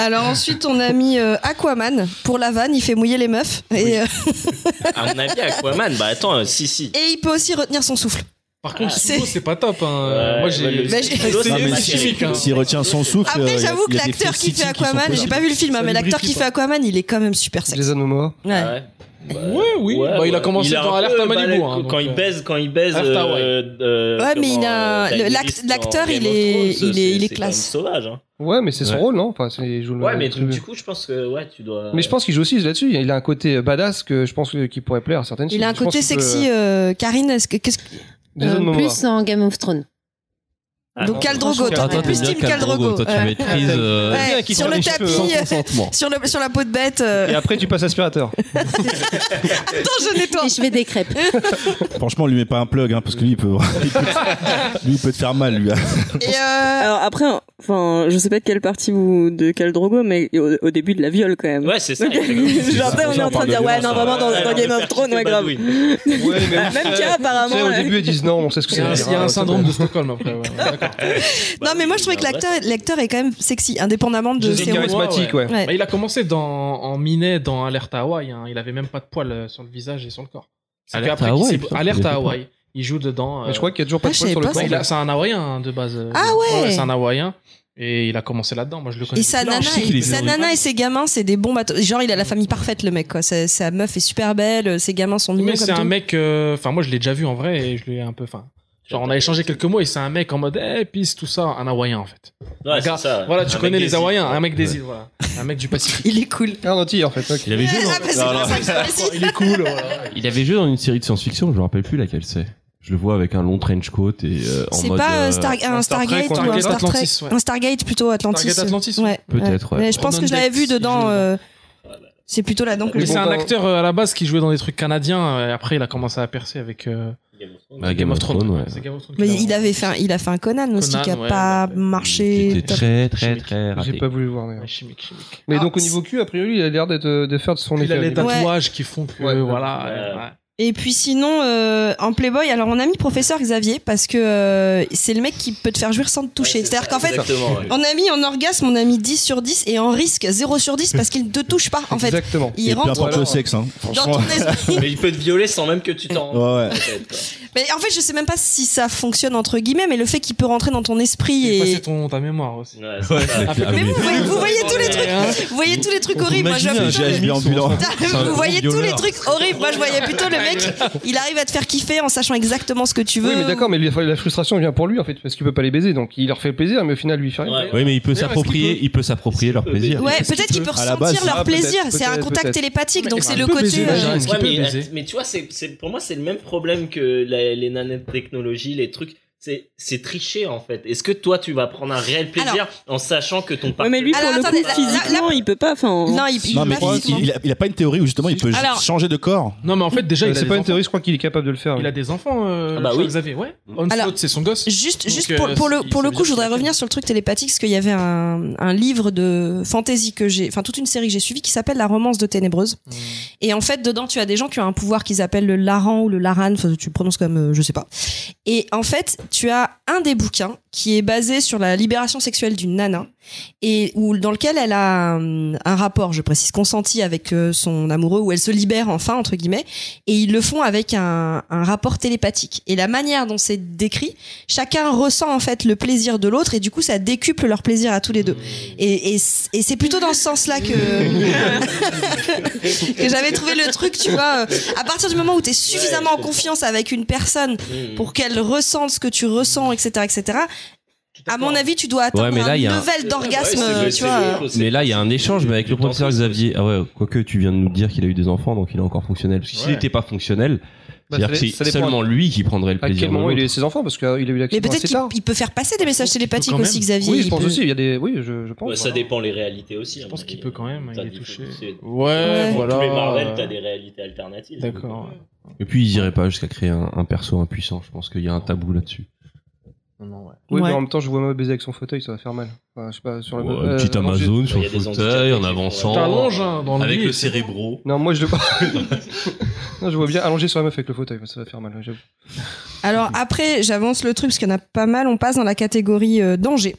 B: Alors ensuite, on a mis euh, Aquaman pour la vanne. Il fait mouiller les meufs et, euh, <laughs>
I: À mon avis, Aquaman, bah attends, euh, si, si.
B: et il peut aussi retenir son souffle.
D: Par contre,
B: Ah,
D: Sumo,
B: c'est-
D: c'est pas top. hein.
I: Ouais,
D: Moi,
I: ouais,
D: j'ai.
I: le-
B: Bah, j'ai-
I: le-
D: C'est
I: Non, mais
D: c'est
I: c'est-
D: chimique. hein.
E: S'il retient son souffle. euh,
B: Après,
E: il y a-
B: j'avoue
E: il
B: que
E: y a des
B: l'acteur
E: filles
B: qui fait
E: titi sont
B: Aquaman,
E: peu
B: j'ai pas vu le film, hein,
D: Ça
B: mais
D: les
B: l'acteur
D: brille
B: qui
D: pas.
B: fait Aquaman, il est quand même super sexy.
A: Jason Momoa.
B: Ouais.
I: Ouais.
D: Ouais, oui.
I: Ouais,
D: Bah, il a
I: ouais.
D: commencé
I: un
D: dans
I: peu
D: Alerte à
I: balèque,
D: Malibu, hein,
I: quand
D: donc,
I: il
D: euh,
I: baise, quand il baise.
D: Alerte à- ouais.
I: euh,
B: Ouais, mais
I: comment,
B: il a-
I: euh,
B: le-
I: Daenerys
B: l'act- l'acteur,
I: dans Game
B: il
I: of
B: est-
I: Thrones,
B: il est- il
I: c'est-
B: est
I: c'est
B: classe.
I: quand même sauvage. hein.
A: Ouais, mais c'est son
C: Ouais.
A: rôle, non Enfin, c'est- il joue le-
I: Ouais, mais
A: le
I: donc,
A: truc.
I: du coup, je pense que ouais, tu dois.
A: Mais je pense qu'il joue aussi là-dessus. Il a un côté badass que je pense que- qui pourrait plaire à certaines filles.
B: Il a un
A: Je pense
B: côté
A: qu'il peut-
B: sexy. euh, Karine, est-ce que qu'est-ce que-
A: Jason
G: Euh,
A: Momoa.
G: plus
I: hein.
G: dans Game of Thrones.
I: Ah,
B: donc
I: non,
B: Khal Drogo,
A: franchement,
B: toi,
A: Khal
B: t'es
A: Drogo,
B: plus
A: t'aimes
B: Team Khal Drogo.
C: Toi, tu
B: Ouais.
C: maîtrises. euh,
B: Ouais,
C: le mec qui
B: sur
C: prend
B: le
C: les cheveux
B: tapis,
D: hein,
C: sans
B: euh,
C: consentement.
B: Sur le sur la peau de bête. euh,
A: Et après, tu
B: <laughs>
A: passes aspirateur.
B: Attends, je nettoie.
G: Et je vais des crêpes.
E: Franchement, lui met pas un plug, hein, parce que lui, il peut, <laughs> il peut- lui, il peut te faire mal, lui. hein.
B: Et euh,
F: Alors après, enfin, je sais pas de quelle partie vous, de quel drogo, mais au, au début de la viole quand même.
I: Ouais, c'est ça.
F: Donc, <laughs> genre, on est en train de dire, ouais, non,
B: hein.
F: vraiment, dans, dans Game of Thrones, ouais, grave. <laughs> Même cas,
A: Tu sais,
F: apparemment.
A: au
F: ouais.
A: début, ils disent non, on sait ce que
D: Il y
A: c'est.
D: a un- il y a
A: Ah,
D: un
A: ouais,
D: syndrome
A: c'est
D: de Stockholm après. ouais. D'accord.
B: <laughs> non, mais moi je trouvais que l'acteur l'acteur est quand même sexy, indépendamment de
A: bon.
D: Jason
A: C'est
B: ses
D: Momoa,
B: rôles.
A: charismatique, ouais.
B: Ouais.
D: Bah, il a commencé dans, en minet dans Alerte à Hawaï. hein. Il avait même pas de poils euh, sur le visage et sur le corps. C'est
C: Alerte
D: qu'après
C: à
D: qu'il
C: Hawaï,
D: s'est-
C: putain, je
D: Alerte
C: l'ai
D: à
C: fait pas.
D: Hawaï. Il joue dedans.
A: Mais je
D: euh,
A: crois qu'il y a toujours pas
B: Ah,
A: de
B: je
A: poils sur le
B: savais
D: bah,
A: corps.
B: pas
D: il a- C'est un Hawaïen hein, de base. euh,
B: Ah
D: Jason.
B: ouais
D: C'est un Hawaïen. Et il a commencé là-dedans. Moi, je le connais.
B: Et sa
D: Non, je
B: nana,
D: sais qu'il
B: et,
D: est
B: sa
D: dans-
B: nana et ses gamins, c'est des bons bateaux. Genre, il a la famille parfaite, le mec. Quoi. Sa, sa meuf est super belle, ses gamins sont mignons
D: Mais
B: comme
D: c'est
B: tout.
D: un mec. euh, Enfin, moi, je l'ai déjà vu en vrai et je l'ai un peu. Enfin, genre, on a échangé quelques mots et c'est un mec en mode, eh, peace, tout ça, un Hawaïen en fait. Un gars- Voilà, tu connais les Hawaïens, un mec des îles, voilà, un <laughs> mec du Pacifique.
B: Il est cool.
A: Ah, non, ti, en fait. ok.
C: Il avait joué
B: Ah, bah, c'est
C: dans-
B: pour ça que je
D: <laughs>
B: parlais ici.
D: Il est cool.
B: <laughs>
D: voilà.
C: Il avait joué dans une série de science-fiction. Je me rappelle plus laquelle c'est. Je le vois avec un long trench coat et euh, en
B: C'est
C: mode.
B: pas euh,
C: euh,
B: Star- un
A: Star Trek
B: Stargate
A: ou
B: ou un
D: Stargate
B: Star Trek.
D: Atlantis, ouais.
B: Un Stargate plutôt, Atlantis.
D: Stargate Atlantis,
B: Ouais.
C: Peut-être, ouais.
B: Mais je pense que je l'avais vu dedans. euh, C'est plutôt là-dedans que
D: Mais
B: je
D: c'est un
A: bon,
D: acteur euh, à la base qui jouait dans des trucs canadiens. euh, Et après, il a commencé à percer avec euh,
C: Bah, Game of Thrones, ouais.
D: C'est Game of Thrones
B: Mais
D: qu'il a-
B: il avait fait, un- il a fait un Conan aussi
D: Conan,
B: qui a
D: ouais,
B: pas
D: ouais.
B: marché.
C: C'était très, très, très
A: J'ai
C: raté.
A: pas voulu le voir, mais.
D: Ouais, chimique, chimique.
A: Mais
B: Ah,
A: donc, au niveau cul, a priori, il a l'air d'être, euh, de faire de son
D: Il a les
A: effet.
B: Ouais.
D: tatouages qui font que
A: Ouais.
D: voilà.
I: Ouais.
D: ouais.
B: Et puis sinon, euh, en Playboy, alors on a mis professeur Xavier parce que euh, c'est le mec qui peut te faire jouir sans te toucher. C'est-à-dire qu'en fait, on a mis en orgasme, on a mis 10 sur 10 et en risque 0 sur 10 parce qu'il ne te touche pas en fait.
A: Exactement.
B: Il
E: Et peu
B: rentre
E: importe le
A: alors.
E: sexe, hein.
B: dans
E: Franchement.
B: ton esprit.
I: Mais il peut te violer sans même que tu t'en rendes
E: Ouais, ouais.
I: compte, quoi.
B: Mais en fait, je sais même pas si ça fonctionne entre guillemets, mais le fait qu'il peut rentrer dans ton esprit
D: Et passer
B: et.
D: Ah, ton ta mémoire aussi. Ah,
I: Ouais, c'est ça.
B: Mais vous voyez, vous voyez tous les
D: Et, hein,
B: trucs, vous voyez tous les trucs
C: On
B: horribles. Moi, je
C: imagine
B: vois plutôt
C: un
B: le-
E: GHB ambulant.
C: C'est
B: <laughs>
C: un
B: vous
C: gros
B: voyez tous les
C: violeur.
B: trucs horribles. Moi, je voyais plutôt le mec, il arrive à te faire kiffer en sachant exactement ce que tu veux.
A: Oui, mais d'accord, mais lui, la frustration vient pour lui, en fait, parce qu'il peut pas les baiser. Donc, il leur fait plaisir, mais au final, lui, il fait rien.
I: Ouais.
C: Oui, mais il peut
D: Mais est-ce
C: s'approprier,
D: qu'il
C: il peut s'approprier leur
I: peut
C: plaisir.
I: baiser
B: Ouais,
I: Est-ce
B: peut-être
I: qu'il
B: qu'ils peuvent
E: peut À la
B: ressentir
E: base,
B: leur
A: ah, peut-être,
B: plaisir. C'est un
A: peut-être,
B: contact
A: peut-être.
B: télépathique,
D: Mais
B: donc
D: est-ce
B: c'est
D: qu'il
B: le
D: peut
B: côté.
D: baiser
B: euh,
D: vagin Est-ce qu'il
I: Ouais,
D: peut
I: mais,
D: baiser
I: mais tu vois, c'est, c'est- pour moi, c'est le même problème que la- les nanotechnologies, les trucs. C'est, c'est tricher, en fait. Est-ce que toi, tu vas prendre un réel plaisir en sachant que ton
F: Ouais,
I: partenaire.
F: mais lui,
B: Alors,
F: pour
B: attendez,
F: le coup,
B: là-
F: physiquement, il peut pas. Enfin,
B: Non, Ah, il, il
E: Non,
B: peut
E: mais
B: pas
E: il,
B: physiquement.
E: il- il a, il a pas une théorie où justement il peut
B: Alors-
E: changer de corps.
D: Non, mais en fait, déjà, il a
A: C'est
D: des
A: pas une
D: enfants.
A: théorie, je crois qu'il est capable de le faire.
D: Il
A: lui.
D: a des enfants, euh,
I: Ah bah
D: Charles
I: oui.
D: Xavier, ouais.
B: Mm. Alors-
D: Onslaught, c'est son gosse.
B: Juste,
D: Donc,
B: juste
D: euh,
B: pour, pour le,
D: il-
B: pour
D: ça
B: le
D: veut
B: coup,
D: dire
B: je voudrais
D: qu'il a
B: revenir sur le truc télépathique, parce qu'il y avait un, un livre de fantasy que j'ai, enfin toute une série que j'ai suivie qui s'appelle La romance de Ténébreuse.
D: Hmm.
B: Et en fait, dedans, tu as des gens qui ont un pouvoir qu'ils appellent le Laran ou le Laran, enfin, tu le prononces comme euh, je sais pas. Et en fait, tu as un des bouquins qui est basé sur la libération sexuelle d'une nana et où, dans lequel elle a un, un rapport, je précise, consenti avec euh, son amoureux où elle se libère enfin, entre guillemets, et ils le font avec un, un rapport télépathique. Et la manière dont c'est décrit, chacun ressent en fait le plaisir de l'autre et du coup, ça décuple leur plaisir à tous les deux. Et, et, c- et c'est plutôt dans ce sens-là que, que j'avais trouvé le truc, tu vois. euh, À partir du moment où tu es suffisamment en confiance avec une personne
I: Hmm.
B: pour qu'elle ressente ce que tu ressens, etc., etc., à mon avis, tu dois atteindre
C: Ouais, mais là,
B: un
C: il y a un-
B: level d'orgasme,
I: Ouais, c'est-
B: tu
I: c'est
B: vois.
I: logique aussi.
C: Mais là, il y a un échange mais avec le professeur Xavier. Ah ouais, quoique tu viens de nous dire qu'il a eu des enfants, donc il est encore fonctionnel. Parce que s'il
D: Ouais.
C: n'était pas fonctionnel,
A: Bah,
C: c'est-à-dire
A: ça
C: que
A: dé-
C: c'est
A: ça dépend
C: seulement lui qui prendrait le
A: À
C: plaisir.
A: quel
C: de
A: moment il a eu
C: l'autre.
A: ses enfants Parce qu'il a eu l'accès
B: Mais peut-être
A: assez
B: qu'il
A: tard.
B: il peut faire passer des messages
D: qu'il peut
B: télépathiques
D: quand
B: aussi,
D: même.
B: Xavier.
A: Oui,
B: il
A: je pense
B: peut-
A: aussi. Il y a des. Oui, je, je pense.
I: Ouais, ça
A: voilà.
I: dépend les réalités aussi. hein,
D: Je pense qu'il peut quand même, il est touché.
B: Ouais.
I: Voilà.
D: Ouais, voilà.
I: Tous les Marvel, t'as des réalités alternatives.
D: D'accord.
C: Et puis ils iraient pas jusqu'à créer un, un perso impuissant. Je pense qu'il y a un tabou là-dessus.
I: Non, non, ouais.
A: Oui,
B: Ouais.
A: mais en même temps, je vois ma baiser avec son fauteuil, ça va faire mal. Enfin, je sais pas, sur la
C: Ouais,
A: euh,
C: un petit
A: non, j'ai-
C: Amazon sur
I: Il y
C: le
I: a des
C: fauteuil
I: handicapés
C: en
I: qui font-
C: avançant.
D: T'allonges hein, dans le
C: avec
D: lit.
C: le cérébro.
A: Non, moi je le. <laughs> non, je vois bien allongé sur la meuf avec le fauteuil, ça va faire mal, j'avoue.
B: Alors après, j'avance le truc parce qu'il y en a pas mal. On passe dans la catégorie euh, danger.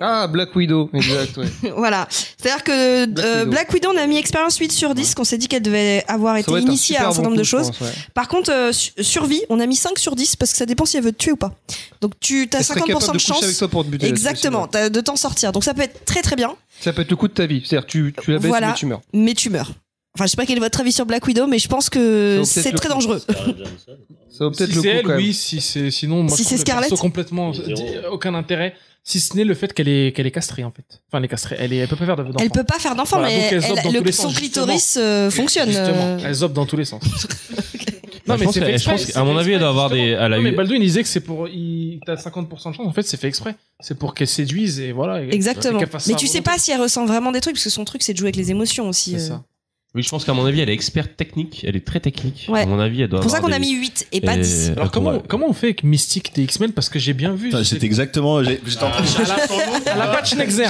A: Ah, Black Widow, exact, ouais.
B: <laughs> voilà. C'est-à-dire que euh,
A: Black
B: Black,
A: Widow.
B: Widow. n'a mis expérience 8 sur 10, qu'on s'est dit qu'elle devait avoir
A: Ça
B: été
A: doit être
B: initiée à
A: super
B: un certain
A: bon
B: nombre de
A: coup, je
B: choses.
A: pense, ouais.
B: Par contre, euh, su- survie, on a mis 5 sur 10 parce que ça dépend si elle veut te tuer ou pas. Donc tu as
A: Elle serait
B: 50%
A: capable
B: de,
A: de coucher
B: chance.
A: avec toi pour te buter. là, c'est
B: Exactement,
A: possible.
B: t'as de t'en sortir. Donc ça peut être très très bien,
A: <laughs> Ça peut être le coup de ta vie. C'est-à-dire, tu, tu la baisses,
B: Voilà.
A: mais tu meurs.
B: mais tu meurs. Enfin, je sais pas quel est votre avis sur Black Widow, mais je pense que
A: Ça
B: Euh,
A: vaut peut-être
B: c'est
A: le
B: très
A: coup.
B: dangereux.
I: Scarlett
B: <laughs>
I: Johansson.
A: Ça vaut peut-être
D: si
A: le coup
D: c'est elle,
A: quand même.
D: oui, si c'est sinon moi
B: Si
D: je
B: c'est
D: trouve le perso
B: Scarlett
D: complètement
I: Zéro.
D: euh, aucun intérêt si ce n'est le fait qu'elle est qu'elle est castrée en fait. Enfin elle est castrée, elle est elle peut pas faire de- d'enfant.
B: Elle peut pas faire d'enfant,
D: Voilà,
B: mais
D: donc elle se dope
B: elle-
D: dans tous
B: le-
D: les
B: son
D: sens,
B: clitoris euh, fonctionne.
D: Justement,
B: euh.
D: elle zope dans tous
B: <laughs>
D: les sens.
C: Bah, je pense qu'elle- je
D: exprès,
C: pense qu'à
D: c'est
C: mon
D: fait
C: avis, elle doit avoir
D: justement.
C: des- elle a
D: Non, mais
C: eu-
D: Baldwin il disait que c'est pour il- t'as 50 de chance en fait, c'est fait exprès. C'est pour qu'elle séduise et voilà. et-
B: Exactement.
D: et qu'elle fasse
B: Mais
D: ça
B: tu sais
D: volontiers.
B: pas si elle ressent vraiment des trucs, parce que son truc, c'est de jouer avec les émotions aussi.
D: C'est
B: euh.
D: ça.
C: Oui, je pense qu'à mon avis, elle est experte technique. Elle est très technique.
B: Ouais.
C: À mon avis, elle doit
B: C'est pour ça
C: avoir
B: qu'on a
C: des-
B: mis 8 et pas 10.
C: Et-
D: Alors comment
C: Ouais.
D: comment on fait avec Mystique des X-Men parce que j'ai bien vu
E: Putain, C'était exactement.
D: <laughs>
E: j'ai- J'étais en train de
D: à la, à la Pat Schneckzer.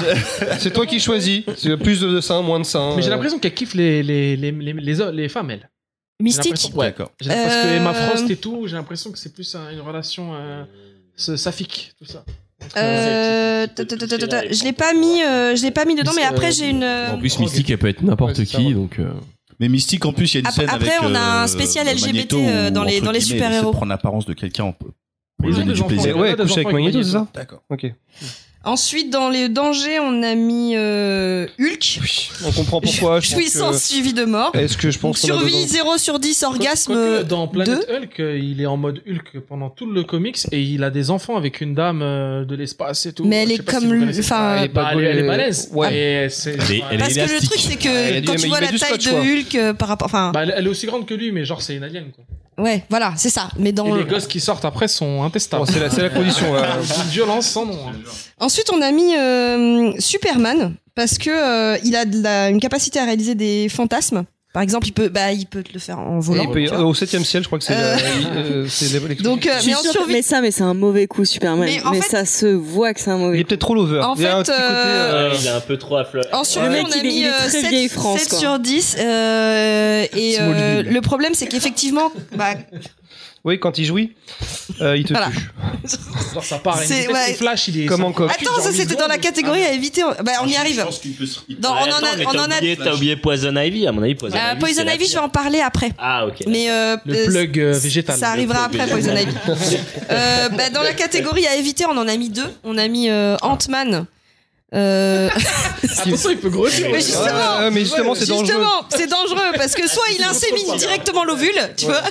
A: C'est toi qui choisis. C'est plus de seins, moins de seins.
D: Mais j'ai
A: euh,
D: l'impression qu'elle kiffe les les les les, les- les femmes elle. J'ai
B: Mystique
D: l'impression- Ouais.
E: D'accord.
D: J'ai l'impression- Parce que
B: Euh,
D: Emma Frost et tout, j'ai l'impression que c'est plus un- une relation euh, s- saphique, tout ça.
B: Euh,
I: Celle qui- qui peut
B: ta- ta-
I: toucher
B: ta- ta-
I: là,
B: ta- Je l'ai
I: les
B: pas
I: gens
B: mis,
I: qui
B: euh, je l'ai pas mis dedans, mais
D: Euh,
B: après j'ai une. euh,
C: En plus, Mystique, elle peut être n'importe
A: Ouais, c'est ça, ouais.
C: qui, donc. euh,
E: Mais Mystique, en plus, il y a une
B: Après-
E: scène
B: après,
E: avec.
B: on a un
E: euh,
B: spécial LGBT,
E: Magneto
B: euh, dans
E: où,
B: les-
E: entre
B: dans les
E: guillemets,
B: super-héros.
E: essaie de prendre l'apparence de quelqu'un on peut- pour
D: Ils
E: lui
D: ont
E: donner
D: des
E: du
D: enfants,
E: plaisir.
D: il y en a
A: Ouais,
D: des
A: coucher avec
D: enfants
A: Magneto, c'est ça
E: D'accord.
A: Ok.
B: Ensuite, dans les dangers, on a mis euh, Hulk.
A: Oui, on comprend pourquoi. je pense
B: Puissance suivie de mort.
A: que- Est-ce que je
B: Donc,
A: pense qu'on a besoin-
B: survie 0 sur 10, orgasme.
D: Quoique, dans Planet
B: deux.
D: Hulk, euh, il est en mode Hulk pendant tout le comics et il a des enfants avec une dame euh, de l'espace et tout.
B: Mais elle
D: Je
B: est
D: sais pas si
B: comme
D: vous
B: lui-
D: connaissez ça.
B: enfin,
D: elle, est
A: bah,
D: pas- elle est- elle est balèze.
A: Ouais.
D: Et c'est-
C: Elle est- elle est-
B: Parce que le
C: élastique.
B: truc, c'est
A: Ah, il
B: que
A: a du-
B: quand
A: il
B: tu
A: met-
B: vois
A: il met
B: la
A: du
B: taille
A: scotch,
B: de
A: quoi.
B: Hulk euh, par rapport. Enfin,
D: Bah, elle- elle est aussi grande que lui, mais genre c'est une alien. Quoi.
B: ouais, voilà, c'est ça. Mais dans.
D: Et les gosses qui sortent après sont intestables.
A: Oh, C'est la, c'est la condition. là.
D: <laughs> Une violence sans nom. hein.
B: Ensuite, on a mis euh, Superman parce que euh, il a de la- une capacité à réaliser des fantasmes. Par exemple, il peut, bah, il peut te le faire en
A: Et
B: volant.
A: il peut y-
B: tu vois.
A: Au 7 ciel, je crois que c'est
B: Euh.
A: la- euh, c'est la- l'explication.
B: Donc, euh,
H: Je suis
B: mais en
H: sûre que-
B: survie.
H: mais ça, mais c'est un mauvais coup, Superman.
B: Mais
H: Mais,
B: en fait-
H: ça se voit que c'est un
A: Il
H: mauvais
A: est peut-être trop l'over.
B: En
A: il y a un
B: fait,
A: petit
B: euh,
A: côté. euh,
I: Ouais, il est un peu trop à fleur.
B: En survie,
H: mec,
B: on a
H: il est-
B: mis
H: il est
B: euh,
H: très
B: 7,
H: vieille France,
B: 7
H: quoi.
B: sur 10. euh, et euh,
A: Smallville.
B: le problème, c'est qu'effectivement, bah,
A: Oui, quand il jouit, euh, il te
B: Voilà.
A: tue.
D: Genre, ça part. à une
B: C'est-
D: vitesse,
B: ouais.
D: le Flash, il est.
A: Comme en coq.
B: attends, ça c'était dans la catégorie à éviter. Bah, on y arrive. Dans- on en a- on en a-
I: T'as oublié, t'as oublié Poison Ivy, à mon avis. Poison
B: Euh,
I: Ivy.
B: Poison
I: c'est la
B: Ivy, je vais
I: pire.
B: en parler après.
I: Ah, ok.
B: Mais euh,
D: Le
B: euh,
D: plug euh, végétal.
B: Ça arrivera après Poison Ivy. Euh, bah, dans la catégorie à éviter, on en a mis deux. On a mis euh, Ant-Man. Euh,
D: Attention, il peut grossir.
B: <laughs> Mais justement,
A: Ah, ouais, mais justement, c'est dangereux.
B: Justement, c'est dangereux parce que soit il insémine directement l'ovule, tu vois,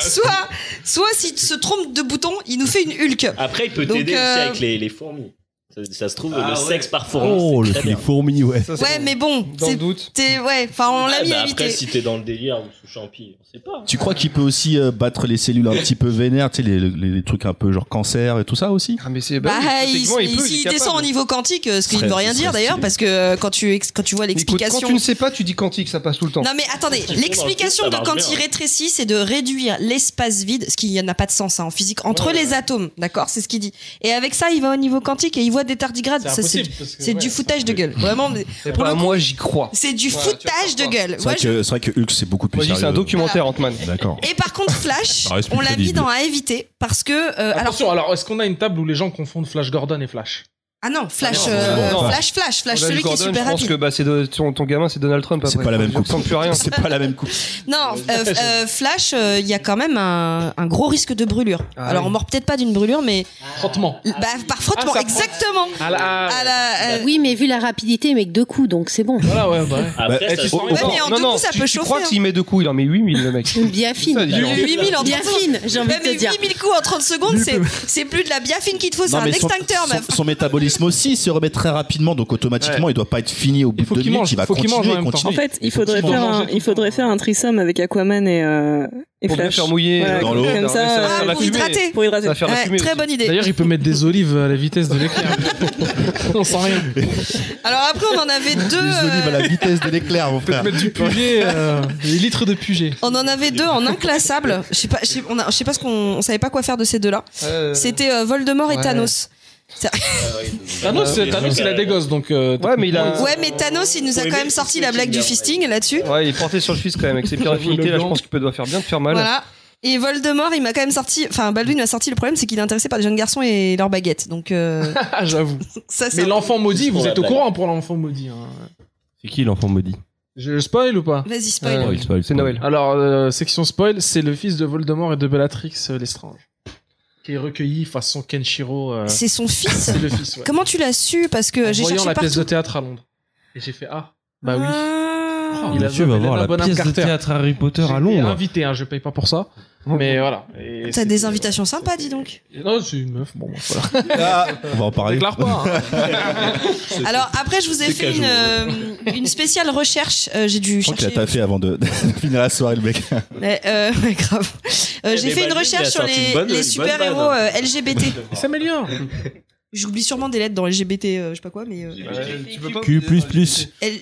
B: soit, soit s'il se trompe de bouton, il nous fait une Hulk.
I: Après, il peut
B: Donc,
I: t'aider aussi
B: euh,
I: avec les, les fourmis. Ça, ça se trouve, le sexe par fourmi.
C: Oh,
I: c'est
C: le
I: très
C: les
I: bien.
C: fourmis, ouais.
A: Ça, c'est
B: Ouais, mais bon,
A: Dans le
B: c'est
A: doute.
B: t'es- ouais, enfin on l'a
I: Ouais,
B: mis
I: bah
B: à
I: Après,
B: éviter.
I: si t'es dans le délire ou sous champi, on sait pas.
E: Tu crois qu'il peut aussi euh, battre les cellules un petit peu vénères, tu sais, les, les- les trucs un peu genre cancer et tout ça aussi
A: Ah, mais c'est.
B: Bah,
A: oui,
B: il-
A: techniquement, il
B: il-
A: peut, il est
B: s'il
A: capable.
B: descend au niveau quantique, euh, ce qui
E: Ce
B: ne veut
E: serait-
B: rien
E: ce
B: dire
E: serait
B: d'ailleurs,
E: stylé.
B: parce que euh, quand tu, ex- quand tu vois
A: Écoute, Quand
B: l'explication.
A: tu ne sais pas, tu dis quantique, ça passe tout le temps.
B: Non mais
A: <laughs>
B: attendez,
I: Ils font
B: l'explication
I: dans
B: de
I: le truc, ça
B: quand
I: marche
B: il
A: hein.
I: bien.
B: rétrécit, c'est de réduire l'espace vide, ce qui n'a pas de sens hein, en physique, entre les atomes, d'accord C'est ce qu'il dit. Et avec ça, il va au niveau quantique et il voit des tardigrades. Ça, c'est
D: impossible, parce que,
B: c'est
D: ouais,
B: du
D: ça-
B: foutage de gueule. Vraiment, mais
A: Eh
B: pour
A: ben,
B: le coup-
A: moi, j'y crois.
B: c'est du
A: Voilà,
B: foutage
A: tu
B: de
A: vas
B: gueule.
E: C'est
B: Moi,
E: vrai, que- c'est vrai que Hulk, c'est beaucoup plus
A: Moi, je dis, c'est un
E: sérieux.
A: documentaire, Ant-Man.
E: D'accord.
B: je- Et par contre, Flash,
C: Ça reste
B: on l'a mis
C: crédible.
B: dans à éviter parce que euh, alors
D: Attention, alors est-ce qu'on a une table où les gens confondent Flash Gordon et Flash
B: ah non, Flash,
A: Ah non,
B: euh,
A: non, non.
B: Flash, Flash, Flash,
A: Là,
B: celui qui
A: Gordon,
B: est super
A: je pense
B: rapide.
A: que bah, c'est de- ton, ton gamin, c'est Donald Trump.
E: C'est
A: après.
E: pas la même
A: Je
E: coupe.
A: sens plus
E: <laughs>
A: rien.
E: C'est pas la même coupe.
B: Non, euh, euh, Flash, euh, il y a quand même un, un gros risque de brûlure.
A: Ah
B: alors
A: oui.
B: on meurt peut-être pas d'une brûlure, mais
D: Frottement.
B: bah, par frottement,
D: Ah, ça-
B: exactement.
D: Ah, là, ah,
B: À la, euh,
G: Oui, mais vu la rapidité, il met que deux coups, donc c'est bon.
A: Ah
D: Voilà, ouais, bah, ouais.
E: Bah,
I: Après,
E: eh,
I: ça
E: tu-
I: se
E: oh,
I: trouve,
B: Ouais, mais en
A: non,
B: deux
A: non,
B: coups, ça
A: tu,
B: peut
A: tu
B: chauffer,
A: crois
B: hein.
A: que s'il met deux coups, il en met 8000, le mec.
G: Bien
A: C'est ça,
G: fine.
A: dis donc.
B: 8000 en 30
G: Bien
B: secondes.
G: fine, j'ai envie
B: Ouais,
G: de
B: mais
G: te dire.
B: 8000 coups en 30 secondes, c'est, c'est plus de la biafine qu'il te faut, c'est
E: Non,
B: un
E: mais son-
B: extincteur,
E: son,
B: meuf.
E: son métabolisme aussi se remet très rapidement, donc automatiquement, il doit pas être fini au bout
D: Il faut
E: de deux
D: qu'il
E: minutes,
D: mange,
E: il va
D: faut qu'il mange en
E: continuer,
D: même temps.
H: En
E: continuer.
H: fait, il faudrait
D: Effectivement.
H: faire un, il faudrait faire un threesome avec Aquaman et euh, Et
A: Pour bien
H: flash.
A: faire mouiller
H: Voilà,
A: euh,
E: Dans l'eau.
H: Comme ça,
A: Ça va
H: euh,
A: faire la
B: Ah, pour
A: fumée.
B: hydrater.
H: pour hydrater.
A: Ça va faire la
B: Ouais,
A: fumée.
B: très
A: aussi.
B: bonne idée.
D: D'ailleurs, il peut mettre des olives à la vitesse de l'éclair. <laughs> On sent rien.
B: Alors après, on en avait deux.
E: Les olives à
B: euh,
E: la vitesse de l'éclair, mon frère.
D: Mettre du puget, euh, des litres de puget.
B: On en avait deux en inclassable. Je sais pas, je sais, on a- je sais pas ce qu'on on savait pas quoi faire de ces deux-là. C'était euh, Voldemort et
D: ouais.
B: Thanos.
D: Thanos, Ah c'est- Thanos, il a des gosses, donc. euh,
A: Ouais, mais il a-
B: Ouais, mais Thanos, il nous a quand même sorti la blague du fisting là-dessus.
A: Ouais, il est porté sur le fils quand même
D: <laughs>
A: avec ses pires affinités. Là, je pense qu'il peut doit faire bien de faire mal.
B: Voilà. Et Voldemort, il m'a quand même sorti. Enfin, Baldwin m'a sorti. Le problème, c'est qu'il est intéressé par les jeunes garçons et leurs baguettes. Donc, euh,
D: Ah, j'avoue.
B: ça, c'est.
D: Mais l'enfant maudit, vous
I: Ouais,
D: êtes au
I: bah,
D: courant pour l'enfant maudit. hein.
C: C'est qui l'enfant maudit
D: Je spoil ou pas
B: Vas-y, spoil.
D: Euh,
C: Oh, il spoil,
A: C'est
C: spoil.
A: Noël.
D: Alors, euh, section spoil, c'est le fils de Voldemort et de Bellatrix euh, Lestrange. Qui est recueilli façon Kenshiro. euh,
B: C'est son fils.
D: c'est le fils, ouais.
B: Comment tu l'as su Parce que
D: En
B: j'ai
D: voyant
B: cherché
D: la pièce
B: partout.
D: de théâtre à Londres. Et j'ai fait Ah, bah oui.
B: Ah.
D: Il a
C: Monsieur Oh,
D: joué
C: va voir
D: Helena
C: la
D: Bonham
C: pièce de
D: Carter.
C: théâtre Harry Potter
D: J'ai
C: à
D: été
C: Londres.
D: invité, hein, je paye pas pour ça. Mais voilà. Et
B: Oh. T'as
D: c'était-
B: des invitations sympas, dis donc.
D: Non, c'est une meuf. Bon, bah, voilà.
E: Ah, on va en parler.
D: Déclare pas. hein.
B: Alors après, je vous ai fait une, euh, une spéciale recherche. Euh, j'ai dû
E: <laughs> Je crois qu'il
B: chercher.
E: a taffé avant de, <laughs> de finir la soirée, le mec.
B: Ouais, euh, <laughs> ouais, grave. Euh,
I: Eh,
B: j'ai
I: mais
B: fait une
I: Baldwin, il
B: recherche
I: a
B: sur
I: sorti une
B: les,
I: bonne-
B: les
I: une bonne vanne,
B: super-héros euh, LGBT.
D: Il s'améliore.
B: J'oublie sûrement des lettres dans LGBT, euh, je sais pas quoi, mais. euh,
C: Q plus plus.
B: L-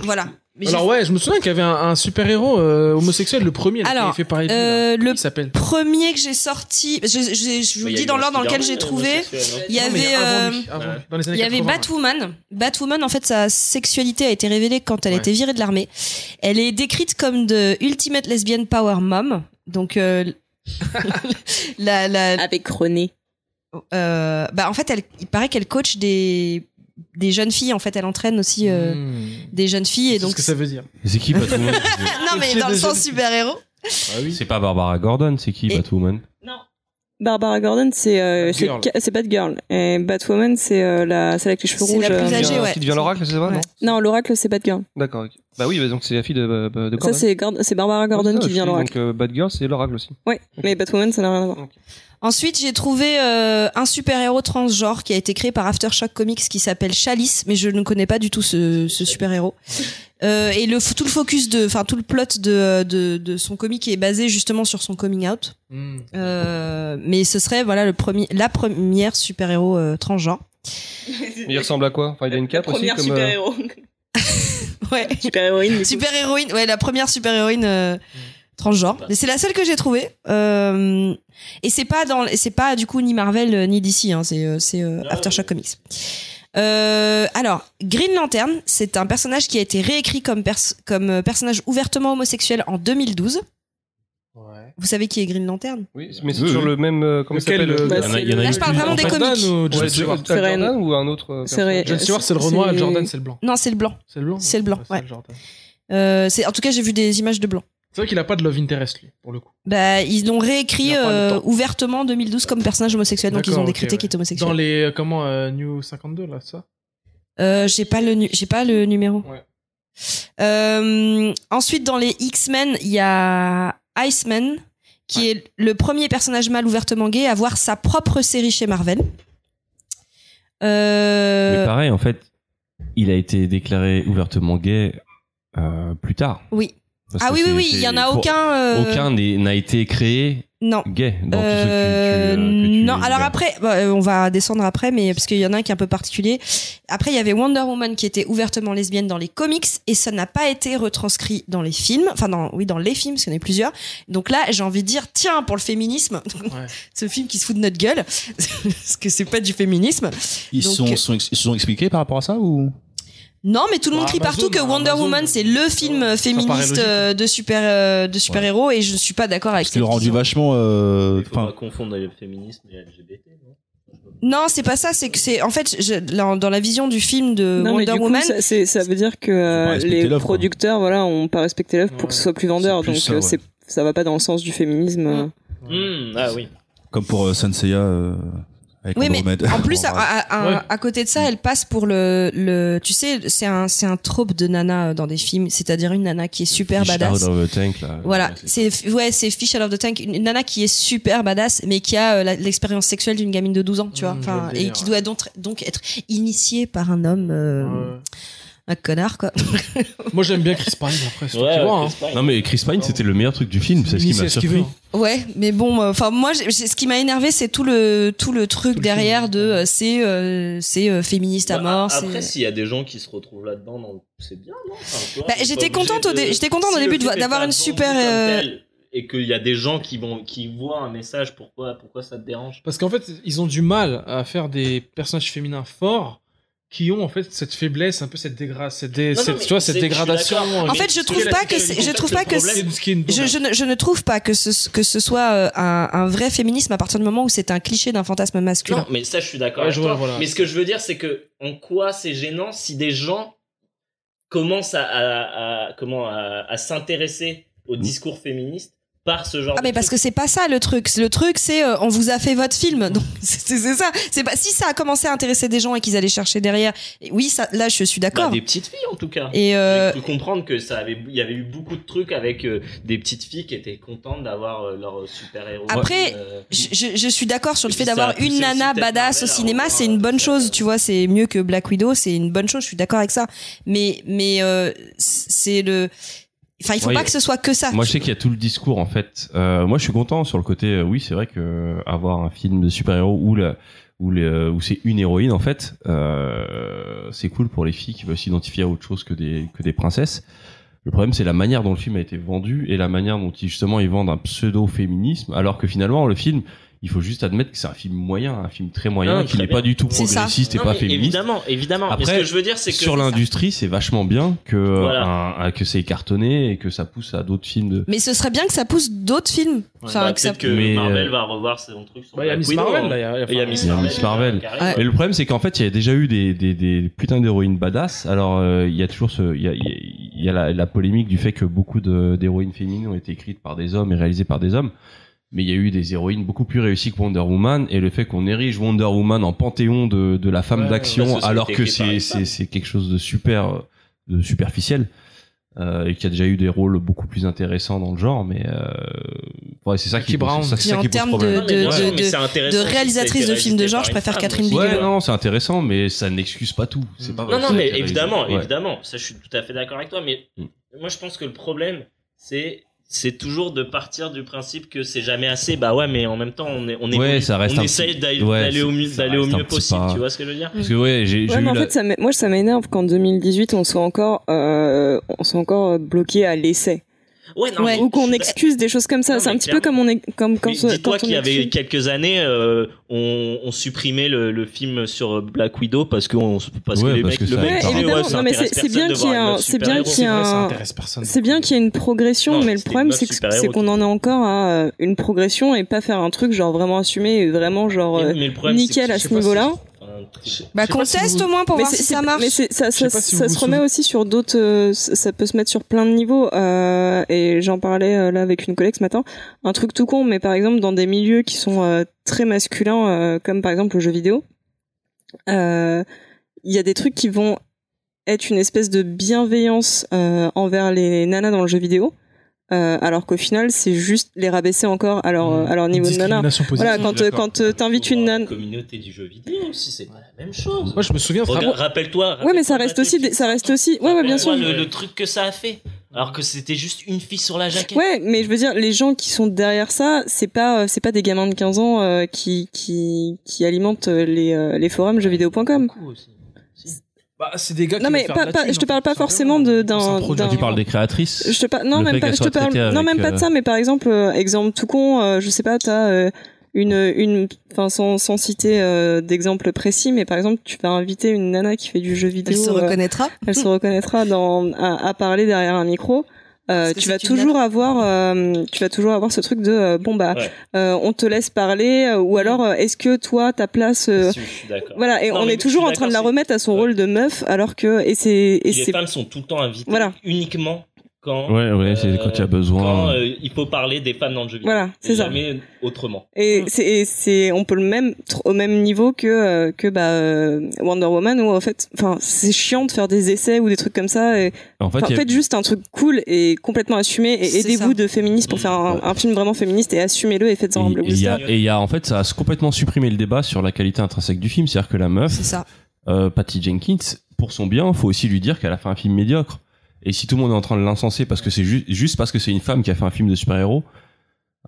B: Voilà. Mais j'ai
D: Alors, ouais, je me souviens qu'il y avait un, un super-héros euh, homosexuel, le premier, là, qui
B: Alors,
D: avait fait pareil. lui, là.
B: Euh, le
D: Il s'appelle.
B: premier que j'ai sorti, je, je- je vous le dis dans l'ordre dans lequel j'ai trouvé, il y
D: Non,
B: avait,
D: mais avant
B: euh,
D: lui, avant lui, dans les années hein.
B: il y avait
D: 80, là.
B: Batwoman. Batwoman, en fait, sa sexualité a été révélée quand elle a
D: Ouais.
B: été virée de l'armée. Elle est décrite comme de Ultimate Lesbian Power Mom. Donc, euh, <laughs> la, la,
H: Avec René.
B: euh, bah, en fait, elle, il paraît qu'elle coach des, des jeunes filles. En fait, elle entraîne aussi euh,
D: Hmm.
B: des jeunes filles. Et
D: C'est
B: donc,
D: ce que ça veut dire.
C: C'est
B: <laughs>
C: qui Batwoman
B: non, mais dans le sens super-héros.
D: Ah
C: C'est pas Barbara Gordon, c'est qui
B: Et-
C: Batwoman
H: Barbara Gordon, c'est euh, c'est
D: Batgirl.
H: ca- c'est Batgirl. Et Batwoman, c'est euh, la celle avec les cheveux
B: C'est
H: rouges.
B: la
H: euh,
B: plus âgée,
A: Qui devient-
B: ouais.
A: Qui devient l'oracle, c'est ça
B: Ouais.
A: non
H: Non, l'oracle, c'est Batgirl.
A: D'accord. ok. Bah oui, bah donc c'est la fille de, euh, bah,
H: Ça,
A: de Gordon.
H: c'est Gord- c'est Barbara Gordon
E: Ah,
A: Ouais,
H: qui
A: c'est ça,
H: devient
A: je
H: l'oracle.
A: dis, Donc euh, Bad Girl, c'est
B: <laughs>
A: l'oracle aussi.
H: Ouais, mais Batwoman, ça n'a rien à voir.
B: Ensuite, j'ai trouvé euh, un super-héros transgenre qui a été créé par Aftershock Comics qui s'appelle Chalice, mais je ne connais pas du tout ce, ce super-héros. Euh, et le, tout le focus de, enfin tout le plot de, de, de son comic est basé justement sur son coming out.
D: Hmm.
B: Euh, mais ce serait voilà le premier, la première super-héros euh, transgenre.
A: Il ressemble à quoi Enfin, il a une cape aussi comme. euh,
B: <laughs> Ouais.
H: Super-héroïne, du coup.
B: Super-héroïne, ouais, la première super-héroïne euh, transgenre. Mais c'est la seule que j'ai trouvée. Euh, et c'est pas dans, c'est pas du coup ni Marvel euh, ni DC, hein, c'est euh, c'est euh, Aftershock Comics. Euh, alors, Green Lantern, c'est un personnage qui a été réécrit comme, pers- comme euh, personnage ouvertement homosexuel en 2012.
D: Ouais.
B: Vous savez qui est Green Lantern
A: Oui, mais c'est
E: Oui,
A: sur
E: oui.
A: le même. euh, comment il
D: Lequel,
A: s'appelle
D: euh,
A: euh,
H: Bah,
C: Il y en a- il y en a
B: Là,
C: eu
B: je parle
C: deux.
B: vraiment des
D: Jordan
B: comics.
D: ou John
A: Ouais,
D: Stewart
A: Jordan
H: Seren.
A: Jordan ou un autre euh,
H: C'est vrai.
D: John Stewart, c'est le Renoir et Jordan, c'est le blanc.
B: Non, c'est le blanc.
D: C'est le blanc.
B: C'est le blanc, ouais.
D: Jordan.
B: Euh, c'est- en tout cas, j'ai vu des images de blanc.
D: C'est vrai qu'il a pas de love interest, lui, pour le coup.
B: Bah, ils l'ont réécrit
D: Il a pas le
B: euh,
D: temps.
B: ouvertement en 2012 comme personnage homosexuel, Ah, donc ils
D: D'accord,
B: ont
D: ok,
B: décrété
D: ouais.
B: qu'il est homosexuel.
D: Dans les. euh, Comment euh, New 52, là,
B: <laughs>
D: ça
B: Euh, j'ai pas le nu- j'ai pas le numéro.
D: Ouais.
B: Euh, ensuite dans les X-Men, il y a Iceman qui est le premier personnage mâle ouvertement gay à avoir sa propre série chez Marvel.
C: Mais
B: Euh,
C: pareil, en fait, il a été déclaré ouvertement gay euh, plus tard.
B: oui.
C: Parce
B: Ah
C: que
B: oui oui
C: c'est-
B: oui, il y
C: c'est-
B: en a
C: pour-
B: aucun euh,
C: Aucun n'est- n'a été créé
B: non.
C: gay dans
B: Euh,
C: tout ce que tu- que tu,
B: non, alors après, bah, euh, on va descendre après, mais parce qu'il y en a un qui est un peu particulier. Après, il y avait Wonder Woman qui était ouvertement lesbienne dans les comics et ça n'a pas été retranscrit dans les films. Enfin, dans, oui, dans les films, parce qu'il y en a plusieurs. Donc là, j'ai envie de dire, tiens, pour le féminisme, <laughs>
D: Ouais.
B: ce film qui se fout de notre gueule, <laughs> parce que c'est pas du féminisme.
E: Ils
B: Donc,
E: sont,
B: euh,
E: sont ex- ils se sont expliqués par rapport à ça ou
B: Non, mais tout le monde
D: Bah,
B: crie
D: Amazon,
B: partout que
D: bah,
B: Wonder
D: Amazon,
B: Woman,
D: euh,
B: c'est le film euh,
D: ça paraît
B: féministe
D: logique.
B: euh, de super euh, de super héros et je suis pas d'accord avec
E: Parce qu'ils l'ont
B: cette
E: rendu
B: vision.
E: vachement. euh,
I: Il faut
E: Enfin,
I: pas confondre le féminisme et LGBT, non
B: Non, c'est pas ça. C'est que c'est en fait je- dans dans la vision du film de
H: Non, mais
B: Wonder
H: du coup,
B: Woman.
H: ça, c'est- ça veut dire que euh,
E: Ils ont pas respecté
H: les
E: l'œuvre, quoi.
H: producteurs, voilà, ont pas respecté l'œuvre pour que ce soit plus vendeur.
E: C'est plus
H: Donc,
E: ça,
H: euh,
E: ouais.
H: c'est- ça va pas dans le sens du féminisme. euh.
B: Mmh,
I: Hmm, Ah oui.
E: comme pour euh, Senseiya euh, avec
B: Oui, mais
E: Andromède.
B: En
C: <laughs>
B: plus, à, à- à-
D: Ouais.
B: à côté de ça, elle passe pour le, le tu sais, c'est un, c'est un trope de nana euh, dans des films, c'est-à-dire une nana qui est super badass.
C: Dans le tank, là.
B: Voilà,
C: Ouais, c'est-
B: c'est ouais, c'est Fish Out of the Tank, une une nana qui est super badass, mais qui a euh, la- l'expérience sexuelle d'une gamine de 12 ans, tu vois,
D: Mmh, je vois
B: enfin,
D: le
B: et
D: délire,
B: qui
D: ouais.
B: doit donc, donc être initiée par un homme euh,
D: Ouais.
B: un connard, quoi.
D: Moi, j'aime bien Chris Pine après. c'est toi qui vois, hein.
C: Non mais Chris Pine c'était le meilleur truc du film, c'est ce
D: Il
C: qui
D: sait
C: m'a
D: ce qu'il veut.
C: surpris.
B: Ouais, mais bon, euh, enfin moi, j'ai- j'ai- ce qui m'a énervé, c'est tout le tout le truc derrière de euh, c'est euh, c'est euh, féministe à
I: Bah,
B: mort. c'est-
I: Après, s'il y a des gens qui se retrouvent là-dedans, dans- c'est bien, non Enfin, tu vois,
B: Bah,
I: on est
B: j'étais
I: pas obligé
B: contente au dé-
I: de-
B: j'étais contente au
I: Si le
B: début de
I: film
B: vo-
I: est
B: d'avoir
I: pas
B: une
I: vendu
B: super,
I: comme
B: euh,
I: tel, Et qu'il y a des gens qui vont qui voient un message, pourquoi pourquoi ça te dérange
D: Parce qu'en fait, ils ont du mal à faire des personnages féminins forts qui ont en fait cette faiblesse, un peu cette, dégra cette, dé-
I: Non, non,
D: cette-
I: mais
D: tu vois, cette
I: c'est- je suis
D: dégradation. euh,
I: d'accord.
B: En fait, je trouve pas que c'est- je trouve pas que c'est-
D: Ce qui est une-
B: Je, je, ne, je ne trouve pas que ce, que ce soit euh, un, un vrai féminisme à partir du moment où c'est un cliché d'un fantasme masculin.
I: Non, mais ça, je suis d'accord.
D: Ouais,
I: avec
D: je vois,
I: toi.
D: voilà.
I: Mais ce que je veux dire, c'est que en quoi c'est gênant si des gens commencent à, à- à- comment à, à s'intéresser au discours féministe par ce genre.
B: Mmh. Ah
I: de
B: mais parce que
I: truc.
B: c'est pas ça le truc. Le truc c'est euh, on vous a fait votre film. <laughs> Donc c'est c'est ça. C'est pas si ça a commencé à intéresser des gens et qu'ils allaient chercher derrière. et Oui, ça là je suis
I: Bah,
B: d'accord.
I: des petites filles en tout cas.
B: Et euh,
I: J'ai cru comprendre que ça avait, il y avait eu beaucoup de trucs avec euh, des petites filles qui étaient contentes d'avoir euh, leur super héros.
B: Après,
C: euh,
B: je, je- je suis d'accord sur le
I: Et
B: fait
I: puis ça a
B: d'avoir
I: poussé
B: une nana
I: aussi peut-être
B: badass au
I: Marvel
C: hein,
I: à
B: cinéma,
I: revoir,
B: c'est une
I: euh,
B: bonne
I: ça,
B: chose,
I: euh,
B: tu vois, c'est mieux que Black Widow, c'est une bonne chose, je suis d'accord avec ça. Mais mais euh, c'est le enfin, il faut
C: Ouais,
B: pas que ce soit que ça.
C: Moi, je sais qu'il y a tout le discours en fait. Euh, moi, je suis content sur le côté. euh, oui, c'est vrai que euh, avoir un film de super-héros où la- où, les, euh, où c'est une héroïne en fait, euh, c'est cool pour les filles qui veulent s'identifier à autre chose que des que des princesses. Le problème, c'est la manière dont le film a été vendu et la manière dont ils, justement ils vendent un pseudo-féminisme, alors que finalement le film, il faut juste admettre que c'est un film moyen, un film très moyen,
I: Non,
C: qui
I: très
C: n'est pas
I: bien.
C: du tout
B: C'est ça.
C: progressiste et
I: Non,
C: pas
I: mais
C: féministe
I: Évidemment, évidemment. Mais
C: Après,
I: ce que je veux dire, c'est que
C: sur l'industrie, c'est vachement bien que euh,
I: Voilà.
C: un- un- que c'est écartonné et que ça pousse à d'autres films de.
B: Mais ce serait bien que ça pousse d'autres films.
I: Ouais,
B: Enfin,
I: bah,
B: que ça...
I: peut-être que
C: Mais,
I: Marvel
C: euh,
I: va revoir son truc sur
D: Bah, il y a
I: Black
D: Miss
I: Widow,
D: Marvel
I: hein.
D: là. il y a-
I: Et il y a Miss
C: Il y a
I: Marvel.
C: Miss Marvel.
I: qui arrive.
B: Ouais.
C: Mais le problème, c'est qu'en fait, il y a déjà eu des, des, des putains d'héroïnes badass. Alors, euh, il y a toujours ce, il y a, il y a- il y a la, la polémique du fait que beaucoup de- d'héroïnes féminines ont été écrites par des hommes et réalisées par des hommes. Mais il y a eu des héroïnes beaucoup plus réussies que Wonder Woman. Et le fait qu'on érige Wonder Woman en panthéon de, de la femme
D: Ouais,
C: d'action,
I: parce que ça a
C: alors
I: été
C: que
I: écrit par
C: c'est
I: une
C: c'est-
I: femme.
C: c'est quelque chose de super, euh, de superficiel. euh, et qu'il y a déjà eu des rôles beaucoup plus intéressants dans le genre, mais euh, ouais, c'est ça qui,
D: Jackie
C: pose-
D: Brown.
C: c'est ça- c'est
B: Puis
C: ça
B: en
C: qui pose
B: termes de-
C: problème.
I: Non, mais bien
B: de-
I: sûr,
B: de-
I: mais c'est intéressant
B: de
I: si
B: réalisatrice
I: ça a
B: de
I: été
B: films de
I: réalisé
B: genre,
I: par
B: je
I: une
B: préfère
I: femme
B: Catherine
I: aussi.
B: Bigelow. Mm.
C: Ouais, non, c'est intéressant, mais ça n'excuse pas tout. C'est pas
I: Non,
C: vrai,
I: non,
C: c'est
I: mais
C: vrai qu'il y a
I: évidemment,
C: raison. Ouais.
I: évidemment, ça je suis tout à fait d'accord avec toi, mais
C: Mm.
I: moi je pense que le problème, c'est c'est toujours de partir du principe que c'est jamais assez. Bah ouais, mais en même temps, on est on est
C: Ouais, ça reste
I: on
C: un
I: essaye
C: petit-
I: d'aller
C: ouais,
I: d'aller au
C: c'est-
I: mieux
C: ça
I: d'aller au
C: reste un
I: mieux
C: petit
I: possible,
C: pas.
I: tu vois ce que je veux
B: Mm.
I: dire
C: Parce que ouais, j'ai j'ai
H: Ouais,
C: eu
H: mais en
C: la-
H: fait, ça m'é- moi, ça m'énerve qu'en 2018, on soit encore, euh, on soit encore bloqué à l'essai.
I: Ouais, non,
B: Ouais.
I: mais
H: Ou qu'on
I: je-
H: excuse des choses comme ça.
I: Non,
H: C'est un
I: mais
H: petit peu comme on est, comme quand,
I: Mais
H: quand
I: Dis-toi
H: on
I: qu'il y avait
H: exclut.
I: quelques années, euh, on, on supprimait le, le film sur euh, Black Widow parce que, on, parce
C: Ouais,
I: que les
C: parce
I: mecs,
C: que
I: le
C: ça-
I: mec,
H: Ouais,
I: disait,
H: évidemment.
I: ouais, ça
H: Non, mais
I: intéresse
H: c'est- c'est
I: personne
H: bien
I: de
H: qu'il y ait
I: voir
H: un-
I: meuf
H: c'est bien
I: super-héros.
H: qu'il y
D: C'est
H: ait
D: vrai, ça
H: un-
D: intéresse personne.
H: C'est bien qu'il y ait une progression,
I: Non,
H: mais le
I: c'était
H: problème,
I: une meuf
H: c'est que-
I: super-héros
H: c'est qu'on
I: qui-
H: en est encore à euh, une progression et pas faire un truc genre vraiment assumé et vraiment genre
I: Mais-
H: euh,
I: mais le problème, c'est que
H: nickel à
I: je
H: ce
I: sais pas si-
H: niveau-là.
I: Enfin,
B: Bah
D: Je sais
B: qu'on
D: pas si
B: teste
D: vous-
B: au moins pour
H: mais
B: voir
H: c'est-
B: si
H: c'est-
B: ça marche.
H: Mais c'est- ça,
D: sais
H: ça,
D: pas si
H: ça
D: vous
H: se
D: vous
H: remet
D: souvenez-
H: aussi sur d'autres. euh, ça ça peut se mettre sur plein de niveaux. euh, et j'en parlais euh, là avec une collègue ce matin. Un truc tout con, mais par exemple dans des milieux qui sont euh, très masculins, euh, comme par exemple le jeu vidéo, euh, il y a des trucs qui vont être une espèce de bienveillance euh, envers les nanas dans le jeu vidéo. euh, alors qu'au final, c'est juste les rabaisser encore à leur, à leur niveau de nana.
D: Mmh. Discrimination positive.
H: Voilà, quand, euh, quand euh, t'invites une
I: Pour la
H: nana.
I: communauté du jeu vidéo aussi, c'est pas la même chose.
D: Moi, je me souviens
I: Regarde-
D: vraiment.
I: Rappelle-toi.
H: Ouais, mais
I: rappelle-toi
H: ça
I: de
H: reste
I: la
H: aussi,
I: tête.
H: des- ça reste aussi. Ouais, ouais, bien sûr.
I: Rappelle-toi Le, le truc que ça a fait, alors que c'était juste une fille sur la jaquette.
H: Ouais, mais je veux dire, les gens qui sont derrière ça, c'est pas, euh, c'est pas des gamins de 15 ans euh, qui, qui, qui alimentent euh, les, euh, les forums jeuxvideo.com.
I: Beaucoup aussi.
D: Bah, c'est des gars qui
H: Non,
D: veulent
H: mais
D: faire
H: pas-
D: de la
H: pas-
D: thune,
H: je te
D: en
H: parle
D: fait,
H: pas
D: tout
H: forcément
D: simplement.
H: de-
D: C'est un
H: d'un-
D: produit.
H: d'un-
C: Tu parles des créatrices.
H: Je te par- non,
C: Le
H: même
C: fait
H: pas,
C: qu'elles
H: je te
C: soient
H: parle,
C: traitées
H: non,
C: avec,
H: même pas de
C: euh,
H: ça, mais par exemple, euh, exemple tout con, euh, je sais pas, t'as euh, une, une, enfin, sans, sans citer euh, d'exemple précis, mais par exemple, tu vas inviter une nana qui fait du jeu
B: Elle
H: vidéo.
B: se
H: euh,
B: reconnaîtra.
H: elle se reconnaîtra dans, à, à parler derrière un micro. Euh,
B: Parce que
H: tu
B: c'est
H: vas
B: une
H: toujours avoir, euh, tu vas toujours avoir ce truc de euh, bon bah,
I: Ouais.
H: euh, on te laisse parler euh, ou alors euh, est-ce que toi ta place, euh,
I: Ah, Si, Je suis d'accord.
H: voilà et
I: Non,
H: on est
I: mais je
H: toujours
I: suis
H: en train de la
I: d'accord,
H: remettre à son
I: Ouais.
H: rôle de meuf alors que et c'est et
I: Puis Les
H: c'est
I: femmes sont tout le temps invitées
H: Voilà.
I: uniquement quand.
C: Ouais, ouais, c'est
I: euh,
C: quand il y a besoin.
I: quand, euh, il faut parler des femmes dans le jeu vidéo.
H: Voilà, c'est
I: Et
H: ça.
I: Jamais autrement.
C: Mm.
H: et c'est et c'est on peut le même tr- au même niveau que euh, que bah euh, Wonder Woman où en fait enfin c'est chiant de faire des essais ou des trucs comme ça et,
C: En fait,
H: Enfin,
C: il y a-
H: faites juste un truc cool et complètement assumé et
B: C'est
H: aidez-vous
B: ça.
H: de féministes pour faire un, un film vraiment féministe et assumez-le et faites-en un
C: et- et il y
H: blockbuster.
C: a- et il y a en fait, ça a complètement supprimé le débat sur la qualité intrinsèque du film. C'est-à-dire que la meuf,
B: C'est ça.
C: euh, Patty Jenkins, pour son bien, faut aussi lui dire qu'elle a fait un film médiocre. Et si tout le monde est en train de l'incenser parce que c'est ju- juste parce que c'est une femme qui a fait un film de super-héros,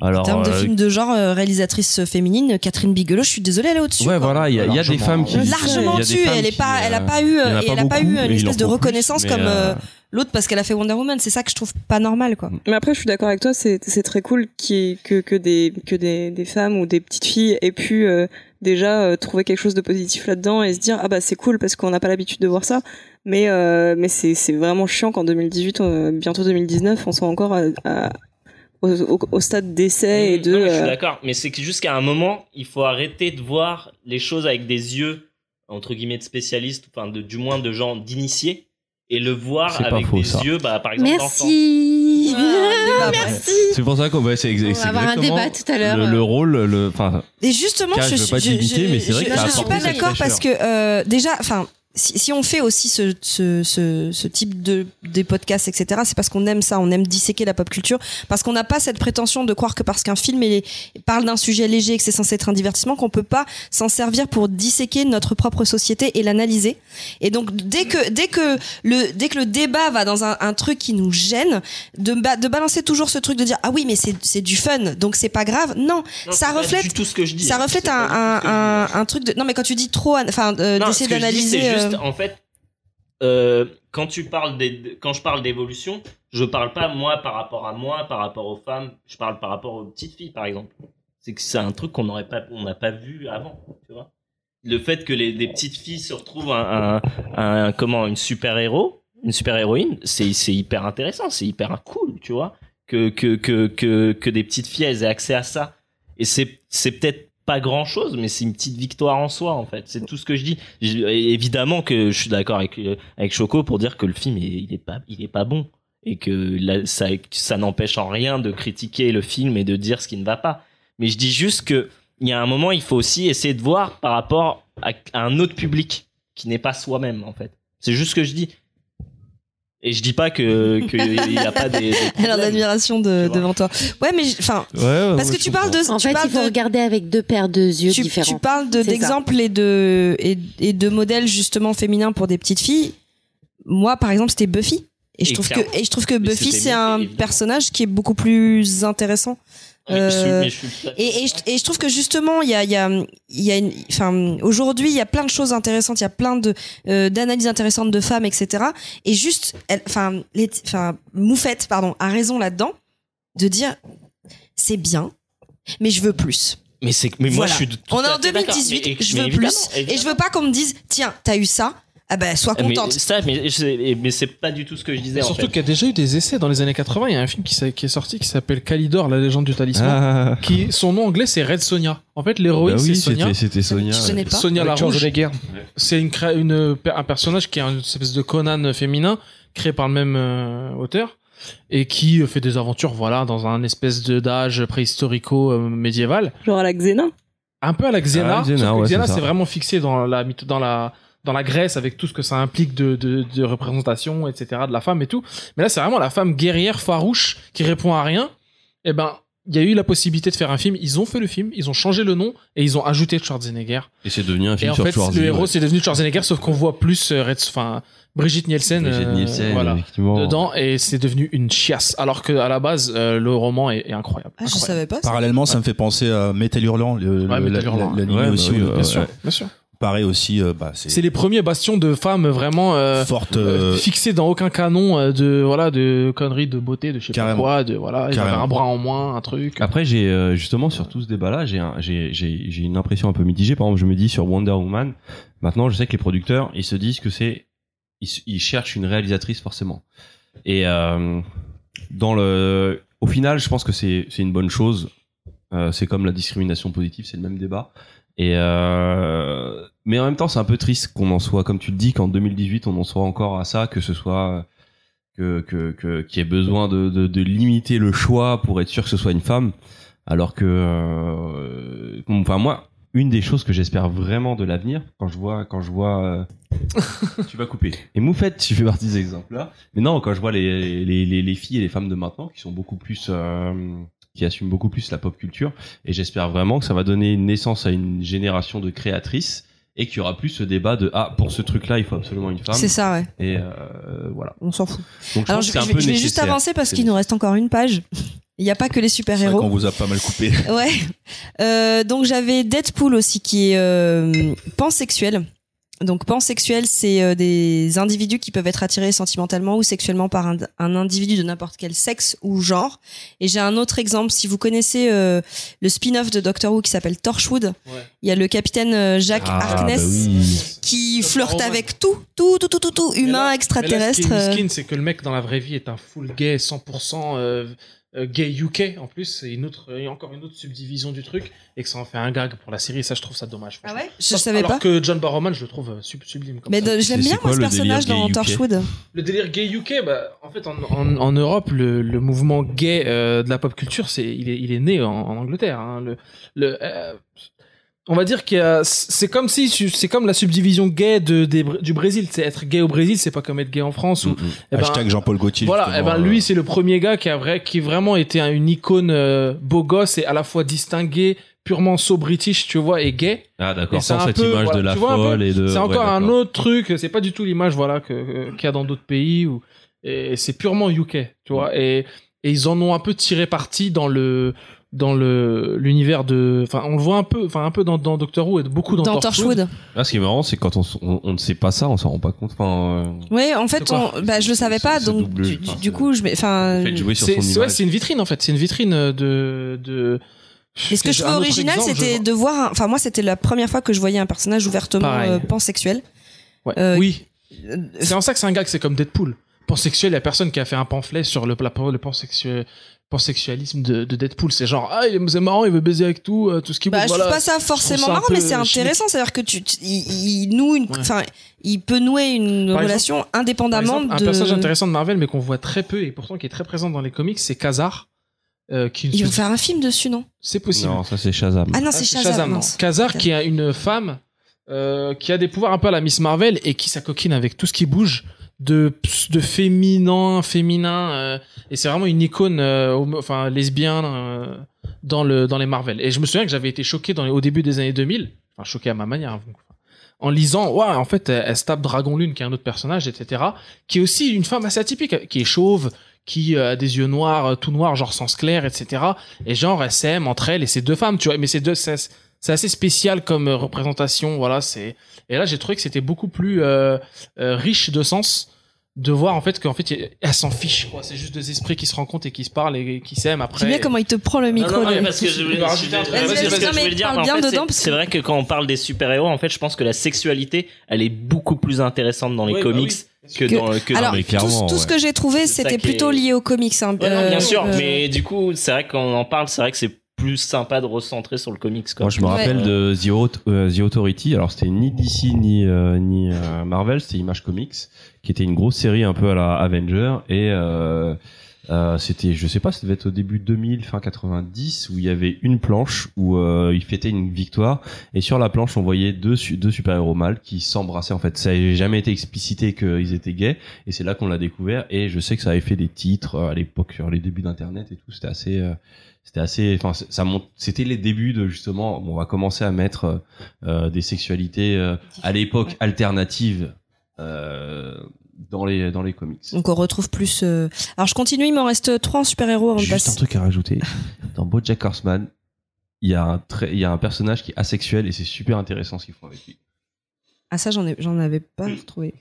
C: alors.
B: En termes de
C: euh,
B: films de genre, euh, réalisatrice féminine, Catherine Bigelow, je suis désolée, elle est au-dessus.
C: Ouais,
B: quoi.
C: voilà, il y a, il y a des
E: Largement.
C: femmes qui.
B: Largement
C: il y a des
B: dessus,
C: femmes
B: elle est
C: qui,
B: pas,
C: euh,
B: elle a pas eu,
C: il y en a
B: et elle a pas
C: beaucoup,
B: eu
C: et
B: une
C: il en
B: espèce de
C: faut plus,
B: reconnaissance
C: mais,
B: comme
C: euh,
B: euh, l'autre parce qu'elle a fait Wonder Woman. C'est ça que je trouve pas normal, quoi.
H: Mais après, je suis d'accord avec toi, c'est c'est très cool qui que, que, des, que des, des femmes ou des petites filles aient pu euh, déjà euh, trouver quelque chose de positif là-dedans et se dire ah bah c'est cool parce qu'on n'a pas l'habitude de voir ça. Mais, euh, mais c'est c'est vraiment chiant qu'en 2018, euh, bientôt 2019, on soit encore à- à- au, au- au stade d'essai et de.
I: Mmh, Non, mais je suis
H: euh,
I: d'accord, mais c'est que jusqu'à un moment, il faut arrêter de voir les choses avec des yeux entre guillemets de spécialistes, enfin de, du moins de gens d'initiés, et le voir
C: C'est pas
I: avec
C: faux,
I: des
C: ça.
I: yeux, bah, par exemple, d'enfant.
G: Merci. <laughs>
B: Ah,
G: Merci.
C: C'est pour ça qu'on va essayer
G: On va avoir un débat tout à l'heure.
C: Le, le rôle, le. Enfin,
B: Et euh. justement,
C: Car
B: je,
C: je veux pas
B: je-
C: t'imiter,
B: je-
C: mais c'est vrai
B: je-
C: que ça
B: je
C: a
B: suis pas
C: apporté cette
B: d'accord parce que euh, déjà, enfin, si, si on fait aussi ce, ce, ce, ce type de des podcasts, etc., c'est parce qu'on aime ça, on aime disséquer la pop culture, parce qu'on n'a pas cette prétention de croire que parce qu'un film il est- parle d'un sujet léger et que c'est censé être un divertissement, qu'on peut pas s'en servir pour disséquer notre propre société et l'analyser. Et donc dès que dès que le dès que le débat va dans un, un truc qui nous gêne, de ba- de balancer toujours ce truc de dire ah oui mais c'est c'est du fun, donc c'est pas grave. Non, ça
I: Non, c'est pas
B: reflète-
I: du tout ce que je dis.
B: ça
I: hein.
B: reflète
I: C'est
B: un,
I: pas du tout ce que je dis.
B: un, un, un truc de. Non, mais quand tu dis trop, an- enfin, euh,
I: Non,
B: d'essayer
I: ce que je dis,
B: d'analyser.
I: C'est juste,
B: euh, <laughs>
I: en fait, euh, quand tu parles des, de- quand je parle d'évolution, je parle pas moi par rapport à moi, par rapport aux femmes. Je parle par rapport aux petites filles, par exemple. C'est que c'est un truc qu'on n'aurait pas, on n'a pas vu avant, tu vois. Le fait que les, des petites filles se retrouvent un, un- un- comment, une super héros, une super héroïne, c'est c'est hyper intéressant, c'est hyper cool, tu vois. Que que que que que des petites filles elles aient accès à ça. Et c'est c'est peut-être pas grand chose, mais c'est une petite victoire en soi, en fait. C'est tout ce que je dis. Je- évidemment que je suis d'accord avec, euh, avec Choco pour dire que le film, est- il est pas, il est pas bon. Et que là, ça, ça n'empêche en rien de critiquer le film et de dire ce qui ne va pas. Mais je dis juste que il y a un moment, il faut aussi essayer de voir par rapport à, à un autre public qui n'est pas soi-même, en fait. C'est juste ce que je dis. Et je dis pas que
B: <laughs>
I: qu'il n'y a pas des. des
B: Elle a
I: problèmes.
B: l'admiration de,
I: Tu vois.
B: devant toi. Ouais, mais j- enfin,
C: ouais, ouais,
B: parce
C: ouais,
B: que
C: je
B: tu
C: comprends.
B: parles de.
G: En
B: tu
G: fait,
B: parles
G: il faut
B: de-
G: regarder avec deux paires de yeux
B: tu, tu
G: différents.
B: parles de-
G: C'est ça.
B: d'exemples et de, et, et de modèles justement féminins pour des petites filles. Moi, par exemple, c'était Buffy. Et je,
I: Et
B: trouve que,
I: clairement.
B: et je trouve que
I: Mais
B: Buffy,
I: c'était
B: c'est
I: mieux,
B: un
I: évidemment.
B: personnage qui est beaucoup plus intéressant.
I: Mais je suis-
B: Euh,
I: mais je suis tout à fait
B: Et, et, je, et je trouve que justement, il y a, il y a, il y a une, enfin, aujourd'hui, il y a plein de choses intéressantes, il y a plein de euh, d'analyses intéressantes de femmes, etc. Et juste, elle- enfin, les, enfin, Moufette, pardon, a raison là-dedans de dire, c'est bien, mais je veux plus.
I: Mais c'est que- mais moi
B: Voilà.
I: je suis de- tout
B: On est
I: à
B: en
I: fait d'accord.
B: 2018,
I: Mais-
B: je
I: mais
B: veux
I: évidemment,
B: plus, et
I: évidemment.
B: je veux pas qu'on me dise, tiens, t'as eu ça, ah ben, sois
I: Mais
B: contente.
I: ça, mais c'est- mais c'est pas du tout ce que je disais.
D: Et
I: en
D: surtout
I: fait.
D: qu'il y a déjà eu des essais dans les années 80. Il y a un film qui, s'est- qui est sorti qui s'appelle Calidor, la légende du talisman.
C: Ah,
D: Qui, son nom anglais, c'est Red Sonia. En fait, l'héroïne,
C: bah
D: c'est
C: oui,
D: Sonia.
C: c'était- c'était Sonia.
B: Tu connais pas
D: Sonia la
A: Avec
D: Rouge,
A: Schwarzenegger.
D: c'est une, créa- une per- un personnage qui est une espèce de Conan féminin, créé par le même euh, auteur, et qui euh, fait des aventures, voilà, dans un espèce de d'âge euh, préhistorico-médiéval,
H: Genre à la Xena.
D: un peu à la Xena.
C: Ah, Xena,
D: sauf que
C: ouais,
D: Xena,
C: c'est ça.
D: c'est vraiment fixé dans la, mytho- dans la dans la Grèce avec tout ce que ça implique de, de, de représentation, etc., de la femme et tout. Mais là, c'est vraiment la femme guerrière farouche qui répond à rien. Eh ben, il y a eu la possibilité de faire un film. Ils ont fait le film, ils ont changé le nom et ils ont ajouté Schwarzenegger.
C: Et c'est devenu un
D: Et
C: film
D: en
C: sur
D: fait,
C: Schwarzenegger.
D: le héros, c'est devenu Schwarzenegger, sauf qu'on voit plus euh, Red- enfin, Brigitte Nielsen,
C: Brigitte
D: euh,
C: Nielsen,
D: voilà,
C: effectivement.
D: dedans, et c'est devenu une chiasse. Alors que à la base, euh, le roman est, est incroyable.
B: Ah, je
D: Incroyable.
B: savais pas. ça.
E: Parallèlement, ça me fait penser à Metal Hurlant, le-
D: Ouais,
E: le-
D: Metal
E: la-
D: Hurlant.
E: la- l'anime
C: Ouais, bah
E: aussi.
C: oui,
E: euh,
C: bien sûr.
E: euh,
D: Bien sûr.
E: Pareil aussi, euh, bah, c'est
D: C'est les premiers bastions de femmes vraiment euh,
E: forte.
D: euh,
E: euh,
D: fixées dans aucun canon euh, de voilà de conneries, de beauté, de je sais pas
E: Carrément.
D: quoi, de voilà, ils avaient
E: Carrément.
D: un bras en moins, un truc.
C: Après, j'ai euh, justement sur tout ce débat-là, j'ai un- j'ai j'ai- j'ai une impression un peu mitigée. Par exemple, je me dis sur Wonder Woman, maintenant, je sais que les producteurs, ils se disent que c'est, ils, s- ils cherchent une réalisatrice forcément. Et euh, dans le, au final, je pense que c'est c'est une bonne chose. Euh, c'est comme la discrimination positive, c'est le même débat. Et euh, mais en même temps, c'est un peu triste qu'on en soit, comme tu le dis, qu'en 2018, on en soit encore à ça, que ce soit euh, que que que qu'il y ait besoin de, de de limiter le choix pour être sûr que ce soit une femme, alors que euh, enfin moi, une des choses que j'espère vraiment de l'avenir, quand je vois quand je vois euh, tu vas couper. Et Moufette, tu fais partie des exemples-là. Mais non, quand je vois les, les, les, les filles et les femmes de maintenant qui sont beaucoup plus, euh, qui assument beaucoup plus la pop culture, et j'espère vraiment que ça va donner naissance à une génération de créatrices et qu'il y aura plus ce débat de ah pour ce truc-là il faut absolument une femme.
B: C'est ça, ouais.
C: Et euh, voilà.
B: On s'en fout.
C: Donc je
B: Alors
C: pense
B: je,
C: que c'est un
B: je
C: peu
B: vais, je vais juste
C: nécessaire.
B: avancer parce
C: C'est
B: qu'il nous reste encore une page. Il n'y a pas que les
E: C'est vrai qu'on
B: super-héros.
E: vous a pas mal coupé.
B: Ouais. <laughs> Euh, donc j'avais Deadpool aussi qui est euh, pansexuel. Donc pansexuel, c'est euh, des individus qui peuvent être attirés sentimentalement ou sexuellement par un, un individu de n'importe quel sexe ou genre. Et j'ai un autre exemple. Si vous connaissez euh, le spin-off de Doctor Who qui s'appelle Torchwood, il y a le capitaine euh, Jacques Harkness
C: bah oui.
B: qui
D: Doctor
B: flirte
D: Roman.
B: avec tout, tout, tout, tout, tout, tout,
D: Mais
B: humain,
D: là-
B: extraterrestre.
D: Mais là, ce qui est
B: euh,
D: miskin, c'est que le mec dans la vraie vie est un full gay 100% euh, euh, gay UK en plus. C'est une autre, euh, encore une autre subdivision du truc et que ça en fait un gag pour la série. Ça, je trouve ça dommage.
B: Ah
D: franchement.
B: ouais Je savais
D: Alors
B: pas.
D: que John Barrowman, je le trouve euh, sub- sublime. Comme
B: Mais
D: ça.
B: de- je l'aime
C: C'est
B: bien, moi,
C: quoi
B: ce
C: le délire
B: personnage
C: gay
B: dans
C: UK?
B: Torchwood.
D: Le délire gay UK, bah, en fait, en, en- en Europe, le, le mouvement gay euh, de la pop culture, c'est, il, est, il est né en, en Angleterre. hein. Le, le, euh, on va dire que c'est comme si tu- c'est comme la subdivision gay de, des Br- du Brésil. C'est être gay au Brésil, c'est pas comme être gay en France. Ou,
C: Mm, mm.
D: eh ben,
E: Hashtag Jean-Paul Gaultier.
D: voilà, eh ben
E: justement, euh.
D: lui c'est le premier gars qui a vrai, qui vraiment était un- une icône euh, beau gosse et à la fois distingué, purement so british, tu vois, et gay.
C: Ah
D: Et
C: d'accord,
D: c'est
C: sans
D: un
C: cette
D: peu-
C: image
D: voilà,
C: de la
D: tu vois un peu,
C: folle et de.
D: c'est encore
C: ouais,
D: un
C: d'accord.
D: autre truc, c'est pas du tout l'image voilà que- que- qu'il y a dans d'autres pays où et c'est purement UK, tu vois. Et, et ils en ont un peu tiré parti dans le dans le l'univers de enfin on le voit un peu enfin un peu dans, dans Doctor Who et beaucoup dans,
B: Dans
D: Torchwood.
B: Torchwood.
C: Là, Ah, ce qui est marrant, c'est quand on, s- on, on ne sait pas ça, on s'en rend pas compte. Enfin, euh,
B: Ouais, en
D: C'est
B: fait,
D: quoi
B: on- bah, je le savais
C: Ce-
B: pas,
C: ce
B: donc
C: double,
B: du,
C: je pense,
B: du- du
C: euh,
B: coup, je, mets- enfin,
C: le fait de jouer sur
D: C'est
C: son
D: c'est- ouais,
C: image.
D: c'est une vitrine en fait, c'est une vitrine euh, de de
B: Mais ce que je
D: un
B: trouve
D: autre
B: original,
D: exemple, je
B: c'était
D: vois.
B: de voir. un- Enfin, moi, c'était la première fois que je voyais un personnage ouvertement
D: Pareil.
B: euh, pansexuel.
D: Ouais.
B: euh,
D: oui,
B: Euh,
D: c'est en ça que c'est un gag, c'est comme Deadpool. Pansexuel, il y a personne qui a fait un pamphlet sur le, pla- le pansexu- pansexualisme de, de Deadpool. C'est genre, ah, il est c'est marrant, il veut baiser avec tout, euh, tout ce qui
B: Bah,
D: bouge,
B: je
D: voilà.
B: trouve pas ça forcément
D: ça un
B: marrant,
D: peu
B: mais c'est
D: chimique.
B: intéressant. C'est-à-dire que tu, tu- il, il noue une,
D: Ouais.
B: enfin, il peut nouer une
D: Par exemple-
B: relation
D: Par
B: indépendamment
D: exemple,
B: de.
D: Un personnage intéressant de Marvel, mais qu'on voit très peu et pourtant qui est très présent dans les comics, c'est Kazar. euh, qui
B: Ils
D: se-
B: vont faire un film dessus, non
D: C'est possible.
C: Non, ça c'est Shazam.
B: Ah non,
D: Ah,
B: c'est
D: c'est
B: Shazam.
D: non.
B: mince.
D: Kazar, qui est une femme euh, qui a des pouvoirs un peu à la Miss Marvel et qui s'acoquine avec tout ce qui bouge de, de féminin, féminin. euh, et c'est vraiment une icône euh, homo- enfin, lesbienne euh, dans, le, dans les Marvel. Et je me souviens que j'avais été choqué dans les- au début des années 2000. Enfin, choqué à ma manière. hein, donc, en lisant, ouais, en fait, elle, elle se tape Dragon Lune, qui est un autre personnage, etc. Qui est aussi une femme assez atypique, qui est chauve, qui euh, a des yeux noirs, euh, tout noir, genre sens clair, etc. Et genre, elles s'aiment entre elles, et c'est deux femmes, tu vois. Mais c'est deux, c'est c'est assez spécial comme euh, représentation, voilà. C'est et là, j'ai trouvé que c'était beaucoup plus euh, euh, riche de sens de voir en fait qu'en fait, y- elles s'en fichent, quoi. C'est juste deux esprits qui se rencontrent et qui se parlent et qui s'aiment après.
B: J'aime bien comment il te prend le
I: Non,
B: micro.
I: non, mais
B: le-
I: parce que je voulais
D: Tu veux rajouter un truc
I: parce
D: Vas-y,
I: que
D: vas-y,
I: je
D: non,
B: mais
I: voulais dire,
B: parle
I: mais en
B: bien
I: fait, c'est-
B: dedans, parce que-
I: c'est vrai que quand on parle des super-héros, en fait, je pense que la sexualité, elle est beaucoup plus intéressante dans les
D: Ouais, bah
I: comics
D: oui, bien sûr.
I: que,
B: Que-
I: dans que dans
B: Alors,
C: mais
B: tout,
C: clairement,
B: tout ce
C: ouais.
B: que j'ai trouvé,
I: C'est ça
B: c'était
I: qui est-
B: plutôt lié aux comics. hein,
I: Ouais, non,
B: euh,
I: bien sûr,
B: euh,
I: mais du coup, c'est vrai qu'on en parle, c'est vrai que c'est plus sympa de recentrer sur le comics. Quoi.
C: Moi, je me
B: Ouais.
C: rappelle de The, Aut- euh, The Authority. Alors, c'était ni DC ni euh, ni euh, Marvel, c'était Image Comics, qui était une grosse série un peu à la Avenger. Et euh, euh, c'était, je sais pas, ça devait être au début 2000, fin 90, où il y avait une planche où euh, ils fêtaient une victoire. Et sur la planche, on voyait deux su- deux super héros mâles qui s'embrassaient. En fait, ça n'avait jamais été explicité qu'ils étaient gays. Et c'est là qu'on l'a découvert. Et je sais que ça avait fait des titres euh, à l'époque sur les débuts d'Internet et tout. C'était assez euh, c'était assez enfin c- ça monte c'était les débuts de justement bon, on va commencer à mettre euh, euh, des sexualités euh, à l'époque
B: Ouais.
C: alternatives euh, dans les dans les comics
B: Donc on retrouve plus. euh, Alors je continue, il m'en reste trois en super-héros avant de
C: juste
B: passer.
C: un truc à rajouter dans BoJack Horseman il y a un trait- il y a un personnage qui est asexuel et c'est super intéressant ce qu'ils font avec lui
B: Ah ça j'en ai- j'en avais pas retrouvé.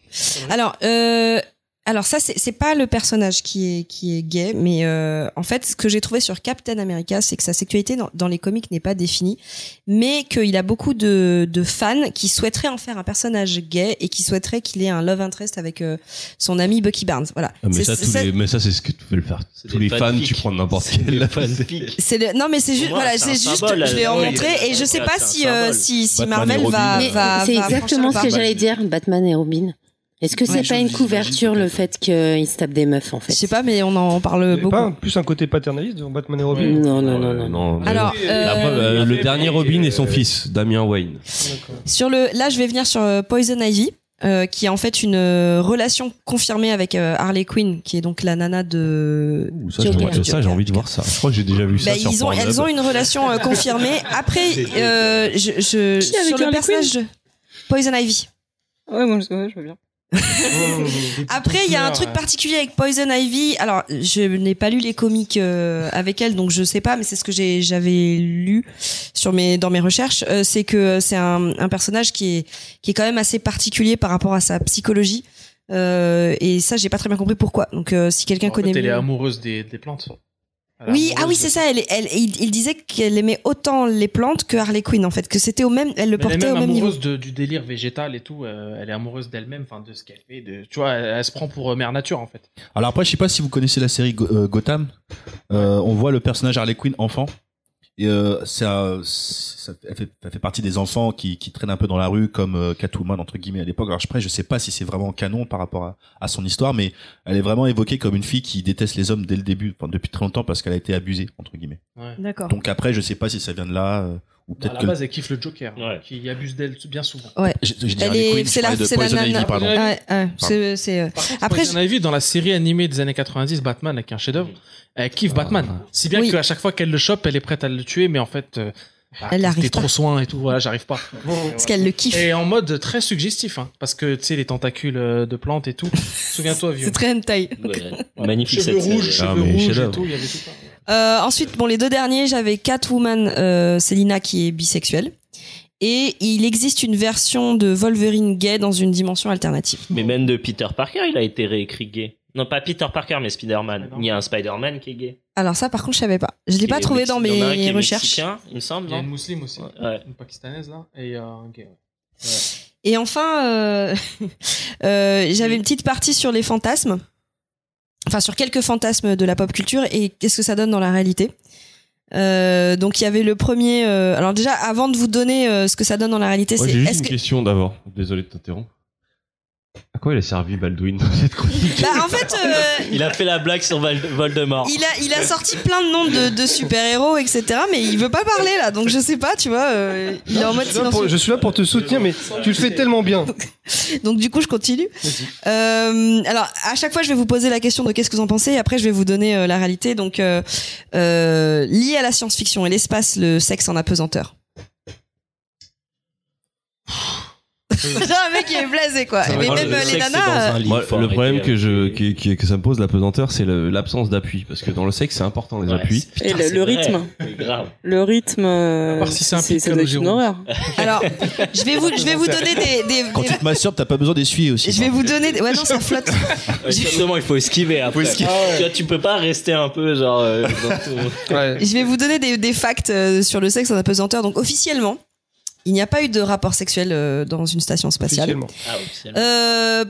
B: Alors euh, alors ça c'est c'est pas le personnage qui est qui est gay mais euh, en fait ce que j'ai trouvé sur Captain America c'est que sa sexualité dans, dans les comics n'est pas définie mais qu'il a beaucoup de, de fans qui souhaiteraient en faire un personnage gay et qui souhaiteraient qu'il ait un love interest avec euh, son ami Bucky Barnes voilà. C'est- c'est-
C: Ah, mais ça c'est ce que tu peux le faire
I: C'est Tous des les fans, fanfics. tu prends
C: n'importe
I: C'est des fanfics.
B: c'est le- non mais c'est juste
I: Pour moi,
B: voilà
I: c'est un
B: c'est juste
I: symbole,
B: je vais en
I: oui,
B: montrer et je sais pas
I: c'est un
B: si euh,
I: symbole.
B: si si
E: Batman et
B: Marvel va
E: Robin.
G: Mais
B: va
G: c'est
B: va franchir
G: exactement
B: le
G: ce que
B: pas.
G: j'allais dire, Batman et Robin. Est-ce que c'est
E: Ouais,
G: pas une
E: je-
G: couverture le fait qu'ils se tapent des meufs en
B: Je
G: fait
B: sais pas mais on en parle
A: Vous avez pas
B: beaucoup.
A: plus un côté paternaliste dans Batman et Robin
G: Non, non, non, non.
B: Alors
C: La preuve,
B: euh,
C: euh, le dernier Robin et son fils Damien Wayne
B: Sur le, là, je vais venir sur euh, Poison Ivy, euh, qui est en fait une euh, relation confirmée avec euh, Harley Quinn, qui est donc la nana de.
C: Ouh, ça,
G: Joker.
C: j'ai- ça, j'ai envie de voir ça. Je crois que j'ai déjà vu
B: Bah,
C: ça sur
B: ils ont,
C: Pornhub. <laughs>
B: elles ont une relation euh, confirmée. Après, euh, je, je-
H: Qui avec
B: sur le
H: Harley
B: personnage de Poison Ivy.
H: Ouais, moi, je, ouais, je veux bien.
B: Après, il y a un truc
D: euh,
B: particulier avec Poison Ivy. Alors, je n'ai pas lu les comics euh, avec elle, donc je sais pas, mais c'est ce que j'ai- j'avais lu sur mes, dans mes recherches. euh, c'est que c'est un, un personnage qui est, qui est quand même assez particulier par rapport à sa psychologie. Euh, et ça, j'ai pas très bien compris pourquoi. Donc, euh, si quelqu'un
D: En fait,
B: connaît
D: elle est
B: mieux-
D: amoureuse des, des plantes. Elle est
B: oui, ah
D: amoureuse
B: oui,
D: de-
B: c'est ça. Elle, est- elle, il, il disait qu'elle aimait autant les plantes que Harley Quinn, en fait, que c'était au même, elle le
D: Mais elle
B: portait
D: est même
B: au même niveau.
D: amoureuse de- du délire végétal et tout. euh, elle est amoureuse d'elle-même, enfin de ce qu'elle fait. De, tu vois, elle, elle se prend pour euh, mère nature en fait.
E: Alors après, je sais pas si vous connaissez la série Go- euh, Gotham. Euh, on voit le personnage Harley Quinn enfant. Et euh, ça, ça- elle, fait, elle fait partie des enfants qui, qui traînent un peu dans la rue comme euh, Catwoman entre guillemets à l'époque. Alors après, je sais pas si c'est vraiment canon par rapport à, à son histoire, mais elle est vraiment évoquée comme une fille qui déteste les hommes dès le début, enfin, depuis très longtemps parce qu'elle a été abusée entre guillemets.
B: D'accord.
E: Donc après, je sais pas si ça vient de là euh,
D: Bah,
E: ou
D: à
E: peut-être
D: la
E: que
D: base, elle kiffe le Joker, hein,
I: Ouais.
D: qui abuse d'elle bien souvent.
B: Ouais.
E: J'ai- j'ai dit
B: Elle
E: Harley
B: est,
E: Quinn, je
B: c'est la,
E: parlais de
B: c'est la
E: Poison
B: nana.
E: Ivy, pardon.
B: Ouais, ouais, c'est- c'est, euh, Après,
D: Après, j'en avais vu dans la série animée des années 90, Batman avec un chef-d'œuvre. Elle kiffe
E: Ah.
D: Batman. Si bien
B: Oui.
D: qu'à chaque fois qu'elle le chope, elle est prête à le tuer, mais en fait, euh, bah,
B: Elle arrive
D: t'es
B: pas.
D: trop soin et tout. Voilà, j'arrive pas.
B: parce qu'elle le kiffe.
D: Et en mode très suggestif, hein, parce que tu sais, les tentacules euh, de
B: <laughs>
D: plantes et tout. Souviens-toi, vieux.
B: C'est très hentai. <laughs>
I: Ouais. Magnifique
D: Cheveux
I: cette
D: rouges,
I: série.
C: Ah,
D: cheveux
C: mais
D: rouges et
C: chef-d'œuvre.
D: tout. Il y avait tout ça.
B: Euh, ensuite, bon, les deux derniers, j'avais Catwoman, euh, Selina qui est bisexuelle. Et il existe une version de Wolverine gay dans une dimension alternative.
I: Mais même de Peter Parker, il a été réécrit gay. Non, pas Peter Parker, mais Spider-Man.
D: Spider-Man.
I: Il y a un Spider-Man qui est gay.
B: Alors ça, par contre, je savais pas. Je l'ai pas
I: Qui est
B: trouvé dans
I: Mexi- il y en a un qui
B: mes
I: est
B: recherches.
I: mexicain, il me semble.
D: Il y a une
I: non
D: muslime aussi,
I: Ouais.
D: une pakistanaise là, et euh, un gay. ouais.
B: Et enfin, euh, <laughs> euh, j'avais une petite partie sur les fantasmes. Enfin, sur quelques fantasmes de la pop culture et qu'est-ce que ça donne dans la réalité. Euh, donc, il y avait le premier. euh, alors, déjà, avant de vous donner euh, ce que ça donne dans la réalité,
C: Moi,
B: c'est.
C: j'ai juste
B: est-ce
C: une
B: que-
C: question d'abord. Désolé de t'interrompre. Ah, À quoi il a servi Baldwin dans cette chronique
B: Bah, en fait, euh,
I: Il a fait la blague sur Val- Voldemort.
B: Il a, il a sorti plein de noms de, de super-héros, etc. Mais il veut pas parler là, donc je sais pas, tu vois. euh, il est en mode
A: Je suis là pour-
B: silencieux.
A: je suis là pour te soutenir, mais tu le fais tellement
B: <laughs>
A: bien.
B: Donc du coup, je continue. Euh, alors, à chaque fois, je vais vous poser la question de qu'est-ce que vous en pensez, et après, je vais vous donner euh, la réalité. Donc, euh, euh, lié à la science-fiction et l'espace, le sexe en apesanteur. le mec, il est blasé quoi.
D: Ça va
B: Mais
D: être
B: même
D: le
B: euh, les
I: Oh, sexe, c'est
B: nanas.
I: dans un lit,
C: Moi,
I: faut
C: le
I: arrêter,
C: problème
I: euh,
C: que, je, qui- qui- que ça me pose, la pesanteur, c'est le- l'absence d'appui. Parce que dans le sexe, c'est important les
I: Ouais,
C: appuis.
I: c'est- putain,
H: Et le-
I: c'est
H: le
I: vrai.
H: rythme.
I: Mais grave.
H: Le rythme, euh,
D: À part si c'est un
H: ça
D: piccolo
H: doit être une
D: Jérôme.
H: horreur.
B: Alors,
D: <laughs>
B: je vais vous, je vais vous donner des, des-
E: quand
B: des-
E: tu te masturbes, t'as pas besoin d'essuyer aussi.
B: je vais vous donner. des- Ouais, non, ça flotte.
I: Justement, il faut esquiver après.
E: esquiver.
I: Tu vois, Tu peux pas rester un peu genre. euh, dans tout-
E: Euh,
A: Ouais.
B: Je vais vous donner des, des facts euh, sur le sexe en apesanteur. Donc, officiellement, il n'y a pas eu de rapport sexuel euh, dans une station spatiale.
A: officiellement.
I: Ah, officiellement.
B: Euh,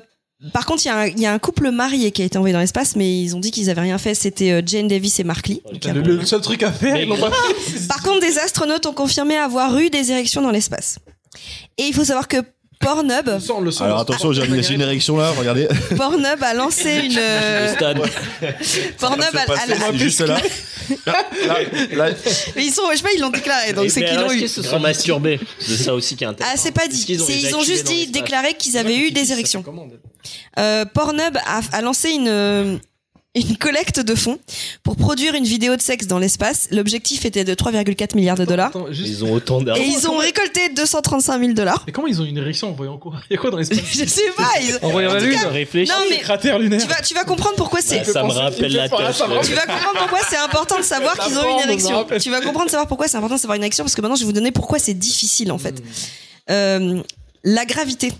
B: par contre, il y, a un- il y a un couple marié qui a été envoyé dans l'espace, mais ils ont dit qu'ils avaient rien fait. C'était euh, Jane Davis et Mark Lee. Donc, il y a-
D: Le, le seul truc à faire,
I: Mais
D: ils
I: <laughs>
D: l'ont pas fait.
B: Par contre, des astronautes ont confirmé avoir eu des érections dans l'espace. Et il faut savoir que Pornhub,
D: Le sang- le sang-
E: Alors attention, j'ai laissé une érection là,
B: <laughs>
E: regardez.
B: Pornhub a lancé une.
I: Le
B: euh,
I: stade.
B: Pornhub a, a- a-
E: C'est juste là.
B: mais ils sont, je sais pas, ils l'ont déclaré,
I: Et
B: donc c'est
I: ben,
B: qu'ils l'ont
I: est-ce
B: eu.
I: qu'ils se sont masturbés. C'est ça aussi qui est intéressant.
B: Ah, c'est pas dit.
I: Est-ce qu'ils
B: C'est- ils ont
I: éjaculé
B: juste
I: dans
B: dit,
I: l'espace
B: déclaré qu'ils avaient eu des érections. Euh, Pornhub a, a lancé une, euh, une collecte de fonds pour produire une vidéo de sexe dans l'espace. L'objectif était de 3,4 milliards de dollars.
D: Attends, juste-
I: Ils ont autant d'argent.
B: Et ils ont récolté 235 000 dollars.
D: Mais comment ils ont une érection en voyant quoi Il y a quoi dans l'espace
B: <laughs> Je sais pas. ils-
D: En voyant la lune
I: Réfléchis.
B: Non, mais
D: Cratère lunaire
B: tu vas, tu vas comprendre pourquoi c'est.
I: Bah, ça me rappelle la
D: Voilà,
I: tâche.
D: ça me
B: Tu vas comprendre pourquoi c'est important de savoir qu'ils ont eu une érection.
D: rappelle.
B: Tu vas
C: <laughs>
B: comprendre savoir pourquoi c'est important de savoir une érection parce que maintenant je vais vous donner pourquoi c'est difficile en fait. Euh, la gravité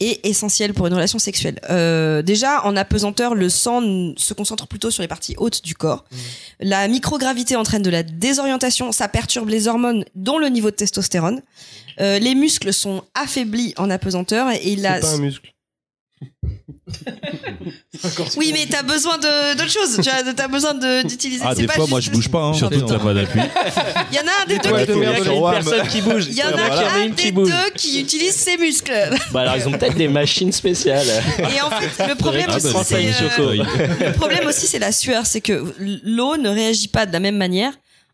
B: est essentielle pour une relation sexuelle. Euh, déjà, en apesanteur, le sang n- se concentre plutôt sur les parties hautes du corps. La microgravité entraîne de la désorientation, ça perturbe les hormones, dont le niveau de testostérone. Euh, les muscles sont affaiblis en apesanteur et la...
A: C'est pas un muscle.
B: <laughs> Oui, mais t'as besoin de- d'autre chose. Tu vois, t'as besoin de- d'utiliser.
E: Ah,
B: c'est
E: des
B: pas
E: fois, moi je
B: juste-
E: bouge pas. Hein.
C: Surtout que t'as pas d'appui. Ah
B: Il y en a un des deux
A: Ouais,
E: Ouais,
A: de
E: faut
A: merde,
E: bien
A: là,
E: qu'on
A: il y a une
E: rame.
A: personne qui bouge.
B: Il y en a
E: Voilà.
B: un
I: Une
B: des
I: qui bouge.
B: deux qui utilise ses muscles.
I: Bah alors ils ont peut-être des machines spéciales.
B: Et en fait,
I: <laughs>
B: le problème
I: Ah, bah,
B: aussi,
I: c'est
B: c'est
I: une
B: euh,
I: <laughs> choco.
B: le problème aussi, c'est la sueur, c'est que l'eau ne réagit pas de la même manière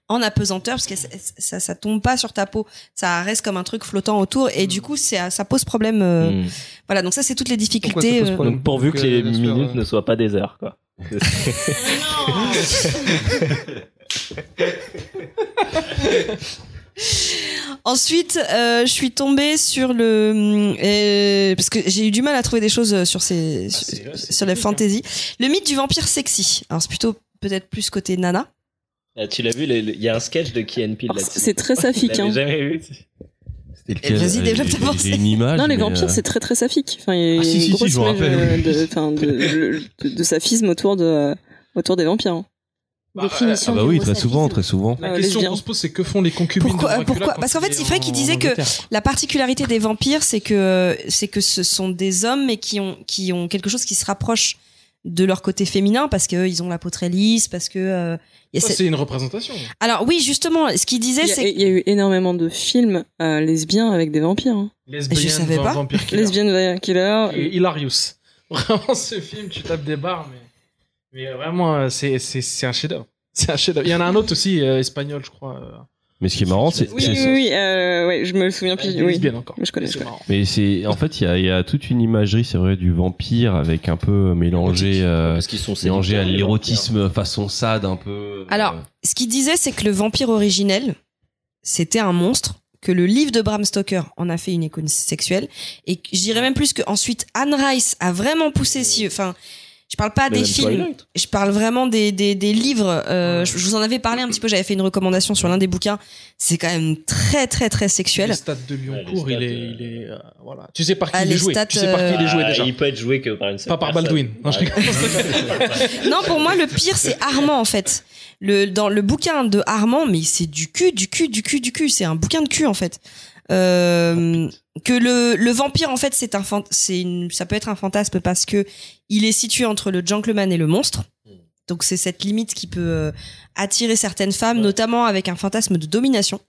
B: en apesanteur parce que ça, ça, ça tombe pas sur ta peau, ça reste comme un truc flottant autour et du coup, c'est- ça pose problème. euh,
I: Mm.
B: Voilà, donc ça, c'est toutes les
A: Pourquoi ça
B: difficultés.
A: pose
B: euh,
A: problème
I: Donc pourvu que
A: Donc,
I: les
A: euh, bien sûr,
I: minutes
D: hein
A: euh,
I: ne soient pas des
B: <laughs>
I: heures quoi.
B: Ensuite, euh, je suis tombée sur le euh, parce que j'ai eu du mal à trouver des choses sur
I: Ah,
B: ces sur, sur
I: hein.
B: la fantasy. Le mythe du vampire sexy. Alors c'est plutôt peut-être plus côté nana.
I: Ah, tu l'as vu, le- le- il y a un sketch de Key Peele
B: Oh,
H: Alors,
I: là-dessus.
H: C'est très
I: Vous
H: saphique.
I: l'avez
H: hein.
I: jamais vu
C: C'était
B: Eh,
C: lequel
B: vas-y, développe
C: euh, J'ai-
B: ta
C: j'ai-
B: pensée.
C: J'ai une image.
H: Non, les
C: mais,
H: vampires,
C: euh,
H: c'est très très saphique. Enfin, il y a
C: Ah, si,
H: une
C: si, si,
H: grosse
C: je me
H: mèche,
C: rappelle,
H: euh,
C: oui.
H: de, enfin,
C: <laughs>
H: de, le- de, de saphisme autour de, euh, autour des vampires. hein.
C: Ah,
G: Définition
C: bah
G: du
C: oui,
G: mot
C: très
G: saphisme.
C: souvent, très souvent.
D: euh, La
H: Euh,
D: question
H: lesbien.
D: qu'on se pose, c'est que font les concubines
B: Pourquoi-
D: de Dracula
B: pourquoi
D: quand
B: Parce qu'en
D: il
B: fait,
D: est
B: c'est vrai
D: en-
B: qu'il
D: en
B: disait que-
D: Angleterre
B: La particularité des vampires, c'est que c'est que ce sont des hommes mais qui ont qui ont quelque chose qui se rapproche de leur côté féminin parce que euh, ils ont la peau très lisse, parce que euh, il y a
D: Ça,
B: cette-
D: c'est une représentation.
B: alors Ah oui justement, ce qu'il disait
H: Il y, a,
B: c'est
H: il y a eu énormément de films euh, lesbiens avec des vampires. Hein.
D: Lesbian,
B: Je savais pas.
D: Vampire Killer.
H: Lesbian Vampire Killer.
D: Et Hilarious. <laughs> Vraiment, ce film, tu tapes des barres, mais, mais vraiment, euh, c'est, c'est, c'est un chef-d'œuvre. <laughs> C'est un chef-d'œuvre. Il y en a un autre aussi, euh, espagnol, je crois. euh,
C: Mais ce qui est marrant, c'est.
H: Oui,
C: c'est-
H: oui, oui, euh, ouais, je me le souviens plus.
D: avec des
H: Oui.
D: lesbiennes encore.
H: Mais je connais,
D: Et
H: je
D: c'est
H: connais.
D: marrant.
C: Mais c'est. En fait, il y a- il y, a toute une imagerie, c'est vrai, du vampire avec un peu mélangé. euh,
I: Parce qu'ils sont
C: Mélangé à
I: séducteurs, les
C: l'érotisme façon sad un peu. euh,
B: Alors, ce qu'il disait, c'est que le vampire originel, c'était un monstre, que le livre de Bram Stoker en a fait une icône sexuelle, et que- je dirais même plus que ensuite Anne Rice a vraiment poussé si, enfin, je parle pas
I: vampires.
B: des
I: Même
B: films,
I: Twilight.
B: je parle vraiment des, des, des livres. euh, je, je vous en avais parlé un petit peu, j'avais fait une recommandation sur l'un des bouquins. C'est quand même très très très
D: Le
B: sexuel.
D: stade de Lyoncourt,
I: Ouais, les
D: il est.
I: stats,
D: Il est euh, voilà. Tu sais par qui
B: Ah,
D: il est
B: les
D: joué.
B: stats, euh,
D: tu sais par qui il est joué
I: Ah,
D: déjà.
I: Il peut être joué que par une seule
D: Pas par
I: personne.
D: Baldwin. Non, je
B: <laughs>
I: Ouais.
B: Non, pour moi, le pire, c'est Armand, en fait. Le, dans le bouquin de Armand, mais c'est du cul, du cul, du cul, du cul. C'est un bouquin de cul, en fait. Euh,
I: Ah,
B: que le, le vampire, en fait, c'est un fan- c'est une, ça peut être un fantasme parce que il est situé entre le gentleman et le monstre.
I: Hmm.
B: Donc c'est cette limite qui peut euh, attirer certaines femmes, notamment avec un fantasme de domination.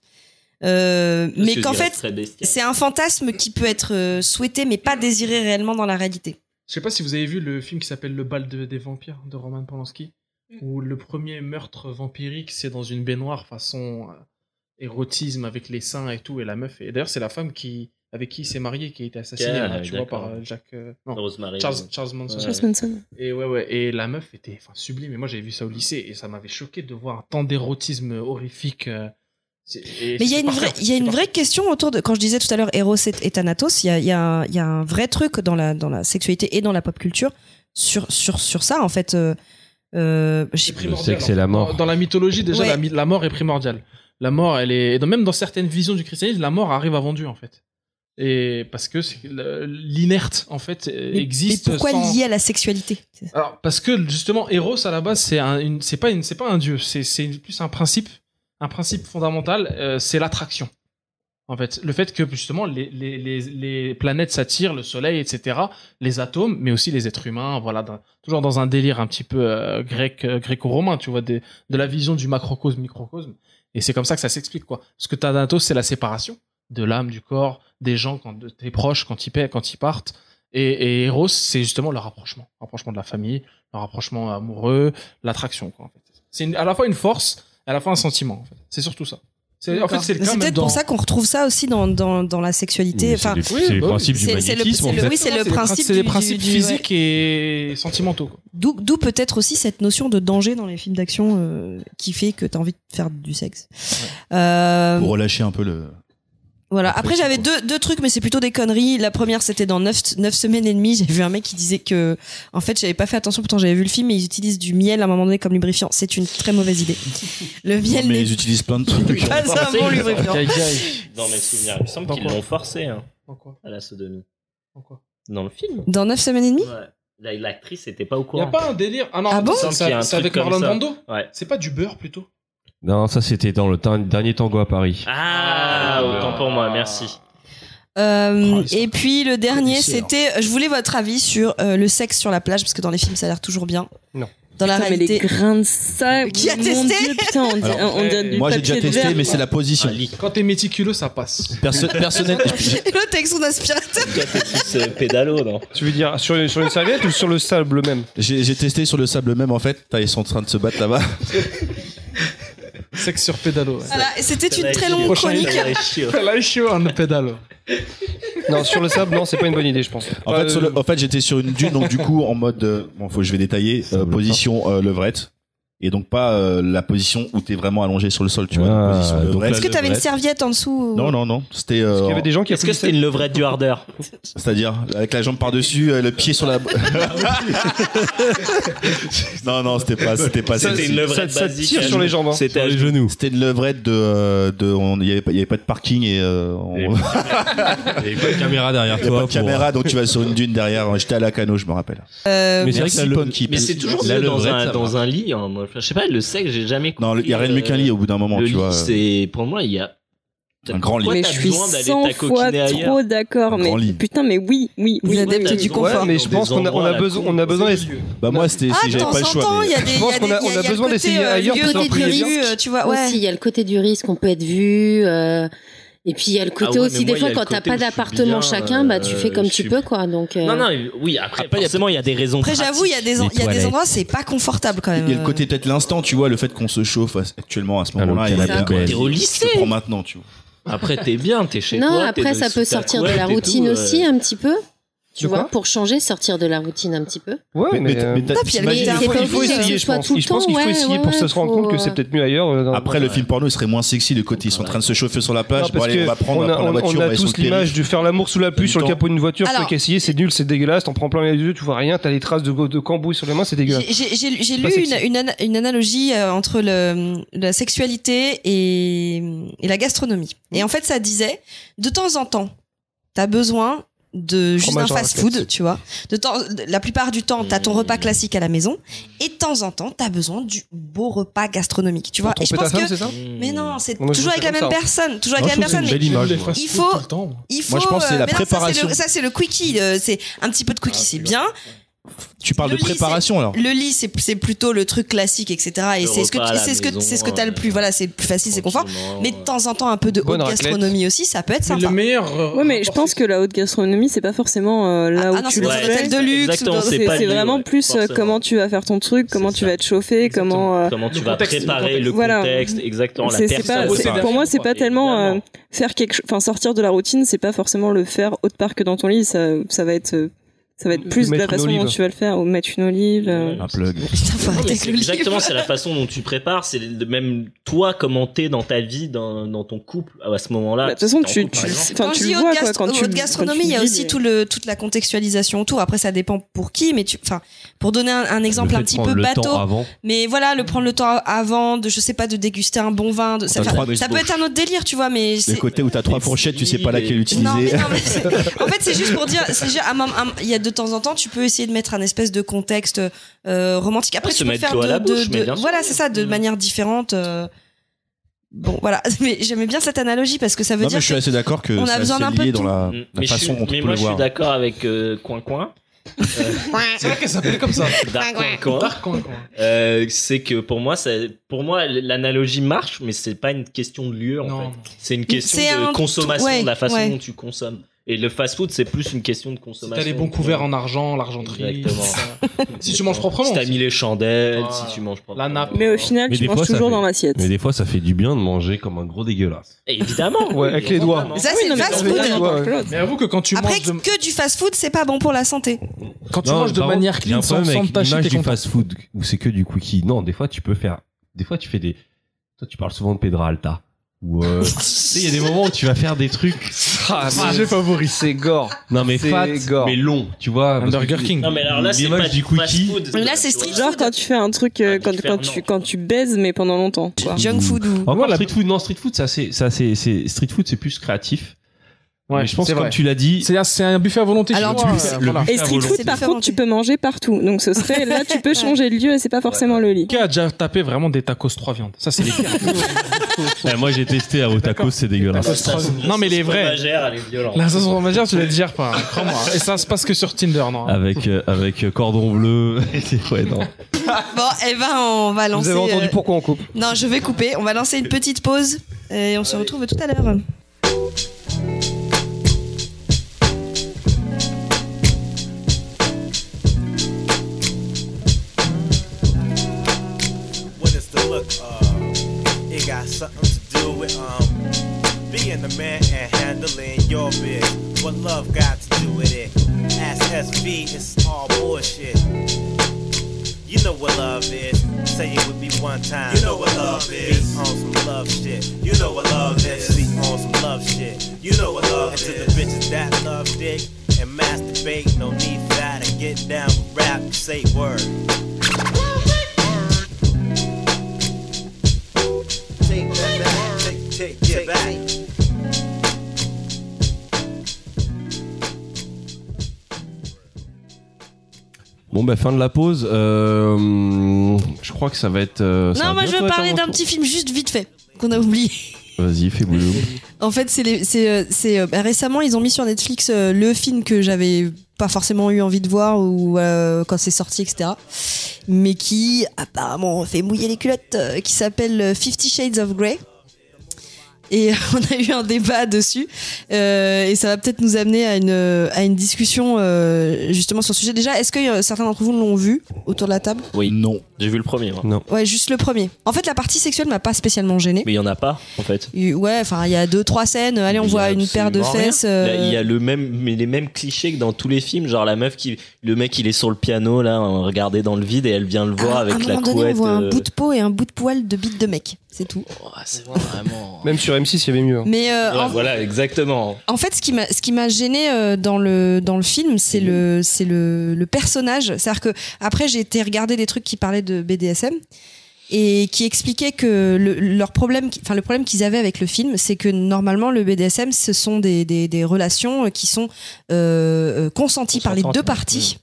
B: Euh,
I: Parce
B: mais
I: que
B: qu'en
I: je dirais
B: fait,
I: très bestial.
B: c'est un fantasme qui peut être euh, souhaité, mais pas désiré réellement dans la réalité.
D: Je sais pas si vous avez vu le film qui s'appelle Le bal de- des vampires de Roman Polanski,
B: Mm.
D: où le premier meurtre vampirique, c'est dans une baignoire façon euh, érotisme avec les seins et tout, et la meuf. Et d'ailleurs, c'est la femme qui avec qui il s'est marié qui a été assassinée,
I: Ah,
D: là, tu vois,
I: d'accord.
D: par euh, Jack. euh, non,
I: Rosemary.
D: Charles, Charles Manson.
I: Ouais.
H: Charles Manson.
D: Et ouais, ouais, et la meuf était enfin, sublime. Et moi, j'avais vu ça au lycée, et ça m'avait choqué de voir tant d'érotisme horrifique. euh, c'est- et
B: Mais il y a
D: c'est
B: une
D: parfait,
B: vraie, il y a
D: c'est
B: une
D: parfait.
B: vraie question autour de quand je disais tout à l'heure Eros et, et Thanatos, il y a, il y, a un- il y a un vrai truc dans la dans la sexualité et dans la pop culture sur sur sur ça en fait. Euh, euh, je sais
D: C'est
B: plus.
D: primordial,
C: Le sexe et la
D: en fait.
C: mort.
D: Dans, dans la mythologie, déjà,
B: Ouais.
D: la, mi- la mort est primordiale. La mort, elle est. et dans- même dans certaines visions du christianisme, la mort arrive avant Dieu, en fait. Et parce que c'est- le- l'inerte, en fait, euh,
B: mais-
D: existe.
B: mais pourquoi
D: sans-
B: lié à la sexualité
D: Alors, parce que justement, Eros, à la base, c'est un- une- c'est pas, une- c'est pas un dieu, c'est c'est une- plus un principe. Un principe fondamental, euh, c'est l'attraction. En fait, le fait que justement les, les, les, les planètes s'attirent, le soleil, etc., les atomes, mais aussi les êtres humains, voilà, dans- toujours dans un délire un petit peu euh, grec, euh, gréco-romain, tu vois, des- de la vision du macrocosme, microcosme. Et c'est comme ça que ça s'explique, quoi. Parce que Thanatos, c'est la séparation de l'âme, du corps, des gens, quand, de tes proches, quand ils, paient, quand ils partent. Et, et Eros, c'est justement le rapprochement. Le rapprochement de la famille, le rapprochement amoureux, l'attraction, quoi, en fait. C'est une- à la fois une force, à la fois un sentiment, en fait. C'est surtout ça. C'est- En fait, c'est le cas
B: C'est
D: même
B: peut-être
D: dans-
B: pour ça qu'on retrouve ça aussi dans dans dans la sexualité.
C: Mais c'est
B: Enfin,
C: les-
D: oui,
C: c'est les
D: bah oui.
C: principes du
B: C'est- c'est le-
C: magnétisme
B: c'est
C: en
B: le-
C: fait.
B: oui, c'est le
D: Exactement, des
B: principe
D: prin- C'est des
B: du-
D: principes
B: du-
D: physiques et sentimentaux. quoi.
B: d'où d'où peut-être aussi cette notion de danger dans les films d'action euh, qui fait que t'as envie de faire du sexe. Euh,
E: Pour relâcher un peu le.
B: Voilà.
E: Après,
B: Après,
E: c'est
B: j'avais
E: quoi
B: deux, deux trucs, mais c'est plutôt des conneries. La première, c'était dans 9, neuf semaines et demie. J'ai vu un mec qui disait que, en fait, j'avais pas fait attention, pourtant j'avais vu le film, mais ils utilisent du miel à un moment donné comme lubrifiant. C'est une très mauvaise
D: <laughs>
B: idée. Le miel
E: mais
B: n'est
E: ils utilisent plein
B: <laughs>
E: de trucs.
B: pas un bon lubrifiant.
D: Guy,
I: Dans
D: <laughs>
I: mes souvenirs, il me semble
D: Dans
I: qu'ils
D: quoi
I: l'ont forcé hein,
D: Dans quoi
I: à la sodomie.
D: Dans quoi
I: Dans le film
B: Dans 9 semaines et demie?
I: Ouais. La- L'actrice était pas au
D: Il
I: courant.
D: n'y a pas un délire. Ah non,
B: Ah bon
I: Il
D: c'est-
I: me semble qu'il y a un
D: c'est
I: truc
D: avec
I: comme
D: Marlon
I: ça.
D: Brando
I: Ouais.
D: C'est pas du beurre plutôt
C: Non, ça c'était dans le tein- dernier tango à Paris.
I: Ah, autant pour moi, merci.
B: Euh,
E: Ah,
D: Oh, ils sont
B: et puis le dernier,
D: délicieux,
E: hein.
B: c'était, euh, je voulais votre avis sur euh, le sexe sur la plage, parce que dans les films, ça a l'air toujours bien.
A: Non.
B: Dans la
H: Putain, mais les
B: réalité.
H: grains de sable.
B: Qui a
H: mon
B: testé
H: Dieu, putain, on dirait,
E: Alors, euh,
H: on dirait
I: euh,
H: du
E: Moi, j'ai
H: papier
E: déjà
H: de
E: testé,
H: verre,
E: mais
H: quoi.
E: c'est la position.
I: Un lit.
D: Quand t'es méticuleux, ça
C: <laughs>
D: passe.
B: <laughs>
I: <laughs>
E: Perso- personnel.
B: L'autre avec son aspirateur.
I: Toi, t'es plus euh, pédalo, non
A: Tu veux dire sur, une- sur une serviette ou sur le sable même
E: J'ai j'ai testé sur le sable même, en fait. T'as- Ils sont en train de se battre là-bas.
D: Sexe sur pédalo. ouais.
B: Voilà. Et c'était
I: Ça va
B: une très
I: être
B: longue
I: chiant.
B: chronique.
I: Ça va être chiant.
D: Là, je suis en pédalo.
A: Non, sur le sable, non, c'est pas une bonne idée, je pense.
E: En fait, sur
B: <laughs>
E: le- en fait, j'étais sur une dune, donc du coup, en mode. euh, bon, faut que je vais détailler. euh,
C: Sable
E: position euh, levrette. et donc pas euh, la position où t'es vraiment allongé sur le sol, tu vois.
C: Ah,
E: la position de
C: donc
E: vrai.
B: Est-ce que t'avais une
C: levrette.
B: serviette en dessous ou-
E: Non, non, non. C'était. euh,
A: Parce qu'il y avait des gens qui
I: Est-ce que c'était
A: applaudissaient.
I: une levrette du hardeur
E: C'est-à-dire avec la jambe par-dessus, euh, le pied sur la. non, non, <laughs> c'était pas, c'était pas.
I: C'était
E: celle-ci.
I: une levrette
A: ça, ça
I: basique,
A: tire
I: elle.
A: sur les jambes. hein.
I: C'était
C: Sur
I: à
C: les
I: genoux.
C: genoux.
E: C'était une levrette de, euh, de on- il y avait pas, il y avait pas de parking et euh, <laughs> on-
C: Et-
E: il y
C: Et pas de caméra derrière
E: avait
C: toi.
E: pas de
C: pour-
E: caméra, donc tu vas sur une dune derrière. hein. J'étais à la cano, je me rappelle.
B: Euh,
C: Mais c'est vrai que
E: Merci,
C: la le-
E: Punky.
I: Mais c'est toujours
C: La
I: mieux dans,
C: levrette, ça
I: un,
C: va.
I: dans un lit. hein, moi. je sais pas, le sexe, j'ai jamais compris. euh,
E: Non, il y a rien de mieux qu'un lit au bout d'un moment,
I: Le
E: tu vois.
I: lit, c'est pour moi, il y a.
E: Un grand lit.
I: Pourquoi
H: mais
I: t'as
H: je suis
I: besoin d'aller
H: 100 fois
I: t'acoquiner ailleurs
H: trop d'accord.
E: Un
H: Mais
E: grand lit.
H: putain, mais oui, oui,
B: Vous
H: oui.
B: adaptez
H: oui, oui.
B: du confort.
A: Ouais, mais je pense qu'on a, on a besoin, on a besoin.
E: Bah moi, c'était,
B: Ah,
E: si
B: de
E: j'avais
B: temps
E: pas le
B: en temps,
E: choix.
B: il
E: mais-
B: y a des.
A: Je pense
B: il y
A: qu'on a-
B: des- il y
A: on a
B: le
A: besoin
B: côté,
A: d'essayer
B: euh,
A: ailleurs
B: lieu
A: pour s'en
B: de
A: priver.
B: risque, euh, Tu vois,
G: Aussi, il
B: ouais.
G: y a le côté du risque, on peut être vu. euh, Et puis il y a le
I: Ah
G: côté
I: ouais, mais
G: aussi,
I: moi,
G: des
I: il y
G: fois,
I: a le
G: quand t'as
I: côté où
G: pas
I: je suis
G: d'appartement
I: bien,
G: chacun, bah tu
I: euh,
G: fais comme
I: je
G: tu
I: suis-
G: peux, quoi. Donc, euh,
I: Non, non, euh, oui, après,
C: Après, il y a
I: forcément, il y a des raisons.
B: Après, j'avoue, il y a des, en- il y a des
C: toilettes.
B: endroits, c'est pas confortable quand même.
E: Il y a le côté peut-être l'instant, tu vois, le fait qu'on se chauffe actuellement à ce
C: Ah, le
E: moment-là. il y a
G: canapé.
E: bien-
I: T'es au lycée.
E: Je te prends maintenant, tu vois.
I: Après, t'es bien, t'es chez
G: non,
I: toi. t'es
G: après,
I: de-
G: ça
I: sous
G: peut
I: ta
G: sortir de
I: couette
G: la
I: et
G: routine
I: tout, euh.
G: aussi, un petit peu. Tu
A: De
G: vois,
A: quoi
G: pour changer, sortir de la routine un petit peu.
A: Ouais, mais. euh,
E: t'as-
B: Non, puis il y a hein. le
E: t'imagines-
B: côté
A: Il faut,
B: pas
A: il faut
B: obligé que
A: essayer,
G: ce
A: je
G: soit
A: pense.
G: tout le
A: Je pense
G: temps,
A: qu'il faut
G: ouais,
A: essayer
G: ouais,
A: pour se
G: ouais,
A: rendre
G: faut,
A: compte que
G: euh,
A: c'est peut-être mieux ailleurs. euh, dans-
E: Après, le film porno, il serait moins sexy. Le côté, ils sont en train de se chauffer sur la plage.
A: Non,
E: Bon,
A: parce
E: allez,
A: que
E: on va prendre, on
A: on
E: va
A: a,
E: prendre la
A: on- on
E: voiture, on va
A: a
E: aller
A: tous
E: sur le périph'.
A: l'image de faire l'amour sous la pluie
E: Du
A: sur le
E: temps.
A: capot d'une voiture, faut
B: Alors-
A: qu'essayer, c'est nul, c'est dégueulasse, t'en prends plein les yeux, tu vois rien, t'as les traces de, de cambouis sur les mains, euh, c'est dégueulasse.
B: J'ai- J'ai j'ai- j'ai lu
A: pas
B: une,
A: sexy.
B: une, ana- une analogie euh, entre le, la sexualité et, et la gastronomie. Et en fait, ça disait, de temps en temps, t'as besoin de juste un
A: Fromage en
B: fast-food,
A: raclette.
B: tu vois. De temps, de- la plupart du temps, t'as ton
I: Mmh.
B: repas classique à la maison, et de temps en temps, t'as besoin du beau repas gastronomique, tu vois. Et je
A: Tromper ta
B: pense que,
A: femme, c'est ça
E: Mmh.
B: mais non, c'est
A: Moi, je
B: toujours avec la même
A: trouve ça comme
B: personne, toujours avec
C: Moi,
B: la
C: je
B: même
C: trouve que c'est
B: personne.
C: une
B: mais
C: belle image. moi.
B: Il faut-
D: Tout le temps, moi.
B: Il faut,
E: Moi, je pense que c'est
B: euh,
E: la
B: mais non, ça, le-
E: préparation. Ah,
B: Ça, c'est le, quickie. euh, c'est un petit peu de quickie, c'est bien.
E: Tu parles de
B: Le lycée.
E: préparation, alors.
B: Le lit, c'est c'est plutôt le truc classique, etc. Et
I: Le
B: c'est ce que
I: repas à la
B: c'est ce que
I: maison,
B: c'est ce que t'as le plus.
I: euh,
B: Voilà, c'est le plus facile, c'est confort.
I: Tranquillement,
B: Mais de temps en temps, un peu de haute
A: Bonne raclette.
B: gastronomie aussi, ça peut être
D: Mais le
B: sympa.
D: meilleur. euh,
H: Ouais, mais je pense que la haute gastronomie, c'est pas forcément euh, là
B: Ah,
H: où
B: ah non,
H: tu
B: c'est
H: le
B: dans un
I: Ouais,
H: fais.
B: hôtel de luxe. ou
I: exactement,
B: dans-
I: c'est
H: C'est
I: pas
H: c'est
I: le-
H: vraiment
I: ouais,
H: plus euh,
I: forcément.
H: comment tu vas faire ton truc, comment tu
I: ça.
H: vas être chauffé,
D: Exactement.
H: comment. euh,
I: Comment tu
D: Le
I: vas
D: contexte, le
I: préparer le
H: contexte.
I: contexte, exactement la
H: c'est- c'est pas-
I: personne.
H: c'est-
D: Ouais.
H: pour moi, c'est pas tellement euh,
I: Évidemment.
H: faire quelque, cho- enfin sortir de la routine, c'est pas forcément le faire autre part que dans ton lit. Ça, ça va être, euh, ça va être
A: Ou
H: plus de la
A: mettre une
H: façon dont
A: olive.
H: tu vas le faire, ou mettre une olive. euh.
I: Ouais.
E: Un plug.
B: Putain, faut
I: Non, mais
B: arrêter
I: c'est
B: avec le livre.
I: exactement, c'est la façon dont tu prépares, c'est le- même toi comment t'es dans ta vie, dans, dans ton couple à ce
H: Bah,
I: moment-là.
H: De toute façon,
I: T'es en
H: tu,
I: couple, par
H: tu,
I: exemple.
H: enfin,
B: quand
H: tu
B: je dis
H: le
B: haute
H: vois quoi.
B: gast-
H: Quand tu,
B: haute gastronomie, il y a
H: quand tu
B: aussi
H: lis,
B: tout le, toute la contextualisation autour. Après, ça dépend pour qui, mais tu, enfin, pour donner un, un exemple
C: Le fait
B: un
C: de
B: petit
C: prendre
B: peu
C: le temps
B: bateau,
C: avant.
B: mais voilà, le prendre le temps avant de, je sais pas, de déguster un bon vin, de, ça,
E: T'as
B: enfin,
E: trois-
B: ça peut être un autre délire, tu vois, mais
E: Le
B: c'est,
E: côté où t'as trois
I: Les
E: fourchettes, tu sais pas
I: fruits,
E: laquelle
I: les-
B: Non, mais
E: utiliser.
B: non,
E: <laughs>
A: <laughs>
B: mais c'est- en fait, c'est juste pour dire, c'est juste- à un moment- à un- il y a de temps en temps, tu peux essayer de mettre un espèce de contexte euh, romantique. Après,
I: Ouais, se
B: tu peux
I: mettre
B: faire
I: l'eau à
B: de,
I: la
B: de-
I: bouche,
B: de-
I: mais bien sûr.
B: voilà, c'est ça, de
I: Mm.
B: manière différente. euh, Bon, voilà. <laughs> Mais j'aimais bien cette analogie parce que ça veut
E: Non, mais
B: dire
E: je suis assez d'accord que
B: on a
E: c'est
B: besoin
E: assez
B: d'un peu
E: lié
B: de
E: dans la,
I: Mm.
E: la
I: mais je
E: façon
I: suis-
E: dont
I: mais
E: on peut
I: moi,
E: le
I: je suis
E: voir.
I: d'accord avec euh, Coin Coin. Euh,
D: C'est vrai qu'elle s'appelle comme
A: <laughs>
D: ça.
I: Dark Coin Coin.
D: Dark Coin, quoi.
I: Euh, c'est que pour moi, ça, pour moi, l'analogie marche, mais c'est pas une question de lieu en
D: Non.
I: fait. C'est une question
B: C'est
I: de
B: un-
I: consommation,
B: ouais,
I: de la façon
B: ouais.
I: dont tu consommes. Et le fast-food, c'est plus une question de
D: Si
I: consommation.
D: t'as les bons couverts en argent, l'argenterie.
I: Exactement.
D: ça. <laughs> Si tu manges proprement.
I: Si t'as mis les chandelles,
D: Ah.
I: si tu manges proprement.
D: La nappe.
H: euh, Mais au final,
C: Mais
H: tu
C: des fois,
H: manges
C: ça
H: toujours
C: fait-
H: dans l'assiette.
C: Mais des fois, ça fait du bien de manger comme un gros dégueulasse.
I: Et Évidemment.
A: Ouais, avec les doigts.
B: ça, c'est
H: non, mais
B: fast
A: ça veut
B: food.
A: dire-
H: en
A: ouais,
H: tant que
A: ouais.
H: l'autre.
D: Mais avoue que quand tu
B: Après,
D: manges de,
B: que du fast food, c'est pas bon pour la santé.
D: quand tu
C: Non,
D: manges de
C: par
D: manière
C: contre,
D: clean, sans, sans te tâcher,
C: l'image
D: t'es
C: du
D: content.
C: fast-food où c'est que du quickie. Non, des fois, tu peux faire. Des fois, tu fais des. Toi, tu parles souvent de Pedra Alta. Ou. euh, tu sais, il y a des moments où tu vas faire des trucs.
A: <laughs> Ah, mais favori. C'est gore.
C: Non, mais
A: C'est
C: fat,
A: gore.
C: mais long, tu vois. parce
D: Burger
C: que-
D: King.
I: Non, mais alors là, c'est
C: L'image
I: pas
C: du
I: du
C: cookie.
I: fast-food.
B: Mais là, c'est street
H: Genre quand tu fais un truc, euh,
I: Ah,
H: quand,
I: différent.
H: quand tu quand tu baises, mais pendant longtemps. quoi.
C: Mmh.
B: Junk food ou.
C: Encore
D: Moi, la-
C: street food, non, street food, c'est assez- c'est assez- c'est- street food, c'est plus créatif.
D: Ouais,
C: mais je pense,
D: c'est
C: comme
D: vrai.
C: tu l'as dit,
D: C'est un, c'est un buffet à volonté.
B: Alors,
D: tu vois,
B: du coup,
D: euh,
C: le
D: voilà.
H: Et street
B: C'est
H: food, par
B: différent.
H: contre, tu peux manger partout. Donc ce serait là, tu peux changer de lieu et c'est pas forcément le lit.
D: Qui a déjà tapé vraiment des tacos 3 viandes Ça, c'est les
C: <laughs>
D: pires.
C: Eh, moi, j'ai testé à Otakos, c'est dégueulasse.
D: Tacos trois- Non, mais les vrais.
I: Fromagère, elle est violente.
D: La sauce fromagère, tu la digères pas. hein,
C: <laughs>
D: Crois-moi. Et ça se passe que sur Tinder, non
C: Avec, euh, avec euh, cordon bleu. <laughs> ouais, non.
B: <laughs> Bon, eh ben, on va lancer.
A: Vous avez entendu
B: euh,
A: pourquoi on coupe
B: Non, je vais couper. On va lancer une petite pause et on se retrouve tout à l'heure.
K: What is the look of? It got something to do with um being the man and handling your biz. What love got to do with it? SSV, it's all bullshit. You know what love is. Say it would be one time. You know what love is. Beat on some love shit. You know what love is. Sleep on some love shit. You know what love and is. to the bitches that love dick and masturbate, no need for that. And get down, with rap, and say word. Take that back. Take, take, get back.
C: Bon, bah, fin de la pause. Euh, je crois que ça va être. euh, ça
B: Non,
C: va
B: moi je
C: bientôt
B: veux
C: être
B: parler
C: avant
B: d'un
C: tout.
B: petit film juste vite fait qu'on a oublié. <laughs>
C: Vas-y, fais boulot.
B: En fait, c'est les- c'est, euh, c'est, euh, bah, récemment ils ont mis sur Netflix euh, le film que j'avais pas forcément eu envie de voir ou euh, quand c'est sorti, etc. Mais qui apparemment fait mouiller les culottes, euh, qui s'appelle euh, Fifty Shades of Grey. Et <laughs> on a eu un débat dessus, Euh, et ça va peut-être nous amener à une à une discussion euh, justement sur ce sujet. Déjà, est-ce que euh, certains d'entre vous l'ont vu autour de la table
I: Oui.
E: Non.
I: J'ai vu le premier. moi.
B: Ouais, juste le premier. En fait, la partie sexuelle m'a pas spécialement gênée.
I: Mais il y en a pas, en fait.
B: Il- Ouais, enfin, il y a deux, trois scènes. Allez, on
I: Il y a
B: voit une paire de
I: absolument rien.
B: fesses. euh,
I: Là, Bah, Il y a le même, mais les mêmes clichés que dans tous les films. Genre la meuf qui, le mec il est sur le piano là, regardé dans le vide et elle vient le
B: euh, Ah,
I: voir
B: à un
I: avec la
B: moment donné, on
I: couette.
B: voit un
I: euh,
B: bout de peau et un bout de poil de bite de mec. Oh, C'est tout.
I: Vraiment.
A: Même sur M6, il y avait mieux. hein.
B: Mais euh,
I: Ouais,
B: en,
I: Ah, Voilà, exactement.
B: en fait, ce qui m'a, ce qui m'a gêné euh, dans le dans le film, c'est le c'est le, le personnage. C'est-à-dire que après, j'ai été regarder des trucs qui parlaient de BDSM et qui expliquaient que le, leur problème, qui- enfin le problème qu'ils avaient avec le film, c'est que normalement le BDSM, ce sont des des, des relations qui sont euh, euh, consenties par les
I: Consentantes,
B: deux
I: ouais.
B: parties,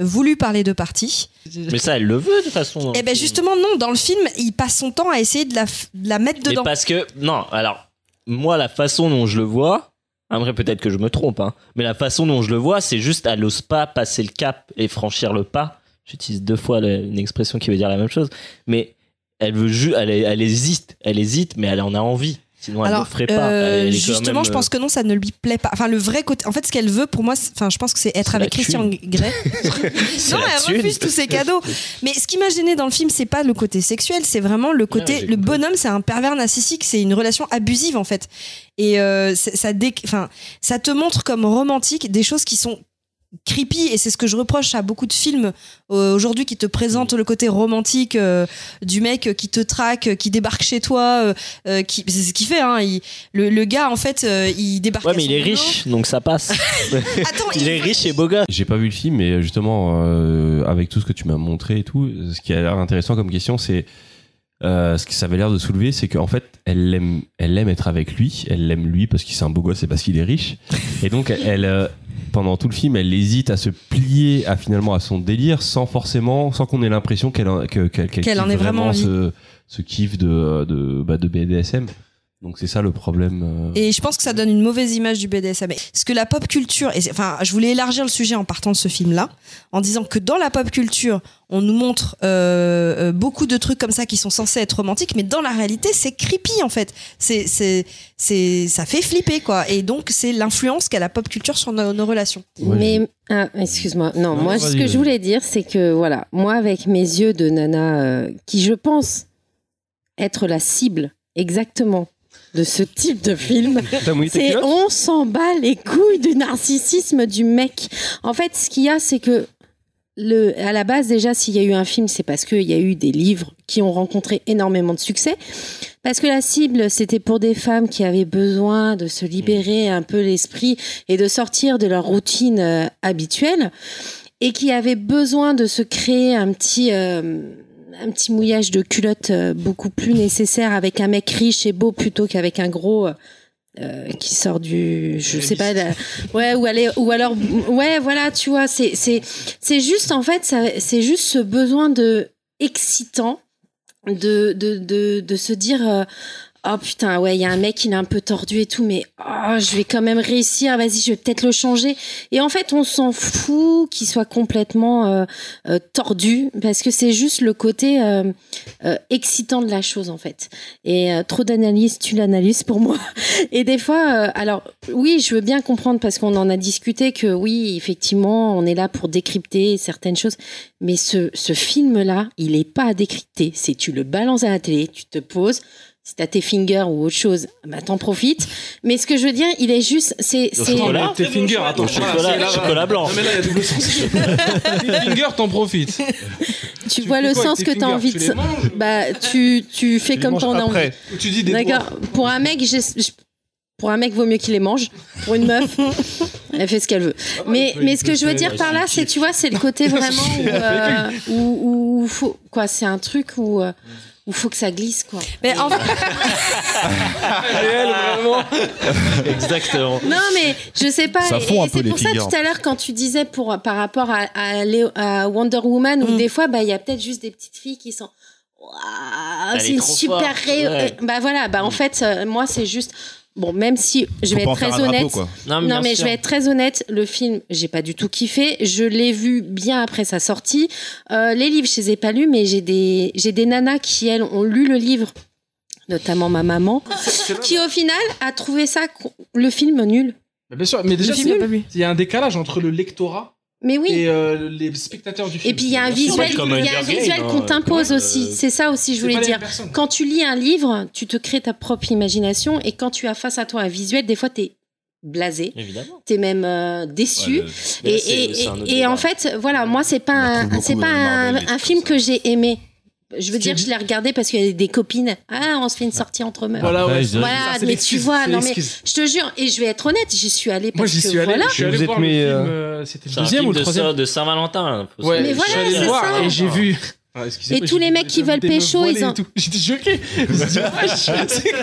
B: voulues par les deux parties.
I: Mais ça, elle le veut de façon. hein.
B: Eh ben justement non, dans le film, il passe son temps à essayer de la, f- de la mettre
I: Mais
B: dedans.
I: parce que non, alors moi la façon dont je le vois, hein, après peut-être que je me trompe, hein, mais la façon dont je le vois, c'est juste elle n'ose pas passer le cap et franchir le pas. J'utilise deux fois le- une expression qui veut dire la même chose, mais elle veut ju- elle, elle hésite, elle hésite, mais elle en a envie. Sinon, elle ne le ferait pas.
B: euh,
I: Elle est quand
B: justement,
I: même,
B: je pense que non, ça ne lui plaît pas. Enfin, le vrai côté. En fait, ce qu'elle veut pour moi, c'est- enfin, je pense que c'est être
I: C'est
B: avec
I: la
B: Christian
I: <laughs>
B: Grey.
I: euh, c'est
B: non,
I: la
B: elle
I: thune.
B: refuse tous ses
I: <laughs>
B: cadeaux. Mais ce qui m'a gêné dans le film, c'est pas le côté sexuel, c'est vraiment le côté. le bonhomme, c'est un pervers narcissique, c'est une relation abusive en fait. Et euh, c'est- ça, dé- enfin, ça te montre comme romantique des choses qui sont creepy et c'est ce que je reproche à beaucoup de films euh, aujourd'hui qui te présentent le côté romantique euh, du mec qui te traque euh, qui débarque chez toi euh, euh, qui c'est ce qu'il fait hein il- le, le gars en fait euh, il débarque
I: Ouais,
B: à
I: mais
B: son
I: il est
B: boulot.
I: riche, donc ça passe.
B: Attends,
I: il est riche et beau gosse.
C: J'ai pas vu le film, mais justement, euh, avec tout ce que tu m'as montré et tout, ce qui a l'air intéressant comme question, c'est euh, ce que ça avait l'air de soulever, c'est qu'en fait, elle l'aime, elle aime être avec lui, elle l'aime lui parce qu'il c'est un beau gosse et parce qu'il est riche, et donc elle, euh, pendant tout le film, elle hésite à se plier à finalement à son délire sans forcément, sans qu'on ait l'impression qu'elle en- que- qu'elle qu'elle
B: Qu'elle en
C: kiffe
B: ait vraiment envie.
C: ce, ce kiff de de, bah, de BDSM. Donc c'est ça le problème. euh.
B: Et je pense que ça donne une mauvaise image du BDSM. Mais Ce que la pop culture, et c'est- enfin, je voulais élargir le sujet en partant de ce film-là, en disant que dans la pop culture, on nous montre euh, euh, beaucoup de trucs comme ça qui sont censés être romantiques, mais dans la réalité, c'est creepy en fait. C'est, c'est, c'est, ça fait flipper quoi. Et donc, c'est l'influence qu'a la pop culture sur nos, nos relations.
C: Ouais,
G: mais ah, excuse-moi. Non,
C: Non,
G: moi,
C: non,
G: ce
C: vas-y,
G: que
C: vas-y.
G: je voulais dire, c'est que voilà, moi, avec mes yeux de nana, euh, qui je pense être la cible exactement de ce type de film,
A: <laughs> T'as mouillé tes
G: c'est
A: culottes
G: on s'en bat les couilles du narcissisme du mec. En fait, ce qu'il y a, c'est que le, à la base, déjà, s'il y a eu un film, c'est parce qu'il y a eu des livres qui ont rencontré énormément de succès. Parce que la cible, c'était pour des femmes qui avaient besoin de se libérer un peu l'esprit et de sortir de leur routine euh, habituelle et qui avaient besoin de se créer un petit, euh, un petit mouillage de culotte euh, beaucoup plus nécessaire avec un mec riche et beau plutôt qu'avec un gros. euh, euh, qui sort du je sais pas d'un- ouais ou aller ou alors ouais voilà tu vois c'est c'est c'est juste en fait ça- c'est juste ce besoin de excitant de de de, de se dire euh, Oh putain, ouais, il y a un mec, il est un peu tordu et tout, mais oh, je vais quand même réussir, vas-y, je vais peut-être le changer. Et en fait, on s'en fout qu'il soit complètement euh, euh, tordu, parce que c'est juste le côté euh, euh, excitant de la chose, en fait. Et euh, trop d'analyse, tu l'analyses pour moi. <laughs> Et des fois, euh, alors oui, je veux bien comprendre parce qu'on en a discuté que oui, effectivement, on est là pour décrypter certaines choses, mais ce, ce film-là, il n'est pas à décrypter. C'est tu le balances à la télé, tu te poses, si t'as tes fingers ou autre chose, bah t'en profites. Mais ce que je veux dire, il est juste, c'est,
I: Au
G: c'est-
I: chocolat
D: Tes fingers, attends,
I: Au
D: voilà, c'est là,
I: chocolat, chocolat
D: voilà.
I: blanc.
D: Non, mais là, il y a double sens.
C: <laughs>
D: Tes fingers, t'en profites.
G: tu, vois
D: fais
G: le
D: quoi
G: sens
D: avec
G: que
D: tes
G: t'as
D: fingers
G: envie
D: Tu
G: de,
D: les manges
G: bah tu, tu fais
D: les
G: comme
D: manges
G: t'en as envie.
D: après. Ou tu dis des
G: D'accord. Pour un mec, j'ai- je- pour un mec, vaut mieux qu'il les mange. Pour une
D: <laughs>
G: meuf, elle fait ce qu'elle veut.
D: Ah bah,
G: Mais,
H: peut-
G: mais
H: il
G: ce
H: peut
G: que je veux
H: faire,
G: dire par
H: euh,
G: là,
H: si-
G: c'est, tu vois,
D: <laughs>
G: c'est le côté
H: Non,
G: vraiment où,
H: c'est
G: euh, où, où faut, quoi, c'est un truc où, euh, où faut que ça glisse, quoi.
B: Mais en
I: <laughs> Exactement.
G: Non, mais je sais pas.
I: Ça
G: et-
I: fond un
G: et
I: peu
G: c'est
I: les
G: pour ça
I: figures.
G: tout à l'heure quand tu disais pour par rapport à, à Léo- à Wonder Woman
B: Mm.
G: où des fois bah il y a peut-être juste des petites filles qui sont Waouh,
H: Elle
G: c'est
H: est
G: une
H: trop
G: super
H: forte,
G: ré-
H: ouais. Mm.
G: euh, bah voilà bah en fait euh, moi c'est juste bon même si je
H: Faut
G: vais être
H: pas en faire
G: très
H: un drapeau,
G: honnête
H: quoi.
G: non
H: Non,
G: mais,
H: mais bien
G: je
H: sûr.
G: vais être très honnête le film j'ai pas du tout kiffé je l'ai vu bien après sa sortie Euh, les livres je les ai pas lus mais j'ai des j'ai des nanas qui elles ont lu le livre notamment ma maman qui au final a trouvé ça con- le film nul
D: Mais Bien sûr, mais déjà,
G: Le
D: c'est-
G: film,
D: il y a un décalage entre le lectorat
B: Eh
G: mais oui
D: et euh, les spectateurs du film.
G: Et puis il y a un
D: Bien sûr.
G: visuel, il y a un visuel qu'on t'impose aussi. C'est ça aussi, je
D: hein. c'est
G: voulais
D: pas la
G: dire.
D: même personne.
G: Quand tu lis un livre, tu te crées ta propre imagination et quand tu as face à toi un visuel, des fois t'es blasé,
I: Évidemment.
G: t'es même euh, déçu.
I: Ouais,
G: et
I: le- mais là, c'est-
G: et-
I: c'est un autre
G: et- et en fait, voilà, moi c'est pas un,
I: beaucoup
G: c'est
I: de
G: pas un,
I: Marvel
G: un film que j'ai aimé. Je veux dire, je l'ai regardé parce qu'il y a des copines. Ah, on se fait une sortie entre meufs.
D: Voilà, ouais, je-
G: Voilà,
D: ça, c'est
G: mais tu
D: l'excuse,
G: vois,
D: c'est
G: non mais
D: l'excuse.
G: je te jure, et je vais être honnête, j'y suis allée parce
D: Moi, j'y
G: que
D: suis allé,
G: voilà.
D: je suis allé
I: Vous
D: voir
I: êtes
D: le
I: mis,
D: film,
I: euh,
D: euh, c'était le
I: C'est un
D: deuxième
I: film
D: ou le
I: de
D: troisième
I: ça- de Saint-Valentin. faut
D: Ouais,
I: se-
G: Mais
I: je
G: voilà,
I: suis allé
G: c'est
I: le voir
G: ça.
D: Et j'ai vu.
I: Ah,
G: Et tous les mecs qui veulent pécho, ils ont.
D: <laughs> J'étais choqué. Je me suis dit, wesh, c'est-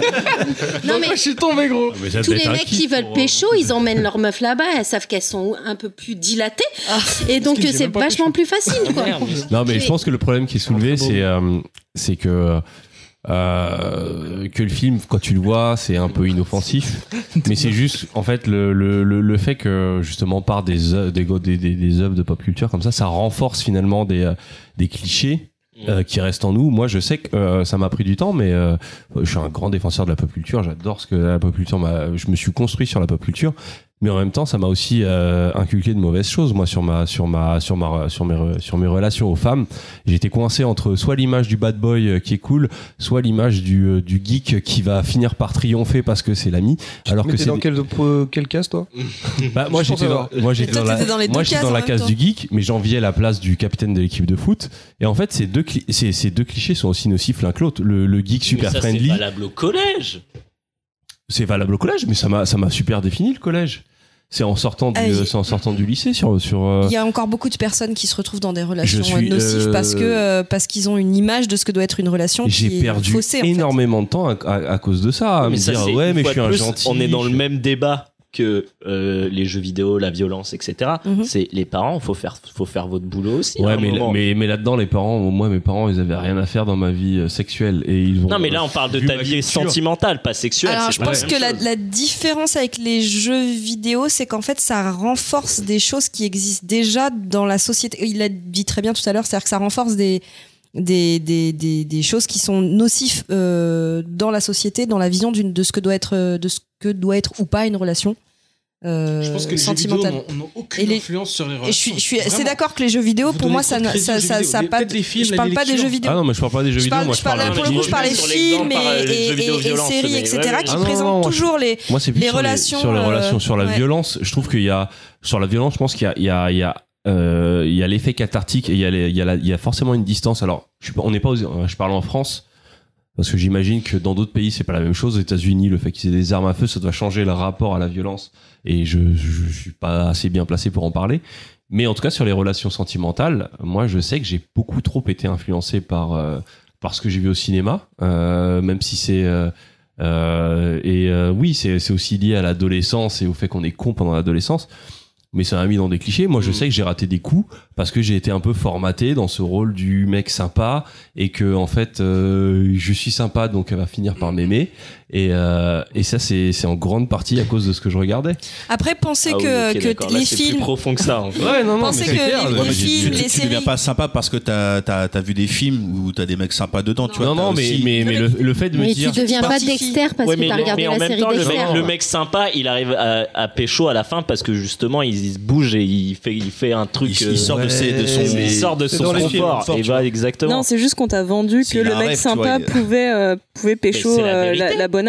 D: Dans quoi je suis tombé, gros.
G: Tous les mecs qui veulent pécho,
C: euh,
G: ils emmènent leurs meufs là-bas, elles savent qu'elles sont un peu plus dilatées,
B: Ah,
G: et donc
D: Excuse, j'ai
G: c'est
D: même pas
G: vachement plus facile,
H: Ah,
G: quoi.
C: Non, mais je pense que le problème qui est soulevé, c'est euh, c'est que euh, que le film, quand tu le vois, c'est un peu inoffensif, mais c'est juste en fait le, le, le, le fait que justement par des œuvres- des, go- des, des, des œuvres de pop culture comme ça, ça renforce finalement des euh, des clichés.
A: Mm.
C: euh, qui restent en nous. Moi, je sais que euh, ça m'a pris du temps, mais euh, je suis un grand défenseur de la pop culture. J'adore ce que la pop culture m'a. Je me suis construit sur la pop culture, mais en même temps, ça m'a aussi euh, inculqué de mauvaises choses. Moi, sur ma, sur ma, sur ma, sur mes, re- sur mes relations aux femmes, j'étais coincé entre soit l'image du bad boy euh, qui est cool, soit l'image du, euh, du geek qui va finir par triompher parce que c'est l'ami. Alors que
A: Mais t'es
C: c'est
A: dans
C: des-
A: quel, euh, quelle case, toi
I: <laughs>
C: bah, moi
A: Je pense
C: j'étais dans,
A: avoir.
C: moi j'étais
A: Mais toi,
C: dans la,
A: t'étais dans les
C: moi,
A: deux
C: j'étais
A: cases
C: dans
A: en
C: la
A: même
C: case
A: temps.
C: du geek, mais j'enviais la place du capitaine de l'équipe de foot. Et en fait, ces deux, cli- ces, ces deux clichés sont aussi nocifs l'un que l'autre. Le, le geek
I: Mais
C: super
I: ça,
C: friendly, Ah,
I: C'est valable au collège.
C: c'est valable au collège, mais ça m'a, ça m'a super défini le collège. C'est en sortant du,
B: Ah, il-
C: c'est en sortant du lycée sur, sur. euh,
B: Il y a encore beaucoup de personnes qui se retrouvent dans des relations
C: suis,
B: euh, nocives
C: euh,
B: parce que euh, parce qu'ils ont une image de ce que doit être une relation qui
C: J'ai
B: est
C: perdu
B: faussée. en fait.
C: énormément de temps à, à- à cause de ça. à me
I: mais ça,
C: dire,
I: c'est
C: ouais,
I: une
C: mais je
I: fois
C: suis
I: de
C: un
I: plus,
C: gentil.
I: On est dans
C: je-
I: le même débat que euh, les jeux vidéo, la violence, etc.
G: Mhm.
I: C'est les parents, faut faire, faut faire votre boulot aussi. hein, à
C: Ouais,
I: un
C: mais,
I: moment.
C: mais, mais là-dedans, les parents, moi, mes parents, ils avaient rien à faire dans ma vie euh, sexuelle. Et ils vont,
I: non, mais là, on parle de ta vie sentimentale, pas sexuelle.
B: Alors,
I: c'est
B: je
I: pas la
B: pense
I: même
B: que
I: chose.
B: la, la différence avec les jeux vidéo, c'est qu'en fait, ça renforce des choses qui existent déjà dans la société. Il l'a dit très bien tout à l'heure, c'est-à-dire que ça renforce des, des, des, des, des choses qui sont nocives euh, dans la société, dans la vision d'une- de ce, que doit être, euh, de ce que doit être ou pas une relation euh,
D: Je pense que les jeux vidéo
B: sentimentale.
D: n'ont n'ont
B: Et
D: aucune
B: les-
D: influence sur les
B: Et je suis,
D: relations.
B: je suis assez
D: Vraiment.
B: d'accord que les jeux vidéo,
D: Vous
B: pour moi,
D: donnez
B: ça
D: trop de
B: n'a-
D: crédit
B: ça,
D: aux jeux
B: ça,
D: vidéo.
B: ça a
D: Mais
B: pas.
D: peut-être les films,
B: je
D: la
B: parle pas des
D: lecture.
B: jeux vidéo.
C: Ah non, mais je parle pas des jeux
B: Je
C: vidéo.
B: parle,
C: moi,
B: je parle-
C: parle
B: pour le coup, je parlais
I: sur
B: films
I: l'exemple, par, euh,
B: et,
I: les
B: et-
I: jeux vidéo
B: et
I: violence,
B: séries,
I: mais-
B: etc.,
I: ouais,
C: Ah
B: qui
I: ouais.
B: présentent toujours les,
C: Moi, c'est plus
B: les
C: sur
B: relations.
C: sur les
B: euh,
C: relations, sur la
B: ouais.
C: violence. Je trouve qu'il y a sur la violence, je pense qu'il y a, il y a, il y a euh, il y a l'effet cathartique et il y a, les- il y, a la- il y a forcément une distance. Alors, je suis pas, on n'est pas, aux- euh, je parle en France parce que j'imagine que dans d'autres pays c'est pas la même chose. Aux États-Unis, le fait qu'ils aient des armes à feu, ça doit changer le rapport à la violence. Et je, je, je suis pas assez bien placé pour en parler. Mais en tout cas, sur les relations sentimentales, moi, je sais que j'ai beaucoup trop été influencé par euh, par ce que j'ai vu au cinéma, euh, même si c'est euh, euh, et euh, oui, c'est c'est aussi lié à l'adolescence et au fait qu'on est con pendant l'adolescence. Mais ça m'a mis dans des clichés. Moi,
H: Mm.
C: je sais que j'ai raté des coups parce que j'ai été un peu formaté dans ce rôle du mec sympa et que en fait, euh, je suis sympa, donc elle va finir
H: Mm.
C: par m'aimer. Et, euh, et ça, c'est c'est en grande partie à cause de ce que je regardais.
B: Après, penser
I: Ah oui,
B: que,
I: ok,
B: que
I: d'accord.
B: les
I: Là, c'est
B: films.
I: plus profond que ça. En fait.
C: Ouais, non, non,
B: Pensez que les, les films, les
E: Tu deviens
B: séries.
E: pas sympa parce que t'as as, vu des films où t'as des mecs sympas dedans, tu vois.
C: Non,
E: t'as
C: non, mais-
E: aussi-
C: mais- mais le- le fait de
G: Mais tu deviens pas Dexter parce
I: Ouais,
G: que
I: mais,
G: t'as
I: le-
G: regardé
I: mais en
G: la
I: même
G: série
I: temps, le
G: Dexter.
I: mec, le mec sympa, il arrive à, à pécho à la fin parce que justement, il, il se bouge et il fait, il fait un truc. euh,
E: Il- il sort de ses- de son-
I: il sort de
E: C'est
I: son
E: dans les films,
I: confort.
E: fort,
I: Et
E: tu
I: va
E: vois.
I: exactement.
H: Non, c'est juste qu'on t'a vendu que
I: S'il a
H: le
I: un
H: mec
I: rêve, tu
H: sympa
I: vois, il-
H: pouvait, euh, pouvait pécho
I: c'est la
H: euh, la,
I: vérité.
H: la bonasse.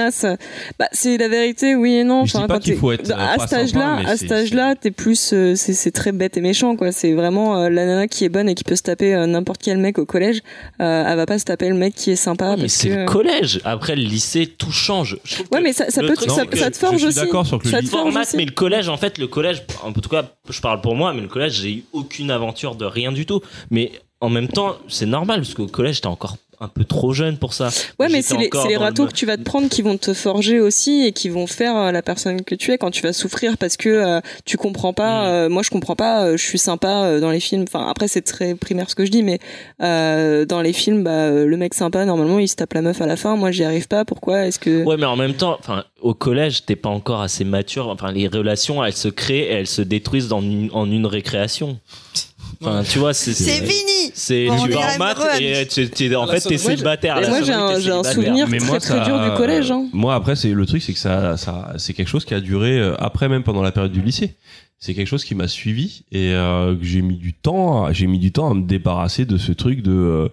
H: Bah, c'est la vérité, oui et non.
C: Je dis pas
H: quand
C: qu'il
H: t'es-
C: faut être, euh,
H: à
C: pas
H: cet âge-là,
C: sympa, mais
H: à
C: c'est-
H: cet âge-là, t'es plus, euh, c'est c'est très bête et méchant, quoi. C'est vraiment euh, la nana qui est bonne et qui peut se taper euh, n'importe quel mec au collège. euh, elle va pas se taper le mec qui est sympa.
I: Mais
H: parce
I: c'est
H: que- euh,
I: le collège. Après, le lycée, tout change. Je trouve
H: Ouais,
I: que
H: mais ça, ça
I: le
H: peut,
I: truc,
H: ça,
I: c'est que
H: ça te forge
C: je suis
H: aussi.
C: d'accord sur que le
H: ça te
I: Il
H: forge
I: formate,
H: aussi.
I: mais le collège, en fait, le collège, en tout cas, je parle pour moi, mais le collège, j'ai eu aucune aventure de rien du tout. Mais en même temps, c'est normal, parce qu'au collège, t'es encore un peu trop jeune pour ça.
H: Ouais, mais
I: J'étais
H: c'est les,
I: encore
H: c'est les
I: dans le
H: râteaux
I: mo-
H: que tu vas te prendre qui vont te forger aussi et qui vont faire euh, la personne que tu es quand tu vas souffrir parce que euh, tu comprends
I: Mm.
H: pas. euh, moi, je comprends pas. euh, je suis sympa euh, dans les films. Enfin, après, c'est très primaire ce que je dis, mais euh, dans les films, bah, euh, le mec sympa, normalement, il se tape la meuf à la fin. Moi, j'y arrive pas. Pourquoi Est-ce que
I: Ouais, mais en même temps, enfin, au collège, t'es pas encore assez mature. Enfin, les relations, elles se créent et elles se détruisent dans une- en une récréation. Enfin, tu vois, c'est.
B: C'est fini
I: C'est
B: On
I: tu
B: est
I: vas en
B: amoureux,
I: maths
B: Annie.
I: et tu- tu- en fait,
H: sonnerie.
I: t'es célibataire.
H: Mais
I: La
H: moi,
I: sonnerie,
H: j'ai un-
I: t'es
H: j'ai un
I: célibataire.
H: souvenir
C: Mais
H: très,
C: moi,
H: très
C: ça- euh,
H: dur du collège. hein.
C: Moi, après, c'est le truc, c'est que ça, ça c'est quelque chose qui a duré euh, après même pendant la
H: Mm.
C: période du lycée. C'est quelque chose qui m'a suivi et euh, que j'ai mis du temps, à- j'ai mis du temps à me débarrasser de ce truc de. euh,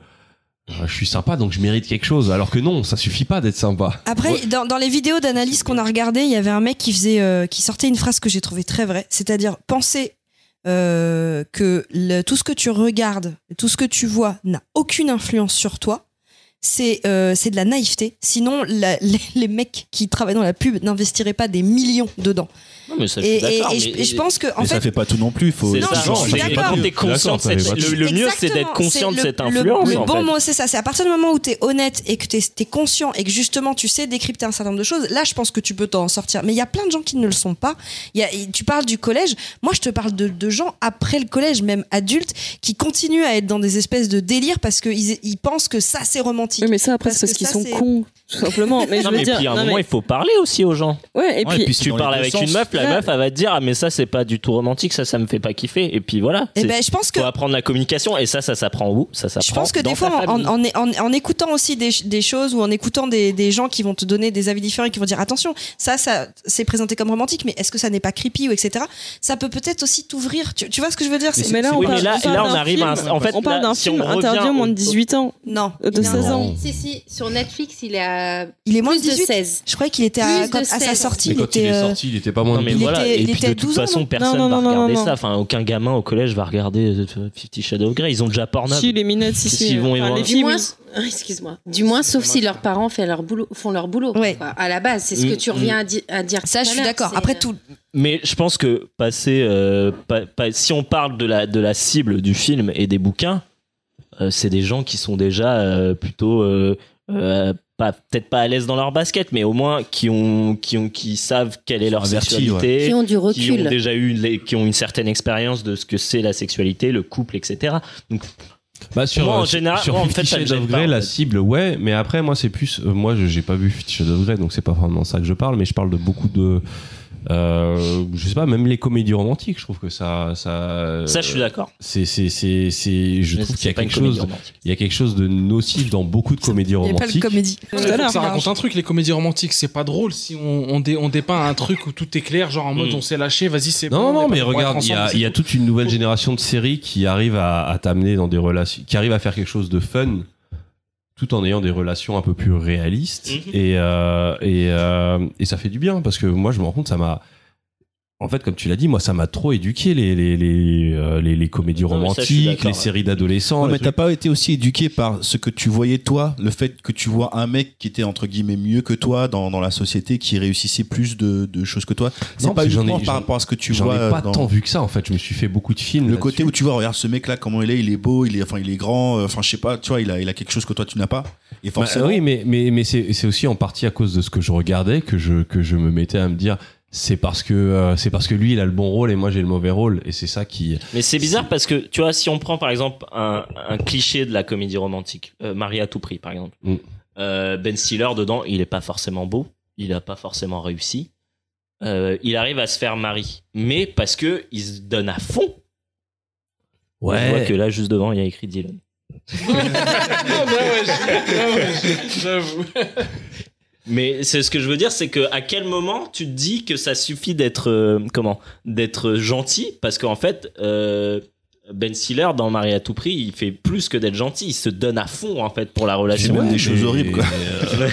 C: euh, je suis sympa, donc je mérite quelque chose. Alors que non, ça suffit pas d'être sympa.
B: Après, dans, dans les vidéos d'analyse qu'on a regardées, il y avait un mec qui faisait, euh, qui sortait une phrase que j'ai trouvée très vraie, c'est-à-dire penser euh, que le- tout ce que tu regardes, tout ce que tu vois, n'a aucune influence sur toi. C'est euh, c'est de la naïveté. Sinon, la- <laughs> les, les mecs qui travaillent dans la pub n'investiraient pas des millions dedans.
I: Non, mais ça, je
B: et,
I: suis d'accord,
B: et- et je,
I: mais-
B: et je pense que en
E: mais
B: fait,
E: ça fait pas tout non plus. Faut...
I: C'est
B: Non,
I: ça,
B: je suis
I: mais
B: d'accord.
I: quand t'es conscient de
C: D'accord,
I: cette,
C: ça fait
I: le, le mieux c'est d'être
B: Exactement,
I: conscient de
B: c'est
I: cette
B: le- le-
I: influence
B: Le,
I: en
B: bon
I: fait.
B: mot, c'est ça. C'est à partir du moment où tu es honnête et que tu es, conscient et que justement tu sais décrypter un certain nombre de choses, là je pense que tu peux t'en sortir. Mais il y a plein de gens qui ne le sont pas. Il y a- et tu parles du collège. Moi je te parle de, de gens après le collège, même adultes, qui continuent à être dans des espèces de délire parce qu'ils ils pensent que ça c'est romantique.
H: Oui, mais ça, après,
B: Parce
H: c'est parce
B: que
H: qu'ils
B: ça,
H: sont
B: c'est-
H: cons, tout
B: <laughs>
H: simplement. Mais je
I: non
H: veux
I: mais
H: dire,
I: puis à un
H: non,
I: moment
H: mais-
I: il faut parler aussi aux gens.
H: ouais, et puis,
I: Si tu parles avec une meuf, la
H: Là-
I: meuf elle va te dire ah mais ça c'est pas du tout romantique, ça ça me fait pas kiffer et puis voilà.
B: Et
I: c'est-
B: ben je pense que
I: Faut apprendre la communication et ça ça s'apprend où Ça s'apprend.
B: Je pense que
I: dans
B: des fois,
I: ta
B: en,
I: famille.
B: en- en- en écoutant aussi des, ch- des choses ou en écoutant des, des gens qui vont te donner des avis différents et qui vont dire attention, ça, ça c'est présenté comme romantique, mais est-ce que ça n'est pas creepy ou etc. Ça peut peut-être aussi t'ouvrir. Tu, tu vois ce que je veux dire c'est-
H: mais là, on
I: oui, mais
H: parle-
I: là-
H: parle
I: là, on
H: d'un
I: arrive à un-
H: film-
I: en fait,
H: on parle
I: là,
H: d'un
I: si
H: film
I: on revient
H: interdit au moins de
I: au-
H: 18 ans, Euh,
B: Non,
H: de
B: Non.
H: 16 ans.
G: Si, si, sur Netflix, il est à
B: il est moins
G: plus
B: de
G: de
B: 18.
G: 16.
B: Je croyais qu'il était à,
G: Plus
B: quand-
G: de
B: à sa
G: 16.
B: sortie,
C: Mais
B: il
C: quand il
B: était.
C: est
B: euh,
C: sorti, il était pas moins.
I: Non mais
C: de-
B: il
I: voilà
B: était-
I: et
B: il
I: puis
B: était à
I: de toute
B: 12 ans,
I: façon
B: non
I: personne
H: Non, non, non,
I: va
H: non,
I: regarder
H: non.
I: ça. Enfin aucun gamin au collège va regarder euh, Fifty Shadow of Grey. Ils ont déjà Pornhub.
H: Si, les minettes, si,
I: Qu'est-ce
H: si.
I: qu'ils vont y
H: Enfin,
I: voir
H: les
G: Du
H: filles,
G: moins,
H: oui.
G: <laughs> ah, excuse-moi. Du moins, sauf si leurs parents font leur boulot. Font leur boulot
B: Ouais.
G: quoi. À la base, c'est ce que
I: Mm,
G: tu
I: mm.
G: reviens à, di- à dire.
B: Ça,
G: tout
B: je
G: à
B: suis
G: l'heure,
B: d'accord.
G: c'est,
B: Après
G: euh,
B: tout,
I: Mais je pense que passer, euh, pa- pa- si on parle de la, de la cible du film et des bouquins, euh, c'est des gens qui sont déjà euh, plutôt euh, euh, pas peut-être pas à l'aise dans leur basket, mais au moins qui ont qui ont qui savent quelle est leur
E: Avertis,
I: sexualité,
G: qui ont du
I: qui ont
G: recul.
I: déjà eu les- qui ont une certaine expérience de ce que c'est la sexualité, le couple, etc.
C: Bah, sur,
I: Moi, en
C: euh,
I: général-
C: sur
I: moi, en
C: Fifty
I: fait, ça me
C: Shades of
I: gêne pas,
C: Grey,
I: en
C: la
I: fait.
C: cible, ouais, mais après, moi, c'est plus. euh, moi, je- j'ai pas vu Fifty Shades of Grey, donc c'est pas vraiment ça que je parle, mais je parle de beaucoup de. euh, je sais pas, même les comédies romantiques, je trouve que ça. Ça,
I: Ça, je suis d'accord.
C: c'est, c'est, c'est, c'est- je
I: Mais
C: trouve
I: c'est
C: qu'il y a
I: pas une
C: quelque
I: comédie
C: chose.
I: romantique.
C: Il y a quelque chose de nocif dans beaucoup de comédies
B: il n'y a pas le
C: romantiques.
B: comédie.
D: Ouais, faut que ça raconte
B: hein.
D: un truc, les comédies romantiques, c'est pas drôle si on, on, dé- on dépeint un truc où tout est clair, genre en mode
I: Mm.
D: on s'est lâché, vas-y c'est
C: Hmm. Non,
D: bon.
C: non,
D: on est
C: non, mais
D: pas pour
C: regarde,
D: être
C: il y a,
D: ensemble,
C: il y a
D: c'est
C: toute une nouvelle génération de séries qui arrive à, à t'amener dans des relations, qui arrive à faire quelque chose de fun, tout en ayant des relations un peu plus réalistes.
I: Mhm.
C: Et, euh, et, euh, et ça fait du bien, parce que moi, je me rends compte, ça m'a. En fait, comme tu l'as dit, moi, ça m'a trop éduqué les, les, les, euh, les, les comédies
I: Non, mais ça, je suis
C: romantiques,
I: d'accord,
C: les
I: ouais.
C: séries d'adolescents.
E: Ouais,
C: les
E: mais t'as
C: trucs-
E: pas été aussi éduqué par ce que tu voyais toi, le fait que tu vois un mec qui était entre guillemets mieux que toi dans, dans la société, qui réussissait plus de, de choses que toi.
C: Non,
E: C'est pas
C: parce que j'en ai-
E: uniquement
C: j'en-
E: par rapport à ce que tu
C: J'en
E: vois.
C: ai pas
E: euh, dans-
C: tant vu que ça, en fait. Je me suis fait beaucoup de films.
E: Le
C: là-dessus.
E: côté où tu vois, regarde ce mec là, comment il est, il est beau, il est, enfin, il est grand, euh, enfin, je sais pas, tu vois, il a, il a quelque chose que toi tu n'as pas. Et
C: Bah,
E: forcément,
C: oui, mais, mais, mais c'est c'est aussi en partie à cause de ce que je regardais que je, que je me mettais à me dire c'est parce que euh, c'est parce que lui il a le bon rôle et moi j'ai le mauvais rôle et c'est ça qui
I: Mais c'est bizarre parce que tu vois, si on prend par exemple un, un cliché de la comédie romantique, euh, Marie à tout prix par exemple,
C: Mm.
I: Euh, Ben Stiller dedans, il est pas forcément beau, il a pas forcément réussi, Euh, il arrive à se faire mari, mais parce que il se donne à fond. On voit que là juste devant il y a écrit Dylan.
D: tout. Ah, bah ouais, je- ah ouais, je- j'avoue.
I: Mais c'est ce que je veux dire, c'est que à quel moment tu te dis que ça suffit d'être euh, comment D'être gentil parce qu'en fait euh, Ben Stiller dans Marie à tout prix, il fait plus que d'être gentil, il se donne à fond en fait pour la relation. euh,
E: même des choses horribles, quoi.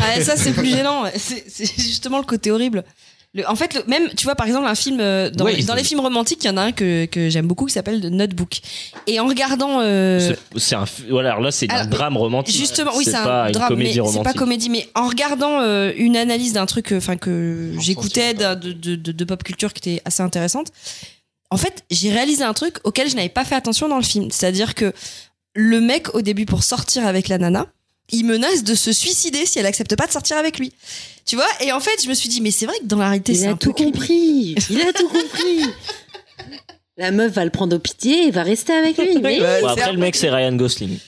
B: Ah, ça, c'est plus gênant. C'est c'est justement le côté horrible. Le- en fait, le- même, tu vois, par exemple, un film, euh, dans,
I: Ouais,
B: dans les films romantiques, il y en a un que, que j'aime beaucoup qui s'appelle The Notebook. Et en regardant. euh,
I: <laughs> C'est- c'est un voilà, alors là c'est un
B: Alors,
I: drame romantique.
B: Justement, oui, c'est
I: pas
B: un
I: une
B: drame, mais
I: comédie
B: c'est
I: romantique.
B: pas comédie. Mais en regardant euh, une analyse d'un truc, euh, enfin que j'écoutais d'un- de, de- de- de pop culture qui était assez intéressante, en fait, j'ai réalisé un truc auquel je n'avais pas fait attention dans le film. C'est-à-dire que le mec, au début, pour sortir avec la nana, il menace de se suicider si elle accepte pas de sortir avec lui. Tu vois Et en fait, je me suis dit, mais c'est vrai que dans la réalité,
G: Il
B: c'est
G: a
B: un
G: tout
B: peu
G: compris. Il
B: <laughs>
G: a tout compris. La meuf va le prendre au pitié et va rester avec lui. Mais
B: <laughs> Ouais,
I: Bon,
B: c'est
I: après
B: un-
I: le mec c'est Ryan Gosling.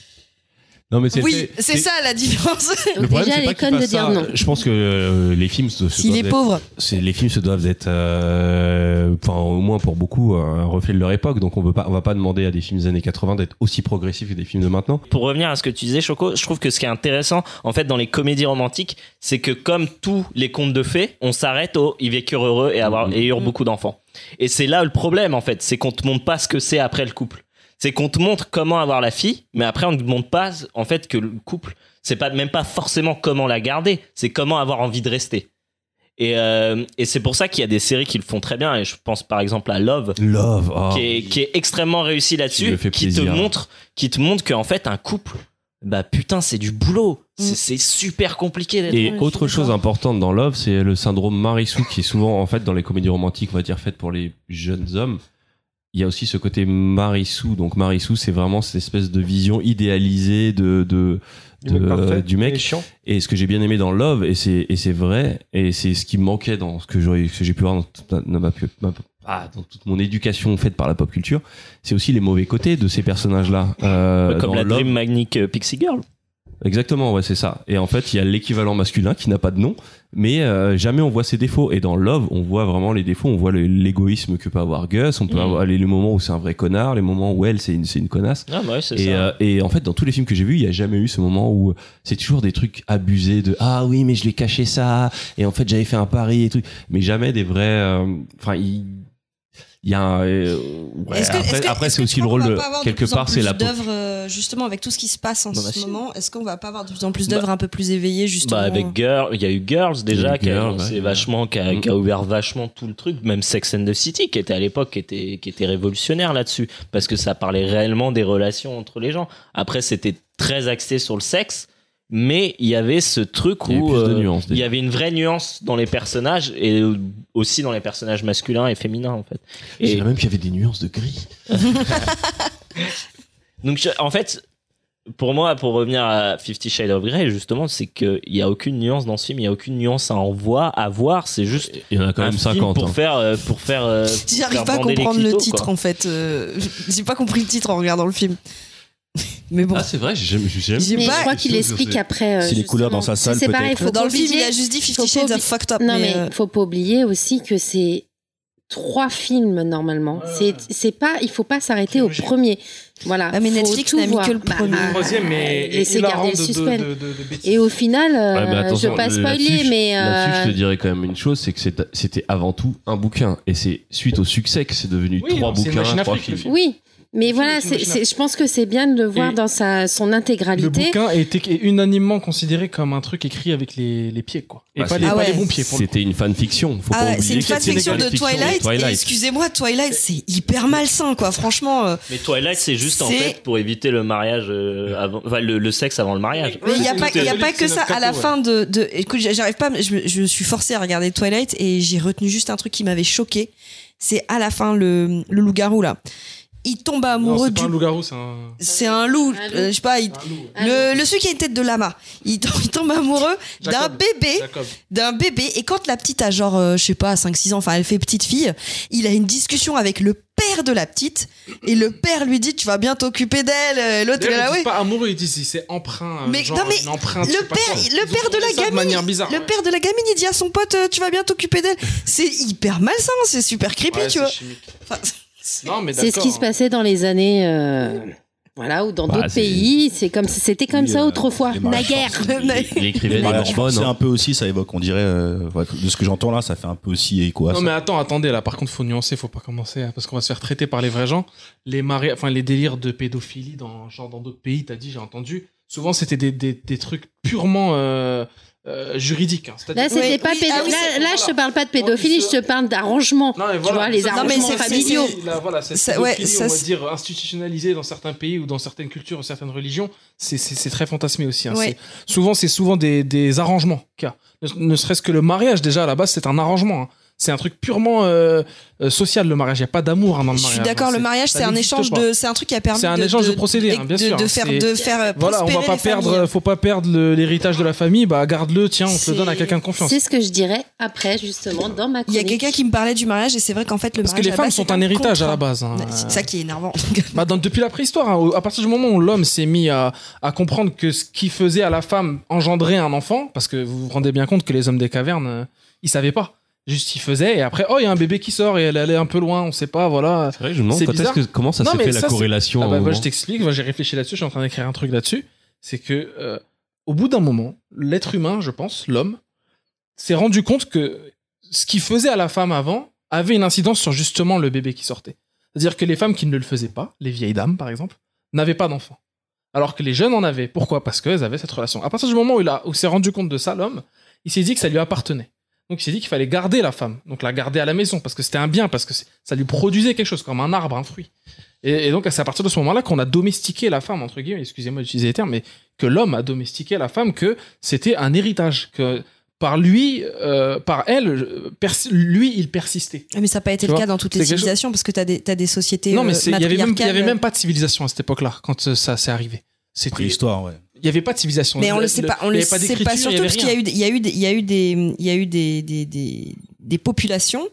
C: Non, mais c'est
B: Oui,
C: c'est-
B: c'est ça la différence.
G: Donc déjà, elle
C: c'est
G: est
C: pas qu'il
G: conne de
C: fasse
G: dire
C: ça.
G: non.
C: Je pense que euh, les films se, se
B: S'il
C: doivent
B: est
C: d'être-
B: pauvre.
C: c'est- les films se doivent être, euh, enfin au moins pour beaucoup, un reflet de leur époque. Donc on veut pas, on va pas demander à des films des années 80 d'être aussi progressifs que des films de maintenant.
I: Pour revenir à ce que tu disais Choco, je trouve que ce qui est intéressant en fait dans les comédies romantiques, c'est que comme tous les contes de fées, on s'arrête au ils vécurent heureux et avoir et eurent beaucoup d'enfants. Et c'est là le problème en fait, c'est qu'on te montre pas ce que c'est après le couple. C'est qu'on te montre comment avoir la fille, mais après on ne te montre pas en fait que le couple, c'est pas même pas forcément comment la garder, c'est comment avoir envie de rester. Et, euh, et c'est pour ça qu'il y a des séries qui le font très bien. Et je pense par exemple à Love,
C: Love, oh.
I: qui, est, qui est extrêmement réussi
C: Tu me
I: là-dessus,
C: fais
I: qui te
C: plaisir.
I: montre, qui te montre qu'en fait un couple, bah putain c'est du boulot, c'est c'est super compliqué d'être.
C: Et
B: Ouais, je
C: autre
B: suis
C: chose
B: d'accord.
C: importante dans Love, c'est le syndrome Marissou qui est souvent en fait dans les comédies romantiques, on va dire faites pour les jeunes hommes. Il y a aussi ce côté Marissou. Donc Marissou, c'est vraiment cette espèce de vision idéalisée de, de,
A: Du mec
C: de-
A: parfait,
C: du mec.
A: mais chiant.
C: Et ce que j'ai bien aimé dans Love, et c'est et c'est vrai, et c'est ce qui me manquait dans ce que j'aurais- ce que j'ai pu voir dans, toute ma- dans ma- ma- ah, dans toute mon éducation faite par la pop culture, c'est aussi les mauvais côtés de ces personnages-là. Euh,
I: Comme
C: dans
I: la
C: Love,
I: Dream Magnic euh, Pixie Girl.
C: Exactement, ouais, c'est ça. Et en fait, il y a l'équivalent masculin qui n'a pas de nom, mais euh, jamais on voit ses défauts. Et dans Love, on voit vraiment les défauts, on voit le- l'égoïsme que peut avoir Gus, on peut
I: Mhm.
C: avoir les, les moments où c'est un vrai connard, les moments où elle, c'est une, c'est une connasse.
I: Ah bah ouais, c'est
C: Et,
I: ça.
C: euh, et en fait, dans tous les films que j'ai vus, il n'y a jamais eu ce moment où c'est toujours des trucs abusés de ah oui, mais je lui ai caché ça, et en fait, j'avais fait un pari et tout, mais jamais des vrais. euh, Enfin, il. Il y a un, euh, ouais,
B: Est-ce que-
C: après,
B: est-ce que-
C: après,
B: est-ce
C: c'est
B: que
C: aussi
B: tu
C: le
B: crois
C: rôle
B: qu'on va
C: de-
B: pas avoir de
C: quelque
B: plus en
C: part c'est
B: plus
C: la pop-
B: d'œuvres euh, justement avec tout ce qui se passe en
I: Bah, bah,
B: ce
I: si.
B: moment. Est-ce qu'on va pas avoir de plus en plus
I: Bah-
B: d'œuvres un peu plus éveillées justement
I: Bah avec Girl, il y a eu Girls déjà
C: eu
I: qui a
C: Girl,
I: annoncé
C: ouais.
I: vachement, qui a,
C: Mm.
I: qui a ouvert vachement tout le truc, même Sex and the City qui était à l'époque qui était qui était révolutionnaire là-dessus parce que ça parlait réellement des relations entre les gens. Après c'était très axé sur le sexe, mais il y avait ce truc
C: Il y avait
I: où
C: plus de
I: euh,
C: nuances,
I: il y
C: déjà.
I: avait une vraie nuance dans les personnages et euh, aussi dans les personnages masculins et féminins en fait.
C: Je
I: Et
C: dirais même qu'il y avait des nuances de gris.
I: donc je- en fait pour moi, pour revenir à Fifty Shades of Grey, justement, c'est qu'il n'y a aucune nuance dans ce film, il n'y a aucune nuance à en voir, à voir, c'est juste
C: Il y en a quand
I: un
C: même
I: film
C: 50.
I: pour
C: hein.
I: faire euh, pour
B: <laughs>
I: faire euh, pour
B: J'arrive
I: faire
B: pas à
I: bander les
B: comprendre le
I: clitos,
B: titre
I: quoi.
B: en fait. euh, <laughs> J'ai pas compris le titre en regardant le film. <laughs> Mais bon,
C: Ah, c'est vrai, j'ai jamais. j'ai jamais-
B: J'ai
G: Mais
B: pas-
G: je crois qu'il
C: je-
G: explique
C: je-
G: après. euh,
E: Si les couleurs
G: justement.
E: dans sa salle,
G: C'est pareil,
E: peut-être.
G: faut
B: dans
G: pas
B: le film, il
G: oublier-
B: a juste dit Fifty
G: faut
B: Shades
G: pas
B: of Fucked Up.
G: Non
B: mais,
G: mais
B: euh,
G: faut pas oublier aussi que c'est trois films normalement. C'est c'est pas il faut pas s'arrêter au
D: Trilogie.
G: premier. Voilà.
B: Ah, mais
G: faut
B: Netflix
G: tout
B: n'a mis
G: voir.
B: que le
G: Bah,
B: premier.
D: Le
G: ah,
D: troisième
B: euh,
D: est, est
G: laissez
D: hilarant
G: garder le
D: de, de,
G: suspense.
D: de, de- de bêtises.
G: Et au final,
C: Ouais, mais
G: euh, je
C: attention,
G: veux pas
C: le-
G: spoiler,
C: là-dessus,
G: mais
C: je- Là-dessus, je
G: euh,
C: te dirais quand même une chose, c'est que c'est- c'était avant tout un bouquin. Et c'est suite au succès que c'est devenu
D: Oui,
C: trois
D: c'est une
C: bouquins,
D: machine à
C: trois
D: fric, le film.
C: films.
G: oui. Mais
D: film
G: voilà,
D: est une
G: c'est-
D: machine à-
G: c'est- je pense que c'est bien de le voir
D: Et-
G: dans sa son
D: Le
G: intégralité.
D: bouquin était unanimement considéré comme un truc écrit avec les, les pieds, quoi. Et
C: Bah,
D: pas,
C: c'est-
D: les,
B: Ah
D: pas les
B: ouais.
D: bons pieds, pour le coup.
C: C'était une fanfiction. Faut
B: ah,
C: pas
B: c'est
C: oublier
B: une
C: que c'était
B: fanfiction de
C: fanfiction
B: Twilight. Et excusez-moi, Twilight, c'est hyper malsain quoi. Franchement, euh,
I: mais Twilight c'est juste en
B: C'est-
I: fait pour éviter le mariage euh, avant enfin, le, le sexe avant le mariage
B: Mais il n'y a,
D: c'est
B: pas,
D: tout
B: y a
D: est-
B: pas que
D: c'est
B: ça.
D: notre
B: À la
D: capot, ouais.
B: fin de, de- écoute, j'arrive pas. Je, me- je suis forcée à regarder Twilight et j'ai retenu juste un truc qui m'avait choqué. C'est à la fin le, le loup-garou là. Il tombe
D: Non,
B: amoureux
D: c'est pas
B: du.
D: un loup-garou, c'est un.
B: C'est un loup.
G: Un loup.
B: euh, je sais pas. il-
D: un loup, ouais.
G: Ah,
B: le, le celui qui a une tête de lama. Il tombe, il tombe amoureux d'un
D: Jacob.
B: bébé,
D: Jacob.
B: d'un bébé. Et quand la petite a genre, euh, je sais pas, 5-6 ans, enfin, elle fait petite fille, il a une discussion avec le père de la petite et le père lui dit, tu vas bien t'occuper d'elle. Et L'autre il est
D: D'ailleurs,
B: là,
D: ils
B: ouais.
D: disent pas amoureux, ils disent c'est emprunt. euh,
B: Mais-
D: genre,
B: non, mais
D: une empreinte, je sais
B: Le
D: pas
B: père,
D: quoi. Ils
B: le
D: ont
B: père de
D: trouvé
B: la
D: ça
B: gamine,
D: De manière bizarre.
B: le
D: ouais.
B: père de la gamine, il dit à son pote, euh, tu vas bien t'occuper d'elle. C'est hyper malsain, c'est super creepy,
D: Ouais,
B: tu
D: c'est
B: vois.
D: chimique.
B: Enfin,
D: Non, mais
G: C'est ce
D: d'accord,
G: qui se
D: hein.
G: passait dans les années. euh, Voilà, ou dans
C: Bah,
G: d'autres
C: c'est-
G: pays, c'est comme c'était comme
E: Oui,
G: ça
E: euh,
G: autrefois,
E: les
G: naguère.
E: maréchaux,
C: Il écrivait des
E: Voilà,
C: Gorbones,
E: C'est
C: hein.
E: un peu aussi, ça évoque, on dirait, euh, ouais, de ce que j'entends là, ça fait un peu aussi écho à
D: Non
E: ça.
D: mais attends, attendez là. Par contre, faut nuancer, faut pas commencer hein, parce qu'on va se faire traiter par les vrais gens. Les maré- enfin les délires de pédophilie dans genre dans d'autres pays, t'as dit, j'ai entendu. Souvent, c'était des, des, des trucs purement euh, euh, juridiques. hein. C'est-à-dire-
G: Là, c'était
B: Oui,
G: pas
B: oui,
G: pédo-
B: ah oui,
G: là,
B: c'est- Oh,
G: là, je te parle pas de pédophilie, je te parle d'arrangement.
D: Non, mais
G: Tu vois, les
D: Ça,
B: Non, mais
G: arrangements
B: c'est- c'est-
G: familiaux.
B: c'est-
D: Là, voilà, cette
B: Ça-
D: pédophilie,
B: ouais, ça,
D: on va
B: c'est-
D: dire institutionnalisée dans certains pays ou dans certaines cultures ou certaines religions, c'est- c'est c'est très fantasmé aussi. hein.
B: Ouais.
D: C'est- Souvent, c'est souvent des, des arrangements qu'il y a. Ne, ne serait-ce que le mariage, déjà, à la base, c'est un arrangement. hein. C'est un truc purement euh, euh, social, le mariage. Il n'y a pas d'amour hein, dans le
B: Je
D: mariage.
B: suis d'accord,
D: hein.
B: le mariage,
D: ça
G: Bah,
B: c'est un
D: n'existe
B: échange
D: pas.
B: de, c'est un truc qui a permis
D: C'est un échange de procédés, hein, bien
B: de-
D: sûr,
B: de faire,
D: c'est-
B: de faire euh,
D: Voilà, on va
B: prospérer
D: pas
B: les familles.
D: perdre, faut pas perdre le- l'héritage de la famille, bah garde-le, tiens, on te
G: C'est-
D: le donne à quelqu'un de confiance.
G: C'est ce que je dirais après, justement, dans ma
B: Il y a
G: chronique.
B: quelqu'un qui me parlait du mariage et c'est vrai qu'en fait le
D: Parce que
B: mariage
D: les
B: à la
D: femmes
B: base,
D: sont
B: c'est
D: un héritage à la
B: contrat.
D: base. hein.
B: C'est ça qui est énervant.
D: <laughs> Bah, dans- depuis la préhistoire, hein, au- à partir du moment où l'homme s'est mis à, à comprendre que ce qui faisait à la femme engendrer un enfant, parce que vous vous rendez bien compte que les hommes des cavernes, euh, ils savaient pas. Juste, ils faisaient, et après, oh, il y a un bébé qui sort, et elle allait un peu loin, on sait pas, voilà.
C: C'est vrai, je me demande
D: C'est
C: quand est-ce
D: bizarre.
C: que, comment ça
D: Non,
C: s'est
D: mais
C: fait la
D: ça, c'est-
C: corrélation.
D: Ah
C: au
D: bah, bah,
C: moment-
D: je t'explique, moi, j'ai réfléchi là-dessus, je suis en train d'écrire un truc là-dessus. C'est que, euh, au bout d'un moment, l'être humain, je pense, l'homme, s'est rendu compte que ce qu'il faisait à la femme avant avait une incidence sur justement le bébé qui sortait. C'est-à-dire que les femmes qui ne le faisaient pas, les vieilles dames par exemple, n'avaient pas d'enfants. Alors que les jeunes en avaient. Pourquoi Parce qu'elles avaient cette relation. À partir du moment où il a- où s'est rendu compte de ça, l'homme, il s'est dit que ça lui appartenait. Donc il s'est dit qu'il fallait garder la femme. Donc la garder à la maison, parce que c'était un bien, parce que c'est- ça lui produisait quelque chose, comme un arbre, un fruit. Et, et donc c'est à partir de ce moment-là qu'on a domestiqué la femme, entre guillemets, excusez-moi d'utiliser les termes, mais que l'homme a domestiqué la femme, que c'était un héritage, que par lui, euh, par elle, euh, pers- lui, il persistait.
B: Ah, Mais ça n'a pas été
D: Tu
B: le
D: vois,
B: cas dans toutes
D: c'est
B: les
D: quelque chose-
B: civilisations parce que t'as des, t'as des sociétés
D: Non, mais
B: euh,
D: c'est- il y avait même- il y avait
B: matriarcales.
D: même pas de civilisation à cette époque-là quand euh, ça s'est arrivé. C'était il
E: Préhistoire, ouais.
D: y avait pas de civilisation.
B: Mais on
D: Le-
B: le sait pas, on
D: il y
B: le
D: avait pas
B: sait
D: d'écriture,
B: pas
D: il y
B: surtout
D: avait
B: parce qu'il y
D: rien.
B: a eu, il y a eu, des- il y a eu des, il y a eu des, des, des, des populations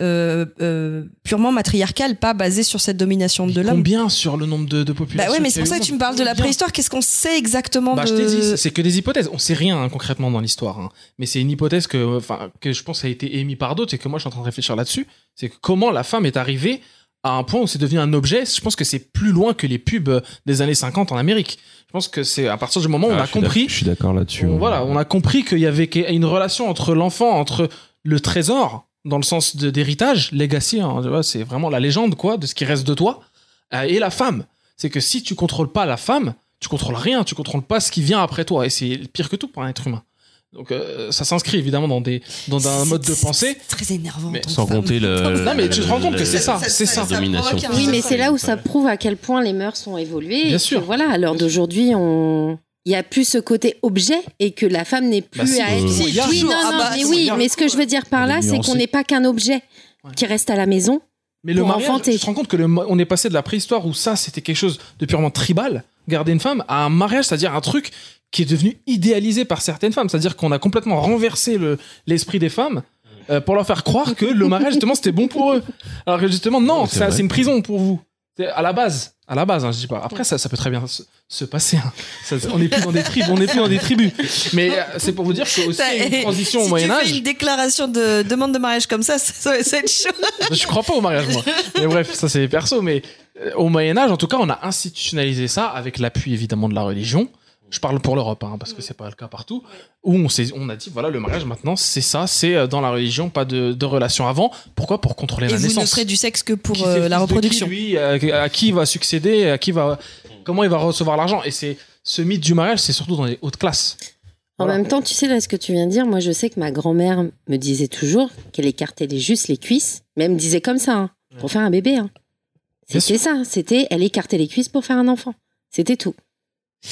B: euh, euh, purement matriarcales, pas basées sur cette domination de l'homme.
D: Combien sur le nombre de, de
B: Bah
D: populations
B: ouais, mais
D: qu'il
B: c'est
D: y a
B: pour ça
D: eu au
B: que tu me
D: monde
B: parles de la
D: Combien
B: préhistoire. Qu'est-ce qu'on sait exactement
D: Bah,
B: de
D: je
B: <laughs>
D: t'ai dit, c'est que des hypothèses. On sait rien hein, concrètement dans l'histoire, hein. mais c'est une hypothèse que, enfin, que je pense a été émise par d'autres et que moi je suis en train de réfléchir là-dessus. C'est que comment la femme est arrivée à un point où c'est devenu un objet. Je pense que c'est plus loin que les pubs euh, des années 50 en Amérique. Je pense que c'est à partir du moment où on
C: Ah,
D: a
C: je suis d'ac-
D: compris
C: Je suis d'accord là-dessus.
D: on- voilà, on a compris qu'il y avait qu'il y a une relation entre l'enfant, entre le trésor, dans le sens de- d'héritage, legacy, hein, tu vois, c'est vraiment la légende, quoi, de ce qui reste de toi, euh, et la femme. C'est que si tu contrôles pas la femme, tu contrôles rien, tu contrôles pas ce qui vient après toi, et c'est pire que tout pour un être humain. Donc euh, ça s'inscrit évidemment dans, des, dans un
B: C'est-
D: mode de
B: c'est-
D: pensée.
B: c'est Très énervant.
D: Mais
B: en tant que
C: Sans
B: femme.
C: compter le.
D: Non, mais tu te rends compte que c'est
C: le-
D: ça,
C: la
D: c'est ça.
C: domination.
B: provoque un-
G: Oui, mais c'est là où ça
C: Ouais.
G: prouve à quel point les mœurs ont évolué.
D: Bien
G: et
D: sûr.
G: que Voilà, à l'heure d'aujourd'hui, on. Il n'y a plus ce côté objet et que la femme n'est plus
D: Bah, si,
G: à
C: euh,
G: être.
C: si,
G: oui,
B: toujours.
G: oui, non,
B: Ah
G: non,
B: bah,
G: mais
D: si,
G: oui,
D: regarde.
G: mais ce que je veux dire par
E: Elle est
G: là, c'est qu'on
E: nuancée.
G: n'est pas qu'un objet
D: Ouais.
G: qui reste à la maison.
D: Mais le
G: Pour
D: mariage,
G: enfanter.
D: tu te rends compte que le, ma- on est passé de la préhistoire où ça c'était quelque chose de purement tribal, garder une femme, à un mariage, c'est-à-dire un truc qui est devenu idéalisé par certaines femmes, c'est-à-dire qu'on a complètement renversé le- l'esprit des femmes euh, pour leur faire croire que le mariage justement c'était bon pour eux, alors que justement non,
C: Ouais, c'est
D: ça,
C: vrai.
D: c'est une prison pour vous. C'est À la base, à la base, hein, je dis pas. Après ça, ça peut très bien se, se passer. hein. Ça- on n'est plus dans des tribus, on n'est plus dans des tribus. Mais euh, c'est pour vous dire que aussi il y a une
B: <laughs>
D: transition
B: si
D: au Moyen
B: tu fais une
D: Âge.
B: déclaration de demande de mariage comme ça, ça, ça, va être <laughs> chaud.
D: Je crois pas au mariage, moi. Mais bref, ça c'est perso. Mais euh, au Moyen-Âge, en tout cas, on a institutionnalisé ça avec l'appui évidemment de la religion. Je parle pour l'Europe, hein, parce que c'est pas le cas partout. Où on, s'est- on a dit, voilà, le mariage maintenant, c'est ça, c'est euh, dans la religion, pas de, de relation avant. Pourquoi Pour contrôler
B: Et
D: la
B: vous ne
D: naissance.
B: serez du sexe que pour
D: Qui c'est
B: euh,
D: fils de
B: la
D: qui,
B: reproduction.
D: lui, euh, à qui va succéder à qui va, Comment il va recevoir l'argent Et c'est ce mythe du mariage, c'est surtout dans les hautes classes.
G: En
D: Voilà.
G: même temps, tu sais, là, ce que tu viens de dire, moi, je sais que ma grand-mère me disait toujours qu'elle écartait les- juste les cuisses, mais elle me disait comme ça, hein, pour faire un bébé. hein.
D: Bien
G: C'était ça, c'était elle écartait les cuisses pour faire un enfant. C'était tout.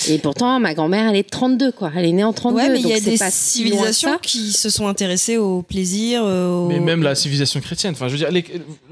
G: Et pourtant, ma grand-mère, elle est de 32, quoi. Elle est née en 32,
B: Ouais, mais il
G: donc
B: y a
G: c'est
B: des
G: pas si loin que
B: civilisations
G: ça.
B: qui se sont intéressées au plaisir. euh, au-
D: Mais même la civilisation chrétienne. Enfin, je veux dire, les- le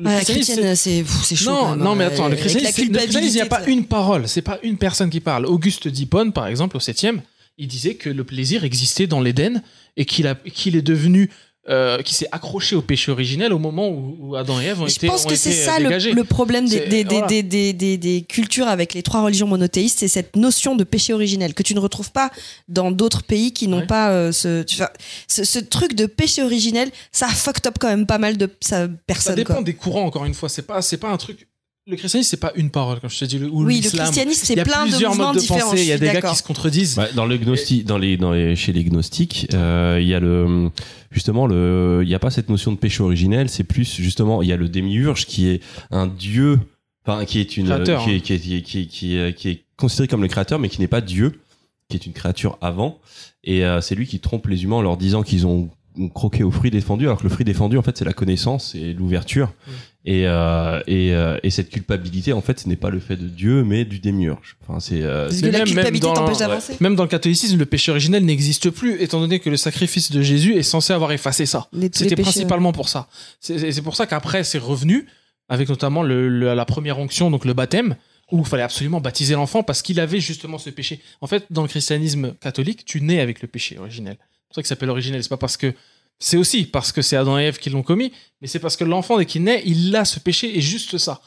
B: Ah, la
D: christianisme,
B: chrétienne, c'est pff, c'est chaud. quand
D: Non,
B: même,
D: non, mais
B: hein,
D: attends, le
B: avec la
D: christianisme, c'est- le
B: culpabilité,
D: christianisme, il n'y a pas
B: ça.
D: une parole, c'est pas une personne qui parle. Auguste d'Hippone, par exemple, au 7e, il disait que le plaisir existait dans l'Éden et qu'il a- qu'il est devenu. euh, qui s'est accroché au péché originel au moment où, où Adam et Ève ont
B: Je
D: été,
B: pense
D: ont
B: que c'est
D: été, euh,
B: ça le,
D: dégagés.
B: le problème des,
D: C'est-
B: des- des-
D: voilà.
B: des- des- des- des cultures avec les trois religions monothéistes, c'est cette notion de péché originel que tu ne retrouves pas dans d'autres pays qui n'ont
D: Ouais.
B: pas euh, ce, tu vois, ce, ce truc de péché originel. Ça fucked up quand même pas mal de ça,
D: Ça
B: personnes.
D: dépend
B: quoi.
D: des courants, encore une fois. C'est pas, c'est pas un truc le christianisme, c'est pas une parole, comme je te dis. le- Ou
B: Oui, le
D: l'islam.
B: christianisme, c'est
D: Il y a
B: plein de
D: plusieurs
B: mouvements
D: modes de
B: différents,
D: pensée. Il y a
B: je suis
D: des gars
B: d'accord.
D: qui se contredisent.
C: Bah, dans le gnosti- dans les, dans les, chez les gnostiques, euh, il y a le, justement, le, il n'y a pas cette notion de péché originel, c'est plus, justement, il y a le démiurge qui est un dieu, enfin, qui est une,
D: Créateur,
C: qui, est,
D: hein.
C: qui, est, qui, est, qui, est, qui est- qui est considéré comme le créateur, mais qui n'est pas dieu, qui est une créature avant, et euh, c'est lui qui trompe les humains en leur disant qu'ils ont ont croqué au fruit défendu, alors que le fruit défendu, en fait, c'est la connaissance et l'ouverture.
D: Mm.
C: Et, euh, et, euh, et cette culpabilité, en fait, ce n'est pas le fait de Dieu, mais du démiurge. Enfin, c'est euh,
B: Parce
C: c'est-
B: que la
D: même- même
B: culpabilité
D: dans-
B: t'empêche
D: ouais.
B: d'avancer.
D: Même dans le catholicisme, le péché originel n'existe plus, étant donné que le sacrifice de Jésus est censé avoir effacé ça.
B: Les- tous les
D: C'était
B: péchés,
D: principalement pour ça. C'est- C'est c'est pour ça qu'après, c'est revenu, avec notamment le- le- la première onction, donc le baptême, où il fallait absolument baptiser l'enfant parce qu'il avait justement ce péché. En fait, dans le christianisme catholique, tu nais avec le péché originel. C'est pour ça qu'il s'appelle originel. C'est pas parce que. C'est aussi parce que c'est Adam et Ève qui l'ont commis, mais c'est parce que l'enfant, dès qu'il naît, il a ce péché et juste ça.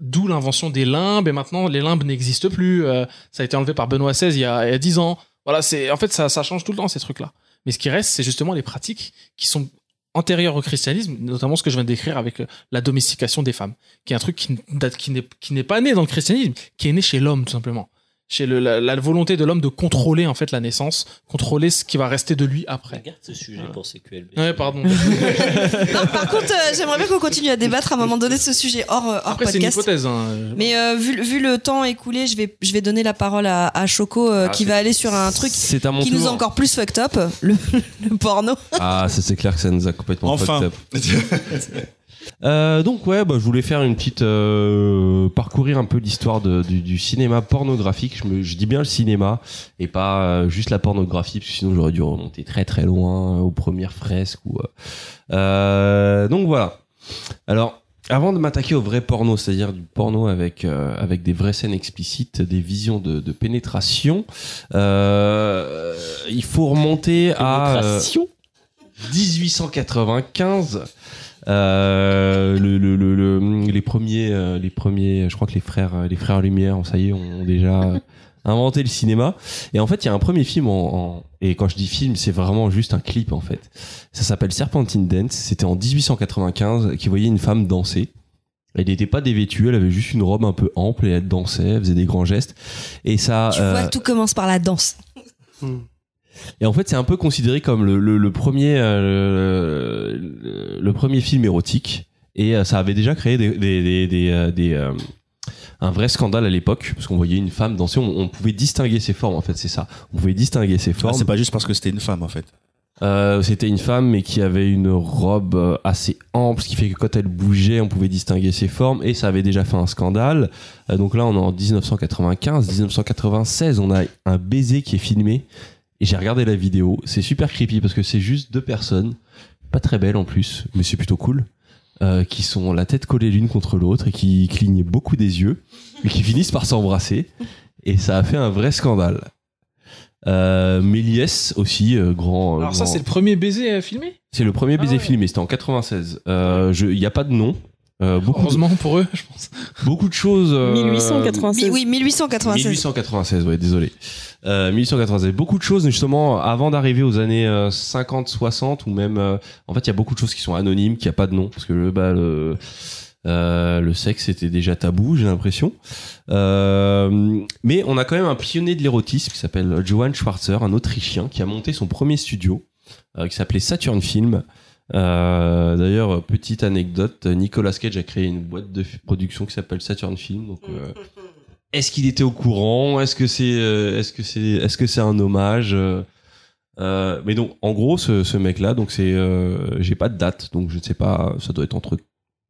D: D'où l'invention des limbes, et maintenant les limbes n'existent plus. euh, ça a été enlevé par Benoît XVI il y a, il y a 10 ans. Voilà, c'est en fait, ça, ça change tout le temps, ces trucs-là. Mais ce qui reste, c'est justement les pratiques qui sont antérieures au christianisme, notamment ce que je viens de décrire avec euh, la domestication des femmes, qui est un truc qui, n- date- qui n'est, qui n'est pas né dans le christianisme, qui est né chez l'homme, tout simplement. Chez le- la, la volonté de l'homme de contrôler, en fait, la naissance, contrôler ce qui va rester de lui après.
I: Regarde ce sujet pour CQLB. <laughs>
D: Ouais, pardon.
B: <laughs> Non, par contre, euh, j'aimerais bien qu'on continue à débattre à un moment donné de ce sujet hors, euh, hors
D: Après, c'est une
B: podcast.
D: hypothèse. hein.
B: Mais euh, vu, vu le temps écoulé, je vais, je vais donner la parole à, à Choco euh,
C: Ah,
B: qui
C: c'est-
B: va aller sur un truc
C: C'est à mon
B: qui nous a
C: tour.
B: encore plus fucked up, le, <laughs> le porno.
C: Ah, ça c'est clair que ça nous a complètement
E: Enfin. <laughs>
C: fucked up. Euh, donc ouais, bah, je voulais faire une petite euh, parcourir un peu l'histoire de- du, du cinéma pornographique. Je, me- je dis bien le cinéma et pas euh, juste la pornographie, parce que sinon j'aurais dû remonter très très loin euh, aux premières fresques. Ou, euh. Euh, donc voilà. Alors avant de m'attaquer au vrai porno, c'est-à-dire du porno avec euh, avec des vraies scènes explicites, des visions de, de pénétration, euh, il faut remonter à euh, 1895. Euh, le, le- le- le- les premiers, euh, les premiers, je crois que les frères, euh, les frères Lumière, ça y est, ont déjà euh, inventé le cinéma. Et en fait, il y a un premier film en, en- et quand je dis film, c'est vraiment juste un clip en fait. Ça s'appelle Serpentine Dance. C'était en 1895 qui voyait une femme danser. Elle n'était pas dévêtue, elle avait juste une robe un peu ample et elle dansait, elle faisait des grands gestes. Et ça.
B: Tu
C: euh,
B: vois, tout commence par la danse.
C: et en fait, c'est un peu considéré comme le, le- le premier, euh, le, le premier film érotique. Et euh, ça avait déjà créé des, des- des- des, euh, des, euh, un vrai scandale à l'époque, parce qu'on voyait une femme danser, on, on pouvait distinguer ses formes, en fait, c'est ça. On pouvait distinguer ses
E: Ah,
C: formes.
E: c'est pas juste parce que c'était une femme en fait.
C: Euh, C'était une femme, mais qui avait une robe euh, assez ample, ce qui fait que quand elle bougeait, on pouvait distinguer ses formes, et ça avait déjà fait un scandale. Euh, donc là, on est en 1995, 1996, on a un baiser qui est filmé, et j'ai regardé la vidéo. C'est super creepy parce que c'est juste deux personnes, pas très belles en plus, mais c'est plutôt cool, euh, qui sont la tête collée l'une contre l'autre et qui clignent beaucoup des yeux, et qui finissent par s'embrasser, et ça a fait un vrai scandale. Euh, Méliès aussi, euh, grand.
D: Alors, ça,
C: grand-
D: c'est le premier baiser euh, filmé
C: c'est le premier
D: Ah
C: baiser
D: ouais.
C: filmé, c'était en 96. Euh, je- Il n'y a pas de nom. Euh, beaucoup, de,
D: Heureusement pour eux, je pense.
C: beaucoup de choses. euh,
H: 1896.
B: Mi- oui, 1896.
C: 1896, ouais, désolé. Euh, 1896. Beaucoup de choses, justement, avant d'arriver aux années euh, 50, 60, ou même. euh, en fait, il y a beaucoup de choses qui sont anonymes, qui n'y a pas de nom, parce que le, bah, le, euh, le sexe était déjà tabou, j'ai l'impression. Euh, mais on a quand même un pionnier de l'érotisme qui s'appelle Johann Schwarzer, un Autrichien, qui a monté son premier studio, euh, qui s'appelait Saturn Film. Euh, D'ailleurs, petite anecdote, Nicolas Cage a créé une boîte de f- production qui s'appelle Saturn Film. Donc, euh, est-ce qu'il était au courant Est-ce que c'est euh, est-ce que c'est est-ce que c'est un hommage Euh, euh, Mais donc, en gros, ce, ce mec-là, donc c'est euh, j'ai pas de date, donc je ne sais pas. Ça doit être entre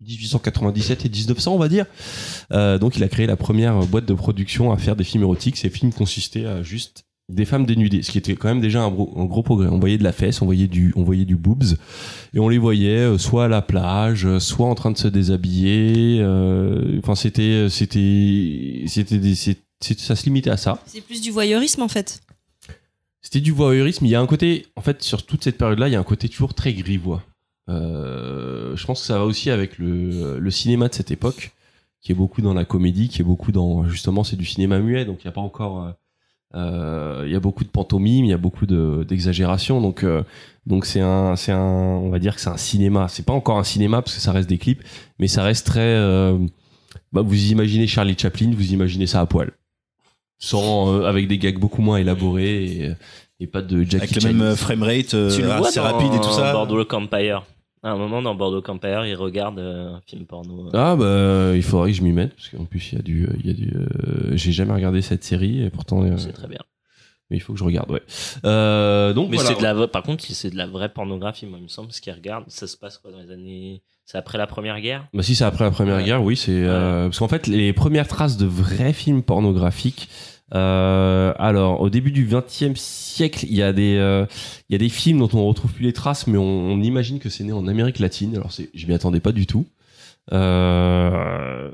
C: 1897 et 1900, on va dire. Euh, donc, il a créé la première boîte de production à faire des films érotiques. Ces films consistaient à juste des femmes dénudées, ce qui était quand même déjà un gros, un gros progrès. On voyait de la fesse, on voyait du, on voyait du boobs, et on les voyait euh, soit à la plage, euh, soit en train de se déshabiller. euh, Enfin, c'était, c'était, c'était, des- c'est- c'est- ça se limitait à ça.
B: C'est plus du voyeurisme en fait.
C: C'était du voyeurisme. Il y a un côté, en fait, sur toute cette période-là, il y a un côté toujours très grivois. Euh, je pense que ça va aussi avec le, le cinéma de cette époque, qui est beaucoup dans la comédie, qui est beaucoup dans, justement, c'est du cinéma muet, donc il n'y a pas encore, euh, euh, il y a beaucoup de pantomime, il y a beaucoup de- d'exagération, donc euh, donc c'est un, c'est un, on va dire que c'est un cinéma. C'est pas encore un cinéma parce que ça reste des clips, mais ça reste très euh, bah, vous imaginez Charlie Chaplin, vous imaginez ça à poil. Sans, euh, avec des gags beaucoup moins élaborés et, euh, et pas de Jackie
E: Avec le
C: Chan.
E: même euh, framerate euh,
C: Tu le vois
E: assez
C: dans-
E: rapide et tout ça.
I: Bordeaux Empire. À un moment, dans Bordeaux Empire, il regarde euh, un film porno. euh,
C: Ah bah il faudrait que je m'y mette parce qu'en plus il y a du, il y a du, euh, j'ai jamais regardé cette série et pourtant euh,
I: C'est très bien.
C: mais il faut que je regarde ouais. Euh, donc
I: mais
C: voilà.
I: c'est de la vraie- par contre c'est de la vraie pornographie moi il me semble ce qu'ils regardent ça se passe quoi dans les années c'est après la première guerre
C: Bah si c'est après la Première
I: Ouais.
C: Guerre, oui, c'est euh, parce qu'en fait les premières traces de vrais films pornographiques. euh, alors au début du XXe siècle, il y a des euh, il y a des films dont on retrouve plus les traces, mais on, on imagine que c'est né en Amérique latine. Alors c'est, je m'y attendais pas du tout. Euh,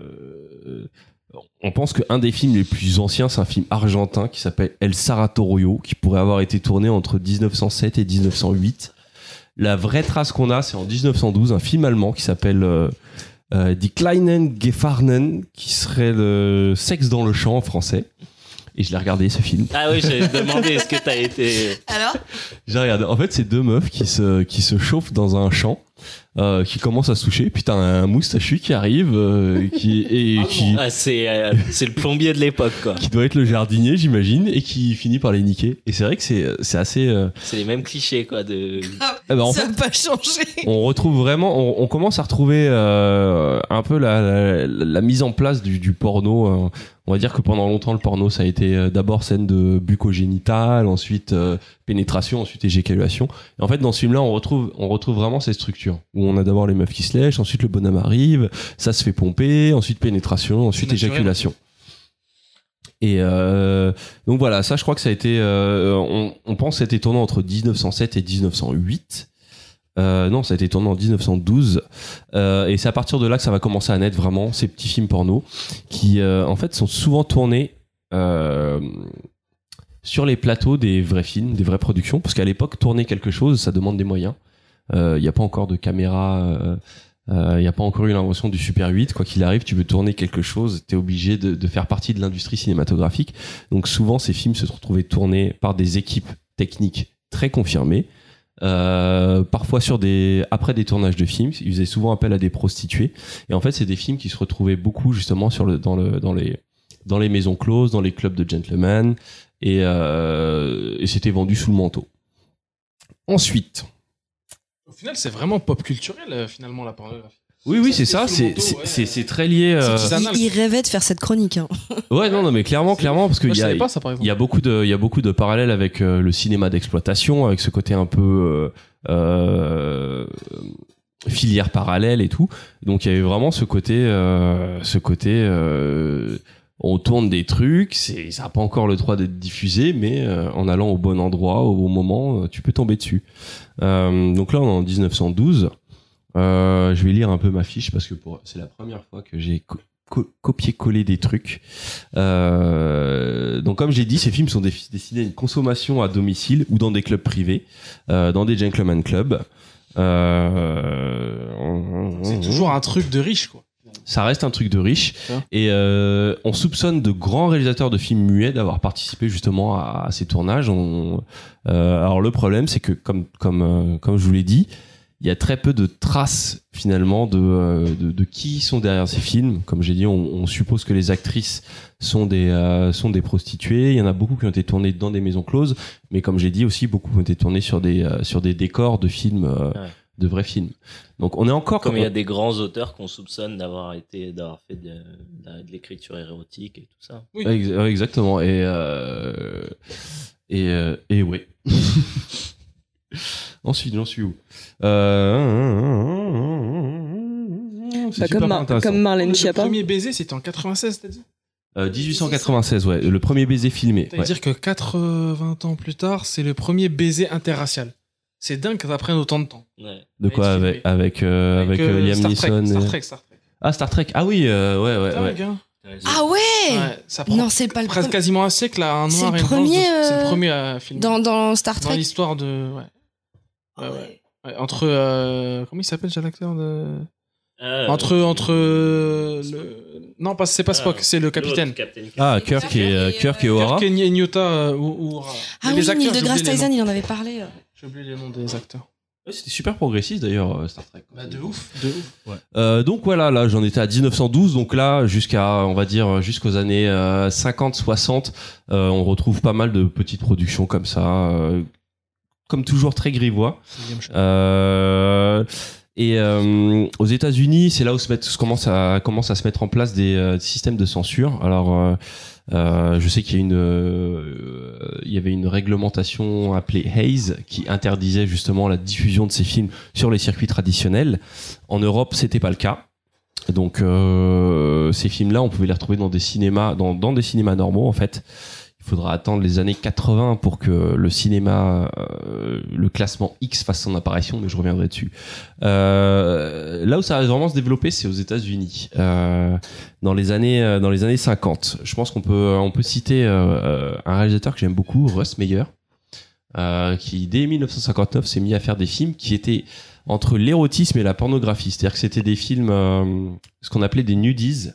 C: on pense qu'un des films les plus anciens, c'est un film argentin qui s'appelle El Saratorio, qui pourrait avoir été tourné entre 1907 et 1908. La vraie trace qu'on a, c'est en 1912, un film allemand qui s'appelle euh, euh, Die Kleinen Gefahren, qui serait le sexe dans le champ en français. Et je l'ai regardé ce film.
I: ah oui
C: <laughs>
I: j'ai demandé est-ce que t'as été
M: Alors
C: J'ai regardé. En fait, c'est deux meufs qui se, qui se chauffent dans un champ, euh, qui commencent à se toucher. Puis t'as un moustachu qui arrive, euh, qui, et, qui,
I: Ah, c'est euh, c'est le plombier de l'époque quoi
C: qui doit être le jardinier, j'imagine, et qui finit par les niquer. Et c'est vrai que c'est, c'est assez. euh,
I: c'est les mêmes clichés
M: <laughs>
I: quoi de
C: eh ben, en
M: Ah Ça
C: fait,
M: n'a pas changé.
C: on retrouve vraiment, on, on commence à retrouver euh, un peu la, la, la mise en place du, du porno. euh. on va dire que pendant longtemps, le porno, ça a été euh, d'abord scène de bucogénitale, ensuite euh, pénétration, ensuite éjaculation. Et en fait, dans ce film-là, on retrouve, on retrouve vraiment ces structures où on a d'abord les meufs qui se lèchent, ensuite le bonhomme arrive, ça se fait pomper, ensuite pénétration, ensuite
D: naturel.
C: éjaculation. Et euh, donc voilà, ça je crois que ça a été, euh, on, on pense que ça a été tourné entre 1907 et 1908. Euh, non, ça a été tourné en 1912. Euh, et c'est à partir de là que ça va commencer à naître vraiment ces petits films porno qui, euh, en fait, sont souvent tournés euh, sur les plateaux des vrais films, des vraies productions. Parce qu'à l'époque, tourner quelque chose, ça demande des moyens. Euh, Il n'y a pas encore de caméra. euh, euh, Il n'y a pas encore eu l'invention du Super 8. Quoi qu'il arrive, tu veux tourner quelque chose, tu es obligé de, de faire partie de l'industrie cinématographique. Donc souvent, ces films se sont retrouvés tournés par des équipes techniques très confirmées. Euh, parfois sur des après des tournages de films, ils faisaient souvent appel à des prostituées. Et en fait, c'est des films qui se retrouvaient beaucoup justement sur le dans le dans les dans les maisons closes, dans les clubs de gentlemen, et, euh, et c'était vendu sous le manteau. Ensuite,
D: Au final, c'est vraiment pop culturel, euh, finalement, la pornographie.
C: oui oui c'est ça,
D: sous le
C: c'est
D: manteau,
C: c'est-
D: ouais.
C: c'est c'est très lié. euh,
D: artisanal.
B: Il, il rêvait de faire cette chronique.
D: <laughs>
B: hein.
C: Ouais non non mais clairement clairement parce que
D: Moi,
C: il
D: je
C: y a
D: savais pas ça, par
C: Il y
D: exemple.
C: a beaucoup de, il y a beaucoup de parallèles avec euh, le cinéma d'exploitation, avec ce côté un peu euh, euh, filière parallèle et tout. Donc il y avait vraiment ce côté, euh, ce côté, euh, on tourne des trucs, c'est, ça n'a pas encore le droit d'être diffusé, mais euh, en allant au bon endroit, au bon moment, euh, tu peux tomber dessus. Euh, donc là, on est en 1912. Euh, je vais lire un peu ma fiche parce que pour- c'est la première fois que j'ai co- co- copié-collé des trucs. Euh, donc comme j'ai dit, ces films sont dé- destinés à une consommation à domicile ou dans des clubs privés, euh, dans des gentleman clubs. Euh,
D: C'est toujours un truc de riche, quoi.
C: ça reste un truc de riche.
D: Hein
C: Et euh, on soupçonne de grands réalisateurs de films muets d'avoir participé justement à, à ces tournages. On- euh, alors le problème, c'est que comme comme euh, comme je vous l'ai dit, il y a très peu de traces finalement de euh, de, de qui sont derrière ces films. Comme j'ai dit, on, on suppose que les actrices sont des euh, sont des prostituées. Il y en a beaucoup qui ont été tournées dans des maisons closes, mais comme j'ai dit aussi, beaucoup ont été tournées sur des euh, sur des décors de films. euh,
I: Ouais.
C: de vrais films. Donc on est encore
I: comme il y a des grands auteurs qu'on soupçonne d'avoir été d'avoir fait de, de- de l'écriture érotique et tout ça
D: Oui.
C: Ex- euh, Exactement. Et, euh, et, euh, et ouais. <laughs> Ensuite, j'en suis où Euh,
H: Bah,
C: C'est
H: comme,
C: super
H: Mar-
C: intéressant.
H: comme Marlène
D: Le
H: Schiappa.
D: premier baiser, c'était en 96, t'as dit
C: Euh, 1896, ouais, le premier baiser filmé. ouais.
D: C'est-à-dire que 80 ans plus tard, c'est le premier baiser interracial. C'est dingue que ça prenne autant de temps.
I: ouais.
C: De quoi
D: filmé.
C: avec avec, euh, avec,
D: euh,
C: euh, Liam
D: Star Trek,
C: Neeson. et-
D: Star Trek, Star Trek.
C: Ah Star Trek. Ah oui, euh, ouais ouais. ouais.
D: Dingue, hein.
M: Ah ouais,
D: Ouais, ça prend
B: Non, c'est pas le
D: presque
B: premier.
D: quasiment un siècle à un
B: C'est
D: noir
B: le
D: et une blanche
B: premier,
D: de- C'est le
B: euh,
D: premier à filmer.
B: Dans, dans Star
D: Dans
B: Trek. Ah
D: l'histoire de. Ouais. Ouais, ouais. Ouais, entre. euh, comment il s'appelle déjà l'acteur de...
I: Euh,
D: Entre. entre euh, le- Non, pas- c'est pas
I: Ah,
D: Spock, c'est le capitaine.
I: l'autre, Captain Kirk.
C: Ah Kirk et euh, Kirk et O'Hara.
D: Kirk et N- Nyota euh, ou. ou-
B: Ah
D: les
B: oui,
D: acteurs,
B: Neil
D: j'ai oublié
B: deGrasse
D: les noms.
B: Tyson, il en avait parlé. euh.
D: J'ai oublié les noms des acteurs.
C: Ouais, C'était super progressiste d'ailleurs, euh, Star Trek.
D: Bah, de ouf, de ouf.
C: Euh, donc voilà, là j'en étais à 1912, donc là jusqu'à, on va dire, jusqu'aux années euh, 50-60, euh, on retrouve pas mal de petites productions comme ça, euh, comme toujours très grivois. Euh, et euh, aux États-Unis, c'est là où se, mettent- se commence à commence à se mettre en place des euh, systèmes de censure. Alors, euh, euh, je sais qu'il y a une, euh, il y avait une réglementation appelée Hayes qui interdisait justement la diffusion de ces films sur les circuits traditionnels. En Europe, c'était pas le cas. Donc, euh, ces films-là, on pouvait les retrouver dans des cinémas, dans, dans des cinémas normaux en fait. Il faudra attendre les années 80 pour que le cinéma, euh, le classement X fasse son apparition, mais je reviendrai dessus. Euh, là où ça va vraiment se développer, c'est aux États-Unis, euh, dans les années euh, dans les années 50. Je pense qu'on peut on peut citer euh, un réalisateur que j'aime beaucoup, Russ Meyer, euh, qui dès 1959 s'est mis à faire des films qui étaient entre l'érotisme et la pornographie, c'est-à-dire que c'était des films euh, ce qu'on appelait des nudies.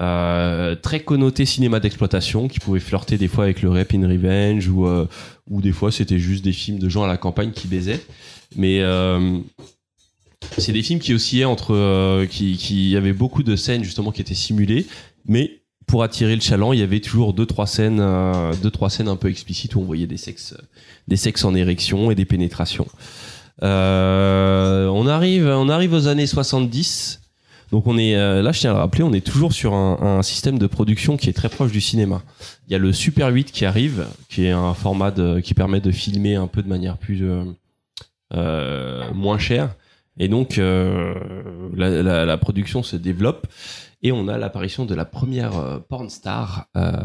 C: Euh, très connoté cinéma d'exploitation qui pouvait flirter des fois avec le rape in revenge ou euh, ou des fois c'était juste des films de gens à la campagne qui baisaient mais euh, c'est des films qui oscillaient entre euh, qui qui avaient beaucoup de scènes justement qui étaient simulées mais pour attirer le chaland, il y avait toujours deux trois scènes, euh, deux trois scènes un peu explicites où on voyait des sexes, des sexes en érection et des pénétrations. Euh, on arrive, on arrive aux années 70. Donc on est euh, là, je tiens à le rappeler, on est toujours sur un, un système de production qui est très proche du cinéma. Il y a le Super 8 qui arrive, qui est un format de- qui permet de filmer un peu de manière plus euh, euh, moins chère. Et donc euh, la, la- la production se développe et on a l'apparition de la première euh, porn star. euh,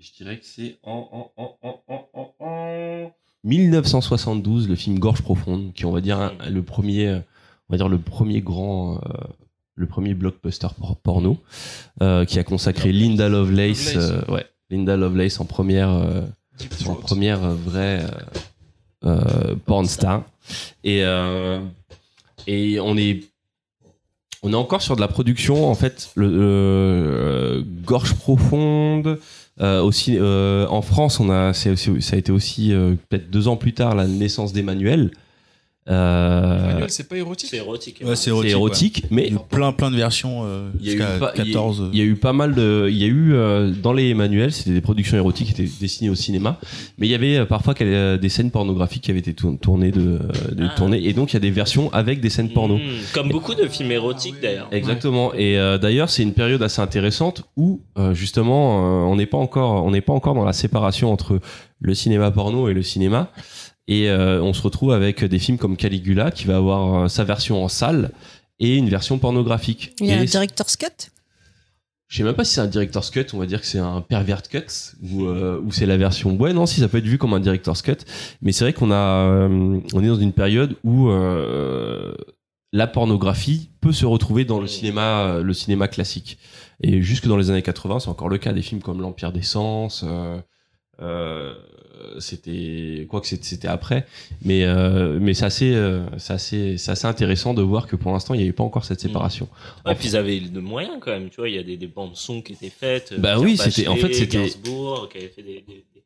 C: je dirais que c'est en, en, en, en, en, en, en 1972, le film Gorge profonde, qui on va dire un- le premier, on va dire le premier grand, euh, le premier blockbuster por- porno, euh, qui a consacré Linda Lovelace,
D: Lovelace.
C: euh, ouais, Linda Lovelace en première, euh, en première euh, vraie euh, euh, porn star, et euh, et on est on est encore sur de la production en fait le, le- euh, gorge profonde euh, aussi euh, en France on a c'est aussi- ça a été aussi euh, peut-être deux ans plus tard la naissance d'Emmanuel Euh,
D: Manuel, c'est pas érotique.
I: C'est érotique.
E: Ouais, c'est
C: c'est
E: érotique.
C: érotique
E: ouais.
C: mais
E: Il y a eu plein, plein de versions euh,
C: il y a eu
E: jusqu'à euh.
C: pas- il y a-
E: 14.
C: il y a eu pas mal de il y a eu euh, dans les manuels c'était des productions érotiques qui étaient destinées au cinéma mais il y avait euh, parfois quel- euh, des scènes pornographiques qui avaient été tour- tournées de, euh, de
I: Ah.
C: tournées et donc il y a des versions avec des scènes porno
I: Mmh, comme beaucoup de films érotiques d'ailleurs.
C: Ah Exactement. Et euh, d'ailleurs, c'est une période assez intéressante où euh, justement, euh, on n'est pas encore, on n'est pas encore dans la séparation entre le cinéma porno et le cinéma. Et euh, on se retrouve avec des films comme Caligula qui va avoir euh, sa version en salle et une version pornographique.
B: Il y a
C: Et
B: un director's cut
C: je sais même pas si c'est un director's cut, on va dire que c'est un pervert cut ou, euh, ou c'est la version ouais non si ça peut être vu comme un director's cut, mais c'est vrai qu'on a euh, on est dans une période où euh, la pornographie peut se retrouver dans le cinéma euh, le cinéma classique et jusque dans les années 80 c'est encore le cas des films comme l'Empire des Sens euh, euh, c'était quoi que c'était c'était après mais euh, mais c'est assez euh, c'est assez c'est assez intéressant de voir que pour l'instant il n'y avait pas encore cette séparation
I: Mm. Ouais, puis ils avaient de moyens quand même, tu vois, il y a des, des bandes sons qui étaient faites. euh,
C: Bah
I: Pierre
C: oui,
I: Bachelet,
C: c'était- en fait, c'était-
I: Gainsbourg qui avait fait des, des- des- des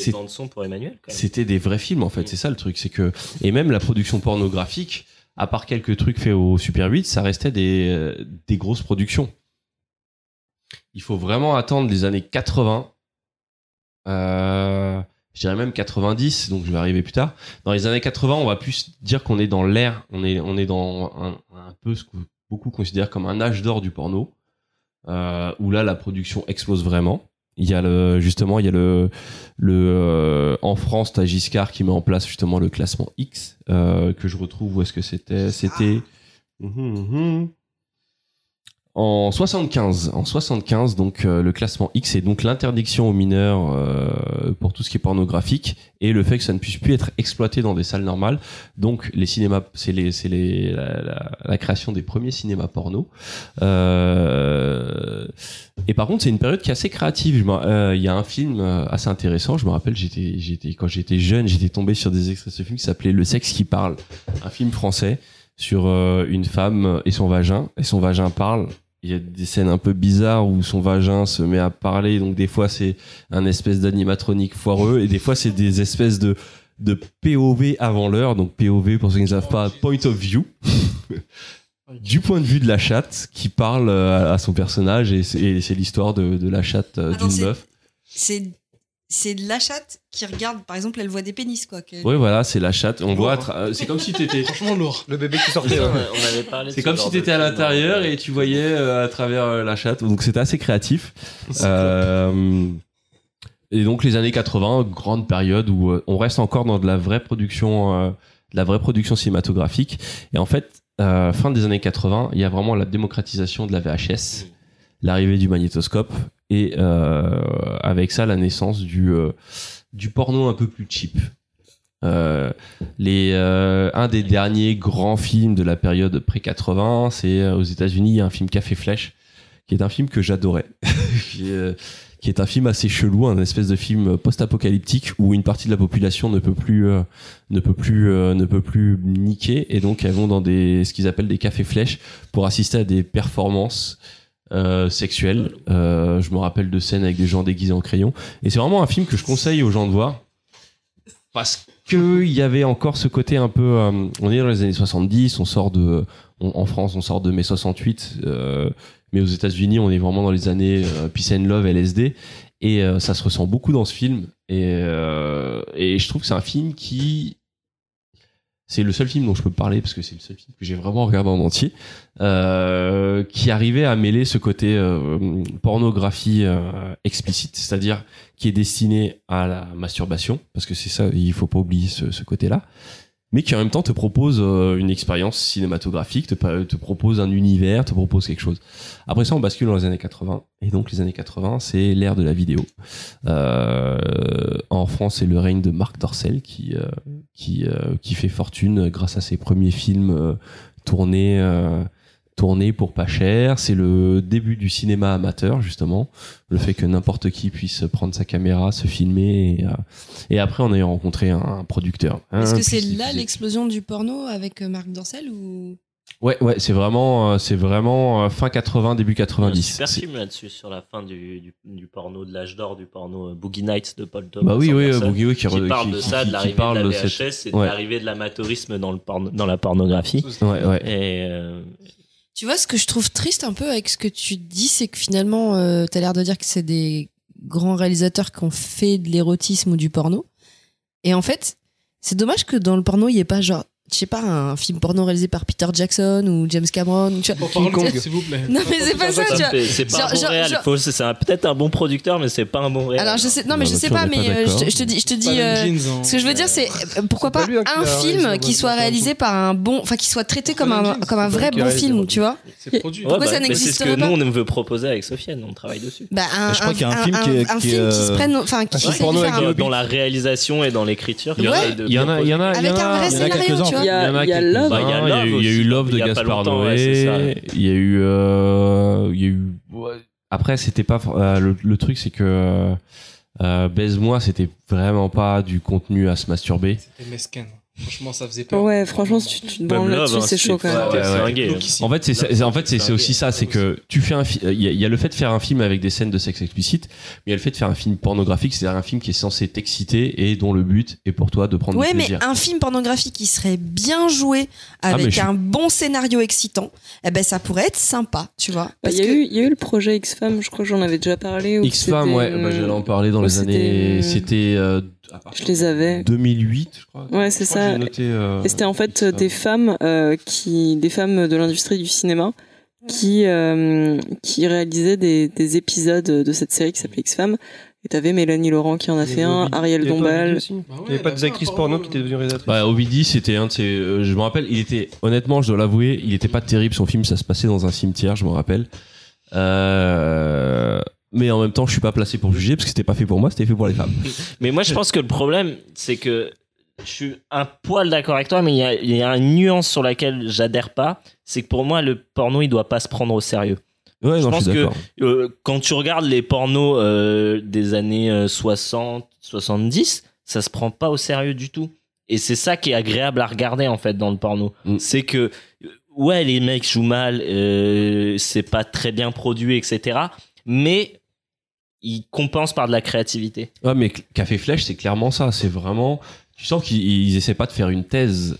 C: C'est-
I: bandes sons pour Emmanuel quand même. Mm.
C: C'était des vrais films en fait, c'est ça le truc, c'est que et même la production pornographique, à part quelques trucs faits au Super 8, ça restait des euh, des grosses productions. Il faut vraiment attendre les années 80. Euh, je dirais même 90, donc je vais arriver plus tard. Dans les années 80, on va plus dire qu'on est dans l'ère, on est on est dans un, un peu ce que beaucoup considèrent comme un âge d'or du porno, euh, où là la production explose vraiment. Il y a le justement, il y a le le euh, en France, t'as Giscard qui met en place justement le classement X euh, que je retrouve où est-ce que c'était C'était Mhm, mhm. en 75. En 75, donc euh, le classement X et donc l'interdiction aux mineurs euh, pour tout ce qui est pornographique et le fait que ça ne puisse plus être exploité dans des salles normales. Donc les cinémas, c'est les, c'est les la, la- la création des premiers cinémas porno. Euh, et par contre, c'est une période qui est assez créative. Je m'en- euh, Il y a un film euh, assez intéressant. Je me rappelle, j'étais, j'étais, quand j'étais jeune, j'étais tombé sur des extraits de ce film qui s'appelait Le sexe qui parle, un film français sur euh, une femme et son vagin. Et son vagin parle. Il y a des scènes un peu bizarres où son vagin se met à parler. Donc des fois, c'est un espèce d'animatronique foireux et des fois, c'est des espèces de de POV avant l'heure. Donc POV, pour ceux qui ne savent pas, Point of View. <laughs> du point de vue de la chatte qui parle euh, à à son personnage et c'est et c'est l'histoire de, de la chatte euh,
B: Attends,
C: d'une
B: Ah, c'est-
C: meuf.
B: C'est c'est de la chatte qui regarde, par exemple, elle voit des pénis quoi. que-
C: Oui, voilà, c'est la chatte. On voit, à
D: Lourd,
C: tra- euh, c'est comme si t'étais,
D: Franchement lourd.
A: Le bébé qui
I: Putain,
A: sortait. hein. ouais.
I: On avait parlé de
C: c'est
I: ce
C: comme
I: genre
C: si
I: de
C: t'étais à
I: film. hein.
C: l'intérieur et tu voyais euh, à travers euh, la chatte. Donc c'était assez créatif. Euh, et donc les années 80, grande période où euh, on reste encore dans de la vraie production, euh, de la vraie production cinématographique. Et en fait, euh, fin des années 80, il y a vraiment la démocratisation de la VHS, l'arrivée du magnétoscope et euh, avec ça la naissance du euh, du porno un peu plus cheap. Euh, les, euh, un des derniers grands films de la période pré-80, c'est euh, aux États-Unis, il y a un film Café Flèche, qui est un film que j'adorais, <laughs> qui, est, euh, qui est un film assez chelou, un espèce de film post-apocalyptique où une partie de la population ne peut plus, euh, ne peut plus, euh, ne peut plus niquer, et donc elles vont dans des, ce qu'ils appellent des cafés flèches pour assister à des performances. euh, sexuelles. Euh, je me rappelle de scènes avec des gens déguisés en crayon et c'est vraiment un film que je conseille aux gens de voir parce que il y avait encore ce côté un peu euh, on est dans les années 70 on sort de on- en France on sort de mai 68 euh, mais aux États-Unis on est vraiment dans les années euh, peace and love LSD et euh, ça se ressent beaucoup dans ce film et euh, et je trouve que c'est un film qui c'est le seul film dont je peux parler parce que c'est le seul film que j'ai vraiment regardé en entier euh, qui arrivait à mêler ce côté euh, pornographie euh, explicite c'est-à-dire qui est destiné à la masturbation, parce que c'est ça, il faut pas oublier ce, ce côté-là, mais qui en même temps te propose euh, une expérience cinématographique, te, pa- te propose un univers, te propose quelque chose. Après ça, on bascule dans les années 80, et donc les années 80, c'est l'ère de la vidéo. Euh, en France, c'est le règne de Marc Dorcel qui, euh, qui, euh, qui fait fortune grâce à ses premiers films euh, tournés. euh, tournés pour pas cher, c'est le début du cinéma amateur justement le fait que n'importe qui puisse prendre sa caméra, se filmer, et, euh, et après on a rencontré un, un producteur.
B: Est-ce
C: Hein,
B: que c'est
C: puis-
B: là
C: puis-
B: l'explosion du porno avec euh, Marc Dorcel ou
C: Ouais, ouais, c'est vraiment, euh, c'est vraiment euh, fin 80, début
I: Il y a un
C: 90.
I: super
C: C'est-
I: film là-dessus, sur la fin du, du, du porno de l'âge d'or, du porno euh, Boogie Nights de Paul Thomas.
C: Bah oui, oui, euh,
I: Anderson,
C: Boogie, oui, qui,
I: qui
C: re-
I: parle
C: qui-
I: de
C: qui-
I: ça,
C: qui
I: de l'arrivée
C: parle
I: de la
C: de
I: VHS
C: cette-
I: et de
C: ouais.
I: l'arrivée de l'amateurisme dans, le porno- dans la pornographie.
C: Ouais, ouais.
I: Et euh,
B: Tu vois, ce que je trouve triste un peu avec ce que tu dis, c'est que finalement, euh, t'as l'air de dire que c'est des grands réalisateurs qui ont fait de l'érotisme ou du porno. Et en fait, c'est dommage que dans le porno, il n'y ait pas genre, je sais pas, un film porno réalisé par Peter Jackson ou James Cameron. Tu vois.
D: Bon, parle,
B: Kong.
D: s'il vous plaît.
B: Non, mais c'est pas ça, tu
I: ça me
B: vois.
I: fait- c'est pas
B: Genre-
I: un bon
B: genre-
I: réal.
B: genre-
I: Faut- c'est- C'est un- peut-être un bon producteur, mais c'est pas un bon réel.
B: Alors je sais, non mais
C: Bah,
B: je sais
C: là-dessus, on
B: pas,
C: n'est
B: mais
C: pas
B: euh, je, te,
C: d'accord.
B: je te dis, je te
D: Pas
B: dis,
D: les
B: euh,
D: jeans, hein.
B: ce que je veux dire, c'est euh, pourquoi
A: pas
B: pas,
A: lui, hein,
B: un
A: qui a réalisé
B: film
A: Bonne
B: qui soit
A: Bonne
B: réalisé par un bon, enfin qui soit traité comme
D: Bonne
B: un
D: Jeans,
B: comme un
A: Bonne
B: vrai
A: qui a
B: bon
A: réalisé
B: film,
A: Bonne
B: tu vois.
D: C'est produit.
I: Ouais, bah,
B: Pourquoi ça
I: mais C'est ce que
B: n'existerait
I: nous
B: pas
I: on veut proposer avec Sofiane, on travaille dessus.
B: Bah, un,
E: Je crois
B: un-
E: qu'il y a un film qui est-
B: un
E: qui est,
B: film qui se
E: euh,
B: prenne, enfin qui
A: un film
B: s'est
A: porno
B: fait
A: avec
B: un-
A: Hobbit.
I: dans la réalisation et dans l'écriture.
B: Il y en a-
I: essaye de
C: Il y en a, il y en a, il y en
B: Avec un
C: a.
B: vrai
C: il y en a
B: scénario,
C: quelques-uns.
B: tu vois.
H: Il y a-
C: Il en
H: il y a
C: quelques-
H: Love.
C: Bah, il y a Love, il y a eu
I: aussi,
C: Love de
I: il y a pas
C: Gaspard
I: longtemps, ouais, c'est
C: Noé.
I: ça.
C: Il y a eu, euh, il y a eu. Après, c'était pas euh, le, le truc, c'est que euh, baise-moi, c'était vraiment pas du contenu à se masturber.
D: C'était mesquin. Franchement, ça faisait peur.
H: Ouais, franchement, si tu, tu te branles
I: Même
H: là-dessus,
I: Love, hein,
H: c'est chaud quand même.
I: ouais,
C: Ouais, ouais.
I: fringué.
C: En fait, c'est-
I: Là,
C: c'est en fait c'est
I: c'est
C: c'est aussi ça, c'est que tu fais un fi- il y, a- il y a le fait de faire un film avec des scènes de sexe explicite, mais il y a le fait de faire un film pornographique, c'est-à-dire un film qui est censé t'exciter et dont le but est pour toi de prendre
B: Ouais,
C: du
B: mais
C: plaisir. Ah,
B: un film pornographique qui serait bien joué
C: mais
B: avec
C: je-
B: un bon scénario excitant, eh ben ça pourrait être sympa, tu vois.
H: Bah,
B: Parce
H: Il y, a
B: que
H: eu- il y a eu le projet X-Femmes, je crois que j'en avais déjà parlé. où
C: X-Fam,
H: c'était-
C: ouais, bah, j'allais en parler
B: euh,
C: dans
H: où
C: les années,
H: c'était-
C: c'était euh, à
H: Je
C: partir
H: les avais.
C: de 2008, je crois.
H: Ouais, c'est
C: Je crois que
H: ça.
C: j'ai noté, euh,
H: Et c'était en fait
C: X-Fam.
H: des femmes euh, qui, des femmes de l'industrie du cinéma, qui euh, qui réalisaient des, des épisodes de cette série qui s'appelait X-Femmes. Et t'avais Mélanie Laurent qui en a fait un, Ariel
A: Il y avait pas Ovidie
H: Dombal.
A: aussi
D: Bah ouais,
A: Il n'y avait pas des
D: d'accord,
A: actrices
D: apparemment,
A: porno qui étaient devenues réalisatrices.
C: Bah, Ovidie, c'était un de ses. euh, je me rappelle, il était. Honnêtement, je dois l'avouer, il était pas terrible son film, ça se passait dans un cimetière, je me rappelle. Euh, mais en même temps, je suis pas placé pour juger parce que c'était pas fait pour moi, c'était fait pour
I: <laughs>
C: les femmes.
I: Mais moi, je pense que le problème, c'est que je suis un poil d'accord avec toi, mais il y a, il y a une nuance sur laquelle j'adhère pas. C'est que pour moi, le porno, il doit pas se prendre au sérieux.
C: Ouais,
I: Je
C: non, je
I: pense
C: suis
I: que-
C: d'accord.
I: Euh, quand tu regardes les pornos euh, des années euh, 60, 70, ça se prend pas au sérieux du tout. Et c'est ça qui est agréable à regarder en fait dans le porno.
C: Mm.
I: C'est que euh, ouais, les mecs jouent mal, euh, c'est pas très bien produit, etc. Mais ils compensent par de la créativité.
C: Ouais, mais Cl- Café Flèche, c'est clairement ça. C'est vraiment. tu sens qu'ils ils essaient pas de faire une thèse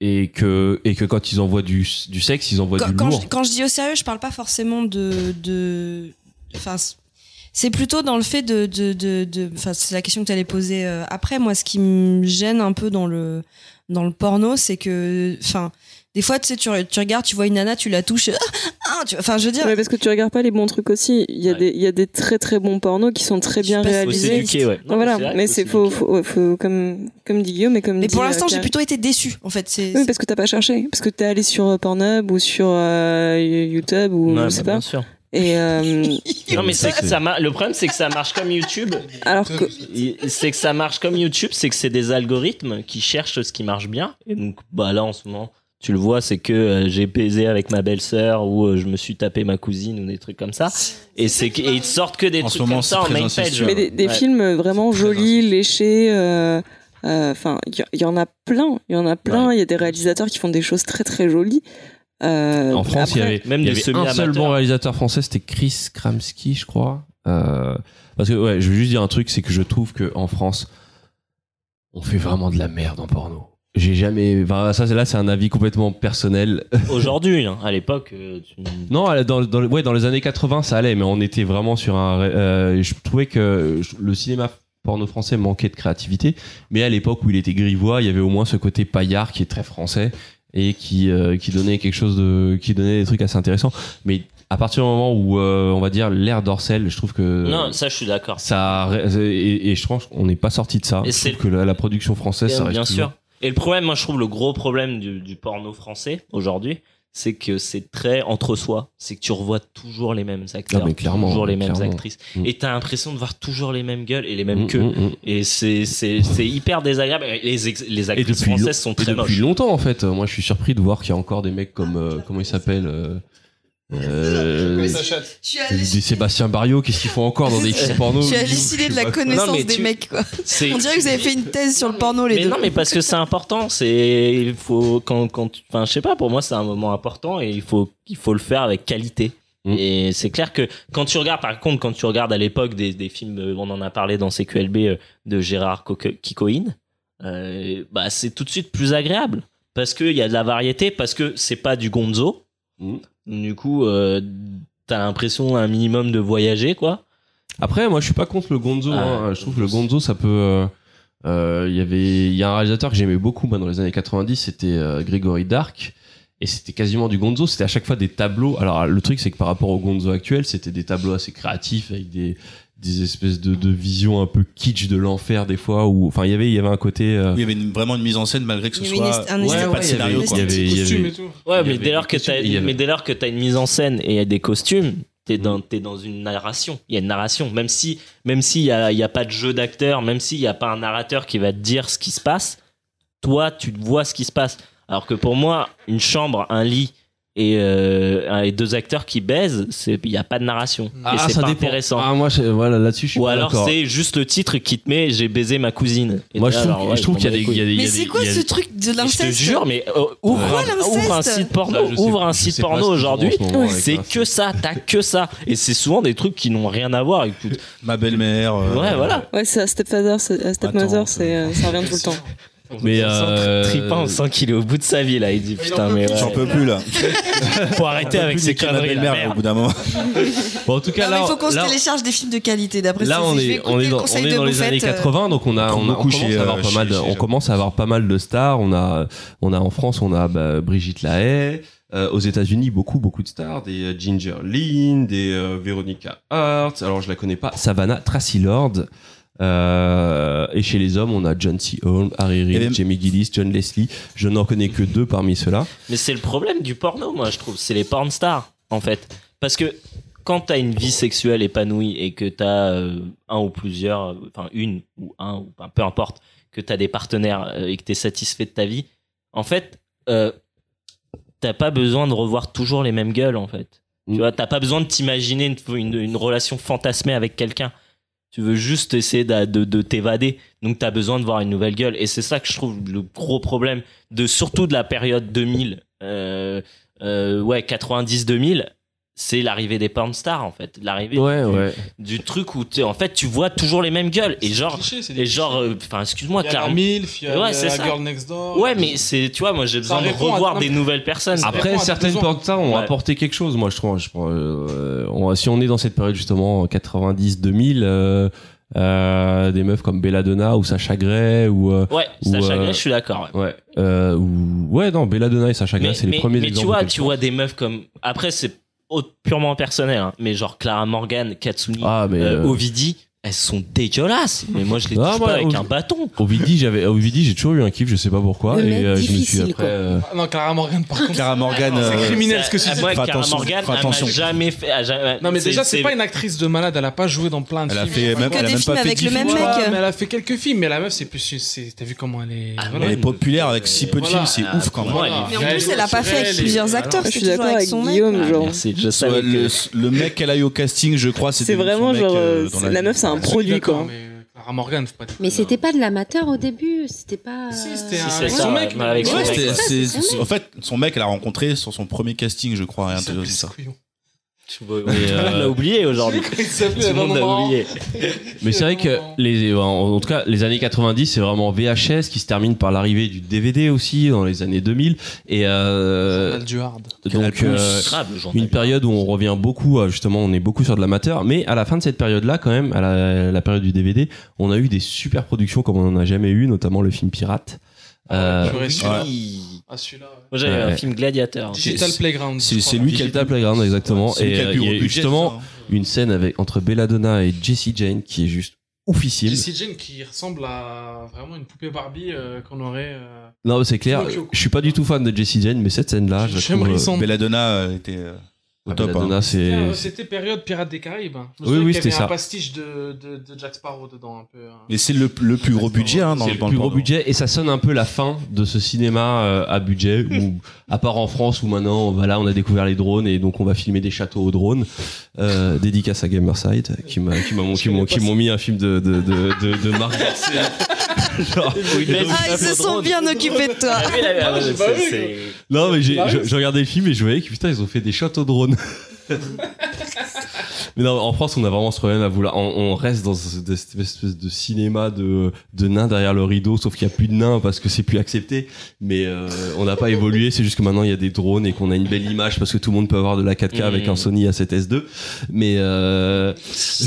C: et que, et que quand ils envoient du, du sexe, ils envoient
B: Quand,
C: du
B: quand
C: lourd.
B: je, quand je dis au sérieux, je parle pas forcément de. de enfin, c- c'est plutôt dans le fait de. de, de, de- enfin, c'est la question que tu allais poser euh, après. Moi, ce qui me gêne un peu dans le, dans le porno, c'est que. Enfin, des fois, tu sais, tu, re- tu regardes, tu vois une nana, tu la touches. ah, ah, tu- Enfin, je veux dire.
H: Ouais, parce que tu regardes pas les bons trucs aussi. Il y a, des, il y a des très très bons pornos qui sont très bien
B: pas si-
H: réalisés.
I: Faut s'éduquer, ouais. Non, mais
H: voilà,
I: c'est vrai,
H: mais
I: faut
H: c'est faut, faut, ouais, faut- comme comme dit Guillaume, mais comme
B: Mais pour
H: dit, euh,
B: l'instant, j'ai
H: Karine.
B: plutôt été déçue, en fait. C'est.
H: Oui, parce que t'as pas cherché, parce que t'es allé sur euh, Pornhub ou sur euh, YouTube ou
I: Ouais,
H: je
I: bah,
H: sais
I: bien
H: pas.
I: sûr.
H: Et euh,
I: Non mais c'est que ça mar- le problème c'est que ça marche comme YouTube.
H: alors que
I: Il- C'est que ça marche comme YouTube, c'est que c'est des algorithmes qui cherchent ce qui marche bien. Et donc bah là en ce moment, tu le vois, c'est que euh, j'ai baisé avec ma belle-sœur ou euh, je me suis tapé ma cousine ou des trucs comme ça. Et c'est que- et ils te sortent que des
E: En ce
I: trucs
E: moment,
I: comme
E: c'est
I: ça en
E: très
I: main page.
E: incestueux.
H: mais des, des
I: Ouais.
H: films vraiment jolis, léchés. euh, euh, Enfin, il y, il y en a plein, il y en a plein. Il y a des réalisateurs qui font des choses très très jolies. Euh,
C: En France, il y
H: après-
C: avait,
I: même
C: il
I: des
C: y avait un
I: semi-amateurs.
C: seul bon réalisateur français, c'était Chris Kramski, je crois. Euh, parce que, ouais, je veux juste dire un truc, c'est que je trouve qu'en France, on fait vraiment de la merde en porno. J'ai jamais. Enfin, ça, c'est- là, c'est un avis complètement personnel. <laughs>
I: Aujourd'hui, hein, à l'époque, euh, tu-
C: Non, à la- dans, dans, le- ouais, dans les années 80, ça allait, mais on était vraiment sur un. ré- euh, je trouvais que je- le cinéma porno français manquait de créativité, mais à l'époque où il était grivois, il y avait au moins ce côté paillard qui est très français et qui, euh, qui donnait quelque chose de. qui donnait des trucs assez intéressants. Mais à partir du moment où, euh, on va dire, l'ère dorsale, je trouve que.
I: non, ça je suis d'accord.
C: ça. ré- Et, et je pense qu'on n'est pas sorti de ça.
I: Et
C: je
I: c'est-
C: trouve que la, la production française, ça reste.
I: bien
C: toujours-
I: sûr. Et le problème, moi je trouve le gros problème du, du porno français aujourd'hui, c'est que c'est très entre soi. C'est que tu revois toujours les mêmes acteurs,
C: Ah, mais clairement,
I: toujours les mêmes
C: clairement.
I: actrices,
C: Mm.
I: et t'as l'impression de voir toujours les mêmes gueules et les mêmes
C: Mm,
I: queues.
C: mm, mm.
I: Et c'est c'est c'est hyper désagréable. Et Les ex- les
C: Et
I: actrices
C: depuis, long-
I: françaises sont
C: et
I: très
C: depuis
I: moches.
C: longtemps, en fait. Moi, je suis surpris de voir qu'il y a encore des mecs comme. euh, comment il s'appelle euh, euh,
B: Je suis
C: des Sébastien Barrio, qu'est-ce qu'ils font encore dans des films porno
B: Je suis hallucinée de la connaissance
I: Non, mais
B: des
I: tu-
B: mecs, quoi.
I: C'est-
B: On dirait que vous avez fait une thèse sur le porno, les
I: mais
B: deux.
I: non, mais parce que c'est important. C'est il faut quand quand tu- enfin je sais pas. Pour moi, c'est un moment important et il faut il faut le faire avec qualité.
C: Mm.
I: Et c'est clair que quand tu regardes, par contre, quand tu regardes à l'époque des, des films, euh, on en a parlé dans CQLB euh, de Gérard Coque- Kikoïne, euh, bah c'est tout de suite plus agréable parce que il y a de la variété, parce que c'est pas du Gonzo.
C: Mm.
I: Du coup, euh, t'as l'impression un minimum de voyager, quoi.
C: Après, moi, je suis pas contre le
I: <laughs>
C: Gonzo.
I: Ah.
C: hein. Je trouve que le Gonzo, ça peut. euh, euh, Il y avait, il y a un réalisateur que j'aimais beaucoup, moi, dans les années 90, c'était euh, Grégory Dark. Et c'était quasiment du Gonzo. C'était à chaque fois des tableaux. Alors, le truc, c'est que par rapport au Gonzo actuel, c'était des tableaux assez créatifs avec des des espèces de, de visions un peu kitsch de l'enfer des fois où enfin il y avait il y avait un côté euh,
E: Il y avait une- vraiment une mise en scène malgré que ce
B: Il y avait une
E: soit.
B: est- un Ouais, esthétique.
E: pas de
B: ouais, il y avait-
E: scénario
B: il y
E: quoi.
B: avait-
C: il y
D: Costume
C: avait-
D: et tout.
I: Ouais,
C: Il y
I: mais
C: avait
I: dès, lors
C: des
I: que
C: costumes,
I: t'as,
C: il y avait- Mm.
I: mais dès lors que t'as une mise en scène et il y a des costumes, t'es dans, t'es dans une narration. Il y a une narration. Même si, même s'il y a, il y a pas de jeu d'acteur, même s'il y a pas un narrateur qui va te dire ce qui se passe, toi, tu vois ce qui se passe. Alors que pour moi, une chambre, un lit et, euh, un- et deux acteurs qui baisent, c'est, il y a pas de narration. et c'est pas
C: dépend.
I: intéressant.
C: Ah, moi, je- voilà, là-dessus, je suis
I: Ou
C: pas
I: alors
C: d'accord.
I: c'est juste le titre qui te met j'ai baisé ma cousine. Et
C: Moi,
I: t'es
C: je
I: là,
C: trouve,
I: alors, ouais, bah,
C: je trouve
I: m'en
C: qu'il y a
I: bats
C: des,
I: les
C: il y a des, il y
B: Mais
C: a des-
B: c'est quoi
C: il y a
B: ce
C: des-
B: truc de
I: je te
B: l'inceste
I: jure, mais euh, ouvre,
B: Pourquoi
I: un,
B: l'inceste
I: ouvre un site porno,
C: Là, je sais-
I: ouvre un
C: je
I: site
C: sais pas ce
I: porno
C: qu'ils font en
I: aujourd'hui.
C: ce moment avec
I: C'est
C: ça.
I: que ça, t'as que ça. Et c'est souvent des trucs qui n'ont rien à voir. Écoute,
E: Ma belle-mère. euh,
I: ouais, voilà.
H: ouais, c'est à Stepfather, c'est- à Stepmother,
E: Attends,
H: c'est euh, ça revient tout le temps.
C: Mais,
I: on sent
C: euh,
I: Tripin, on sent qu'il est au bout de sa vie là. Il dit putain, mais
E: J'en
I: ouais,
E: peux plus là.
I: <laughs> faut arrêter avec ces
E: Ma
I: conneries. là,
E: belle-mère au
I: merde.
E: bout
B: <laughs>
E: d'un moment.
C: Bon, en tout cas,
B: Non, mais
C: là,
B: il faut qu'on se
C: là,
B: télécharge des films de qualité d'après
C: là,
B: ça,
C: on
B: je vais
C: est,
B: écouter
C: on est
B: le
C: dans,
B: conseil
C: on est
B: de
C: dans les
B: Buffett,
C: années
B: euh,
C: 80, donc on
E: On
C: a, on,
E: trouve
C: a- on
E: beaucoup
C: commence
E: chez,
C: à avoir
E: euh,
C: pas mal, de-
E: chez- chez
C: on
E: Jean.
C: commence à avoir pas mal de stars. On a, on a en France, on a bah, Brigitte Lahaye. Euh, aux États-Unis, beaucoup, beaucoup de stars, des euh, Ginger Lynn, des euh, Veronica Hart. Alors je la connais pas, Savannah Tracy Lord. Euh, et chez les hommes, on a John C. Holm, Harry
E: Il y
C: Reid,
E: avait-
C: Jamie Gillis, John Leslie. Je n'en connais que deux parmi ceux-là.
I: Mais c'est le problème du porno, moi je trouve. C'est les porn stars en fait. Parce que quand t'as une vie sexuelle épanouie et que t'as euh, un ou plusieurs, euh, enfin une ou un, ou enfin, peu importe, que t'as des partenaires euh, et que t'es satisfait de ta vie, en fait, euh, t'as pas besoin de revoir toujours les mêmes gueules en fait.
C: Mm.
I: Tu vois, t'as pas besoin de t'imaginer une, une- une relation fantasmée avec quelqu'un. Tu veux juste essayer d'a- de, de t'évader. Donc t'as besoin de voir une nouvelle gueule. Et c'est ça que je trouve le gros problème de surtout de la période 2000, euh, euh, ouais 90-2000, c'est l'arrivée des porn stars en fait l'arrivée
M: Ouais,
I: du,
M: ouais.
I: du truc où t'es- en fait tu vois toujours les mêmes gueules et genre et genre euh, enfin excuse-moi
D: Il y a la
I: clairement
D: MILF, il y a
I: ouais
D: la
I: c'est ça
D: Girl Next Door.
I: ouais mais c'est tu vois moi j'ai
D: Ça
I: besoin de
D: répond à-
I: revoir
D: non,
I: des
D: mais-
I: nouvelles personnes
D: Ça
C: Après, certaines portes-stars ont
I: Ouais.
C: apporté quelque chose, moi, je trouve. Je pense, euh, on- si on est dans cette période, justement, 90-2000, euh, euh, des meufs comme Belladonna ou Sacha Gray ou... euh,
I: Ouais,
C: ou,
I: Sacha Grey,
C: euh,
I: je suis d'accord. Ouais.
C: Ouais, euh, ou- ouais, non, Belladonna et Sacha Gray, c'est les premiers
I: mais
C: exemples.
I: tu vois,
C: auxquels je
I: tu vois des meufs comme. Après, c'est au- purement personnel, hein, mais genre Clara Morgan, Katsuni, euh,
C: euh,
I: Ovidi, elles sont dégueulasses. Mais moi, je les touche
C: Ah,
I: pas
C: moi,
I: avec
C: Ovi-
I: un bâton.
C: Ovidi, j'avais, Ovidi, j'ai toujours eu un kiff, je sais pas pourquoi,
I: Le mec
C: et euh, je me suis
I: difficile,
C: après.
I: quoi.
C: euh,
D: Ah Non, Clara Morgan, par contre.
E: Clara Morgan.
D: C'est
E: euh,
D: criminel ce que tu
I: Ah,
D: dis.
I: Moi,
E: Fais
I: Clara
E: attention,
I: Morgan,
E: fais
I: elle m'a
E: attention.
I: jamais fait. elle a
C: <laughs>
I: jamais-
D: Non, mais déjà, c'est pas
I: une
D: une actrice de malade, elle a pas joué dans plein de
E: Elle a
D: films.
E: fait même- Que elle a des même pas films fait avec dix le même films. mec.
D: Ouais, mais elle a fait quelques films, mais la meuf, c'est plus. c'est- T'as vu comment elle
I: Ah,
D: est. voilà.
E: Elle est populaire avec si peu de
D: Voilà.
E: films, c'est ouf quand même.
D: Voilà.
B: Mais en plus, elle a pas fait avec plusieurs acteurs.
H: Je
B: c'est
H: suis
B: toujours
H: d'accord avec
B: son mec.
H: Guillaume, genre.
I: Merci, je savais
E: Ouais,
I: que-
E: le, le mec qu'elle a eu au casting, je crois, c'était
H: C'est
E: son
C: Ah,
H: vraiment
E: mec,
H: genre.
E: euh,
H: euh,
E: dans
H: c'est- la meuf, c'est un produit,
D: D'accord,
H: quoi.
D: mais euh, Clara Morgan, faut pas dire.
G: Mais c'était pas de l'amateur au début, c'était pas.
D: c'était
I: Si,
D: un-
I: c'est
D: avec
I: ça,
D: son mec,
I: ouais, Bah, avec Ah son
E: Ouais,
I: mec,
E: c'était-
I: ouais.
E: c'est-
G: c'est son
E: en fait, son mec, elle l'a rencontré sur son premier casting, je crois. un truc comme ça.
I: Tu vois, mais, euh, <laughs>
E: <laughs>
I: On l'a oublié aujourd'hui.
D: Quand
I: Tout
D: <laughs> il s'appelait
I: le
D: à un
I: monde l'a
D: moment. <laughs>
I: oublié.
C: Mais c'est vrai que les, en, en tout cas, les années 90, c'est vraiment VHS qui se termine par l'arrivée du DVD aussi dans les années 2000 et euh,
D: Donald Duhard.
C: donc euh,
E: Ah,
I: Grave, le journal.
C: une période où on revient beaucoup, euh, justement, on est beaucoup sur de l'amateur. Mais à la fin de cette période-là, quand même, à la, la période du DVD, on a eu des super productions comme on n'en a jamais eu, notamment le film Pirate. Euh,
D: Ah Purée, celui-là.
I: Oui.
D: Ah, celui-là. ouais.
I: Moi, j'avais
C: Ouais.
I: un film Gladiateur.
D: Digital
C: c'est-
D: Playground. je
E: C'est
D: crois.
E: c'est lui qui a
C: Digital Playground, exactement.
E: c'est lui
C: Et
E: qui a
C: euh,
E: le plus
C: il y
E: gros
C: a eu
E: budget, hein.
C: justement une scène avec entre Belladonna et Jessie Jane qui est juste oufissime.
D: Jessie Jane qui ressemble à vraiment une poupée Barbie euh, qu'on aurait. euh,
C: Non, c'est clair.
D: Pinocchio, quoi.
C: Je suis pas du tout fan de Jessie Jane, mais cette scène-là, je la
D: J'aimerais
C: trouve, euh,
D: son-
E: Belladonna euh, était euh, au
C: Ah,
E: top.
C: Belladonna,
E: hein.
C: c'est.
D: Tiens, euh, C'était période Pirates des Caraïbes. hein. Je me
C: Oui,
D: souviens
C: oui,
D: qu'il y
C: c'était
D: avait
C: ça.
D: Un pastiche de, de, de Jack Sparrow dedans un peu. hein.
E: Mais c'est le,
I: <laughs>
E: le plus gros budget hein, dans
C: c'est
E: le
C: le
E: dans
C: plus gros
E: porno.
C: budget et ça sonne un peu la fin de ce cinéma euh, à budget
D: <laughs>
C: où à part en France où maintenant voilà on a découvert les drones et donc on va filmer des châteaux aux drones
D: <laughs>
C: euh, dédicace à Gamerside qui m'a qui m'a- qui m'ont qui m'ont mis un film de de de de, de
D: <laughs>
C: Marc Garcia. Genre, et donc-
B: Ah, ils se sont bien
I: <laughs>
B: occupés de toi.
I: Ah oui, là, là,
D: Ah, j'ai
I: c'est-
D: pas vu,
I: c'est-
C: non mais
D: Bah
C: j'ai je- je regardais le film et je voyais que putain ils ont fait des châteaux drones Mais non, en France, on a vraiment ce problème à vouloir. On, on reste dans ce- de- cette espèce de cinéma de, de nains derrière le rideau, sauf qu'il n'y a plus de nains parce que c'est plus accepté. Mais euh, on n'a pas évolué, c'est juste que maintenant il y a des drones et qu'on a une belle image parce que tout le monde peut avoir de la 4K
I: Mmh.
C: avec un Sony A7S2. Mais euh,
E: C'est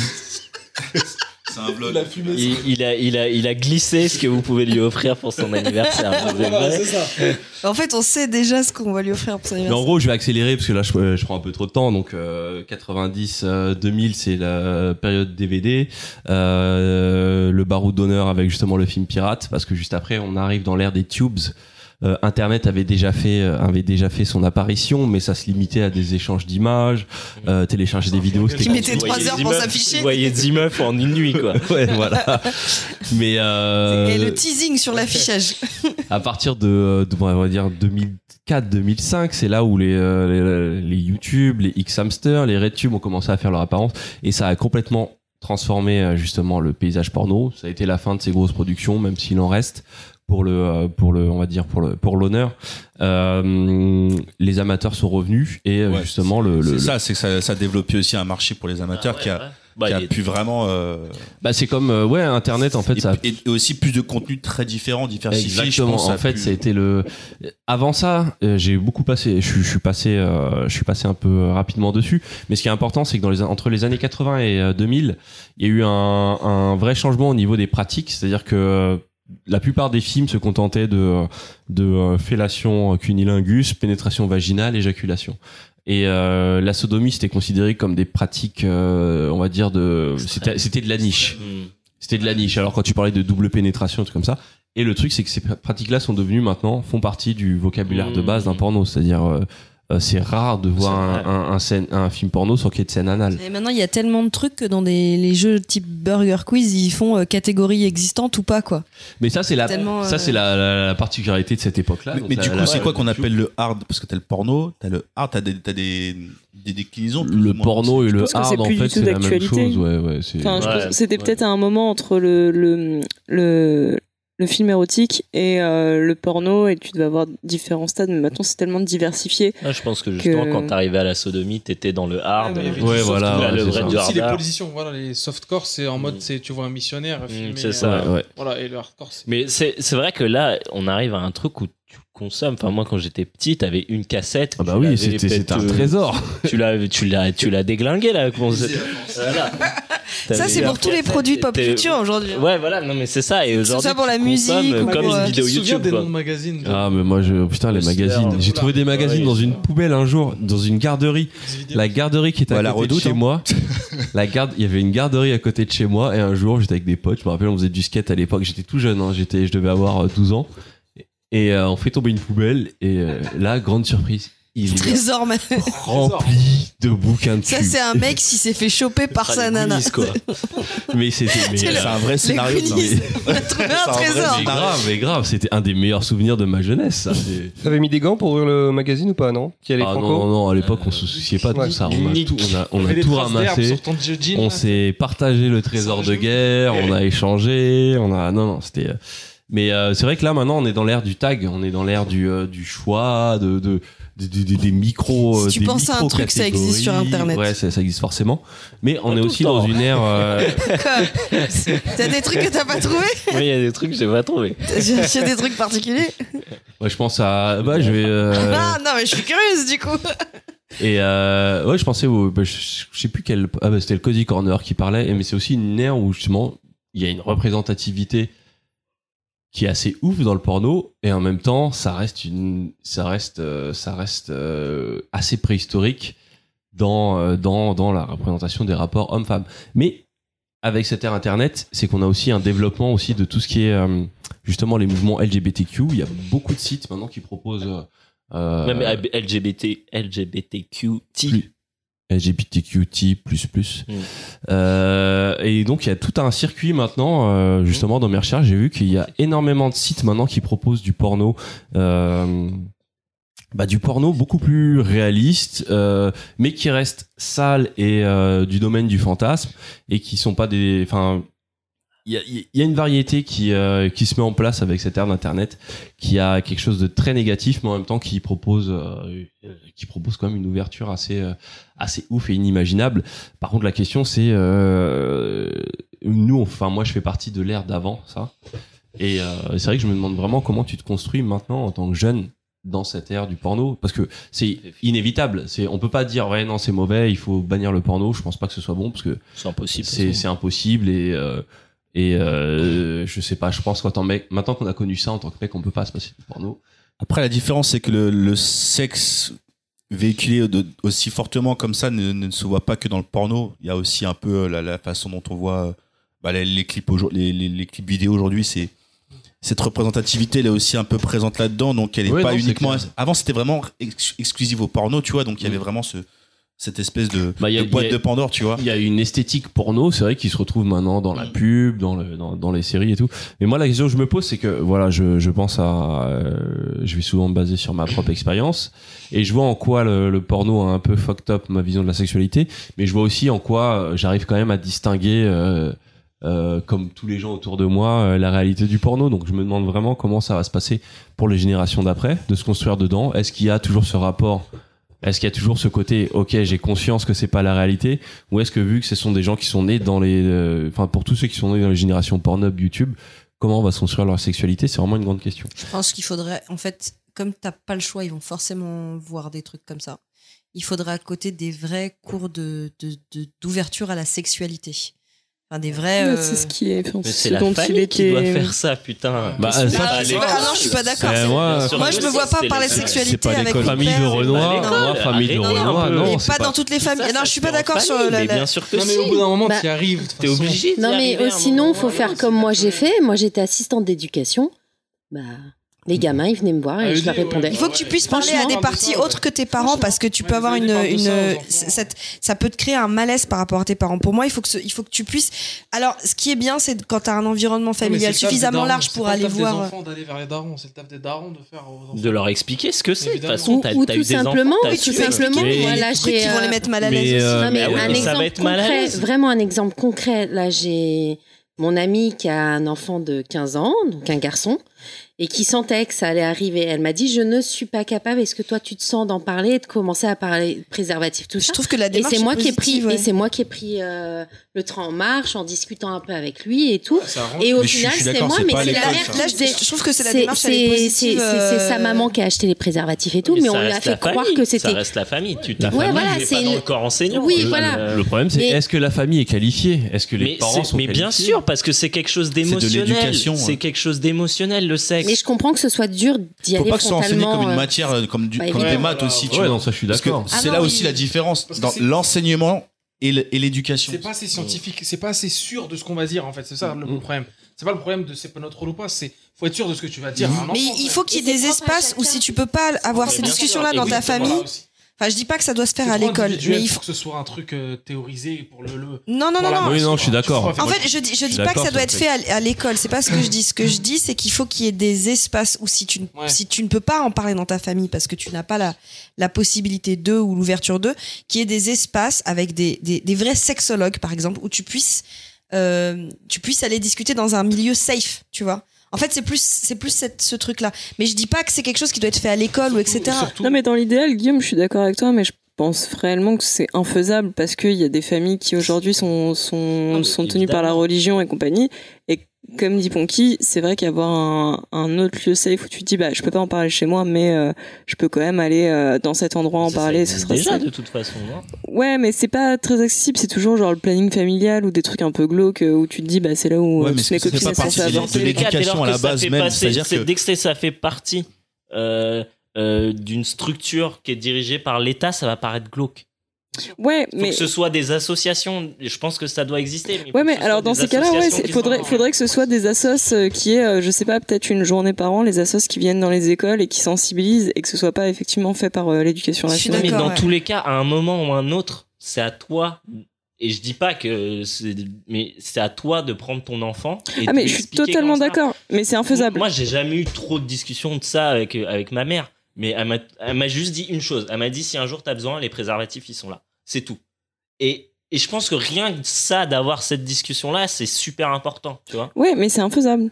E: un vlog.
I: Il, il a, il, a, il a glissé ce que vous pouvez lui offrir pour son anniversaire. vous aimerez.
B: En fait, on sait déjà ce qu'on va lui offrir pour son
C: Mais en
B: anniversaire.
C: gros, je vais accélérer parce que là, je, euh, je prends un peu trop de temps. Donc, euh, 90, euh, 2000, c'est la période DVD. Euh, le baroud d'honneur avec justement le film pirate, parce que juste après, on arrive dans l'ère des tubes. Euh, Internet avait déjà fait euh, avait déjà fait son apparition, mais ça se limitait à des échanges d'images, euh, télécharger des vidéos.
B: Qui
C: compliqué.
B: mettait
I: Vous
B: 3
I: voyez
B: heures
I: dix
B: pour
I: meufs-
B: s'afficher.
I: Vous voyez 10 meufs en une nuit, quoi.
C: <laughs> Ouais,
B: <laughs>
C: voilà. Mais euh,
B: Et le teasing sur <laughs> l'affichage.
C: à partir de, euh, de, on va dire 2004 2005 c'est là où les, euh, les, les YouTube les X Hamster les RedTube ont commencé à faire leur apparence et ça a complètement transformé euh, justement le paysage porno ça a été la fin de ces grosses productions même s'il en reste pour le euh, pour le on va dire pour le pour l'honneur Euh, les amateurs sont revenus et euh,
E: Ouais,
C: justement le,
E: C'est
C: le-
E: ça, c'est que ça, ça a développé aussi un marché pour les amateurs qui a,
I: Bah,
E: qui a
I: il est-
E: pu vraiment. euh,
C: bah c'est comme euh, ouais internet en fait
E: et,
C: ça a
E: et- et aussi plus de contenu très différent, diversifié. je
C: Exactement.
E: pense, ça a
C: en fait,
E: pu-
C: ça a été le. Avant ça, euh, j'ai beaucoup passé. Je, suis- je suis passé. euh, je suis passé un peu euh, rapidement dessus. Mais ce qui est important, c'est que dans les entre les années 80 et euh, 2000, il y a eu un, un vrai changement au niveau des pratiques. C'est-à-dire que euh, la plupart des films se contentaient de de euh, fellation cunilingus, pénétration vaginale, éjaculation. Et euh, la sodomie, c'était considéré comme des pratiques, euh, on va dire de. C'était c'était de la niche.
I: Hmm.
C: C'était de la niche. Alors quand tu parlais de double pénétration, un truc comme ça. Et le truc, c'est que ces pr- pratiques-là sont devenues maintenant, font partie du vocabulaire de base d'un
I: Mmh.
C: porno. C'est-à-dire, euh, euh, c'est rare de voir
I: C'est
C: un,
I: vrai.
C: un- un scène- un film porno sans qu'il y ait de scène anale.
B: Et maintenant, il y a tellement de trucs que dans des, les jeux type Burger Quiz, ils font euh, catégorie existante ou pas, quoi.
C: Mais ça, c'est la,
B: Tellement, euh,
C: ça, c'est la, la- la particularité de cette époque-là.
E: Mais,
C: Donc,
E: mais
C: la-
E: du coup,
C: la-
E: c'est quoi qu'on
C: la-
E: appelle le hard Parce que t'as le porno, t'as le hard, t'as des, t'as des, des déclinaisons. plus
C: le
E: ou moins.
C: porno et le
H: pense que c'est
C: hard en
H: plus du
C: fait,
H: tout
C: c'est la même
H: d'actualité.
C: chose. Ouais, ouais, c'est-
H: Enfin, je
I: Ouais,
H: pense que c'était
I: ouais.
H: peut-être à un moment entre le, le, le- le film érotique et euh, le porno, et tu devais avoir différents stades, mais maintenant c'est tellement diversifié.
I: Ah, je pense que justement,
H: Que-
I: quand t'arrivais à la sodomie, t'étais dans le hard. et-
D: Ouais, mais il y avait
C: Ouais, voilà,
I: Là,
C: ouais,
I: le
C: c'est
I: vrai
C: ça.
I: du
D: Ah, bah, Aussi, les
I: hard.
D: positions, voilà, les softcore, c'est en mode, c'est tu vois un missionnaire filmer,
I: Mm, c'est ça,
D: euh,
C: ouais.
D: Voilà, et le hardcore, c'est.
I: Mais c'est c'est vrai que là, on arrive à un truc où tu consommes. Enfin, moi, quand j'étais petit, t'avais une cassette.
C: Ah bah
I: tu
C: oui,
I: l'avais
C: c'était
I: peut-être,
C: c'était un
I: euh,
C: trésor.
I: Tu l'as, tu l'as, tu l'as déglingué là. comment ça- Voilà.
B: Ça,
I: T'avais-
B: c'est pour tous les produits de pop
I: t'es-
B: culture aujourd'hui. hein.
I: Ouais, voilà. Non, mais c'est ça. Et aujourd'hui,
B: ça pour
I: tu
B: la musique
I: consommes
B: ou
I: comme
B: pour, euh,
I: une
D: Qui
I: vidéo
D: se souvient
I: YouTube.
D: des
I: quoi.
D: noms de magazines de-
C: Ah mais moi je putain les
I: Le Star,
C: magazines,
I: le
C: j'ai
D: Polar.
C: trouvé des magazines
I: Ouais,
C: dans
I: c'est
C: une poubelle un jour dans une garderie.
D: des vidéos.
C: La garderie qui était à
E: Ouais, la
C: côté de
E: Redoute,
C: chez
E: hein. <laughs>
C: moi. La garde, il y avait une garderie à côté de chez moi et un jour j'étais avec des potes, je me rappelle on faisait du skate à l'époque, j'étais tout jeune hein, j'étais je devais avoir euh, 12 ans et euh, on fait tomber une poubelle et euh, là grande surprise, il est
B: Trésor, mais-
C: rempli de bouquins de
B: ça
C: cul.
B: c'est un mec s'il s'est fait
I: <laughs>
B: choper par
I: Enfin,
B: sa
I: les
B: nana.
I: Goonies, quoi.
B: <laughs>
C: Mais c'était mais,
B: C'est le-
E: C'est un vrai
B: Les
E: scénario. non, mais-
B: Goonies, on a trouvé un
E: C'est un vrai
B: trésor.
C: mais grave, mais grave, c'était un des meilleurs souvenirs de ma jeunesse
E: <laughs>
C: ça. c'est-
A: T'avais mis des gants pour ouvrir le magazine ou pas, non Qui allait
C: Ah non,
A: franco
C: non, non, à l'époque,
B: Euh,
C: on se souciait pas de
A: Ouais.
C: tout ça. On a tout, on a, on a
D: Fais des
C: tout
D: traces d'herbe
C: ramassé.
D: sur ton jean.
C: On s'est partagé le trésor de guerre, on a échangé, on a. Non, non, c'était. euh, Mais euh, c'est vrai que là, maintenant, on est dans l'ère du tag, on est dans l'ère du, euh, du choix, de, de, de- de- de- des micros.
B: Si tu penses à un truc, ça existe sur Internet.
C: Ouais, ça, ça existe forcément. Mais on
I: Pas
C: est
I: tout
C: aussi
I: le temps.
C: dans une ère.
B: <laughs>
C: euh,
B: T'as des trucs que t'as pas
E: <laughs>
B: trouvé
I: Oui,
B: <laughs>
I: il y a des trucs que j'ai pas trouvé.
B: T'as cherché des trucs particuliers
C: ouais, je pense à. Bah, je vais. euh,
B: Ah non, mais je suis curieuse du coup. <laughs>
C: Et euh, ouais, je pensais au. bah, je, je sais plus quel. Ah, bah, c'était le Cozy Corner qui parlait, et- mais c'est aussi une ère où justement il y a une représentativité qui est assez ouf dans le porno, et en même temps ça reste une. Ça reste. euh, ça reste euh, assez préhistorique dans, euh, dans, dans la représentation des rapports hommes-femmes. Mais avec cette ère internet, c'est qu'on a aussi un développement aussi de tout ce qui est euh, justement les mouvements LGBTQ. Il y a beaucoup de sites maintenant qui proposent. euh, euh,
I: Même LGBT, LGBTQT.
C: plus. Eh, LGBTQT++.
I: Mm.
C: Euh, et donc, il y a tout un circuit maintenant, euh, justement, dans mes recherches, j'ai vu qu'il y a énormément de sites maintenant qui proposent du porno. euh, bah, du porno beaucoup plus réaliste, euh, mais qui reste sale et euh, du domaine du fantasme, et qui sont pas des... Enfin, il y a, il y a une variété qui, euh, qui se met en place avec cette ère d'Internet, qui a quelque chose de très négatif, mais en même temps qui propose, euh, qui propose quand même une ouverture assez, euh, assez ouf et inimaginable. Par contre, la question, c'est euh, nous, enfin moi, je fais partie de l'ère d'avant, ça. Et euh, c'est vrai que je me demande vraiment comment tu te construis maintenant en tant que jeune dans cette ère du porno, parce que c'est inévitable. C'est, on peut pas dire ouais non c'est mauvais, il faut bannir le porno. Je pense pas que ce soit bon parce que
I: C'est impossible.
C: c'est c'est impossible et euh, et euh, je sais pas je pense qu'en mec maintenant qu'on a connu ça en tant que mec on peut pas se passer du porno
E: Après, la différence, c'est que le, le sexe véhiculé de- aussi fortement comme ça ne, ne se voit pas que dans le porno. Il y a aussi un peu euh, la, la façon dont on voit euh, bah, les, les clips aujourd- les, les- les clips vidéo aujourd'hui. C'est cette représentativité, elle est aussi un peu présente là-dedans. Donc, elle est
C: Ouais,
E: pas
C: non, c'est
E: uniquement.
C: clair.
E: Avant, c'était vraiment ex- exclusif au porno, tu vois. Donc, il y avait vraiment ce, cette espèce de,
C: Bah, il y a-
E: de boîte
C: il y a-
E: de Pandore, tu vois.
C: il y a une esthétique porno c'est vrai qui se retrouve maintenant dans la pub dans le dans, dans les séries et tout mais moi la question que je me pose c'est que voilà je, je pense à euh, je vais souvent me baser sur ma propre expérience et je vois en quoi le, le porno a un peu fucked up ma vision de la sexualité mais je vois aussi en quoi euh, j'arrive quand même à distinguer euh, euh, comme tous les gens autour de moi, euh, la réalité du porno. Donc je me demande vraiment comment ça va se passer pour les générations d'après, de se construire dedans. Est-ce qu'il y a toujours ce rapport Est-ce qu'il y a toujours ce côté Ok, j'ai conscience que c'est pas la réalité Ou est-ce que vu que ce sont des gens qui sont nés dans les, euh, enfin pour tous ceux qui sont nés dans les générations Pornhub, YouTube, comment va se construire leur sexualité C'est vraiment une grande question.
B: Je pense qu'il faudrait, en fait, comme t'as pas le choix, ils vont forcément voir des trucs comme ça. Il faudra à côté des vrais cours de de- de- d'ouverture à la sexualité. Enfin, des vrais.
H: Ouais,
B: euh,
H: C'est ce qui est, enfin,
I: Mais
H: ce
I: c'est la
H: dont il
I: famille qui
H: était.
I: doit faire ça, putain.
C: Bah,
I: C'est
C: ça,
I: pas
B: Ah,
I: à
B: c'est pas-
I: l'école.
B: ah non, je suis pas d'accord.
C: Euh, moi,
I: Bien
B: Moi,
I: sûr
B: je
I: que
B: me vois
I: si,
B: pas
I: c'est
B: parler
I: les-
C: c'est
B: sexualité
C: pas
B: avec
C: l'école
B: mon
C: famille de
B: père.
C: Renoir.
B: Non.
C: moi, famille de
I: Arrêtez,
C: Renoir.
I: un peu.
C: Non,
B: Mais
C: c'est
B: pas dans toutes les familles.
I: Ça,
B: Non,
I: ça
B: je suis
I: se
B: pas
I: fait en
B: d'accord sur
I: famille,
B: la.
I: mais
B: la-
I: bien sûr que
D: Non, mais
I: si.
D: au bout d'un moment,
G: Bah,
D: t'y arrives. de toute
I: T'es
D: façon.
I: obligé. d'y
G: Non, mais
I: arriver à un
G: aussi non,
I: moment.
G: faut faire comme moi j'ai fait. Moi, j'étais assistante d'éducation. Bah, les gamins, ils venaient me voir
D: Ah,
G: et
D: oui,
G: je leur
D: ouais,
G: répondais.
B: Il faut que tu puisses
G: Franchement,
B: parler à des
D: parle de
B: parties
D: ça, ouais.
B: autres que tes parents
D: Franchement.
B: parce que tu peux
D: Ouais,
B: avoir
D: les
B: une,
D: parents de ça,
B: une-
D: aux enfants.
B: c- cette- ça peut te créer un malaise par rapport à tes parents. Pour moi, il faut que ce- il faut que tu puisses. Alors, ce qui est bien, c'est quand tu as un environnement
D: Non, mais c'est le
B: familial
D: taf des
B: suffisamment
D: darons,
B: large
D: c'est
B: pour
D: pas le
B: aller
D: taf des
B: voir. euh,
D: enfants d'aller vers les darons, c'est le taf des darons de faire euh, aux enfants.
I: De leur expliquer ce que c'est. De toute
D: Évidemment.
I: façon,
G: Ou-
I: t'as
G: ou
I: t'as
G: tout
I: eu des enfants.
G: simplement,
I: t'as
G: ou
I: eu
G: tout
I: des enfants.
G: simplement,
I: Mais-
G: moi, là,
B: Des trucs qui
G: j'ai,
B: vont
G: euh,
B: les mettre mal à l'aise.
C: Mais,
B: aussi.
C: euh,
G: Non, mais
I: Ah ouais,
G: un
I: mais ça va
G: exemple
I: être mal à
G: concret,
I: l'aise.
G: vraiment un exemple concret. Là, j'ai mon amie qui a un enfant de 15 ans, donc un garçon, et qui sentait que ça allait arriver. Elle m'a dit, je ne suis pas capable. Est-ce que toi, tu te sens d'en parler et de commencer à parler de préservatif, tout ça
B: Je trouve que la démarche
G: Et c'est moi
B: est
G: qui ai
B: positive,
G: pris, et
B: ouais.
G: c'est moi qui ai pris euh, le train en marche en discutant un peu avec lui et tout.
B: ça rentre.
G: et au
B: Mais je suis-
G: final,
B: je suis
G: c'est
B: d'accord,
G: moi,
B: c'est
G: mais
B: pas à
G: c'est la
B: l'école,
G: mère
B: ça.
G: qui
B: Là, je-
G: faisait.
B: je trouve que c'est la
G: C'est-
B: démarche, elle est
G: c'est-
B: positive,
G: c'est- c'est- c'est sa
B: euh,
G: maman qui a acheté les préservatifs et tout, mais, on
I: ça
G: lui a
I: reste
G: fait
I: la
G: croire
I: famille.
G: que c'était.
I: Ça reste la famille. Tu t'as
G: Ouais, voilà, c'est
I: pas dans
G: une-
I: le corps enseignant.
G: Oui,
I: Euh,
G: voilà.
I: euh,
C: Le problème, c'est
G: Mais-
C: est-ce que la famille est qualifiée Est-ce que les
I: mais
C: parents
I: c'est-
C: sont
I: mais bien
C: qualifiés
I: sûr, parce que c'est quelque chose
C: de
I: d'émotionnel.
C: l'éducation,
I: C'est
C: hein.
I: quelque chose d'émotionnel, le sexe.
G: Mais je comprends que ce soit dur d'y
I: Faut
G: aller
I: pas que ce soit enseigné
G: frontalement,
I: comme une
G: euh,
E: matière euh, comme, du,
G: bah,
E: comme des
G: évidemment.
E: maths aussi. tu
C: Ouais,
E: vois.
C: non, ça, je suis
E: Parce que
C: d'accord.
E: C'est
D: Ah
E: là
D: non,
E: aussi
D: oui.
E: la différence
D: Parce que
E: dans
D: c'est-
E: l'enseignement et le- et l'éducation.
I: Mm.
D: C'est pas assez scientifique, c'est pas assez sûr de ce qu'on va dire en fait, c'est ça le problème. C'est pas le problème de c'est pas notre rôle ou pas, c'est faut être sûr de ce que tu vas dire. à un enfant.
B: Mais il faut qu'il y ait des espaces où si tu peux pas avoir ces
D: Bien sûr.
B: discussions-là dans
D: Et
B: ta
D: oui,
B: famille.
D: voilà aussi.
B: Enfin, je dis pas que ça doit se faire
D: C'est
B: à
D: trop
B: l'école,
D: individuel
B: mais il
D: pour
B: faut.
D: que ce soit un truc euh, théorisé pour le. le-
B: Non, non,
D: pour
B: non,
D: la
B: non.
C: Oui,
D: masse,
C: non, je suis
D: quoi.
C: d'accord.
D: Tu
B: En
D: vois,
B: fait, je dis, je
C: Je
B: dis
C: suis
B: pas que
C: d'accord
B: ça doit
C: sur
B: être
C: le
B: fait à, à l'école. C'est pas ce que je dis. Ce que je dis, c'est qu'il faut qu'il y ait des espaces où si tu, ne-
D: Ouais.
B: si tu ne peux pas en parler dans ta famille parce que tu n'as pas la, la possibilité d'eux ou l'ouverture d'eux, qu'il y ait des espaces avec des, des, des vrais sexologues, par exemple, où tu puisses, euh, tu puisses aller discuter dans un milieu safe, tu vois. En fait, c'est plus, c'est plus cette- ce truc-là. Mais je dis pas que c'est quelque chose qui doit être fait à l'école ou etc.
H: Non, mais dans l'idéal, Guillaume, je suis d'accord avec toi, mais je pense réellement que c'est infaisable parce qu'il y a des familles qui aujourd'hui sont,
I: Ah,
H: sont, sont tenues par la religion et compagnie. Et comme dit Ponky, c'est vrai qu'avoir un, un autre lieu safe où tu te dis, bah, je peux pas en parler chez moi, mais euh, je peux quand même aller euh, dans cet endroit en parler. Ce sera
I: Déjà,
H: safe.
I: de toute façon. hein.
H: Ouais, mais c'est pas très accessible. C'est toujours genre le planning familial ou des trucs un peu glauques euh, où tu te dis, bah, c'est là où
E: Ouais,
H: euh,
E: mais
H: toutes mes
E: est-ce que ça fait
H: copines sont
E: pas partie
H: censées
E: des-
H: avancer.
E: de l'éducation
I: Dès qu'à- dès lors
E: à
I: que
E: la
I: ça
E: base
I: fait
E: même,
I: passer-
E: c'est-à-dire
I: c'est-
E: que-
I: Dès que c'est- ça fait partie euh, euh, d'une structure qui est dirigée par l'État, ça va paraître glauque.
H: Ouais,
I: Faut
H: mais.
I: que ce soit des associations, je pense que ça doit exister. mais faut
H: Ouais,
I: que
H: mais
I: ce soit
H: alors dans
I: des
H: ces cas-là, ouais,
I: associations
H: c'est-
I: qui
H: faudrait,
I: sont-
H: faudrait que ce soit des assos euh, qui est, euh, je sais pas, peut-être une journée par an, les assos qui viennent dans les écoles et qui sensibilisent et que ce soit pas effectivement fait par euh, l'éducation
I: Oui,
H: nationale.
I: mais dans tous les cas, à un moment ou un autre, c'est à toi. Et je dis pas que c'est, mais c'est à toi de prendre ton enfant. Et
H: Ah,
I: de
H: mais
I: lui
H: je suis
I: expliquer
H: totalement
I: comment ça marche.
H: d'accord, mais c'est infaisable.
I: Moi, j'ai jamais eu trop de discussions de ça avec, euh, avec ma mère. Mais elle m'a, elle m'a juste dit une chose. Elle m'a dit si un jour t'as besoin, les préservatifs, ils sont là. C'est tout. Et, et je pense que rien que ça, d'avoir cette discussion-là, c'est super important, tu vois.
H: Ouais, mais c'est infaisable.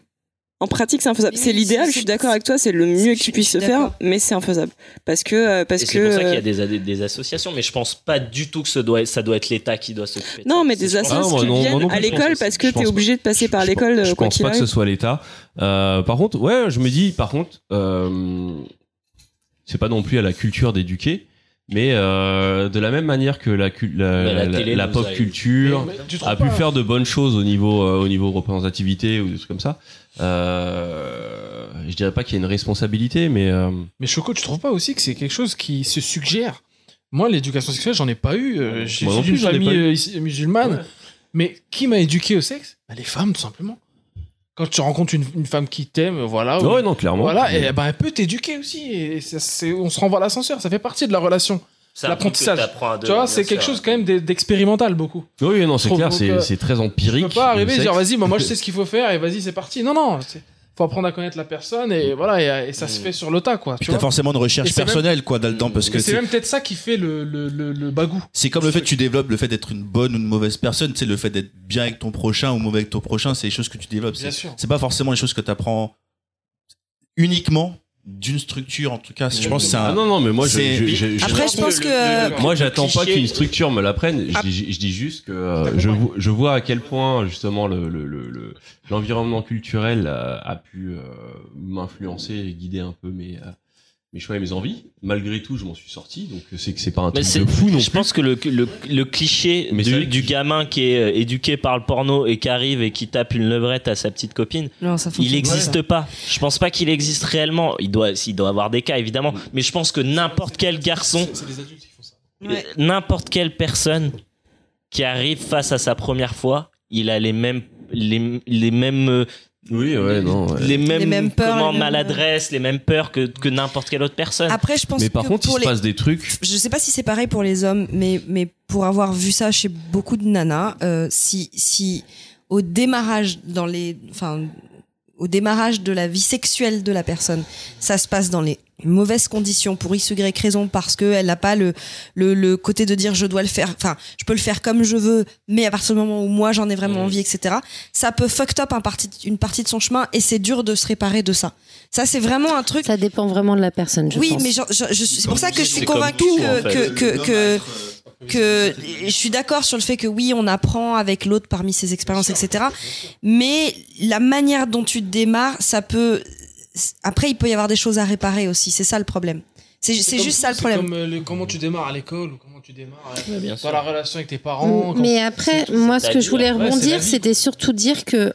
H: En pratique, c'est infaisable.
B: Mais
H: C'est
B: oui,
H: l'idéal,
B: c'est-
H: je suis
B: c'est-
H: d'accord avec toi, c'est le mieux qui puisse se faire,
B: d'accord.
H: mais c'est infaisable. Parce que. euh, parce
I: Et c'est
H: que
I: pour ça qu'il y
H: euh,
I: a des, des, des associations, mais je pense pas du tout que ce doit, ça doit être l'État qui doit s'occuper. de
H: Non,
I: ça.
H: mais des
I: Je pense-
H: assos
C: Ah, moi
H: qui
C: non, moi
H: viennent
C: non
H: à
C: plus, je pense
H: l'école
C: que
H: parce
C: c'est-
H: que
C: je
H: t'es
C: pense-
H: obligé de passer par l'école, euh,
C: Je
H: quoi
C: pense
H: qu'il
C: pas que
H: arrive.
C: ce soit l'État. Euh, par contre, ouais, je me dis, par contre, euh, c'est pas non plus à la culture d'éduquer, mais euh, de la même manière que la, cul- la,
I: Bah, la
C: la-
I: télé
C: la
I: nous
C: pop
I: a eu.
C: culture
D: Mais- mais tu
C: a
D: trouves
C: pu
D: pas-
C: faire de bonnes choses au niveau, euh, au niveau représentativité ou des trucs comme ça. Euh, je dirais pas qu'il y a une responsabilité, mais euh,
D: Mais Choco, tu trouves pas aussi que c'est quelque chose qui se suggère Moi, l'éducation sexuelle, j'en ai pas eu. euh, J'ai
C: Moi
D: j'ai
C: non
D: une
C: plus, j'en ai
D: famille
C: pas eu.
D: euh, ici- musulmane.
C: Ouais.
D: Mais qui m'a éduqué au sexe Bah, Les femmes, tout simplement. Quand tu rencontres une, une femme qui t'aime, voilà. ou-
C: ouais, non, clairement.
D: Voilà,
C: Mais-
D: et bah, elle peut t'éduquer aussi. Et ça, c'est- on se renvoie à l'ascenseur, ça fait partie de la relation.
I: C'est un truc que
D: l'apprentissage.
I: t'apprends à deux,
D: Tu vois,
I: bien
D: c'est quelque
I: sûr.
D: chose quand même d'e- d'expérimental beaucoup.
C: Oui, non, c'est
D: Trop-
C: clair,
D: donc,
C: c'est
D: euh,
C: c'est très
D: Tu
C: empirique.
D: peux pas arriver et
C: le
D: dire
C: sexe.
D: vas-y, bah, moi
C: <laughs>
D: je sais ce qu'il faut faire et vas-y, c'est parti. Non, non, c'est- faut apprendre à connaître la personne
C: Mm.
D: et voilà, et, et ça se fait sur le tas quoi. Tu
E: Puis t'as
D: vois
E: forcément une
D: Et
E: recherche
D: c'est même-
E: personnelle quoi dedans parce que
D: Et c'est
E: c'est-
D: même peut-être ça qui fait le, le, le, le bagou.
E: c'est comme le fait que tu développes le fait d'être une bonne ou une mauvaise personne, c'est le fait d'être bien avec ton prochain ou mauvais avec ton prochain, c'est les choses que tu développes.
D: Bien
E: C'est
D: sûr.
E: c'est pas forcément les choses que t'apprends uniquement d'une structure en tout cas. Je pense que c'est
C: Ah
E: un
C: non, non, mais moi, je-
E: C'est-
C: je- je- je-
B: Après, je pense que. euh,
C: Moi, j'attends pas
I: cliché-
C: qu'une structure me l'apprenne. Je, dis- je dis juste que euh,
D: T'as compris.
C: je, vo- je vois à quel point justement le le- le- le- l'environnement culturel euh, a pu euh, m'influencer et guider un peu mes euh, mes choix et mes envies. Malgré tout, je m'en suis sorti, donc c'est que c'est pas un
I: Mais
C: truc
I: c'est-
C: de fou non
I: Je
C: plus.
I: pense que le, le, le cliché
C: Mais c'est
I: du,
C: vrai que
I: du
C: je-
I: gamin qui est euh, éduqué par le porno et qui arrive et qui tape une levrette à sa petite copine,
B: Non, ça
I: il
B: fonctionne pas.
I: n'existe pas. Je pense pas qu'il existe réellement. Il doit, il doit avoir des cas évidemment, mais je pense que n'importe quel garçon,
D: C'est des adultes qui font ça.
I: euh,
B: Ouais.
I: n'importe quelle personne qui arrive face à sa première fois, il a les mêmes, les, les mêmes, euh,
C: Oui, ouais, non. ouais.
I: les mêmes,
B: Les mêmes peurs,
I: comment,
B: les mêmes-
I: maladresses, les mêmes peurs que, que n'importe quelle autre personne.
B: Après, je pense
C: Mais par
B: que
C: contre, il
B: pour
C: se
B: les,
C: passe des trucs.
B: je sais pas si c'est pareil pour les hommes, mais, mais pour avoir vu ça chez beaucoup de nanas, euh, si, si au démarrage, dans les, enfin, au démarrage de la vie sexuelle de la personne, ça se passe dans les mauvaises conditions pour x y raison parce que elle n'a pas le, le le côté de dire je dois le faire, enfin je peux le faire comme je veux, mais à partir du moment où moi j'en ai vraiment envie, etc. Ça peut fucked up un parti, une partie de son chemin et c'est dur de se réparer de ça. Ça c'est vraiment un truc.
G: Ça dépend vraiment de la personne. Je
B: oui,
G: pense.
B: mais genre, je- je- c'est pour
G: Comme
B: ça que je suis
G: c'est comme
B: convaincue
G: tout,
B: que,
G: en fait.
B: que, que, que, que je suis d'accord sur le fait que oui, on apprend avec l'autre parmi ses expériences, etc. Mais la manière dont tu démarres, ça peut. Après, il peut y avoir des choses à réparer aussi. C'est ça le problème. C'est c'est
D: comme
B: juste
D: tout,
B: ça le
D: c'est
B: problème.
D: Comme euh, le- comment tu démarres à l'école ou comment tu démarres euh,
I: bien
D: dans la relation avec tes parents.
G: Mm, Mais après, moi, ce que je voulais rebondir,
D: c'est
G: c'était surtout dire que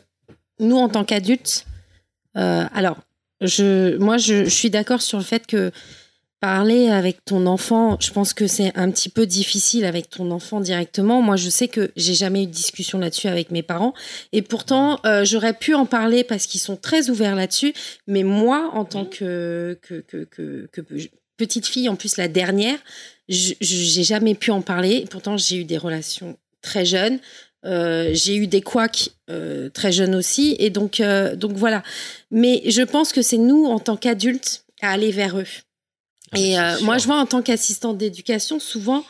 G: nous, en tant qu'adultes, euh, alors, je, moi, je, je suis d'accord sur le fait que parler avec ton enfant, je pense que c'est un petit peu difficile avec ton enfant directement. Moi, je sais que j'ai jamais eu de discussion là-dessus avec mes parents, et pourtant, euh, j'aurais pu en parler parce qu'ils sont très ouverts là-dessus. Mais moi, en tant que que, que, que- que petite fille, en plus la dernière, je- je- j'ai jamais pu en parler. Pourtant, j'ai eu des relations très jeunes. Euh, j'ai eu des couacs euh, très jeunes aussi. Et donc, euh, donc voilà. Mais je pense que c'est nous, en tant qu'adultes, à aller vers eux. Et euh, moi, je vois en tant qu'assistante d'éducation, souvent,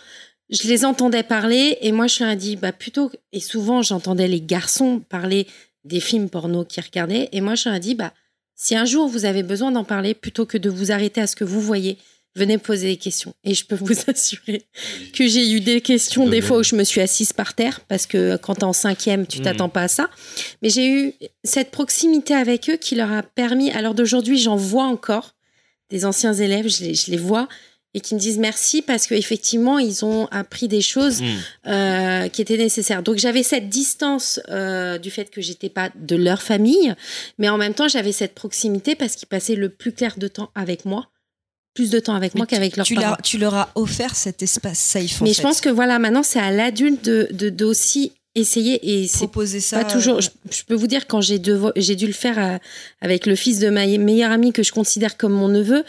G: je les entendais parler et moi, je suis dit, bah plutôt, et souvent, j'entendais les garçons parler des films porno qu'ils regardaient et moi, je suis dit, bah si un jour vous avez besoin d'en parler, plutôt que de vous arrêter à ce que vous voyez, venez poser des questions. Et je peux <laughs> vous assurer que j'ai eu des questions des
H: Dommage.
G: fois où je me suis assise par terre parce que euh, quand t'es en cinquième, tu
H: Mhm.
G: t'attends pas à ça. Mais j'ai eu cette proximité avec eux qui leur a permis. Alors d'aujourd'hui, j'en vois encore des anciens élèves, je les, je les vois et qui me disent merci parce qu'effectivement, ils ont appris des choses
B: Mm.
I: Hmm.
G: euh, qui étaient nécessaires. Donc j'avais cette distance euh, du fait que j'étais pas de leur famille, mais en même temps, j'avais cette proximité parce qu'ils passaient le plus clair de temps avec moi, plus de temps avec moi qu'avec leurs
B: tu,
G: parents.
B: leur, tu leur as offert cet espace safe. en
G: Mais je
B: fait.
G: pense que voilà, maintenant, c'est à l'adulte de, de, de aussi essayer et c'est
B: ça,
G: Pas toujours.
B: euh,
G: Je, je peux vous dire quand j'ai devo- j'ai dû le faire à- avec le fils de ma meilleure amie que je considère comme mon neveu.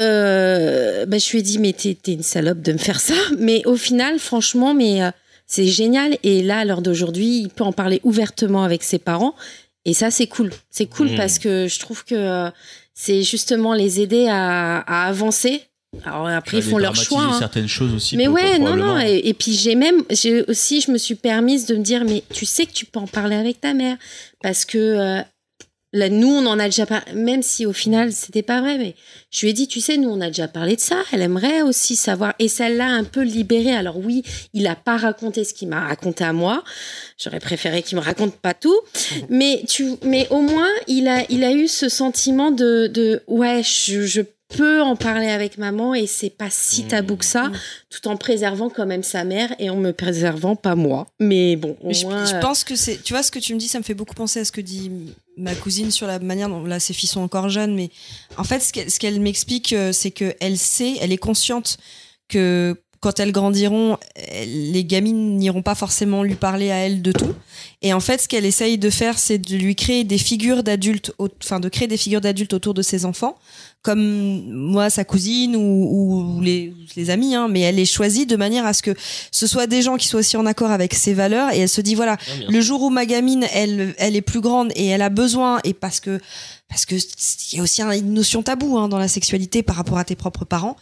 G: euh, bah, je lui ai dit mais t'es t'es une salope de me faire ça. <laughs> Mais au final, franchement, mais euh, c'est génial. Et là, à l'heure d'aujourd'hui, il peut en parler ouvertement avec ses parents. Et ça, c'est cool. C'est cool
H: Mhm.
G: parce que je trouve que euh, c'est justement les aider à, à avancer. Alors après, ils font leur choix. hein.
E: certaines choses aussi.
G: Mais
E: peu-
G: ouais, non,
E: probablement. hein.
G: non. Et, et puis j'ai même, j'ai aussi, je me suis permise de me dire, mais tu sais que tu peux en parler avec ta mère, parce que euh, là, nous, on en a déjà parlé. Même si au final, c'était pas vrai, mais je lui ai dit, tu sais, nous, on a déjà parlé de ça. Elle aimerait aussi savoir. Et celle-là, un peu libérée. Alors oui, il a pas raconté ce qu'il m'a raconté à moi. J'aurais préféré qu'il me raconte pas tout, mais tu, mais au moins, il a, il a eu ce sentiment de, de ouais, je, je peut en parler avec maman et c'est pas si tabou que ça, tout en préservant quand même sa mère et en me préservant pas moi. Mais bon, au
B: Mais je,
G: moins,
B: je
G: euh,
B: pense que c'est. Tu vois, ce que tu me dis, ça me fait beaucoup penser à ce que dit m- ma cousine sur la manière dont. Là, ses filles sont encore jeunes, mais en fait, ce qu'elle, ce qu'elle m'explique, euh, c'est qu'elle sait, elle est consciente que quand elles grandiront, elles- les gamines n'iront pas forcément lui parler à elle de tout. Et en fait, ce qu'elle essaye de faire, c'est de lui créer des figures d'adultes, au- enfin, de créer des figures d'adultes autour de ses enfants, comme moi, sa cousine ou, ou les, ou les amis, hein, mais elle les choisit de manière à ce que ce soit des gens qui soient aussi en accord avec ses valeurs et elle se dit voilà,
H: bien
B: le jour où ma gamine, elle, elle est plus grande et elle a besoin et parce que, parce que c- il y a aussi un- une notion tabou, hein, dans la sexualité par rapport à tes propres parents,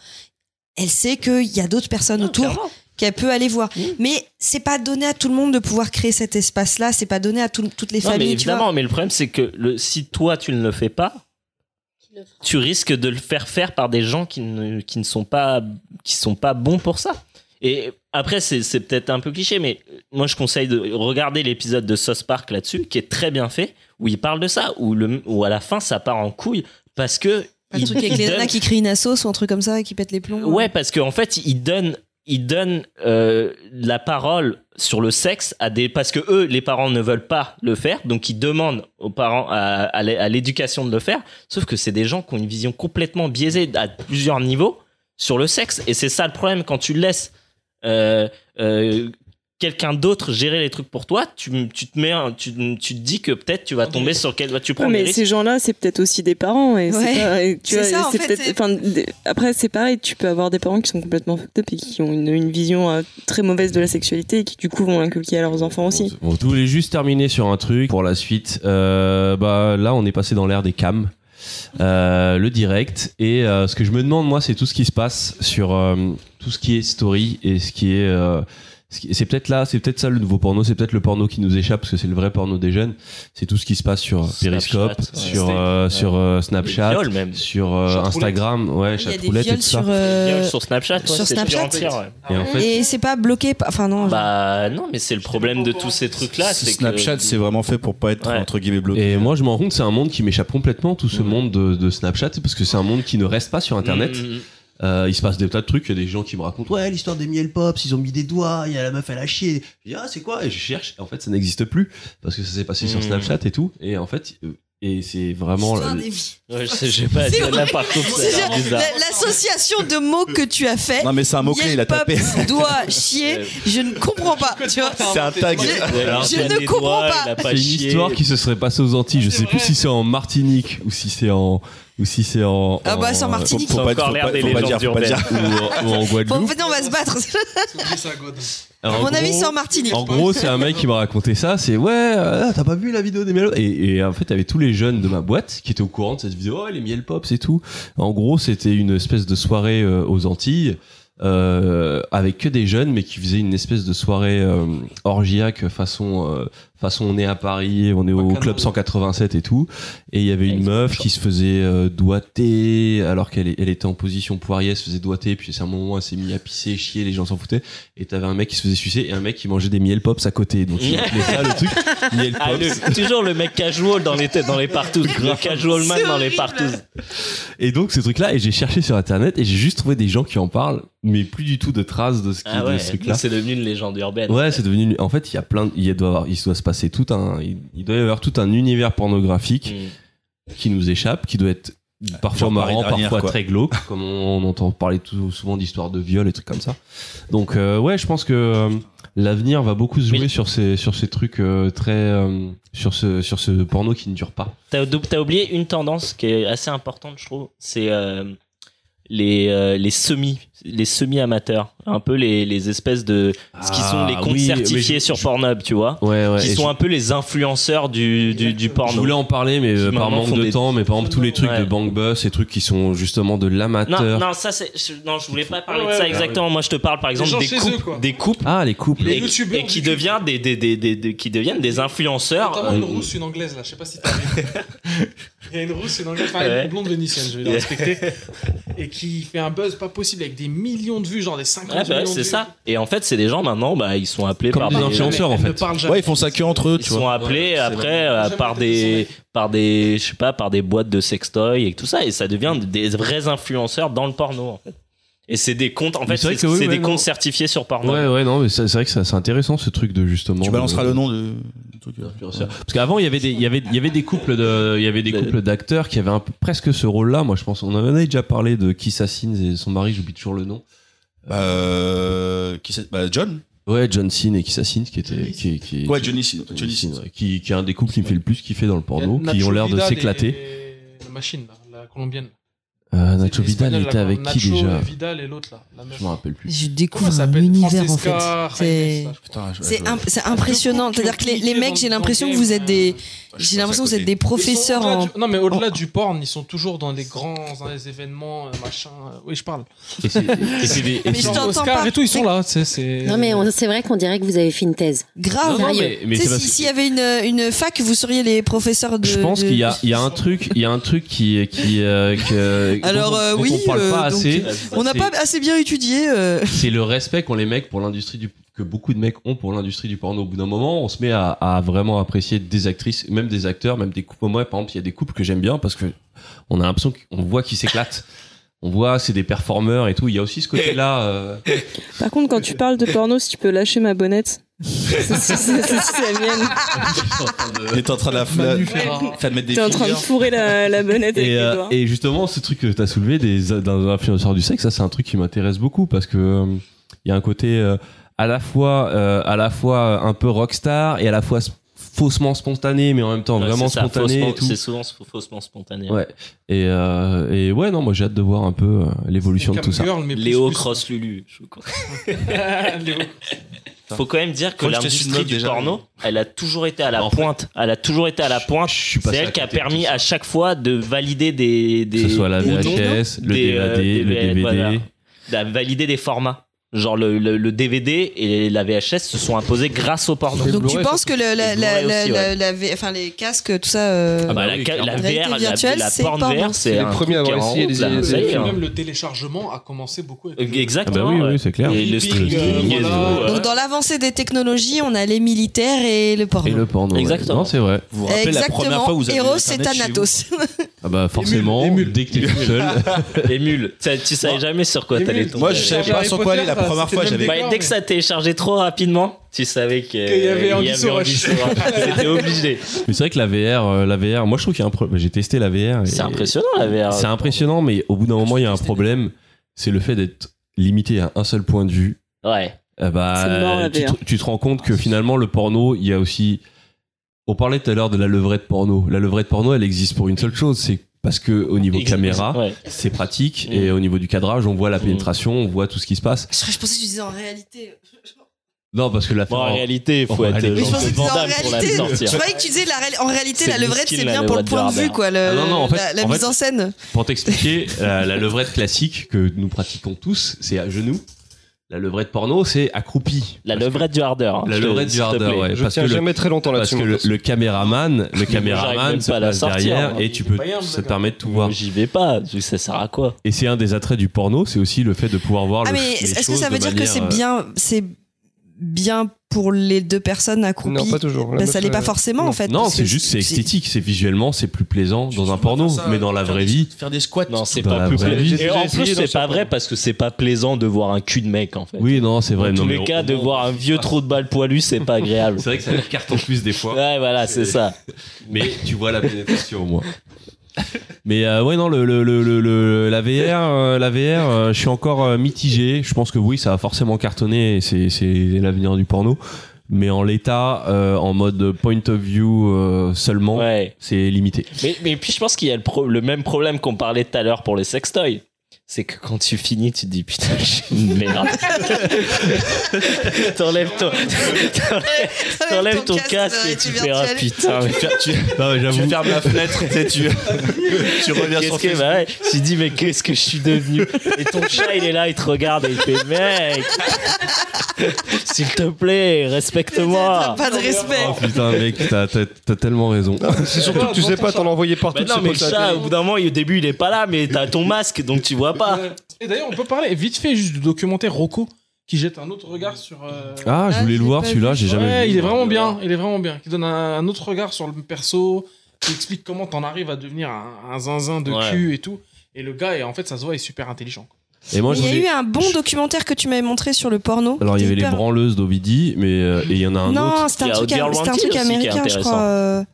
B: elle sait qu'il y a d'autres personnes autour qu'elle peut aller voir. Mais c'est pas donné à tout le monde de pouvoir créer cet espace-là, c'est pas donné à tout- toutes les
I: Non, mais
B: familles, tu vois.
I: évidemment, mais le problème, c'est que le, si toi, tu ne le fais pas, tu risques de le faire faire par des gens qui ne, qui ne sont, pas, qui sont pas bons pour ça. Et après, c'est c'est peut-être un peu cliché, mais moi, je conseille de regarder l'épisode de Sauce Park là-dessus, qui est très bien fait, où il parle de ça, où, le, où à la fin, ça part en couille, parce que...
B: Un
I: il-
B: truc avec
I: il
B: les
I: donne-
B: nanas qui crient une assos ou un truc comme ça et qui pètent les plombs.
I: Ouais, parce qu'en fait, ils donnent, ils donnent euh, la parole sur le sexe à des. Parce que eux, les parents ne veulent pas le faire, donc ils demandent aux parents, à, à l'é- à l'éducation de le faire. Sauf que c'est des gens qui ont une vision complètement biaisée à plusieurs niveaux sur le sexe. Et c'est ça le problème quand tu laisses. euh, euh, quelqu'un d'autre gérer les trucs pour toi, tu, m- tu te mets, un- tu, tu te dis que peut-être tu vas tomber sur quel, tu prends
H: Ouais,
I: des
H: mais
I: risques.
H: ces gens-là, c'est peut-être aussi des parents. Et
B: Ouais.
H: c'est pas- et tu
B: C'est
H: vois,
B: ça, en
H: c'est
B: fait,
H: peut-être-
B: c'est-
H: enfin, des- Après, c'est pareil, tu peux avoir des parents qui sont complètement fucked up et qui ont une, une vision euh, très mauvaise de la sexualité et qui, du coup, vont l'inculquer à leurs enfants aussi.
C: Bon, tout voulais juste terminer sur un truc pour la suite. Euh, bah, là, on est passé dans l'ère des cams, euh, le direct. Et euh, ce que je me demande, moi, c'est tout ce qui se passe sur euh, tout ce qui est story et ce qui est. euh, ce qui- c'est peut-être là, c'est peut-être ça le nouveau porno, c'est peut-être le porno qui nous échappe parce que c'est le vrai porno des jeunes. C'est tout ce qui se passe sur euh, Periscope,
I: ouais.
C: sur euh, sur euh, Snapchat,
I: Des viols même.
C: sur euh, Instagram, ouais,
B: Il y a des
C: chatroulette et
B: viols
C: tout ça.
B: sur, euh,
I: Viols sur Snapchat, ouais,
B: sur
I: c'est pire
B: Snapchat.
I: en pire, ouais.
C: Et en fait,
B: Et c'est pas bloqué. par- Enfin, non.
I: Bah non, mais c'est le problème de tous ces trucs-là. c'est que-
E: Snapchat, c'est vraiment fait pour pas être
I: Ouais. Mhm.
E: entre guillemets bloqué.
C: Et moi, je me rends compte, c'est un monde qui m'échappe complètement, tout ce monde de, de Snapchat, parce que c'est un monde qui ne reste pas sur Internet.
I: Mm.
C: Euh, il se passe des tas de trucs, il y a des gens qui me racontent Ouais, l'histoire des miel pops, ils ont mis des doigts, il y a la meuf, elle a chié. Je dis Ah, c'est quoi Et je cherche, en fait, ça n'existe plus, parce que ça s'est passé sur
I: Mm.
C: Snapchat et tout. Et en fait, euh, et c'est vraiment.
B: Histoire
C: la-
B: des vies.
I: Ouais, je sais, j'ai pas.
B: C'est
I: Là,
B: vrai.
I: par contre,
B: C'est
I: c'est
B: genre
I: bizarre.
B: la- L'association de mots que tu as fait.
E: Non, mais c'est un mot-clé, il a tapé.
B: doit
I: <laughs>
B: chier. Je ne comprends pas. Tu vois.
E: C'est un tag.
I: Il a
B: Je
I: mis
B: ne
I: des
B: comprends
I: doigts,
B: pas.
I: il a
C: C'est une
I: chié.
C: histoire qui se serait passée aux Antilles. Je sais plus si c'est en Martinique ou si c'est en. Ou si c'est en.
B: Ah bah, c'est en
C: euh,
B: Martinique.
E: Faut
I: Ça
E: pas,
I: encore
E: faut
I: l'air
E: pas-
I: des
E: faut pas dire,
I: légendes
E: faut pas dire.
C: Ou en, ou
B: Bon, en
C: en Guadeloupe.
B: fait, on va se battre.
C: En
B: À mon avis,
C: gros-
B: c'est en Martinique.
C: En gros, c'est un mec qui m'a raconté ça. C'est ouais, euh, t'as pas vu la vidéo des miel et, et en fait, t'avais tous les jeunes de ma boîte qui étaient au courant de cette vidéo. Oh, les miel pops et tout. En gros, c'était une espèce de soirée euh, aux Antilles. euh, avec que des jeunes mais qui faisaient une espèce de soirée euh, orgiaque façon euh, façon on est à Paris on est au
D: Bacchanal.
C: club 187 et tout et il y avait une meuf qui se faisait euh, doigter alors qu'elle est- elle était en position poirier elle se faisait doigter puis c'est un moment où elle s'est mise à pisser chier les gens s'en foutaient et t'avais un mec qui se faisait sucer et un mec qui mangeait des miel pops à côté. Donc
I: <laughs>
C: ils appelaient ça le truc miel
I: Ah,
C: pops.
I: le- toujours le mec casual dans les têtes, dans les partous. Le casual man dans les partous.
C: Et donc ce truc-là, et j'ai cherché sur internet et j'ai juste trouvé des gens qui en parlent, mais plus du tout de traces de ce, qui-
I: Ah
C: de
I: ouais,
C: ce truc-là.
I: c'est devenu une légende urbaine.
C: Ouais, c'est devenu. une- En fait, il y a plein. de- Il doit, avoir- il doit se passer tout un. Il il doit y avoir tout un univers pornographique
I: Mm. Bah,
C: qui nous échappe, qui doit être parfois
E: Genre Paris
C: marrant,
E: dernière,
C: parfois
E: quoi.
C: très glauque, comme on, on entend parler tout, souvent d'histoires de viol et trucs comme ça. Donc euh, ouais, je pense que euh, l'avenir va beaucoup se jouer
I: Oui.
C: sur ces sur ces trucs euh, très euh, sur ce sur ce porno qui ne dure pas.
I: T'as t'as oublié une tendance qui est assez importante, je trouve. C'est euh, les, euh, les semis, les semi-amateurs. Un peu les, les espèces de. Ce qui sont les
C: Ah,
I: comptes
C: oui,
I: certifiés
C: mais je-
I: sur
C: je-
I: Pornhub, tu vois.
C: Ouais ouais.
I: qui
C: et
I: sont
C: je-
I: un peu les influenceurs du, du, du
C: je
I: porno.
C: voulais en parler, mais
I: Qui
C: euh, par
I: maintenant
C: manque
I: font
C: de
I: des-
C: temps, mais par exemple tous les trucs
I: Ouais.
C: de Bang Bus, ces trucs qui sont justement de
I: Non,
C: l'amateur.
I: non, ça c'est. je- Non, je voulais pas parler
D: Ah Ouais,
I: de ça
D: ouais,
I: exactement. Moi, je te parle par exemple
D: gens
I: des
D: chez eux,
I: couples,
D: quoi.
I: des couples
C: Ah les couples.
D: Les
I: et,
D: youtubeurs
I: et qui
D: du cul.
I: deviennent des, des, des, des- des- qui deviennent des influenceurs.
D: Notamment Ah, une
I: euh,
D: rousse, une anglaise, là, je sais pas si t'as
I: <laughs>
D: vu. Il y a une rousse, une anglaise, enfin
I: Ouais.
D: une blonde vénitienne, je vais la respecter,
I: <laughs>
D: et qui fait un buzz pas possible avec des millions de vues, genre des 50
I: ouais, bah ouais,
D: millions de
I: c'est
D: vues.
I: ça. Et en fait, c'est des gens maintenant, bah, ils sont appelés
C: Comme
I: par
C: des influenceurs, en
D: Elle ne
C: fait.
D: parle jamais.
E: Ouais, ils font ça que entre eux,
I: Ils
E: tu
I: sont
E: vois.
I: appelés
C: Ouais, c'est
I: après euh,
D: Jamais
I: par
D: été
I: des par des je sais pas par des boîtes de sextoy et tout ça et ça devient
C: Mm.
I: des vrais influenceurs dans le porno en fait. Et c'est des comptes en
C: Mais
I: fait
C: c'est vrai
I: c'est
C: que oui,
I: c'est
C: ouais,
I: des
C: non.
I: comptes certifiés sur porno.
C: Ouais ouais non mais c'est c'est vrai que ça- c'est intéressant ce truc de justement.
E: Tu balanceras
C: de-
E: le nom de. du truc, euh.
C: Parce qu'avant, il y avait des, il y avait, il y avait des couples de, il y avait des couples d'acteurs qui avaient un peu, presque ce rôle-là. Moi, je pense, on en avait déjà parlé de Kiss Assins et son mari, j'oublie toujours le nom.
E: Bah, euh, qui c'est Bah, John
C: Ouais, John Sin et Kiss Assins qui était, qui, qui,
E: Ouais,
C: qui-
E: Johnny Sin.
C: Johnny
E: Johnny Sin.
C: Sin, ouais, qui, qui est un des couples qui me fait le plus kiffer dans
D: Il
C: le
D: y a
C: porno, qui
D: Nacho
C: ont l'air de
D: Vidal et-
C: s'éclater.
D: La machine, là, la colombienne.
C: Euh,
D: C'est
C: Nacho Vidal, il
D: l'espagnol,
C: était
D: là,
C: avec qui
D: Nacho
C: déjà?
D: Vidal et l'autre, là. la meuf.
C: Je me rappelle plus.
B: Je
D: Comment
B: découvre
D: ça
B: un
D: s'appelle
B: univers en fait.
D: Francesca
B: C'est-
D: Ramirez, là, je crois.
E: Putain, je-
B: C'est
E: je-
B: imp- c'est impressionnant. C'est-à-dire que les, les mecs, j'ai l'impression que vous êtes des, j'ai l'impression que vous êtes des professeurs
D: Ils sont
B: en. Oh.
D: au-delà du- Non, mais au-delà du porn, ils sont toujours dans les grands, dans les événements, euh, machin. euh, Oui, je parle.
C: Et c'est- et c'est des- et
B: Mais je
C: c'est-
B: t'entends
D: Oscar
B: pas.
D: et tout, ils sont là. tu sais,
C: Euh,
D: c'est-
G: Non, mais on- c'est vrai qu'on dirait que vous avez fait une thèse.
B: Grave.
C: Non, non,
B: Sérieux.
C: mais- mais
B: Tu sais,
C: c'est parce
B: si-
C: que-
B: s'il y avait une, une fac, vous seriez les professeurs de.
C: Je pense
B: de-
C: qu'il y a, il y a un truc, il y a un truc qui, qui, euh, que-
B: <laughs> Alors,
C: dont on-
B: euh,
C: dont
B: oui,
C: on parle pas
B: euh, donc,
C: assez.
B: On n'a
C: C'est-
B: pas assez bien étudié. euh.
C: c'est le respect qu'ont les mecs pour l'industrie du que beaucoup de mecs ont pour l'industrie du porno. Au bout d'un moment, on se met à, à vraiment apprécier des actrices, même des acteurs, même des couples. Moi, par exemple, il y a des couples que j'aime bien parce que on a l'impression qu'on voit qu'ils s'éclatent. On voit, c'est des performeurs et tout. Il y a aussi ce côté-là. euh,
H: <laughs> Par contre, quand tu parles de porno, si tu peux lâcher ma
C: <laughs>
H: bonnette. c'est c'est- <laughs> c'est- c'est- c'est la mienne.
E: Il est en train de la
D: Manu
E: faire
D: Ferrara.
E: de mettre des
H: T'es en train de
E: figures.
H: fourrer la, la bonnette avec
C: et, euh,
H: les doigts.
C: et justement, ce truc que t'as soulevé des, d'un influenceur du sexe, ça c'est un truc qui m'intéresse beaucoup parce que euh, il y a un côté euh, à la fois euh, à la fois un peu rockstar et à la fois sp- faussement spontané mais en même temps
I: Ouais,
C: vraiment
I: c'est ça,
C: spontané
I: faussement-
C: et tout.
I: C'est souvent sp- faussement spontané.
C: Ouais. Et, euh, et ouais, non, moi j'ai hâte de voir un peu euh, l'évolution de tout ça.
I: Léo Cross Lulu. je vous <laughs> con-
D: Léo.
I: Faut quand même dire que
C: Faut que je teste une
I: l'industrie
C: meuf
I: du
C: déjà.
I: porno, elle a toujours été à la pointe. Elle a toujours été à la pointe. C'est
C: passé
I: elle
C: à
I: qui a
C: côté de
I: permis à chaque fois de valider des. des
C: Que ce soit la
I: des dons,
C: VHS, le
I: des, euh,
C: DVD, le
I: des VHS,
C: DVD.
I: voilà. De valider des formats. Genre le, le- le DVD et la VHS se sont imposés grâce au porno.
B: Donc tu penses que le, la, la-
I: Et Blu-ray
B: la-
I: aussi,
B: la-
I: ouais.
B: la V- enfin, les casques, tout ça. euh,
I: Ah bah, la, ca- la VR, la,
B: virtuelle,
I: la
B: c'est
I: porn
B: porno.
I: VR, c'est
A: les
I: un
A: premiers à
I: truc
A: avoir
I: qui est en
A: essayé
I: route,
A: les-
I: là,
A: les-
I: ça y est,
A: les-
I: hein.
D: Même le téléchargement a commencé beaucoup avec.
I: Euh, Exactement.
C: Ah bah oui,
I: ouais.
C: oui, c'est clair.
I: Et le
D: Shipping,
I: streaming
D: euh,
I: et
D: voilà.
I: tout, ouais.
B: Donc dans l'avancée des technologies, on a les militaires et le porno.
C: Et le porno. ouais.
I: Exactement.
C: Non, c'est vrai.
E: Vous vous rappelez la première fois où vous avez
B: Eros
E: eu
B: c'est
E: Internet chez vous
B: Thanatos. <laughs>
C: Ah bah forcément, dès que t'es tout
I: <laughs>
C: seul.
I: Les mules. Ça, tu savais jamais sur quoi t'allais tomber.
E: Moi, je savais pas
D: Harry
E: sur quoi aller la
D: Potter,
E: première
D: c'était
E: fois.
D: le
E: J'avais.
D: même
I: Bah, dès que ça téléchargeait trop rapidement, tu savais que, euh,
D: Qu'il y avait Anguille Souroche.
I: Anguille
E: <laughs>
I: Souroche. C'était obligé.
C: Mais c'est vrai que la VR, euh, la VR, moi je trouve qu'il y a un problème. J'ai testé la VR. et-
I: C'est impressionnant la VR.
C: C'est impressionnant, mais au bout d'un moment, il y a un problème. C'est le fait d'être limité à un seul point de vue.
I: Ouais.
C: Eh bah,
H: C'est mort, la
C: tu, te-
H: VR.
C: tu te rends compte que finalement, le porno, il y a aussi. On parlait tout à l'heure de la levrette porno. La levrette porno, elle existe pour une seule chose, c'est parce que au niveau
I: Ex-
C: caméra,
I: ouais.
C: c'est pratique
I: Mm.
C: et au niveau du cadrage, on voit la
I: Mm.
C: pénétration, on voit tout ce qui se passe.
B: Ah, Je je pensais que tu disais en réalité.
C: Non, parce que la
I: Bon, en réalité, faut
C: Oh,
I: être
C: allez.
I: euh,
B: Mais je
I: genre
B: pensais que tu
I: Jean-Claude
B: disais en
I: Van Damme pour la
B: réalité.
I: sortir.
B: Je croyais que tu disais la ré- en réalité
I: C'est
B: la levrette
I: miskin,
B: c'est
I: la
B: bien pour le
I: levrette
B: point de
I: de
B: vue quoi. le-
C: Ah non, non, en fait-
B: la la
C: en
B: mise
C: fait-
B: en scène.
C: Pour t'expliquer, euh, la, la levrette classique que nous pratiquons tous, c'est à genoux. La levrette porno, c'est accroupi.
I: La
C: Parce que-
I: levrette du hardeur. hein,
C: La levrette du hardeur, ouais.
A: Je
C: parce
A: tiens
C: que le-
A: jamais très longtemps
C: Parce
A: là-dessus.
C: que
A: moi.
C: le, le
I: <laughs>
C: caméraman, le
I: j'arrive même
C: caméraman se
I: pas à la
C: passe
I: sortir,
C: derrière
I: moi.
C: et tu peux,
D: Pas grave,
C: ça te
D: d'accord.
C: permet de tout voir.
I: J'y vais pas. tu- Ça sert à quoi
C: Et c'est un des attraits du porno, c'est aussi le fait de pouvoir voir
B: Ah
C: Oh, le.
B: mais
C: les
B: est-ce que
C: choses
B: ça veut
C: de
B: dire que
C: manière,
B: c'est
C: euh,
B: bien c'est bien pour les deux personnes accroupies
A: Non, pas toujours. La
B: Bah,
A: meuf,
B: ça l'est pas
A: euh,
B: forcément en
A: non.
B: fait.
C: Non,
B: parce
C: c'est
B: que
C: juste, c'est esthétique, c'est visuellement, c'est plus plaisant dans un porno, mais dans la vraie vie.
E: Faire des squats.
I: Non, c'est
C: Dans
I: pas
C: la
I: plus
C: vraie vie.
I: plaisant.
A: J'ai
I: Et en
A: déjà essayé
I: plus,
A: d'en
I: c'est pas
A: sortir.
I: vrai parce que c'est pas plaisant de voir un cul de mec en fait.
C: Oui, non, c'est vrai.
I: Dans
C: non,
I: tous
C: mais
I: les
C: on-
I: cas, de
C: on-
I: voir un vieux trou de balle poilu, c'est pas agréable.
C: C'est vrai que ça carte en plus des fois.
I: Ouais, voilà, c'est
C: C'est-
I: ça.
C: mais tu vois la pénétration au moins. Mais euh, ouais non le, le, le, le- le- la VR euh, la VR euh, je suis encore euh, mitigé je pense que oui ça va forcément cartonner et c'est c'est l'avenir du porno mais en l'état euh, en mode point of view euh, seulement
I: Ouais.
C: c'est limité
I: Mais, mais puis je pense qu'il y a le, pro- le même problème qu'on parlait tout à l'heure pour les sextoys. C'est que quand tu finis, tu te dis putain, <laughs> je suis une
E: <laughs>
I: merde. t'enlèves ton, t'enlèves- t'enlèves ton casque euh, et tu
E: ah,
I: verras putain. <laughs> mais
E: Tu fermes la fenêtre, tu sais, tu tu reviens
I: Qu'est-ce
E: sur
I: que,
E: tes
I: bah ouais, tu te dis, mais qu'est-ce que je suis devenu Et ton chat, il est là, il te regarde et il fait, mec, s'il te plaît, respecte-moi.
B: Pas de respect.
C: Oh, putain mec t'as t'as- t'as tellement
I: <laughs>
C: raison
A: C'est surtout que tu sais pas t'en envoyer partout.
I: Bah non,
A: c'est
I: mais
A: pour
I: le
A: ça.
I: chat, au bout d'un moment, il- au début, il est pas là, mais t'as ton masque, donc tu vois pas.
D: Et d'ailleurs, on peut parler vite fait juste du documentaire Rocco qui jette un autre regard sur. euh,
C: ah je
B: Ah,
C: voulais
B: je
C: le
B: l'ai
C: voir
B: pas
C: celui-là
B: vu.
C: j'ai jamais
D: ouais,
C: vu
D: il est vraiment bien. Il est vraiment bien. Qui donne un, un autre regard sur le perso, qui explique comment t'en arrives à devenir un, un zinzin de
I: Ouais.
D: cul et tout. Et le gars, et en fait, ça se voit, est super intelligent.
C: et moi je
B: Il y a
C: voulais-
B: eu un bon documentaire que tu m'avais montré sur le porno.
C: alors il y
B: C'était
C: avait les
B: hyper-
C: branleuses d'Ovidi mais euh, et il y en a un autre
B: Non, c'était
I: Il
B: un
I: y a
B: truc,
I: Girl
B: c'était un
I: Wanted
B: truc
I: aussi qui est
B: américain, je
I: intéressant.
B: crois. euh.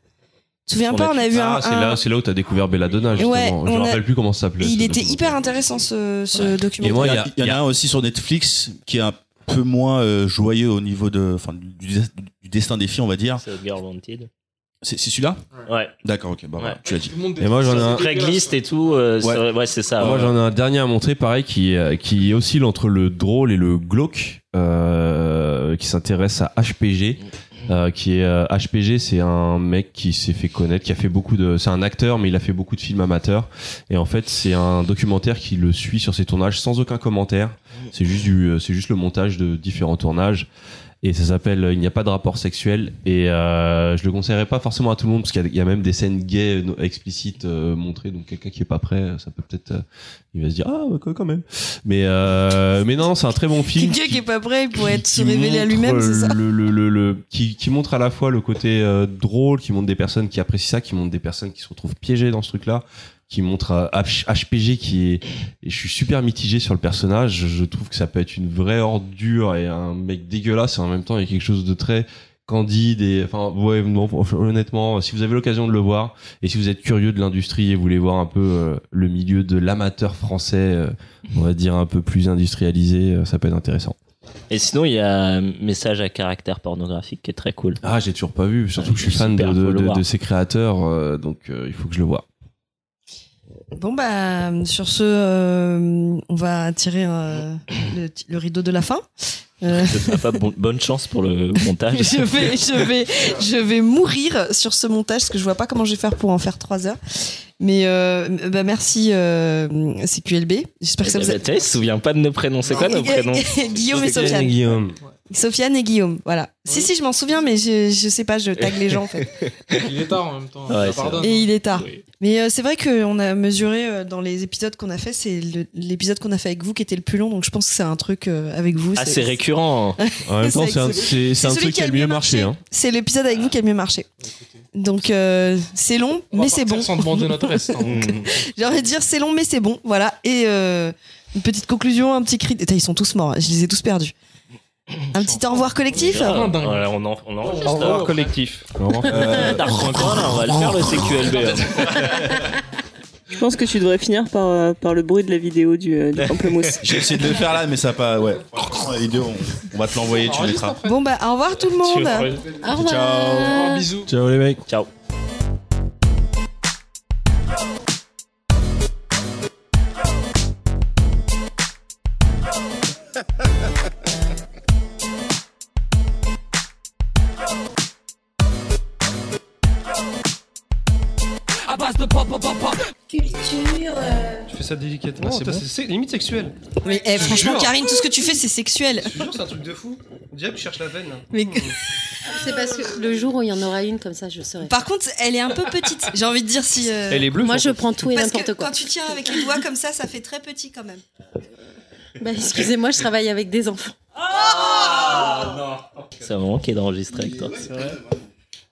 B: Tu te souviens pas, on a vu un.
C: ah, c'est
B: un-
C: là, c'est là où t'as découvert Belladonna justement.
B: Ouais,
C: je
B: on
C: me
B: a-
C: rappelle plus comment ça
B: Et
C: s'appelait.
B: il
C: ce
B: était
C: documentaire.
B: hyper intéressant ce, ce documentaire.
C: Et moi,
E: Il y,
C: a-
E: a- il y en a un aussi sur Netflix qui est un peu moins euh, joyeux au niveau de, enfin, du, du- du destin des filles, on va dire.
I: C'est Girl Wanted.
E: C'est c'est celui-là
I: Ouais.
E: D'accord, ok, bah, voilà,
I: Ouais.
E: tu l'as dit.
C: Et moi, j'en ai un-
I: Craigslist et tout, euh,
E: Ouais.
I: sur- ouais, c'est ça.
C: Moi
I: ouais.
C: j'en ai un dernier à montrer pareil qui euh, qui oscille entre le drôle et le glauque euh, qui s'intéresse à HPG euh, qui est euh, HPG c'est un mec qui s'est fait connaître qui a fait beaucoup de c'est un acteur mais il a fait beaucoup de films amateurs et en fait c'est un documentaire qui le suit sur ses tournages sans aucun commentaire c'est juste du euh, c'est juste le montage de différents tournages et ça s'appelle euh, Il n'y a pas de rapport sexuel et euh, je le conseillerais pas forcément à tout le monde parce qu'il y a- il y, a même des scènes gays euh, no- explicites euh, montrées donc quelqu'un qui est pas prêt euh, ça peut peut-être euh, il va se dire ah ouais, quoi, quand même mais euh, mais non c'est un très bon film
B: Quelqu'un qui est pas prêt pour
C: qui-
B: être se
C: qui
B: révéler à
C: montre,
B: lui-même, c'est
C: euh,
B: ça
C: le, le- le- le- qui, qui montre à la fois le côté euh, drôle, qui montre des personnes qui apprécient ça, qui montre des personnes qui se retrouvent piégées dans ce truc-là, qui montre euh, H- HPG qui est. Et je suis super mitigé sur le personnage. Je- Je trouve que ça peut être une vraie ordure et un mec dégueulasse. Et en même temps, il y a quelque chose de très candide et enfin ouais non, franch- honnêtement si vous avez l'occasion de le voir et si vous êtes curieux de l'industrie et voulez voir un peu euh, le milieu de l'amateur français euh, on va dire un peu plus industrialisé euh, ça peut être intéressant
I: Et sinon, il y a un message à caractère pornographique qui est très cool.
C: Ah, j'ai toujours pas vu, surtout que je suis fan de,
I: Super,
C: de-
I: faut le
C: de-
I: voir.
C: de ces créateurs, euh, donc euh, il faut que je le vois.
B: Bon, bah, sur ce, euh, on va tirer euh, le, le rideau de la fin.
C: <laughs>
B: Euh,
I: Papa, bon- bonne chance pour le montage. <laughs>
B: je vais, je vais, je vais mourir sur ce montage parce que je vois pas comment je vais faire pour en faire trois heures. Mais euh, bah merci euh, CQLB. J'espère que ça
I: Eh
B: vous a...
I: ben, tu sais, il se souvient pas de nos prénoms. C'est quoi nos prénoms
B: <laughs> Guillaume et Sofiane. Sofiane et Guillaume, voilà. Si si, je m'en souviens, mais je, je sais pas, je tag les gens <laughs> en fait.
D: Il est tard en même temps.
I: <laughs>
C: Ah,
I: Ouais,
D: je
I: c'est
D: pardonne.
B: Et il est tard. Mais euh, c'est vrai qu'on a mesuré euh, dans les épisodes qu'on a fait, c'est le- l'épisode qu'on a fait avec vous qui était le plus long, donc je pense que c'est un truc euh, avec vous.
I: Ah, c'est récurrent.
C: En même temps, c'est un, c'est- c'est un
B: celui
C: truc qui a le mieux marché. hein.
B: C'est l'épisode
D: Ah.
B: avec vous qui a le mieux marché. Donc euh, c'est long, mais c'est bon.
D: Sans demander
B: <laughs>
D: notre reste. hein.
I: Mm.
B: J'ai envie de dire c'est long, mais c'est bon. Voilà. Et euh, une petite conclusion, un petit cri. Putain, Ils sont tous morts. hein. Je les ai tous perdus. Un petit au revoir collectif.
I: Ah, ouais, on, en, on enregistre.
A: Au revoir, collectif.
I: Euh, t'as rejoint quoi, là, on va le faire le CQLB. hein.
H: Je pense que tu devrais finir par, euh, par le bruit de la vidéo du, euh,
C: <laughs>
H: du pamplemousse.
E: J'ai essayé de le faire là, mais ça a pas. Ouais. Franchement, la vidéo, on, on va te l'envoyer, tu mettras.
B: Bon bah au revoir tout le monde.
G: Au revoir.
D: Oh, bisous.
C: Ciao les mecs.
I: Ciao.
G: euh.
A: Tu fais ça délicatement. putain, Ah, c'est c'est limite sexuel.
B: Mais eh, franchement
A: Jure.
B: Karine, tout ce que tu fais c'est sexuel.
A: Je te jure, c'est un truc de hein. fou. Diable, tu cherches la veine. là.
B: Mais
G: <laughs> C'est parce que le jour où il y en aura une comme ça, je saurai.
B: par contre elle est un peu petite. J'ai envie de dire si. euh,
A: Elle est bleue.
G: Moi, je
A: surtout.
G: prends tout et
B: Parce que
G: n'importe quoi.
B: quand tu tiens avec les doigts comme ça, ça fait très petit quand même.
G: Bah, excusez-moi, je travaille avec des enfants.
A: Ah,
I: C'est un moment qui est d'enregistrer avec toi.
C: hein.
D: C'est vrai.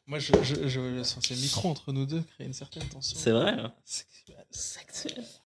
D: Moi, je, je, je, je sens ces micros entre nous deux créer une certaine tension.
I: C'est vrai. hein.